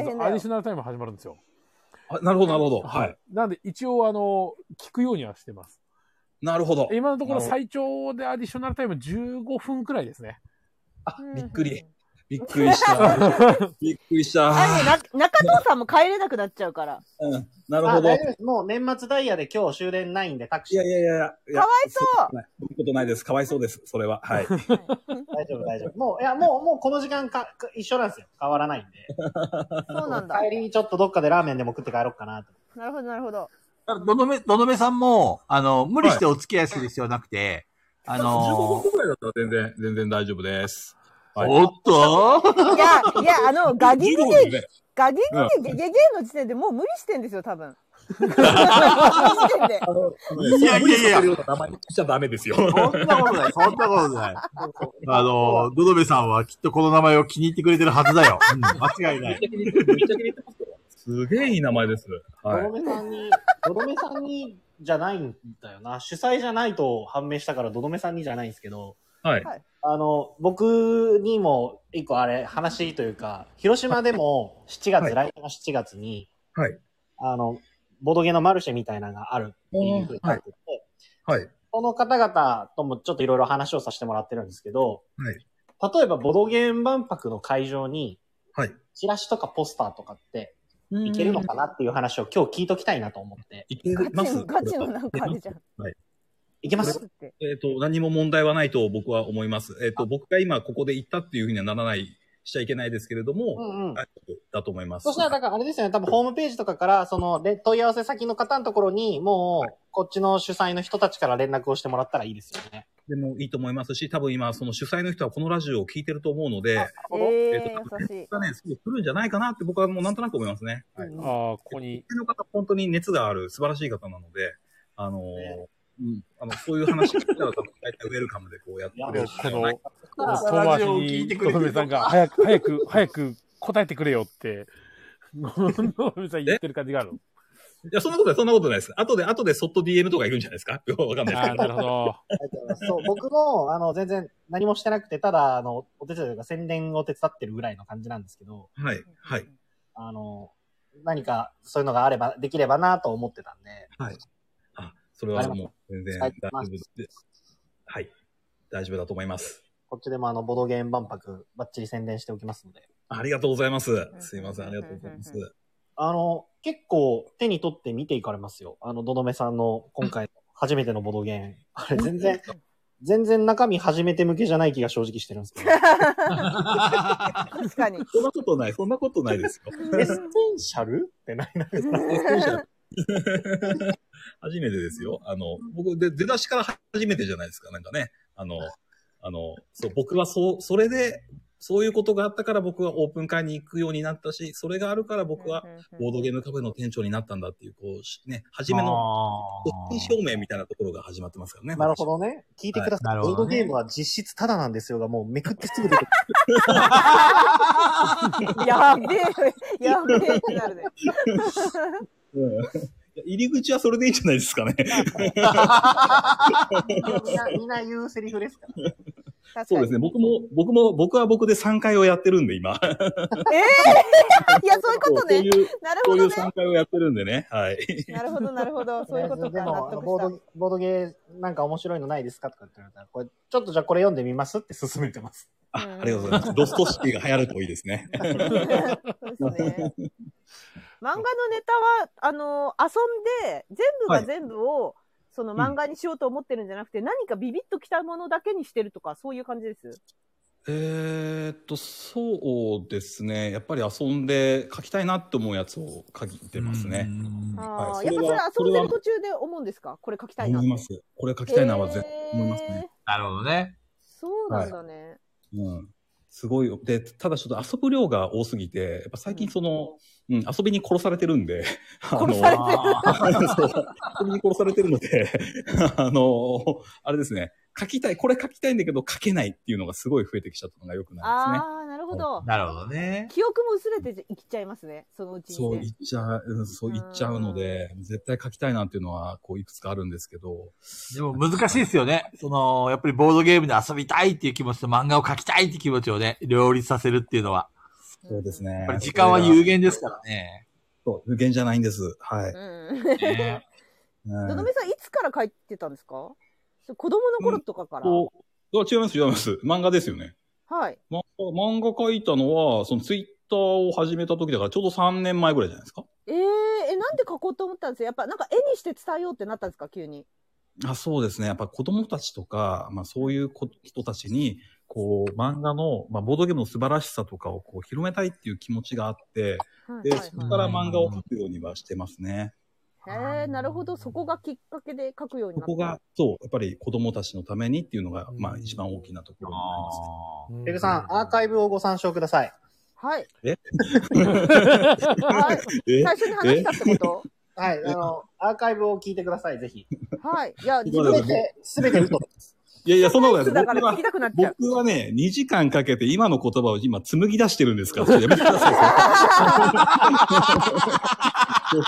Speaker 1: ディ
Speaker 6: よ
Speaker 1: シ。ョナルタイム始まるんですよ。
Speaker 16: あなるほど、なるほど。はい。。
Speaker 1: なんで、一応、あの、聞くようにはしてます。
Speaker 16: なるほど。
Speaker 1: 今のところ
Speaker 16: なるほど
Speaker 1: 最長でアディショナルタイム15分くらいですね。
Speaker 16: びっくり。びっくりした。びっくりし
Speaker 6: あれ
Speaker 16: た。
Speaker 6: ね、な中藤さんも帰れなくなっちゃうから。
Speaker 16: うん。なる
Speaker 4: あ
Speaker 16: ほど。
Speaker 4: 大
Speaker 16: い
Speaker 4: 丈夫です。もう年末ダイヤで今日終電ないんでタクシー
Speaker 16: やい。やいやいや。い
Speaker 6: か
Speaker 16: や
Speaker 6: わいそう。
Speaker 16: ないそういうことないです。かわいそうです。それは。はい。
Speaker 4: 大丈夫、大丈夫。もう、いや、もう、もうこの時間か、か一緒なんですよ。変わらないんで。
Speaker 6: そうなんだ。
Speaker 4: 帰りにちょっとどっかでラーメンでも食って帰ろうかなと。
Speaker 6: なるほど、なるほど。
Speaker 2: だからどのめ、どのめさんも、あの、無理してお付き合いする必要なくて、あ
Speaker 5: 15
Speaker 2: の
Speaker 5: 分くらいだったら全然、全然大丈夫です。
Speaker 2: ー、おっと
Speaker 6: いや、いや、あの、ガギ
Speaker 5: 15
Speaker 6: グ
Speaker 5: 分
Speaker 6: ゲ、
Speaker 5: でね。
Speaker 6: ガギグゲゲゲゲの時点でもう無理してんですよ、多分。時点で
Speaker 16: あの、あの
Speaker 2: いや
Speaker 16: そんな
Speaker 2: いやいや
Speaker 16: 無理させるような名前にしちゃダメですよ。
Speaker 2: そんなことない、そんなこと ない。あのー、どどめさんはきっとこの名前を気に入ってくれてるはずだよ。うん、間違いない。
Speaker 5: すげえいい名前です。
Speaker 4: ど
Speaker 5: はい
Speaker 4: ど。めさんに、どどめさんにじゃないんだよ な。主催じゃないと判明したからどどめさんにじゃないんですけど、
Speaker 5: はい。
Speaker 4: あの、僕にも一個あれ、話というか、広島でも7月、来年の7月に、
Speaker 5: はい。
Speaker 4: あの、ボドゲのマルシェみたいなのがあるっていうふうに書いてて、
Speaker 5: はい。
Speaker 4: この方々ともちょっといろいろ話をさせてもらってるんですけど、
Speaker 5: はい
Speaker 4: 例えばボドゲン万博の会場に、
Speaker 5: はい
Speaker 4: チラシとかポスターとかっていけるのかなっていう話を今日聞いときたいなと思って。
Speaker 5: いけ
Speaker 6: ガ
Speaker 5: ま
Speaker 6: チの、
Speaker 5: す
Speaker 6: ガチのなんかあれじゃん。
Speaker 4: いけます
Speaker 6: って。
Speaker 5: えっ、と、何も問題はないと僕は思います。えっ、と、僕が今ここで行ったっていうふうにはならない、しちゃいけないですけれど
Speaker 4: う
Speaker 5: も、
Speaker 4: んうん。
Speaker 5: 大丈夫だと思います。
Speaker 4: そしたら、だからあれですよね、多分ホームページとかから、その、れ問い合わせ先の方のところに、もう、こっちの主催の人たちから連絡をしてもらったらいいですよね。
Speaker 5: でもいいと思いますし、多分今、その主催の人はこのラジオを聞いてると思うので、
Speaker 6: え
Speaker 5: え
Speaker 6: ー
Speaker 5: っ、
Speaker 6: 優しい。
Speaker 5: 僕はね、すぐ来るんじゃないかなって僕はもうなんとなく思いますね。はい。
Speaker 1: ああ、ここに。
Speaker 5: の方、本当に熱がある素晴らしい方なので、あのー
Speaker 4: ね
Speaker 5: うん、あの、そういう話聞いたら多分大体ウェルカムでこうやってくれる。
Speaker 1: この、この
Speaker 2: この
Speaker 1: 遠
Speaker 2: ラ
Speaker 1: 回
Speaker 2: ジ
Speaker 1: し
Speaker 2: オを聞いて
Speaker 1: に、
Speaker 2: く
Speaker 1: ドド
Speaker 2: れてる
Speaker 1: メさんが、早く、早く、早く答えてくれよって、ドドメさん言ってる感じがある。
Speaker 5: いや、そんなことない、そんなことないです。後で、後でそっと DM とかいるんじゃないですかわかんないです
Speaker 1: あ
Speaker 5: け
Speaker 1: あ、な
Speaker 5: ど。
Speaker 1: るほど。
Speaker 4: そう、僕も、あの、全然何もしてなくて、ただ、あの、お手伝いというか宣伝を手伝ってるぐらいの感じなんですけど、
Speaker 5: はい、はい。
Speaker 4: あの、何かそういうのがあれば、できればなと思ってたんで。
Speaker 5: あ、それはもう全然
Speaker 4: は
Speaker 5: 大
Speaker 4: い
Speaker 5: 丈夫です。はい。大丈夫だと思います。
Speaker 4: こっちでもあの、ボドゲーム万博、バッチリ宣伝しておきますので。
Speaker 5: ありがとうございます。すいません、ありがとうございます。
Speaker 4: あの、結構手に取って見ていかれますよ。あの、どどめさんの今回、初めてのボドゲーム。あれ、全然、全然中身初めて向けじゃない気が正直してるんですけ ど。エ
Speaker 6: 確かに。
Speaker 5: そんなことない、そんなことないですよ。
Speaker 4: ッセンシャルって何なんですか
Speaker 5: 初めてですよ。あの、僕、で、出だしから初めてじゃないですか。なんかね、あの、あの、そう、僕はそう、それで、そういうことがあったから僕はオープン会に行くようになったし、それがあるから僕はボードゲームカフェの店長になったんだっていう、こうし、ね、初めの、
Speaker 7: あー
Speaker 5: 決意表明みたいなところが始まってますから ね。
Speaker 4: なるほどね。聞いてくださ。
Speaker 7: はいいなる
Speaker 4: ボ
Speaker 7: ほ
Speaker 4: ー
Speaker 7: ど
Speaker 4: ド
Speaker 7: ね
Speaker 4: ゲームは実質タダなんですよが、もうめくってすぐ 出てくる。
Speaker 6: やべえ、やべえってなるね。
Speaker 5: うん入り口はそれでいいんじゃないですかね。
Speaker 4: みんな、みんな言うセリフですから。
Speaker 6: 確
Speaker 5: そう
Speaker 6: か
Speaker 5: です
Speaker 6: に。
Speaker 5: ね。僕も、僕も、僕は僕で3回をやってるんで、今。
Speaker 6: ええいや、そういうこと
Speaker 5: そう
Speaker 6: ね。
Speaker 5: いう、
Speaker 6: なる
Speaker 5: そ
Speaker 6: ほ
Speaker 5: ういう
Speaker 6: ど
Speaker 5: 3
Speaker 6: ね。
Speaker 5: 回をやってるんでね。はい。
Speaker 6: なるほど、なるほど。そういうこと
Speaker 4: で
Speaker 6: か。納
Speaker 4: も、あのボー
Speaker 6: 得し
Speaker 4: ド、ボードゲーなんか面白いのないですかとかって言われたら、これ、ちょっとじゃあこれ読んでみますって勧めてます。
Speaker 6: た。
Speaker 5: ありがとうございます。ロストシティが流行るといいですね。
Speaker 6: そうで すね。漫画のネタは、あの、遊んで、全部が全部を、その漫画にしようと思ってるんじゃなくて、何かビビッときたものだけにしてるとか、そういう感じです。
Speaker 5: えーっと、そうですね。やっぱり遊んで書きたいなって思うやつを書いてますね。
Speaker 6: ああ
Speaker 5: は
Speaker 6: ー
Speaker 5: いそれは
Speaker 6: やっぱそれ遊んでる途中で思うんですかこれ書きたいなっ
Speaker 5: 思
Speaker 6: て。
Speaker 5: います。これ書きたいなは絶対
Speaker 6: へー
Speaker 5: 思いますね。
Speaker 17: なるほどね。
Speaker 6: そうなんだね。
Speaker 5: うん。すごいよ。で、ただちょっと遊ぶ量が多すぎて、やっぱ最近その、うん、遊びに殺されてるん で、あの
Speaker 6: 殺されてる
Speaker 5: そう遊びに殺されてるので、あの、あれですね、書きたい、これ書きたいんだけど書けないっていうのがすごい増えてきちゃったのが良くないですね。
Speaker 6: ああ、なるほど。
Speaker 17: なるほどね。
Speaker 6: 記憶も薄れていきちゃいますね、そのうち
Speaker 5: そう
Speaker 6: に
Speaker 5: 言
Speaker 6: ね。
Speaker 5: っちゃう、うんそう言っちゃうので、絶対書きたいなっていうのは、こういくつかあるんですけど、
Speaker 17: でも難しいですよね。その、やっぱりボードゲームで遊びたいっていう気持ちと漫画を描きたいっていう気持ちをね、両立させるっていうのは。
Speaker 5: そうですね。
Speaker 17: やっぱり時間は有限ですからね。
Speaker 5: そう無限じゃないんです。はい。
Speaker 6: うん。 うん
Speaker 17: ね
Speaker 5: うん
Speaker 6: のどめさん、いつから書いてたんですかそう子供の頃とかから。
Speaker 5: そうあ違います、違います。漫画ですよね。
Speaker 6: はい。
Speaker 5: ま、漫画描いたのは、そのツイッターを始めた時だから、ちょうど3年前ぐらいじゃないですか。
Speaker 6: えー、え、なんで書こうと思ったんですかやっぱなんか絵にして伝えようってなったんですか急に。
Speaker 5: あそうですね。やっぱ子供たちとか、まあそういう子人たちに、こう、漫画の、まあボードゲームの素晴らしさとかをこう広めたいっていう気持ちがあって、
Speaker 6: はい
Speaker 5: で、
Speaker 6: はい
Speaker 5: そこから漫画を描くようにはしてますね。
Speaker 6: はい、えー、なるほど。そこがきっかけで書くように
Speaker 5: こ
Speaker 6: なった。
Speaker 5: こが、そう、やっぱり子供たちのためにっていうのが、
Speaker 1: うん
Speaker 5: まあ一番大きなところになりますね。
Speaker 17: あー
Speaker 4: ペグさん、アーカイブをご参照ください。
Speaker 6: はい。
Speaker 5: え
Speaker 6: はい。
Speaker 5: え
Speaker 6: 最初に話したってこ
Speaker 4: はい、あの、アーカイブを聞いてください、ぜひ。
Speaker 6: とはい。いや、自
Speaker 5: そう
Speaker 6: 分
Speaker 5: で
Speaker 4: す
Speaker 5: す
Speaker 4: べ
Speaker 5: ね
Speaker 4: て、すべて嘘です。
Speaker 5: いやいや、そんなことないです。
Speaker 6: だから
Speaker 5: 僕は
Speaker 6: 聞きたくなっちゃう。
Speaker 5: 僕はね、2時間かけて今の言葉を今紡ぎ出してるんですから、ちょっとやめてくだ さい。ちょっ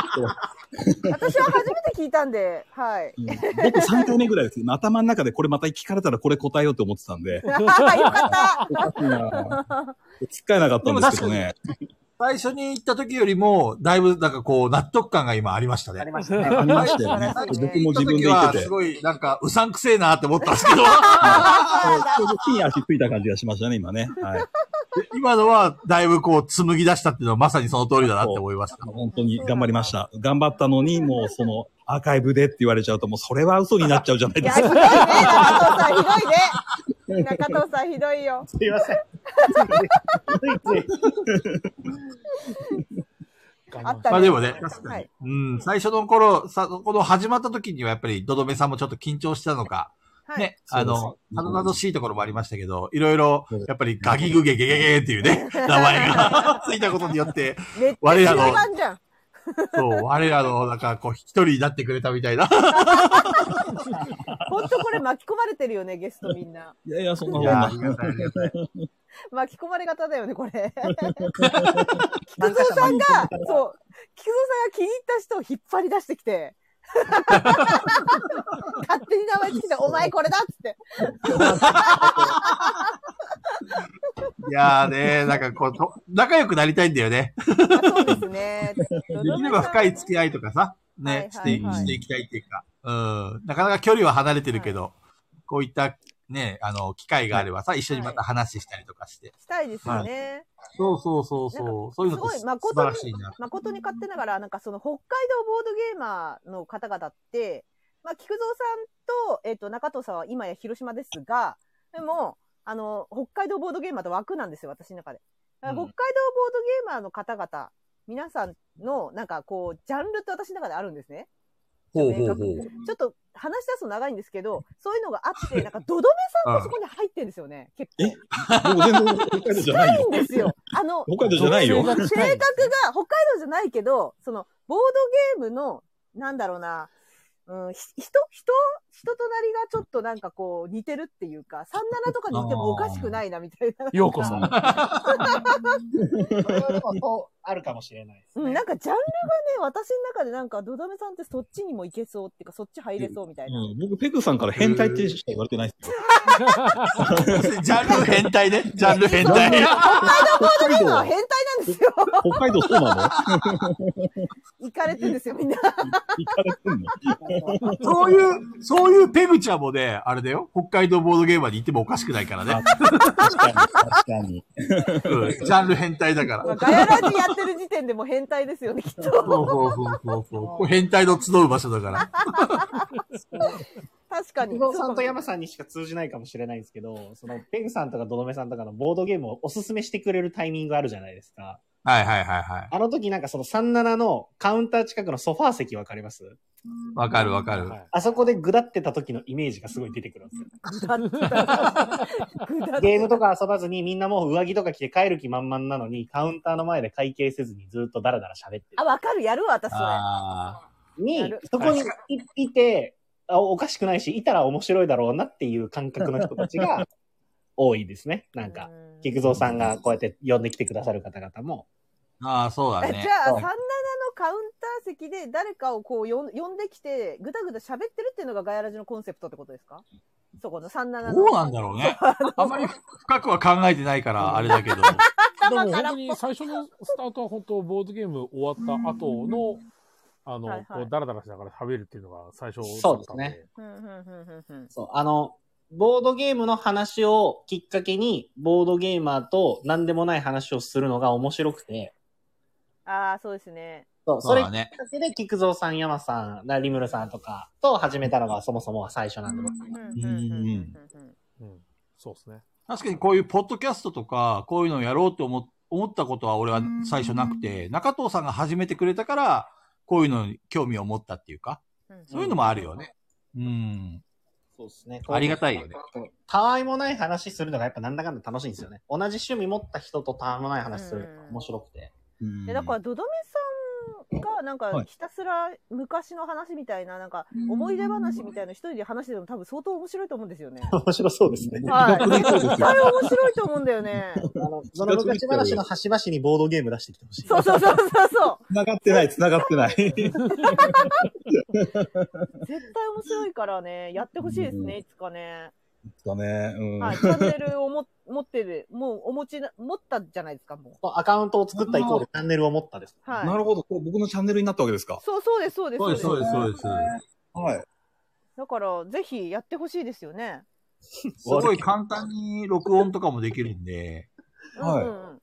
Speaker 6: 私は初めて聞いたんで、 はい。
Speaker 5: とうん僕3回目ぐらいです。今頭の中でこれまた聞かれたらこれ答えようと思ってたん で、
Speaker 6: よ か
Speaker 5: おかしいなつっかえなかったんですけどね。
Speaker 17: 最初に行った時よりも、だいぶ、なんかこう、納得感が今ありました
Speaker 4: あり
Speaker 17: ね。
Speaker 4: ました ね。
Speaker 5: ありましたよね
Speaker 6: った。
Speaker 5: 僕も
Speaker 17: 行った
Speaker 5: 自分で
Speaker 17: 時
Speaker 5: 言っ
Speaker 17: は、
Speaker 5: てて
Speaker 17: す。ごい、なんか、うさんくせえなって思ったんですけど、
Speaker 5: ちょうど地に足ついた感じがしましたね、今ね。はい。
Speaker 17: 今のは、だいぶこう、紡ぎ出したっていうのはまさにその通りだなって思いました。
Speaker 5: 本当に頑張りました。頑張ったのに、もうそのアーカイブでって言われちゃうと、もうそれは嘘になっちゃうじゃない
Speaker 6: い
Speaker 5: で
Speaker 6: や、
Speaker 5: す
Speaker 6: ひど
Speaker 5: か。
Speaker 6: いね、中藤さん、ひどいね。中藤さん、ひどいよ。
Speaker 4: すいません。
Speaker 6: あったね。
Speaker 17: まあでもね、確かに。
Speaker 6: はい。
Speaker 17: うん、最初の頃、さ、この始まった時にはやっぱり、どどめさんもちょっと緊張したのか、
Speaker 6: はい
Speaker 17: ね、あ
Speaker 5: そう
Speaker 17: の
Speaker 5: で、
Speaker 17: たどたどしいところもありましたけど、いろいろ
Speaker 5: そうで、す
Speaker 17: やっぱりガギグゲゲゲゲっていうね、名前が ついたことによって、
Speaker 6: めっち
Speaker 17: 我
Speaker 6: ゃ
Speaker 17: らの
Speaker 6: 定、番じゃん。
Speaker 17: そう、我らの、なんかこう、一人になってくれたみたいな。
Speaker 6: ほんとこれ巻き込まれてるよね、ゲストみんな。
Speaker 5: いやいや、そんないもん
Speaker 17: や、
Speaker 5: な
Speaker 17: ありがたいありがたい
Speaker 6: 巻き込まれ方だよね、これ。
Speaker 4: 何
Speaker 6: 菊
Speaker 4: か
Speaker 6: 蔵
Speaker 4: 所
Speaker 6: さん
Speaker 4: も
Speaker 6: が、そう、菊蔵さんが気に入った人を引っ張り出してきて、勝手に名前つけて、お前これだっつって。
Speaker 2: いやーね、なんかこうと、仲良くなりたいんだよね。
Speaker 6: あそうです ね。
Speaker 2: できれば深い付き合いとかさ、
Speaker 6: はいは
Speaker 2: ね
Speaker 6: い、
Speaker 2: して
Speaker 6: はい
Speaker 2: していきたいっていうか、うん。なかなか距離は離れてるけど、こういったね、あの、機会があればさ、一緒にまた話したりとかして。
Speaker 6: したいですよね。
Speaker 2: そうそうそう
Speaker 6: な
Speaker 2: そう。そういうのって
Speaker 6: すごい
Speaker 2: 素
Speaker 6: 誠に
Speaker 2: 晴らしいな。
Speaker 6: 誠に勝手ながら、なんかその北海道ボードゲーマーの方々って、まあ、菊蔵さんと、えっ、と、中藤さんは今や広島ですが、でも、あの、北海道ボードゲーマーと枠なんですよ、私の中で。だから北海道ボードゲーマーの方々、皆さんの、なんかこう、ジャンルって私の中であるんですね。
Speaker 2: ほうほうほう。
Speaker 6: ちょっと話し出すと長いんですけど、そういうのがあって、なんか、どどめさんもそこに入ってるんですよね、結構。
Speaker 5: 僕全然北海道じゃない
Speaker 6: 近い
Speaker 5: よ
Speaker 6: ん。ですよ。あの、
Speaker 5: 北海道じゃないよ。
Speaker 6: 性格が、北海道じゃないけど、その、ボードゲームの、なんだろうな、うん、ひ人、人、人となりがちょっとなんかこう、似てるっていうか、37とかにいてもおかしくないな、みたいな。
Speaker 1: ようこそ。
Speaker 4: それはでもそうあるかもしれないです
Speaker 6: うん、
Speaker 4: ね。
Speaker 6: なんかジャンルがね、私の中でなんか、ドダメさんってそっちにも行けそうっていうか、そっち入れそうみたいな。
Speaker 5: うん僕、ペグさんから変態ってしか言われてないですよ。
Speaker 2: ジャンル変態ね。ジャンル変態。
Speaker 5: 北海
Speaker 6: 今は
Speaker 5: 道、
Speaker 6: 変態なんですよ。
Speaker 5: 北海道そうなの
Speaker 6: 行かれてるんですよ、みんな。
Speaker 5: 行かれてんの
Speaker 2: そういう、そういうペグちゃんもね、あれだよ。北海道ボードゲーマーに行ってもおかしくないからね。
Speaker 5: 確かに、確かに。
Speaker 2: うんジャンル変態だから。
Speaker 6: まあガヤラジやってる時点でもう変態ですよね、きっと。
Speaker 2: そうそうそうそうそう。ここ変態の集う場所だから。
Speaker 6: 確かに。
Speaker 4: 伊藤さんと山さんにしか通じないかもしれないんですけど、その、ペグさんとかドドメさんとかのボードゲームをおすすめしてくれるタイミングあるじゃないですか。
Speaker 2: はいはいはいはい。
Speaker 4: あの時なんかその37のカウンター近くのソファー席わかります
Speaker 2: わかるわかる。
Speaker 1: はい
Speaker 4: あそこでぐだってた時のイメージがすごい出てくるんですよ。
Speaker 6: ぐだっ て
Speaker 4: ゲームとか遊ばずにみんなもう上着とか着て帰る気満々なのに、カウンターの前で会計せずにずっとダラダラ喋って
Speaker 6: あ、わかる、やるわ、私それ。
Speaker 2: あ
Speaker 4: る。
Speaker 6: や
Speaker 4: に
Speaker 6: る、
Speaker 4: そこにいいてあ、おかしくないし、いたら面白いだろうなっていう感覚の人たち が多いですね。なんか
Speaker 6: う、ん
Speaker 4: 菊蔵さんがこうやって呼んできてくださる方々も。
Speaker 2: ーあー、そうだ
Speaker 6: じゃ
Speaker 2: ね。
Speaker 6: あ、
Speaker 4: そ
Speaker 6: 37
Speaker 4: う
Speaker 6: のカウンター席で誰かをこうよん呼んできて、ぐだぐだ喋ってるっていうのがガヤラジのコンセプトってことですかそこの37
Speaker 2: どうな
Speaker 6: の。
Speaker 2: んだろうね。あんまり深くは考えてないから、あれだけど。
Speaker 1: でも本当に最初のスタートは本当、ボードゲーム終わった後の、あの、
Speaker 6: はいはい
Speaker 1: こう、ダラダラしながら喋るっていうのが最初
Speaker 4: そうですね
Speaker 1: だったんで。
Speaker 6: うんうんうんうんうん
Speaker 4: そう、あの、ボードゲームの話をきっかけに、ボードゲーマーと何でもない話をするのが面白くて、
Speaker 6: ああ、そうですね。
Speaker 4: そう、
Speaker 2: そ
Speaker 4: そうれ
Speaker 2: だね
Speaker 4: きっ。かけで、菊蔵さん、山さん、リムルさんとかと始めたのがそもそもは最初なんで、
Speaker 6: うんうんうんうんうん
Speaker 1: うん。そうですね。
Speaker 2: 確かにこういうポッドキャストとか、こういうのをやろうと思思ったことは俺は最初なくて、中藤さんが始めてくれたから、こういうのに興味を持ったっていうか、
Speaker 6: うん
Speaker 2: そういうのもあるよね。うん。
Speaker 4: そうですね。
Speaker 2: ありがたいよね。
Speaker 4: たわいもない話するのがやっぱなんだかんだ楽しいんですよね。同じ趣味持った人とたわいもない話するのが面白くて。
Speaker 2: うん
Speaker 6: でだから、どどめさんが、なん
Speaker 5: は
Speaker 6: か、
Speaker 5: い
Speaker 6: ひたすら昔の話みたいな、なんか、思い出話みたいな一人で話してても多分相当面白いと思うんですよね。
Speaker 4: 面白そうですね。
Speaker 6: はい。
Speaker 5: 僕
Speaker 6: 絶
Speaker 5: もそうですよ
Speaker 6: 対面白いと思うんだよね。
Speaker 4: あの、その昔話の端々にボードゲーム出してきてほしい。
Speaker 6: そうそうそうそうそ
Speaker 5: 繋がってない、繋がってない。
Speaker 6: う。絶対面白いからね、やってほしいですね、いつかね。
Speaker 5: だね。うん。
Speaker 6: はい、チャンネルをも 持ってる、もうお持ちな、持ったじゃないですか、も
Speaker 4: アカウントを作った以降でチャンネルを持ったです。
Speaker 6: う。はい。
Speaker 5: なるほど。こう僕のチャンネルになったわけですか。
Speaker 6: そう、そうです、そうです。
Speaker 2: そうです、そうです、そうです。
Speaker 5: はい。
Speaker 6: だから、ぜひやってほしいですよね。
Speaker 2: すごい簡単に録音とかもできるんで、
Speaker 5: はい
Speaker 6: うんうん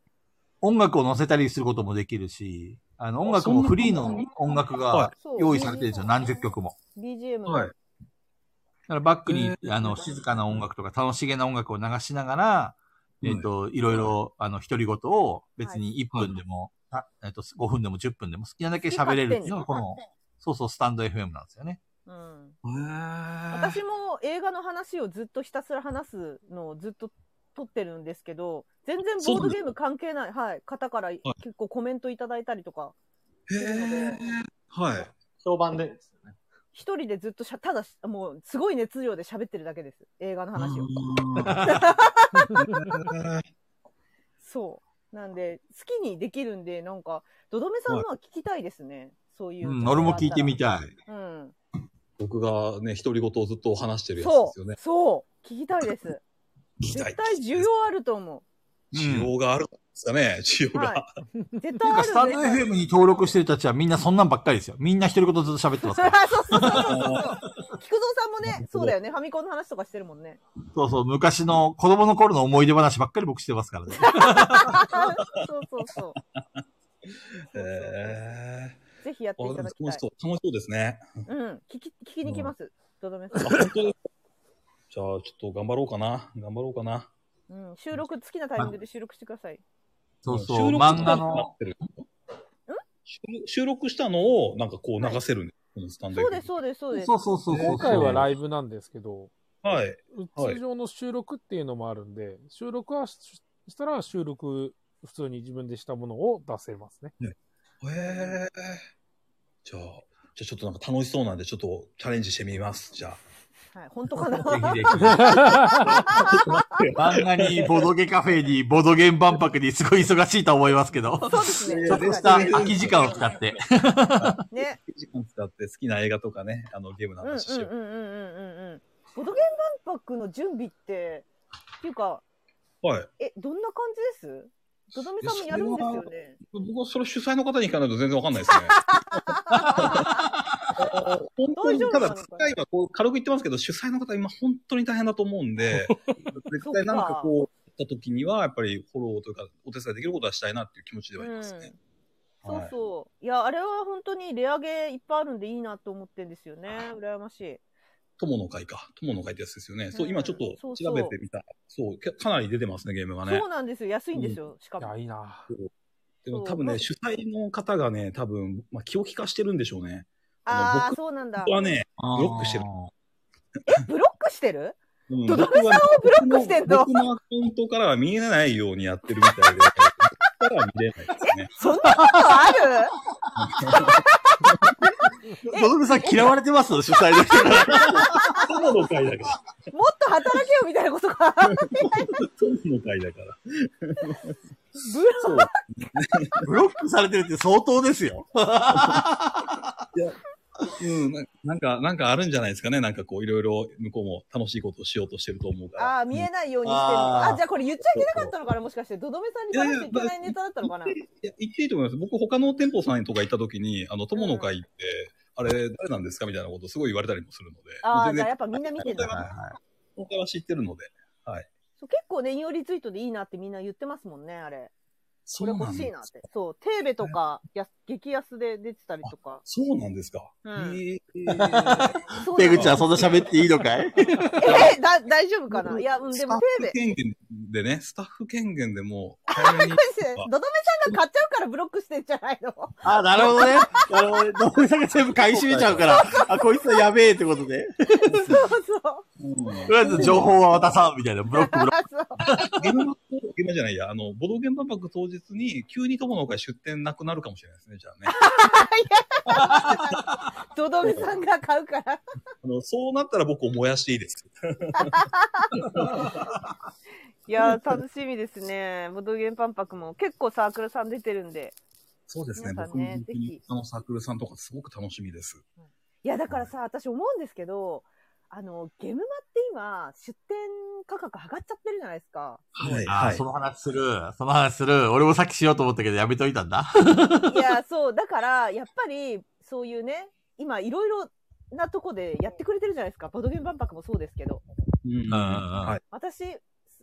Speaker 2: 音楽を載せたりすることもできるし、あの、音楽もフリーの音楽が
Speaker 6: そう
Speaker 2: 用意されてるんですよ、何十曲も。
Speaker 6: BGM の。
Speaker 5: はい。
Speaker 2: だからバックに、あの、静かな音楽とか楽しげな音楽を流しながら、えっ、と、いろいろ、あの、独り言を別に1分でも、あえっと、5分でも10分でも好きなだけ喋れるっていうのがこの、そうそう、スタンド FM なんですよね。
Speaker 6: うん。
Speaker 5: 私
Speaker 6: 私も映画の話をずっとひたすら話すのをずっと撮ってるんですけど、全然ボードゲーム関係ない、はい、方から結構コメントいただいたりとかするので。
Speaker 5: はい。
Speaker 4: 評判で。
Speaker 6: 一人でずっとしゃ、ただし、もう、すごい熱量で喋ってるだけです。映画の話を。
Speaker 5: うん
Speaker 6: そなんで、好きにできるんで、なんか、どどめさんのは聞きたいですね。そういう。
Speaker 2: うん、俺も聞いてみ
Speaker 6: い。
Speaker 2: たい。
Speaker 6: うん。
Speaker 5: 僕がね、独り言をずっと話してるやつで
Speaker 6: そ
Speaker 5: すよね
Speaker 6: う。。そう。聞きたいです。
Speaker 5: 聞きた
Speaker 6: 絶
Speaker 5: い。
Speaker 6: 対需要あると思
Speaker 5: 需要があるんですかね、需要
Speaker 6: う。は
Speaker 5: が。
Speaker 6: い。絶
Speaker 2: て
Speaker 6: 対
Speaker 2: いう
Speaker 6: あ
Speaker 2: か、
Speaker 6: るんで
Speaker 2: スタンド FM に登録してる人たちはみんなそんなんばっかりですよ。みんな一人言ずっと喋ってますか
Speaker 6: そ
Speaker 2: ら。
Speaker 6: れは そうそうそうそうそう。菊蔵さんもね、そうだよね。ファミコンの話とかしてるも んね。
Speaker 2: そうそう、昔の子供の頃の思い出話ばっかり僕してますからね。
Speaker 6: そうそうそう。
Speaker 5: へえ
Speaker 6: ぜひやって
Speaker 5: ー。
Speaker 6: い
Speaker 5: あで
Speaker 6: た
Speaker 5: も
Speaker 6: だ
Speaker 5: 楽
Speaker 6: きた
Speaker 5: し
Speaker 6: い。
Speaker 5: そう、楽しそうですね。
Speaker 6: うん。聞き、聞きに来ます。どどめさ
Speaker 5: あ、
Speaker 6: ん。
Speaker 5: 本当ですかじゃあ、ちょっと頑張ろうかな。頑張ろうかな。
Speaker 6: うん。収録、好きなタイミングで収録してください。
Speaker 2: そうそう、
Speaker 5: 収録
Speaker 2: 漫画の。。
Speaker 5: 収録収録したのを、なんかこう流せるんですこのスタンド
Speaker 6: そうで
Speaker 5: FM
Speaker 6: す、そうです、そうです。
Speaker 2: そうそうそうそう。
Speaker 1: 今回はライブなんですけど、
Speaker 5: はい。はい
Speaker 1: 通常の収録っていうのもあるんで、収録はししたら収録、普通に自分でしたものを出せますね。
Speaker 5: へえ。じゃあ、じゃあちょっとなんか楽しそうなんで、ちょっとチャレンジしてみます。じゃあ。
Speaker 6: はい。本当かな
Speaker 2: ぜひぜひ漫画に、ボドゲカフェに、ボドゲン万博にすごい忙しいと思いますけど、
Speaker 6: そうで すね。
Speaker 2: ちょっとした空き時間を使って。
Speaker 6: ね。
Speaker 5: 時間使って好きな映画とかね、あのゲームの
Speaker 6: うんうん
Speaker 5: 話しよう。
Speaker 6: うんうんうんうんうん。ボドゲン万博の準備って、っていうか、
Speaker 5: はい。
Speaker 6: え、どんな感じですどどめさんもやるんですよね。
Speaker 5: 僕はそれ主催の方に聞かないと全然わかんないです ね。本当に、ただ、使えばこう軽く言ってますけど、主催の方今本当に大変だと思うん で、絶対なんかこう、行った時には、やっぱりフォローというか、お手伝いできることはしたいなっていう気持ちではありますね。
Speaker 6: そ
Speaker 5: は
Speaker 6: う
Speaker 5: い
Speaker 6: そう。いや、あれは本当にレアゲーいっぱいあるんでいいなと思ってんですよね。羨ましい。
Speaker 5: 友の会か。友の会ってやつですよね。そうう、
Speaker 6: ん
Speaker 5: 今ちょっと
Speaker 6: そうそ
Speaker 5: 調
Speaker 6: う
Speaker 5: べてみた。そう、かかなり出てますね、ゲームがね
Speaker 6: そう。なんですよ。安いんですよ。しか
Speaker 1: いや、
Speaker 6: も。
Speaker 1: いいな
Speaker 5: でも
Speaker 6: そう
Speaker 5: 多分
Speaker 6: ま
Speaker 5: ね、
Speaker 6: あ
Speaker 5: 主催の方がね、多分、まあ、気を利かしてるんでしょうね。
Speaker 6: ああ、
Speaker 5: 僕
Speaker 6: そうなんだ
Speaker 5: 僕。はね、ブロックしてる。
Speaker 6: ブロックしてる
Speaker 5: うん
Speaker 6: ドド
Speaker 5: 僕はね
Speaker 6: ブロックしてんの
Speaker 5: 僕の僕のアカウントからは見えないようにやってるみたいで、僕からは見れないですね。
Speaker 6: そんなことある
Speaker 2: ボドゲさん嫌われてます主催の人から。
Speaker 5: 友の会だか
Speaker 6: もっと働けよみたいなこと か。
Speaker 5: ら。友の会だから。
Speaker 6: ブロ
Speaker 5: そう。
Speaker 2: ブロックされてるって相当ですよ。
Speaker 5: うん、ななんか、なんかあるんじゃないですかね。なんかこう、いろいろ向こうも楽しいことをしようとしてると思うから。
Speaker 6: ああ、見えないようにしてるの。
Speaker 2: あー
Speaker 6: あ、じゃあこれ言っちゃいけなかったのかなもしかして。どどめさんに話しちゃいけないネタだったのかない
Speaker 5: や、言っていいと思います。僕、他の店舗さんとか行った時に、あの、友の会って、あれ、誰なんですかみたいなことをすごい言われたりもするので。
Speaker 6: ああ、
Speaker 5: 全
Speaker 6: じ
Speaker 5: 然
Speaker 6: ゃあやっぱみんな見てんだ。
Speaker 5: 友の会は知ってるので。
Speaker 6: そう結構ね、引用リツイートでいいなってみんな言ってますもんね、あれ。
Speaker 5: そ
Speaker 6: これ欲しいなって。そう、テーベとか、やす激安で出てたりとか。
Speaker 5: そうなんですか。
Speaker 6: うん
Speaker 5: えー
Speaker 6: そう
Speaker 2: ペ
Speaker 6: なの
Speaker 2: グちゃん、そんな喋っていいのかい
Speaker 6: えーだ、大丈夫かないや、うん、で
Speaker 5: スタッ
Speaker 6: も、テー
Speaker 5: フ
Speaker 6: ベ。
Speaker 5: 権限でね、スタッフ権限でもう、早めに
Speaker 6: どどめさんが買っちゃうからブロックしてんじゃ ないの
Speaker 2: あ、なるほどね。なるほどね。ドブさんが全部買い占めちゃうから、あ、こいつはやべえってことで。
Speaker 6: そうそう。
Speaker 5: うん
Speaker 2: とりあえず情報は渡さんみたいな。ブロック、ブロック。
Speaker 6: そう
Speaker 5: ゲームマゲームじゃないや、あの、ボドゲン万博当日に、急に友の会出店なくなるかもしれないですね、じゃあね。
Speaker 6: どどめさんが買うから。
Speaker 5: あのそうなったら僕を燃やしていいです。
Speaker 6: いやー、楽しみですね。ボドゲン万博も結構サークルさん出てるんで。
Speaker 5: そうですね、
Speaker 6: 皆さ
Speaker 5: 僕
Speaker 6: んね
Speaker 5: も本当
Speaker 6: ぜ
Speaker 5: に
Speaker 6: ひ、
Speaker 5: あの、サークルさんとかすごく楽しみです。
Speaker 6: いや、だからさ、私思うんですけど、あの、ゲムマって今、出店価格上がっちゃってるじゃないで すか。
Speaker 5: はい、
Speaker 2: あ
Speaker 5: は
Speaker 2: ー、
Speaker 5: い
Speaker 2: そ。の話する。その話する。俺もさっきしようと思ったけど、やめといたんだ。
Speaker 6: いや、そう、だから、やっぱり、そういうね、今、いろいろなとこでやってくれてるじゃないですか。ボドゲン万博もそうですけど。
Speaker 5: うんうんうんはい。
Speaker 6: 私、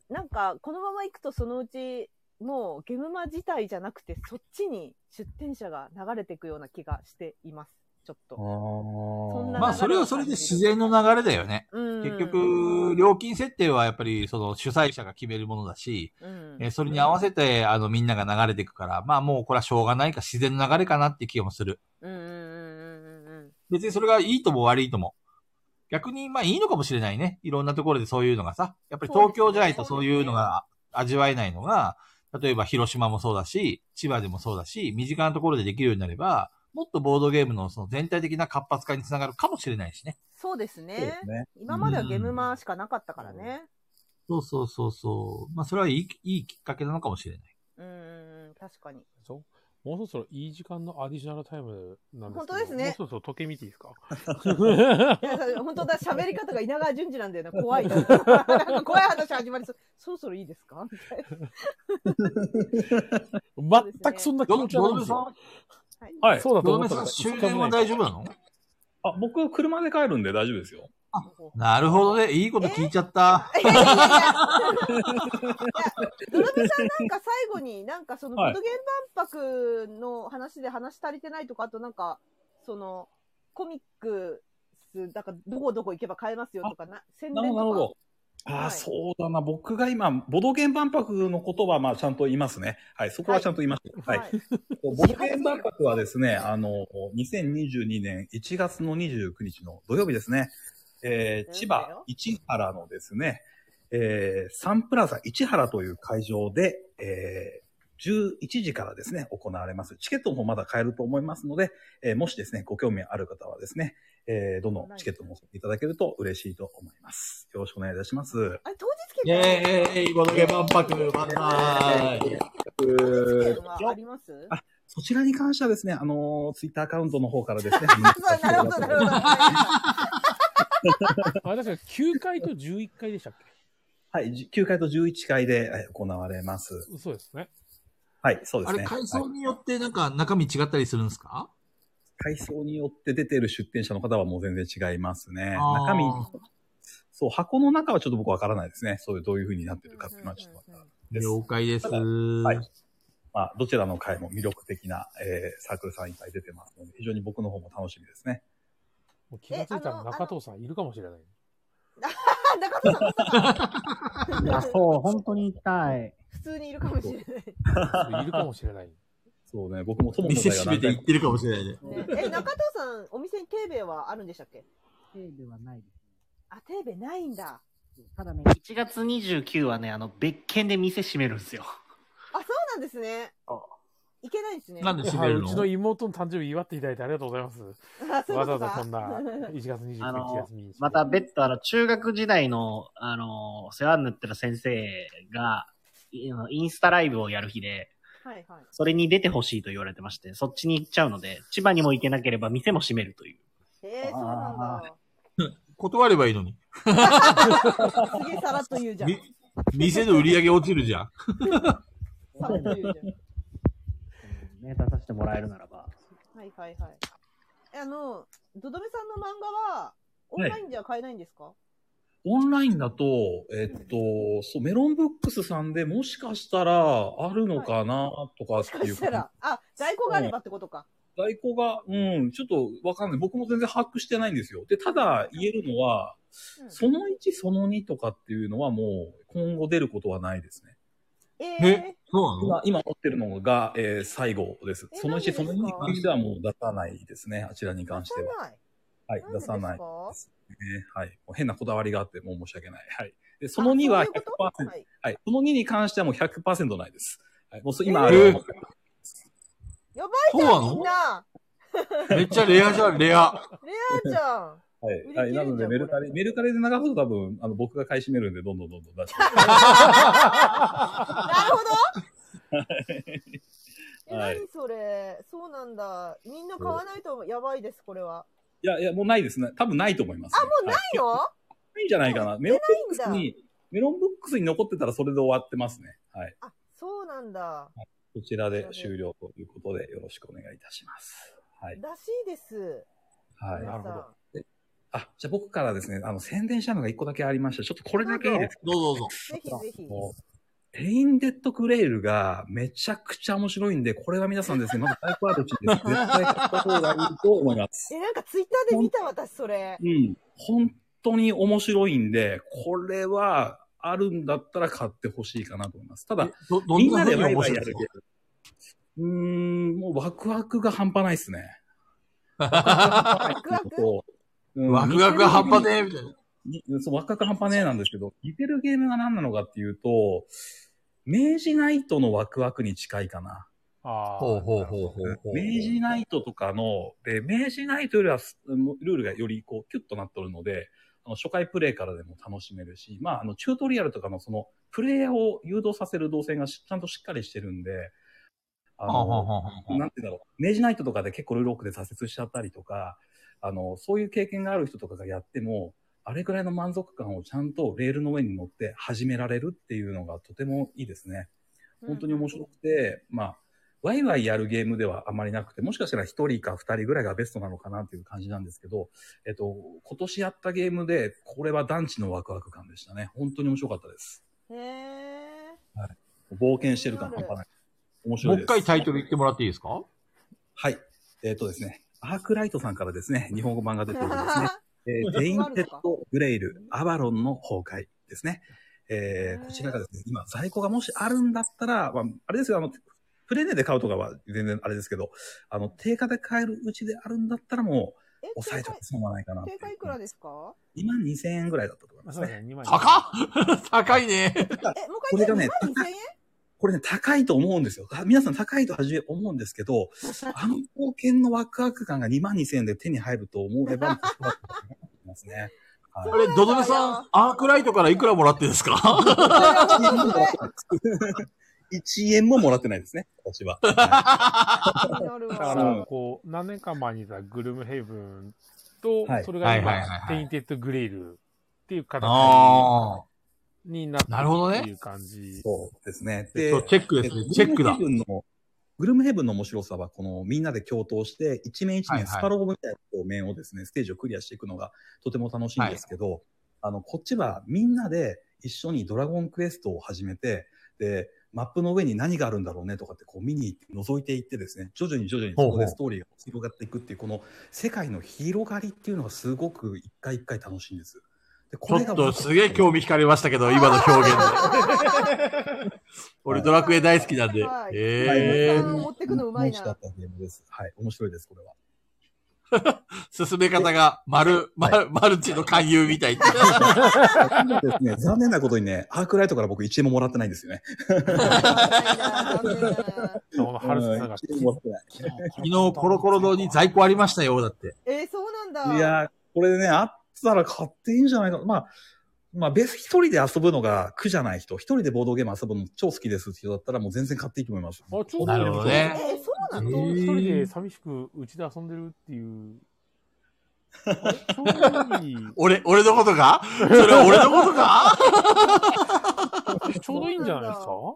Speaker 6: なんか、このまま行くと、そのうち、もう、ゲムマ自体じゃなくて、そっちに出店者が流れていくような気がしています。ちょっと。そんな
Speaker 2: まあ、それはそれで自然の流れだよね。
Speaker 6: うん
Speaker 2: 結、局、料金設定はやっぱり、その主催者が決めるものだし、
Speaker 6: うん
Speaker 2: えーそれに合わせて、あの、みんなが流れていくから、まあもうこれはしょうがないか、自然の流れかなって気もする。
Speaker 6: うんうんうんうんうんうん。
Speaker 2: 別にそれがいいとも悪いとも。逆に、まあいいのかもしれないね。いろんなところでそういうのがさ。やっぱり東京じゃないと
Speaker 6: そ
Speaker 2: そうう
Speaker 6: ですね
Speaker 2: いうのが味わえないのが、例えば広島もそうだし、千葉でもそうだし、身近なところでできるようになれば、もっとボードゲームのその全体的な活発化につながるかもしれないしね。
Speaker 6: そうですね。
Speaker 5: そうですね。
Speaker 6: 今まではゲムマしかなかったからね。
Speaker 2: そうそうそうそう。まあそれはいい、いいきっかけなのかもしれない。
Speaker 6: うんうんうん 確かに。
Speaker 1: そう。もうそろそろいい時間のアディショナルタイムなんですけど
Speaker 6: 本当ですね
Speaker 1: もうそろそろ時計見ていいですか
Speaker 6: いや本当だ、喋り方が稲川淳二な んだよな、怖いな。なんか怖い話始まりそう。そろそろいいですかみたいな
Speaker 1: 全くそんな気持ちはないんですよ。
Speaker 5: はい。
Speaker 1: そうだと
Speaker 17: ド
Speaker 1: 思
Speaker 17: メ
Speaker 1: った
Speaker 17: さ
Speaker 1: ら
Speaker 17: ん、
Speaker 1: 一
Speaker 17: 終
Speaker 1: 時間
Speaker 17: 電
Speaker 1: もな
Speaker 17: はい大丈夫なの
Speaker 5: あ、僕、車で帰るんで大丈夫ですよ。
Speaker 17: なるほどね。いいこと聞いちゃった。
Speaker 6: いやいやいやいや。いや、ドルビさんなんか最後になんかその、ボ
Speaker 5: はい
Speaker 6: ドゲン万博の話で話足りてないとか、あとなんか、その、コミックス、なんかどこどこ行けば買えますよとか、な宣
Speaker 5: な
Speaker 6: 伝
Speaker 5: る
Speaker 6: と
Speaker 5: ほど、
Speaker 6: か。
Speaker 5: なるほど。あ
Speaker 6: は
Speaker 5: あ、
Speaker 6: い
Speaker 5: そうだな。僕が今、ボドゲン万博のことは、まあ、ちゃんと言いますね。はい、そこはちゃんと言います。はい。
Speaker 6: はい。
Speaker 5: ボドゲン万博はですね、あの、2022年1月の29日の土曜日ですね、えー千葉市原のですね、えーサンプラザ市原という会場で、えー11時からですね、行われます。チケットもまだ買えると思いますので、えーもしですね、ご興味ある方はですね、えーどんどんチケットも持っていただけると嬉しいと思います。よろしくお願いいたします。
Speaker 6: あれ、当日
Speaker 17: イェ
Speaker 6: 券買える
Speaker 17: ーイ、ボドゲ万博、万歳。
Speaker 6: 当日券はあります
Speaker 5: そちらに関してはですね、あのツイッター Twitter アカウントの方からですね、
Speaker 6: そうなるほど、なるほど。
Speaker 1: あれ確か9回と11回でしたっ
Speaker 5: はい、9階と11階でえー行われます。
Speaker 1: けそうですね。
Speaker 5: はい、そうで
Speaker 17: あ
Speaker 5: す
Speaker 17: れ、
Speaker 5: ね。
Speaker 17: 階
Speaker 5: は
Speaker 17: 層
Speaker 5: い
Speaker 17: によってなんか中身違ったりするんですか
Speaker 5: 階層によって出てる出店者の方はもう全然違いますね。
Speaker 17: あー
Speaker 5: 中身、そう、箱の中はちょっと僕わからないですね。そういう、どういう風になってるかっていうのはちょっとわからないです。
Speaker 17: 了解です。
Speaker 5: はいまあ、どちらの会も魅力的な、えーサークルさんいっぱい出てますので、非常に僕の方も楽しみですね。
Speaker 1: もう気がついた
Speaker 6: えあ
Speaker 1: ら
Speaker 6: の
Speaker 1: 中藤さんいるかもしれない。
Speaker 6: あ中田さんまさか
Speaker 4: いや、 そう、本当に痛い。
Speaker 6: 普通にいるかもしれない。
Speaker 1: いるかもしれない。
Speaker 5: そうね、僕も友の
Speaker 17: 店
Speaker 5: 会
Speaker 17: 閉
Speaker 5: が
Speaker 17: めて行
Speaker 5: 何回も
Speaker 17: ってるかもしれないね。
Speaker 6: ねえ、中藤さん、お店にテーベはあるんでしたっけ
Speaker 4: テーブはないです
Speaker 6: あ、テーベないんだ。
Speaker 4: ね。ただね、1月29はね、あの、別件で店閉めるんですよ。
Speaker 6: あ、そうなんですね。いけないんですね。
Speaker 17: なんで閉
Speaker 1: は
Speaker 17: め
Speaker 1: い
Speaker 17: る
Speaker 1: う
Speaker 17: の
Speaker 1: ちの妹の誕生日祝っていただいてありがとうございます。
Speaker 6: あそういう
Speaker 1: わ
Speaker 6: こ
Speaker 1: ざわ
Speaker 6: とか
Speaker 1: ざこ んな1月29日、
Speaker 4: あの
Speaker 1: 1月2日。
Speaker 4: また別途、あの、中学時代の、あの、世話になってる先生が、いあのインスタライブをやる日で、
Speaker 6: はいはい。
Speaker 4: それに出てほしいと言われてまして、そっちに行っちゃうので、千葉にも行けなければ店も閉めるという。
Speaker 6: えー、そうなんだ。
Speaker 17: 断ればいいのに。
Speaker 6: すげえさらっと言うじゃん。
Speaker 17: み店の売り上げ落ちるじゃん。
Speaker 6: さらっと言うじ
Speaker 4: ね、出させてもらえるならば。
Speaker 6: ゃん。はいはいはい。えあの、ドドメさんの漫画は、オンラインじゃ買えないんですか、
Speaker 5: オンラインだと、えっと、そう、メロンブックスさんでもしかしたらあるのかなとか
Speaker 6: も
Speaker 5: っ
Speaker 6: してか
Speaker 5: いう
Speaker 6: したら。あ、在庫があればってことか。
Speaker 5: 在庫が、うん、ちょっとわかんない。僕も全然把握してないんですよ。で、ただ言えるのは、
Speaker 6: うん
Speaker 5: その1、その2とかっていうのはもう今後出ることはないですね。
Speaker 6: え
Speaker 17: そうなの
Speaker 5: 今、今持ってるのが、えー最後です。
Speaker 6: え
Speaker 5: その1、その2に関してはもう出さないですね。あちらに
Speaker 6: ー、出
Speaker 5: 関しては。
Speaker 6: さない。
Speaker 5: はい、出さない
Speaker 6: んでです。か
Speaker 5: ねはい。もう変なこだわりがあって、もう申し訳ない。はい。で、その2は
Speaker 6: あ
Speaker 5: 100%
Speaker 6: そ、ういうことはい
Speaker 5: はい。その2に関してはもう100%ないです。はい。もうそ今、
Speaker 17: えー
Speaker 5: あの
Speaker 6: やばい
Speaker 17: そう
Speaker 6: じ
Speaker 17: な
Speaker 6: ゃん、みん
Speaker 17: の
Speaker 6: な。
Speaker 17: めっちゃレアじゃん、レア。
Speaker 6: レアじゃ ん。
Speaker 5: はい
Speaker 6: 売。り切
Speaker 5: は
Speaker 6: れ
Speaker 5: い。
Speaker 6: ちゃ
Speaker 5: な
Speaker 6: う
Speaker 5: ので、メルカリ、
Speaker 6: これ
Speaker 5: メルカリで流すと多分、あの、僕が買い占めるんで、どんどんどんどん出して。
Speaker 6: なるほど。え、
Speaker 5: はい
Speaker 6: 何それ。そうなんだ。みんな買わないとやばいです、これは。
Speaker 5: いやいや、もうないですね。多分ないと思います、
Speaker 6: あ、もうない
Speaker 5: は
Speaker 6: の、
Speaker 5: い、ないんじゃないかな。メロンブックス
Speaker 6: ないん
Speaker 5: に、メロンブックスに残ってたらそれで終わってますね。はい。
Speaker 6: あ、そうなんだ。
Speaker 5: こちらで終了ということで、よろしくお願いいたします。はい。
Speaker 6: らしいです。
Speaker 5: はい。
Speaker 1: なるほど
Speaker 5: あ、じゃあ僕からですね、あの、宣伝したのが一個だけありました。ちょっとこれだけいいですか
Speaker 17: どうぞどうぞ。
Speaker 6: 皆さんぜひぜひ。
Speaker 5: もうペインデッドグレイルがめちゃくちゃ面白いんで、これは皆さんですね、まだイプアートチです。絶対買った方がいいと思います。
Speaker 6: え、なんかツイッターで見た私、それ。
Speaker 5: うん。本当に面白いんで、これはあるんだったら買ってほしいかなと思います。ただ、
Speaker 17: ど、ど
Speaker 5: みん
Speaker 17: んな
Speaker 5: な
Speaker 17: 風
Speaker 5: で
Speaker 17: に
Speaker 5: ワイ
Speaker 17: 面
Speaker 5: ワイ
Speaker 17: 白
Speaker 5: や
Speaker 17: い
Speaker 5: る
Speaker 17: です
Speaker 5: ゲーム。うーん、もうワクワクが半端ないっすね。
Speaker 17: か
Speaker 6: ワクワク
Speaker 5: そううん
Speaker 17: ワクワクが半端ねえ、みたいな。
Speaker 5: にそう、ワクワク半端ねえなんですけど、似てるゲームが何なのかっていうと、明治ナイトのワクワクに近いかな。
Speaker 1: ああ。
Speaker 17: ほうほうほうほうほう。
Speaker 5: 明治ナイトとかの、で、明治ナイトよりはす、ルールがよりこう、キュッとなっとるので、あの初回プレイからでも楽しめるし、まあ、あの、チュートリアルとかのその、プレイヤーを誘導させる動線がしちゃんとしっかりしてるんで、あ
Speaker 2: ほうほう
Speaker 5: の、
Speaker 2: ほうほう
Speaker 5: なんていうんだろう。明治ナイトとかで結構ルールオークで挫折しちゃったりとか、あの、そういう経験がある人とかがやっても、あれくらいの満足感をちゃんとレールの上に乗って始められるっていうのがとてもいいですね。本当に面白くて、まあ、ワイワイやるゲームではあまりなくて、もしかしたら1人か2人ぐらいがベストなのかなっていう感じなんですけど、えっと、今年やったゲームで、これは団地のワクワク感でしたね。本当に面白かったです。
Speaker 6: へえ。
Speaker 5: 冒険してる感半端ない。面白
Speaker 2: も
Speaker 5: いうで
Speaker 2: 一
Speaker 5: す。
Speaker 2: 回タイトル言ってもらっていいですか
Speaker 5: はい。えっ、とですね、アークライトさんからですね、日本語版が出てるんですね。えー、デインテッド・グレイル、アバロンの崩壊ですね。えーこちらがですね、今、在庫がもしあるんだったら、まあ、あれですよ、あの、プレネで買うとかは全然あれですけど、あの、定価で買えるうちであるんだったらも
Speaker 6: え
Speaker 5: う、、抑えとか損はないかなっていう。
Speaker 6: 定価いくらですか
Speaker 5: 2万2000円ぐらいだったと思います
Speaker 1: そう
Speaker 5: ね。
Speaker 1: ですね、2枚。
Speaker 2: 高っ 高いね。
Speaker 6: え、もう
Speaker 5: こ
Speaker 6: 一
Speaker 5: れ
Speaker 6: 回
Speaker 5: がね
Speaker 6: 言って、2万2000円
Speaker 5: これね、高いと思うんですよ。あ皆さん高いと初め思うんですけ ど、あの冒険のワクワク感が2万2000円で手に入ると思えば、ワクワク感がありますね。はい
Speaker 2: あれ、ドドメさん、アークライトからいくらもらってるんですか
Speaker 5: 1円ももらってないですね、私は。
Speaker 6: 気になる
Speaker 1: だ
Speaker 6: わ。
Speaker 1: から、こう、何年間前にいたグルムヘイブンと、
Speaker 5: はい
Speaker 1: それが
Speaker 2: はいはいはい
Speaker 1: 今、
Speaker 2: はい
Speaker 1: テインテッドグレイルっていう形
Speaker 2: あ
Speaker 1: になって
Speaker 2: なるほどね
Speaker 1: っていう感じ。
Speaker 5: そうですね。
Speaker 2: ー
Speaker 5: で
Speaker 2: そう、チェックですね。チェックだ
Speaker 5: グ。ルムヘブンのグルムヘブンの面白さは、このみんなで共闘して、一面一
Speaker 2: はい
Speaker 5: 面
Speaker 2: はい
Speaker 5: スパロボみたいなこう面をですね、ステージをクリアしていくのがとても楽しいんですけど、あの、こっちはみんなで一緒にドラゴンクエストを始めて、で、マップの上に何があるんだろうねとかってこう見に行って覗いていってですね、徐々に徐々にそこでストーリーが広がっていくっていう、この世界の広がりっていうのがすごく一回一回楽しいんです。で、
Speaker 2: ち
Speaker 5: こ
Speaker 2: ょ
Speaker 5: れ
Speaker 2: っ
Speaker 5: が
Speaker 2: とすげえ興味惹かれましたけど、今の表現で。俺ドラクエ大好きなんで
Speaker 6: は。い
Speaker 2: ええ
Speaker 6: ー持ってくのうまいな
Speaker 5: 楽しかったゲームです。はい、面白いです、これは。
Speaker 2: 進め方が、丸、丸、マルチの勧誘みたい。
Speaker 5: 今ですね、残念なことにね、アークライトから僕1円ももらってないんですよね。
Speaker 1: この春瀬さんが、
Speaker 5: 1円もらってない
Speaker 2: 昨日コロコロ堂に在庫ありましたよ、だって。
Speaker 6: えー、そうなんだ。
Speaker 5: いやー、これね、あったら買っていいんじゃないか。まあ、まあ、別一人で遊ぶのが苦じゃない人、一人でボードゲーム遊ぶの超好きですって人だったらもう全然買っていいと思います。
Speaker 1: あ、ちょうど
Speaker 2: なるほど
Speaker 6: え
Speaker 2: ね。
Speaker 6: ー、そうな
Speaker 1: ずっ
Speaker 6: の
Speaker 1: と一人で寂しくうちで遊んでるっていう。あれちょうどいい、
Speaker 2: 俺、俺のことかそれ俺のことか
Speaker 1: ちょうどいいんじゃないですか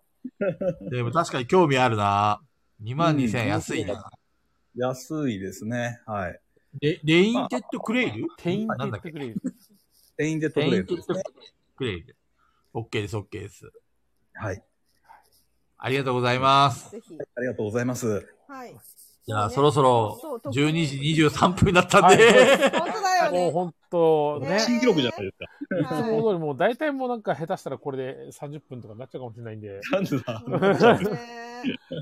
Speaker 2: でも確かに興味あるな。2万2000円安いな。
Speaker 5: 安いですね。はい。
Speaker 2: レレインテッドクレイル
Speaker 1: 店員って
Speaker 2: な
Speaker 1: 言
Speaker 2: んだ
Speaker 1: っ
Speaker 2: ってけ
Speaker 1: くれる。
Speaker 5: 店員でト
Speaker 2: レ
Speaker 5: レ
Speaker 2: イ
Speaker 5: ー
Speaker 2: ンテッ
Speaker 5: ドです
Speaker 2: ド
Speaker 5: ね。
Speaker 2: クレイル。OK です、OK です。
Speaker 5: はい。
Speaker 2: ありがとうございます。
Speaker 6: ぜひ。
Speaker 5: ありがとうございます。
Speaker 6: はい。
Speaker 2: じゃあ、そろそろ
Speaker 6: そう
Speaker 2: 12
Speaker 6: 特に
Speaker 2: 時23分になったんで、
Speaker 6: 本当だよ
Speaker 1: もう
Speaker 6: ね。
Speaker 1: 本当ね。
Speaker 6: ね
Speaker 1: い
Speaker 4: 新記録じゃないですか。
Speaker 1: つも通りもう大体もうなんか下手したらこれで30分とかになっちゃうかもしれないんで、
Speaker 4: なんでだ
Speaker 6: はいね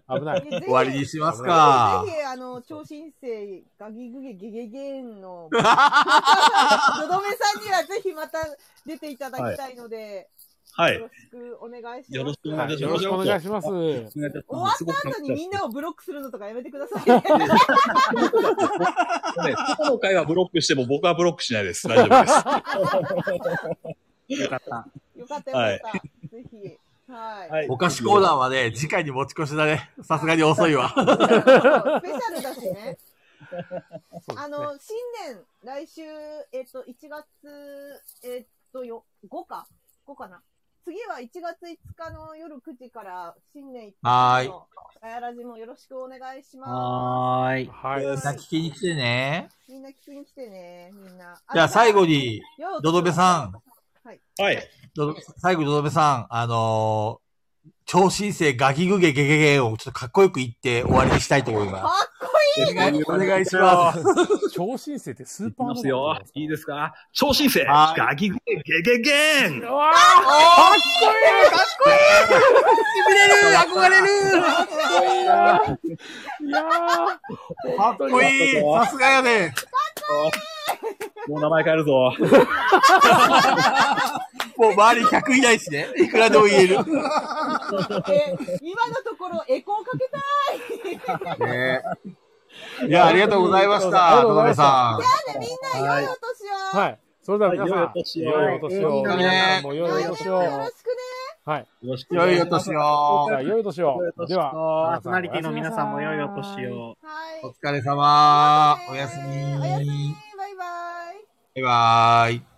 Speaker 1: 危ない。
Speaker 6: でぜ ひ
Speaker 2: 終わりにしますか
Speaker 6: ぜ。ひ、あの、超新星、ガギグゲゲゲゲンの、のどめさんにはぜひまた出ていただきたいので、
Speaker 4: はい
Speaker 6: よ。ろしくお願いし
Speaker 4: よ
Speaker 6: ま
Speaker 4: ろ
Speaker 6: す
Speaker 4: し。くお願
Speaker 1: はいい、
Speaker 4: し
Speaker 1: よ
Speaker 4: ま
Speaker 1: ろ
Speaker 4: す。
Speaker 1: しくお願いします。
Speaker 5: 終
Speaker 6: 終わった後にみんなをブロックするのとかやめてくださいね。
Speaker 4: ね、この回はブロックしても僕はブロックしないです。大丈夫です。
Speaker 18: よかった。
Speaker 6: よかったよかった。ぜひ。はい。
Speaker 4: はい
Speaker 2: お菓子コーナーはね、次回に持ち越しだね。さすがに遅いわ。
Speaker 6: スペシャルだしね。
Speaker 1: そうですね
Speaker 6: あの、新年、来週、えっと、1月、えっと、よ、5か ?5 かな次は1月5日の夜9時から、新年一
Speaker 2: はー
Speaker 6: 発
Speaker 2: い
Speaker 6: のガヤラジもよろしくお願いしま
Speaker 19: はーい。
Speaker 1: はい。
Speaker 2: みんな聞きに来てね。
Speaker 6: す。みんな聞きに来てね、みんな。
Speaker 2: じゃあ最後に、
Speaker 6: よ
Speaker 2: ドドベさ
Speaker 4: はい。
Speaker 2: ど最後にドドメさん、あのー超新星ガキグゲゲゲゲをちょっとかっこよく言って終わりにしたいと思います。お願いお願いします。
Speaker 1: 超新星ってスー
Speaker 4: いき
Speaker 1: パー。
Speaker 4: ますよ。いいですすか超新星
Speaker 2: はい
Speaker 4: ガキゲゲゲゲン
Speaker 1: うわ
Speaker 2: 憧れる
Speaker 1: ーいや
Speaker 2: かっこいいさすがやね
Speaker 4: もう名前変えるぞ。
Speaker 2: もう周り100いないしね。いくらでも言える。
Speaker 6: え今のところエコーかけたいじゃ
Speaker 2: ねいや、ありがとうございました、ドドメさん。
Speaker 6: あね、みんな、良いお年
Speaker 1: ー
Speaker 6: を、
Speaker 1: はい。それでは皆さん、
Speaker 4: はい良いお年を
Speaker 1: 良いお年を。
Speaker 2: はい
Speaker 1: 皆さんも良いお
Speaker 6: よろ
Speaker 1: 年
Speaker 6: しく
Speaker 1: を。
Speaker 6: ね。
Speaker 1: はい。
Speaker 20: よろしくお
Speaker 21: 良
Speaker 20: 願い
Speaker 21: い
Speaker 20: し
Speaker 21: お
Speaker 20: ます
Speaker 21: 年。を
Speaker 1: じゃ。あ、良いお年を。では、
Speaker 4: アスナリティの皆さんも良いお年を。
Speaker 6: はい。
Speaker 2: お疲れ様。
Speaker 6: お
Speaker 2: おやすみ。
Speaker 6: おやすみ。バイバイ。
Speaker 2: バイバーイ。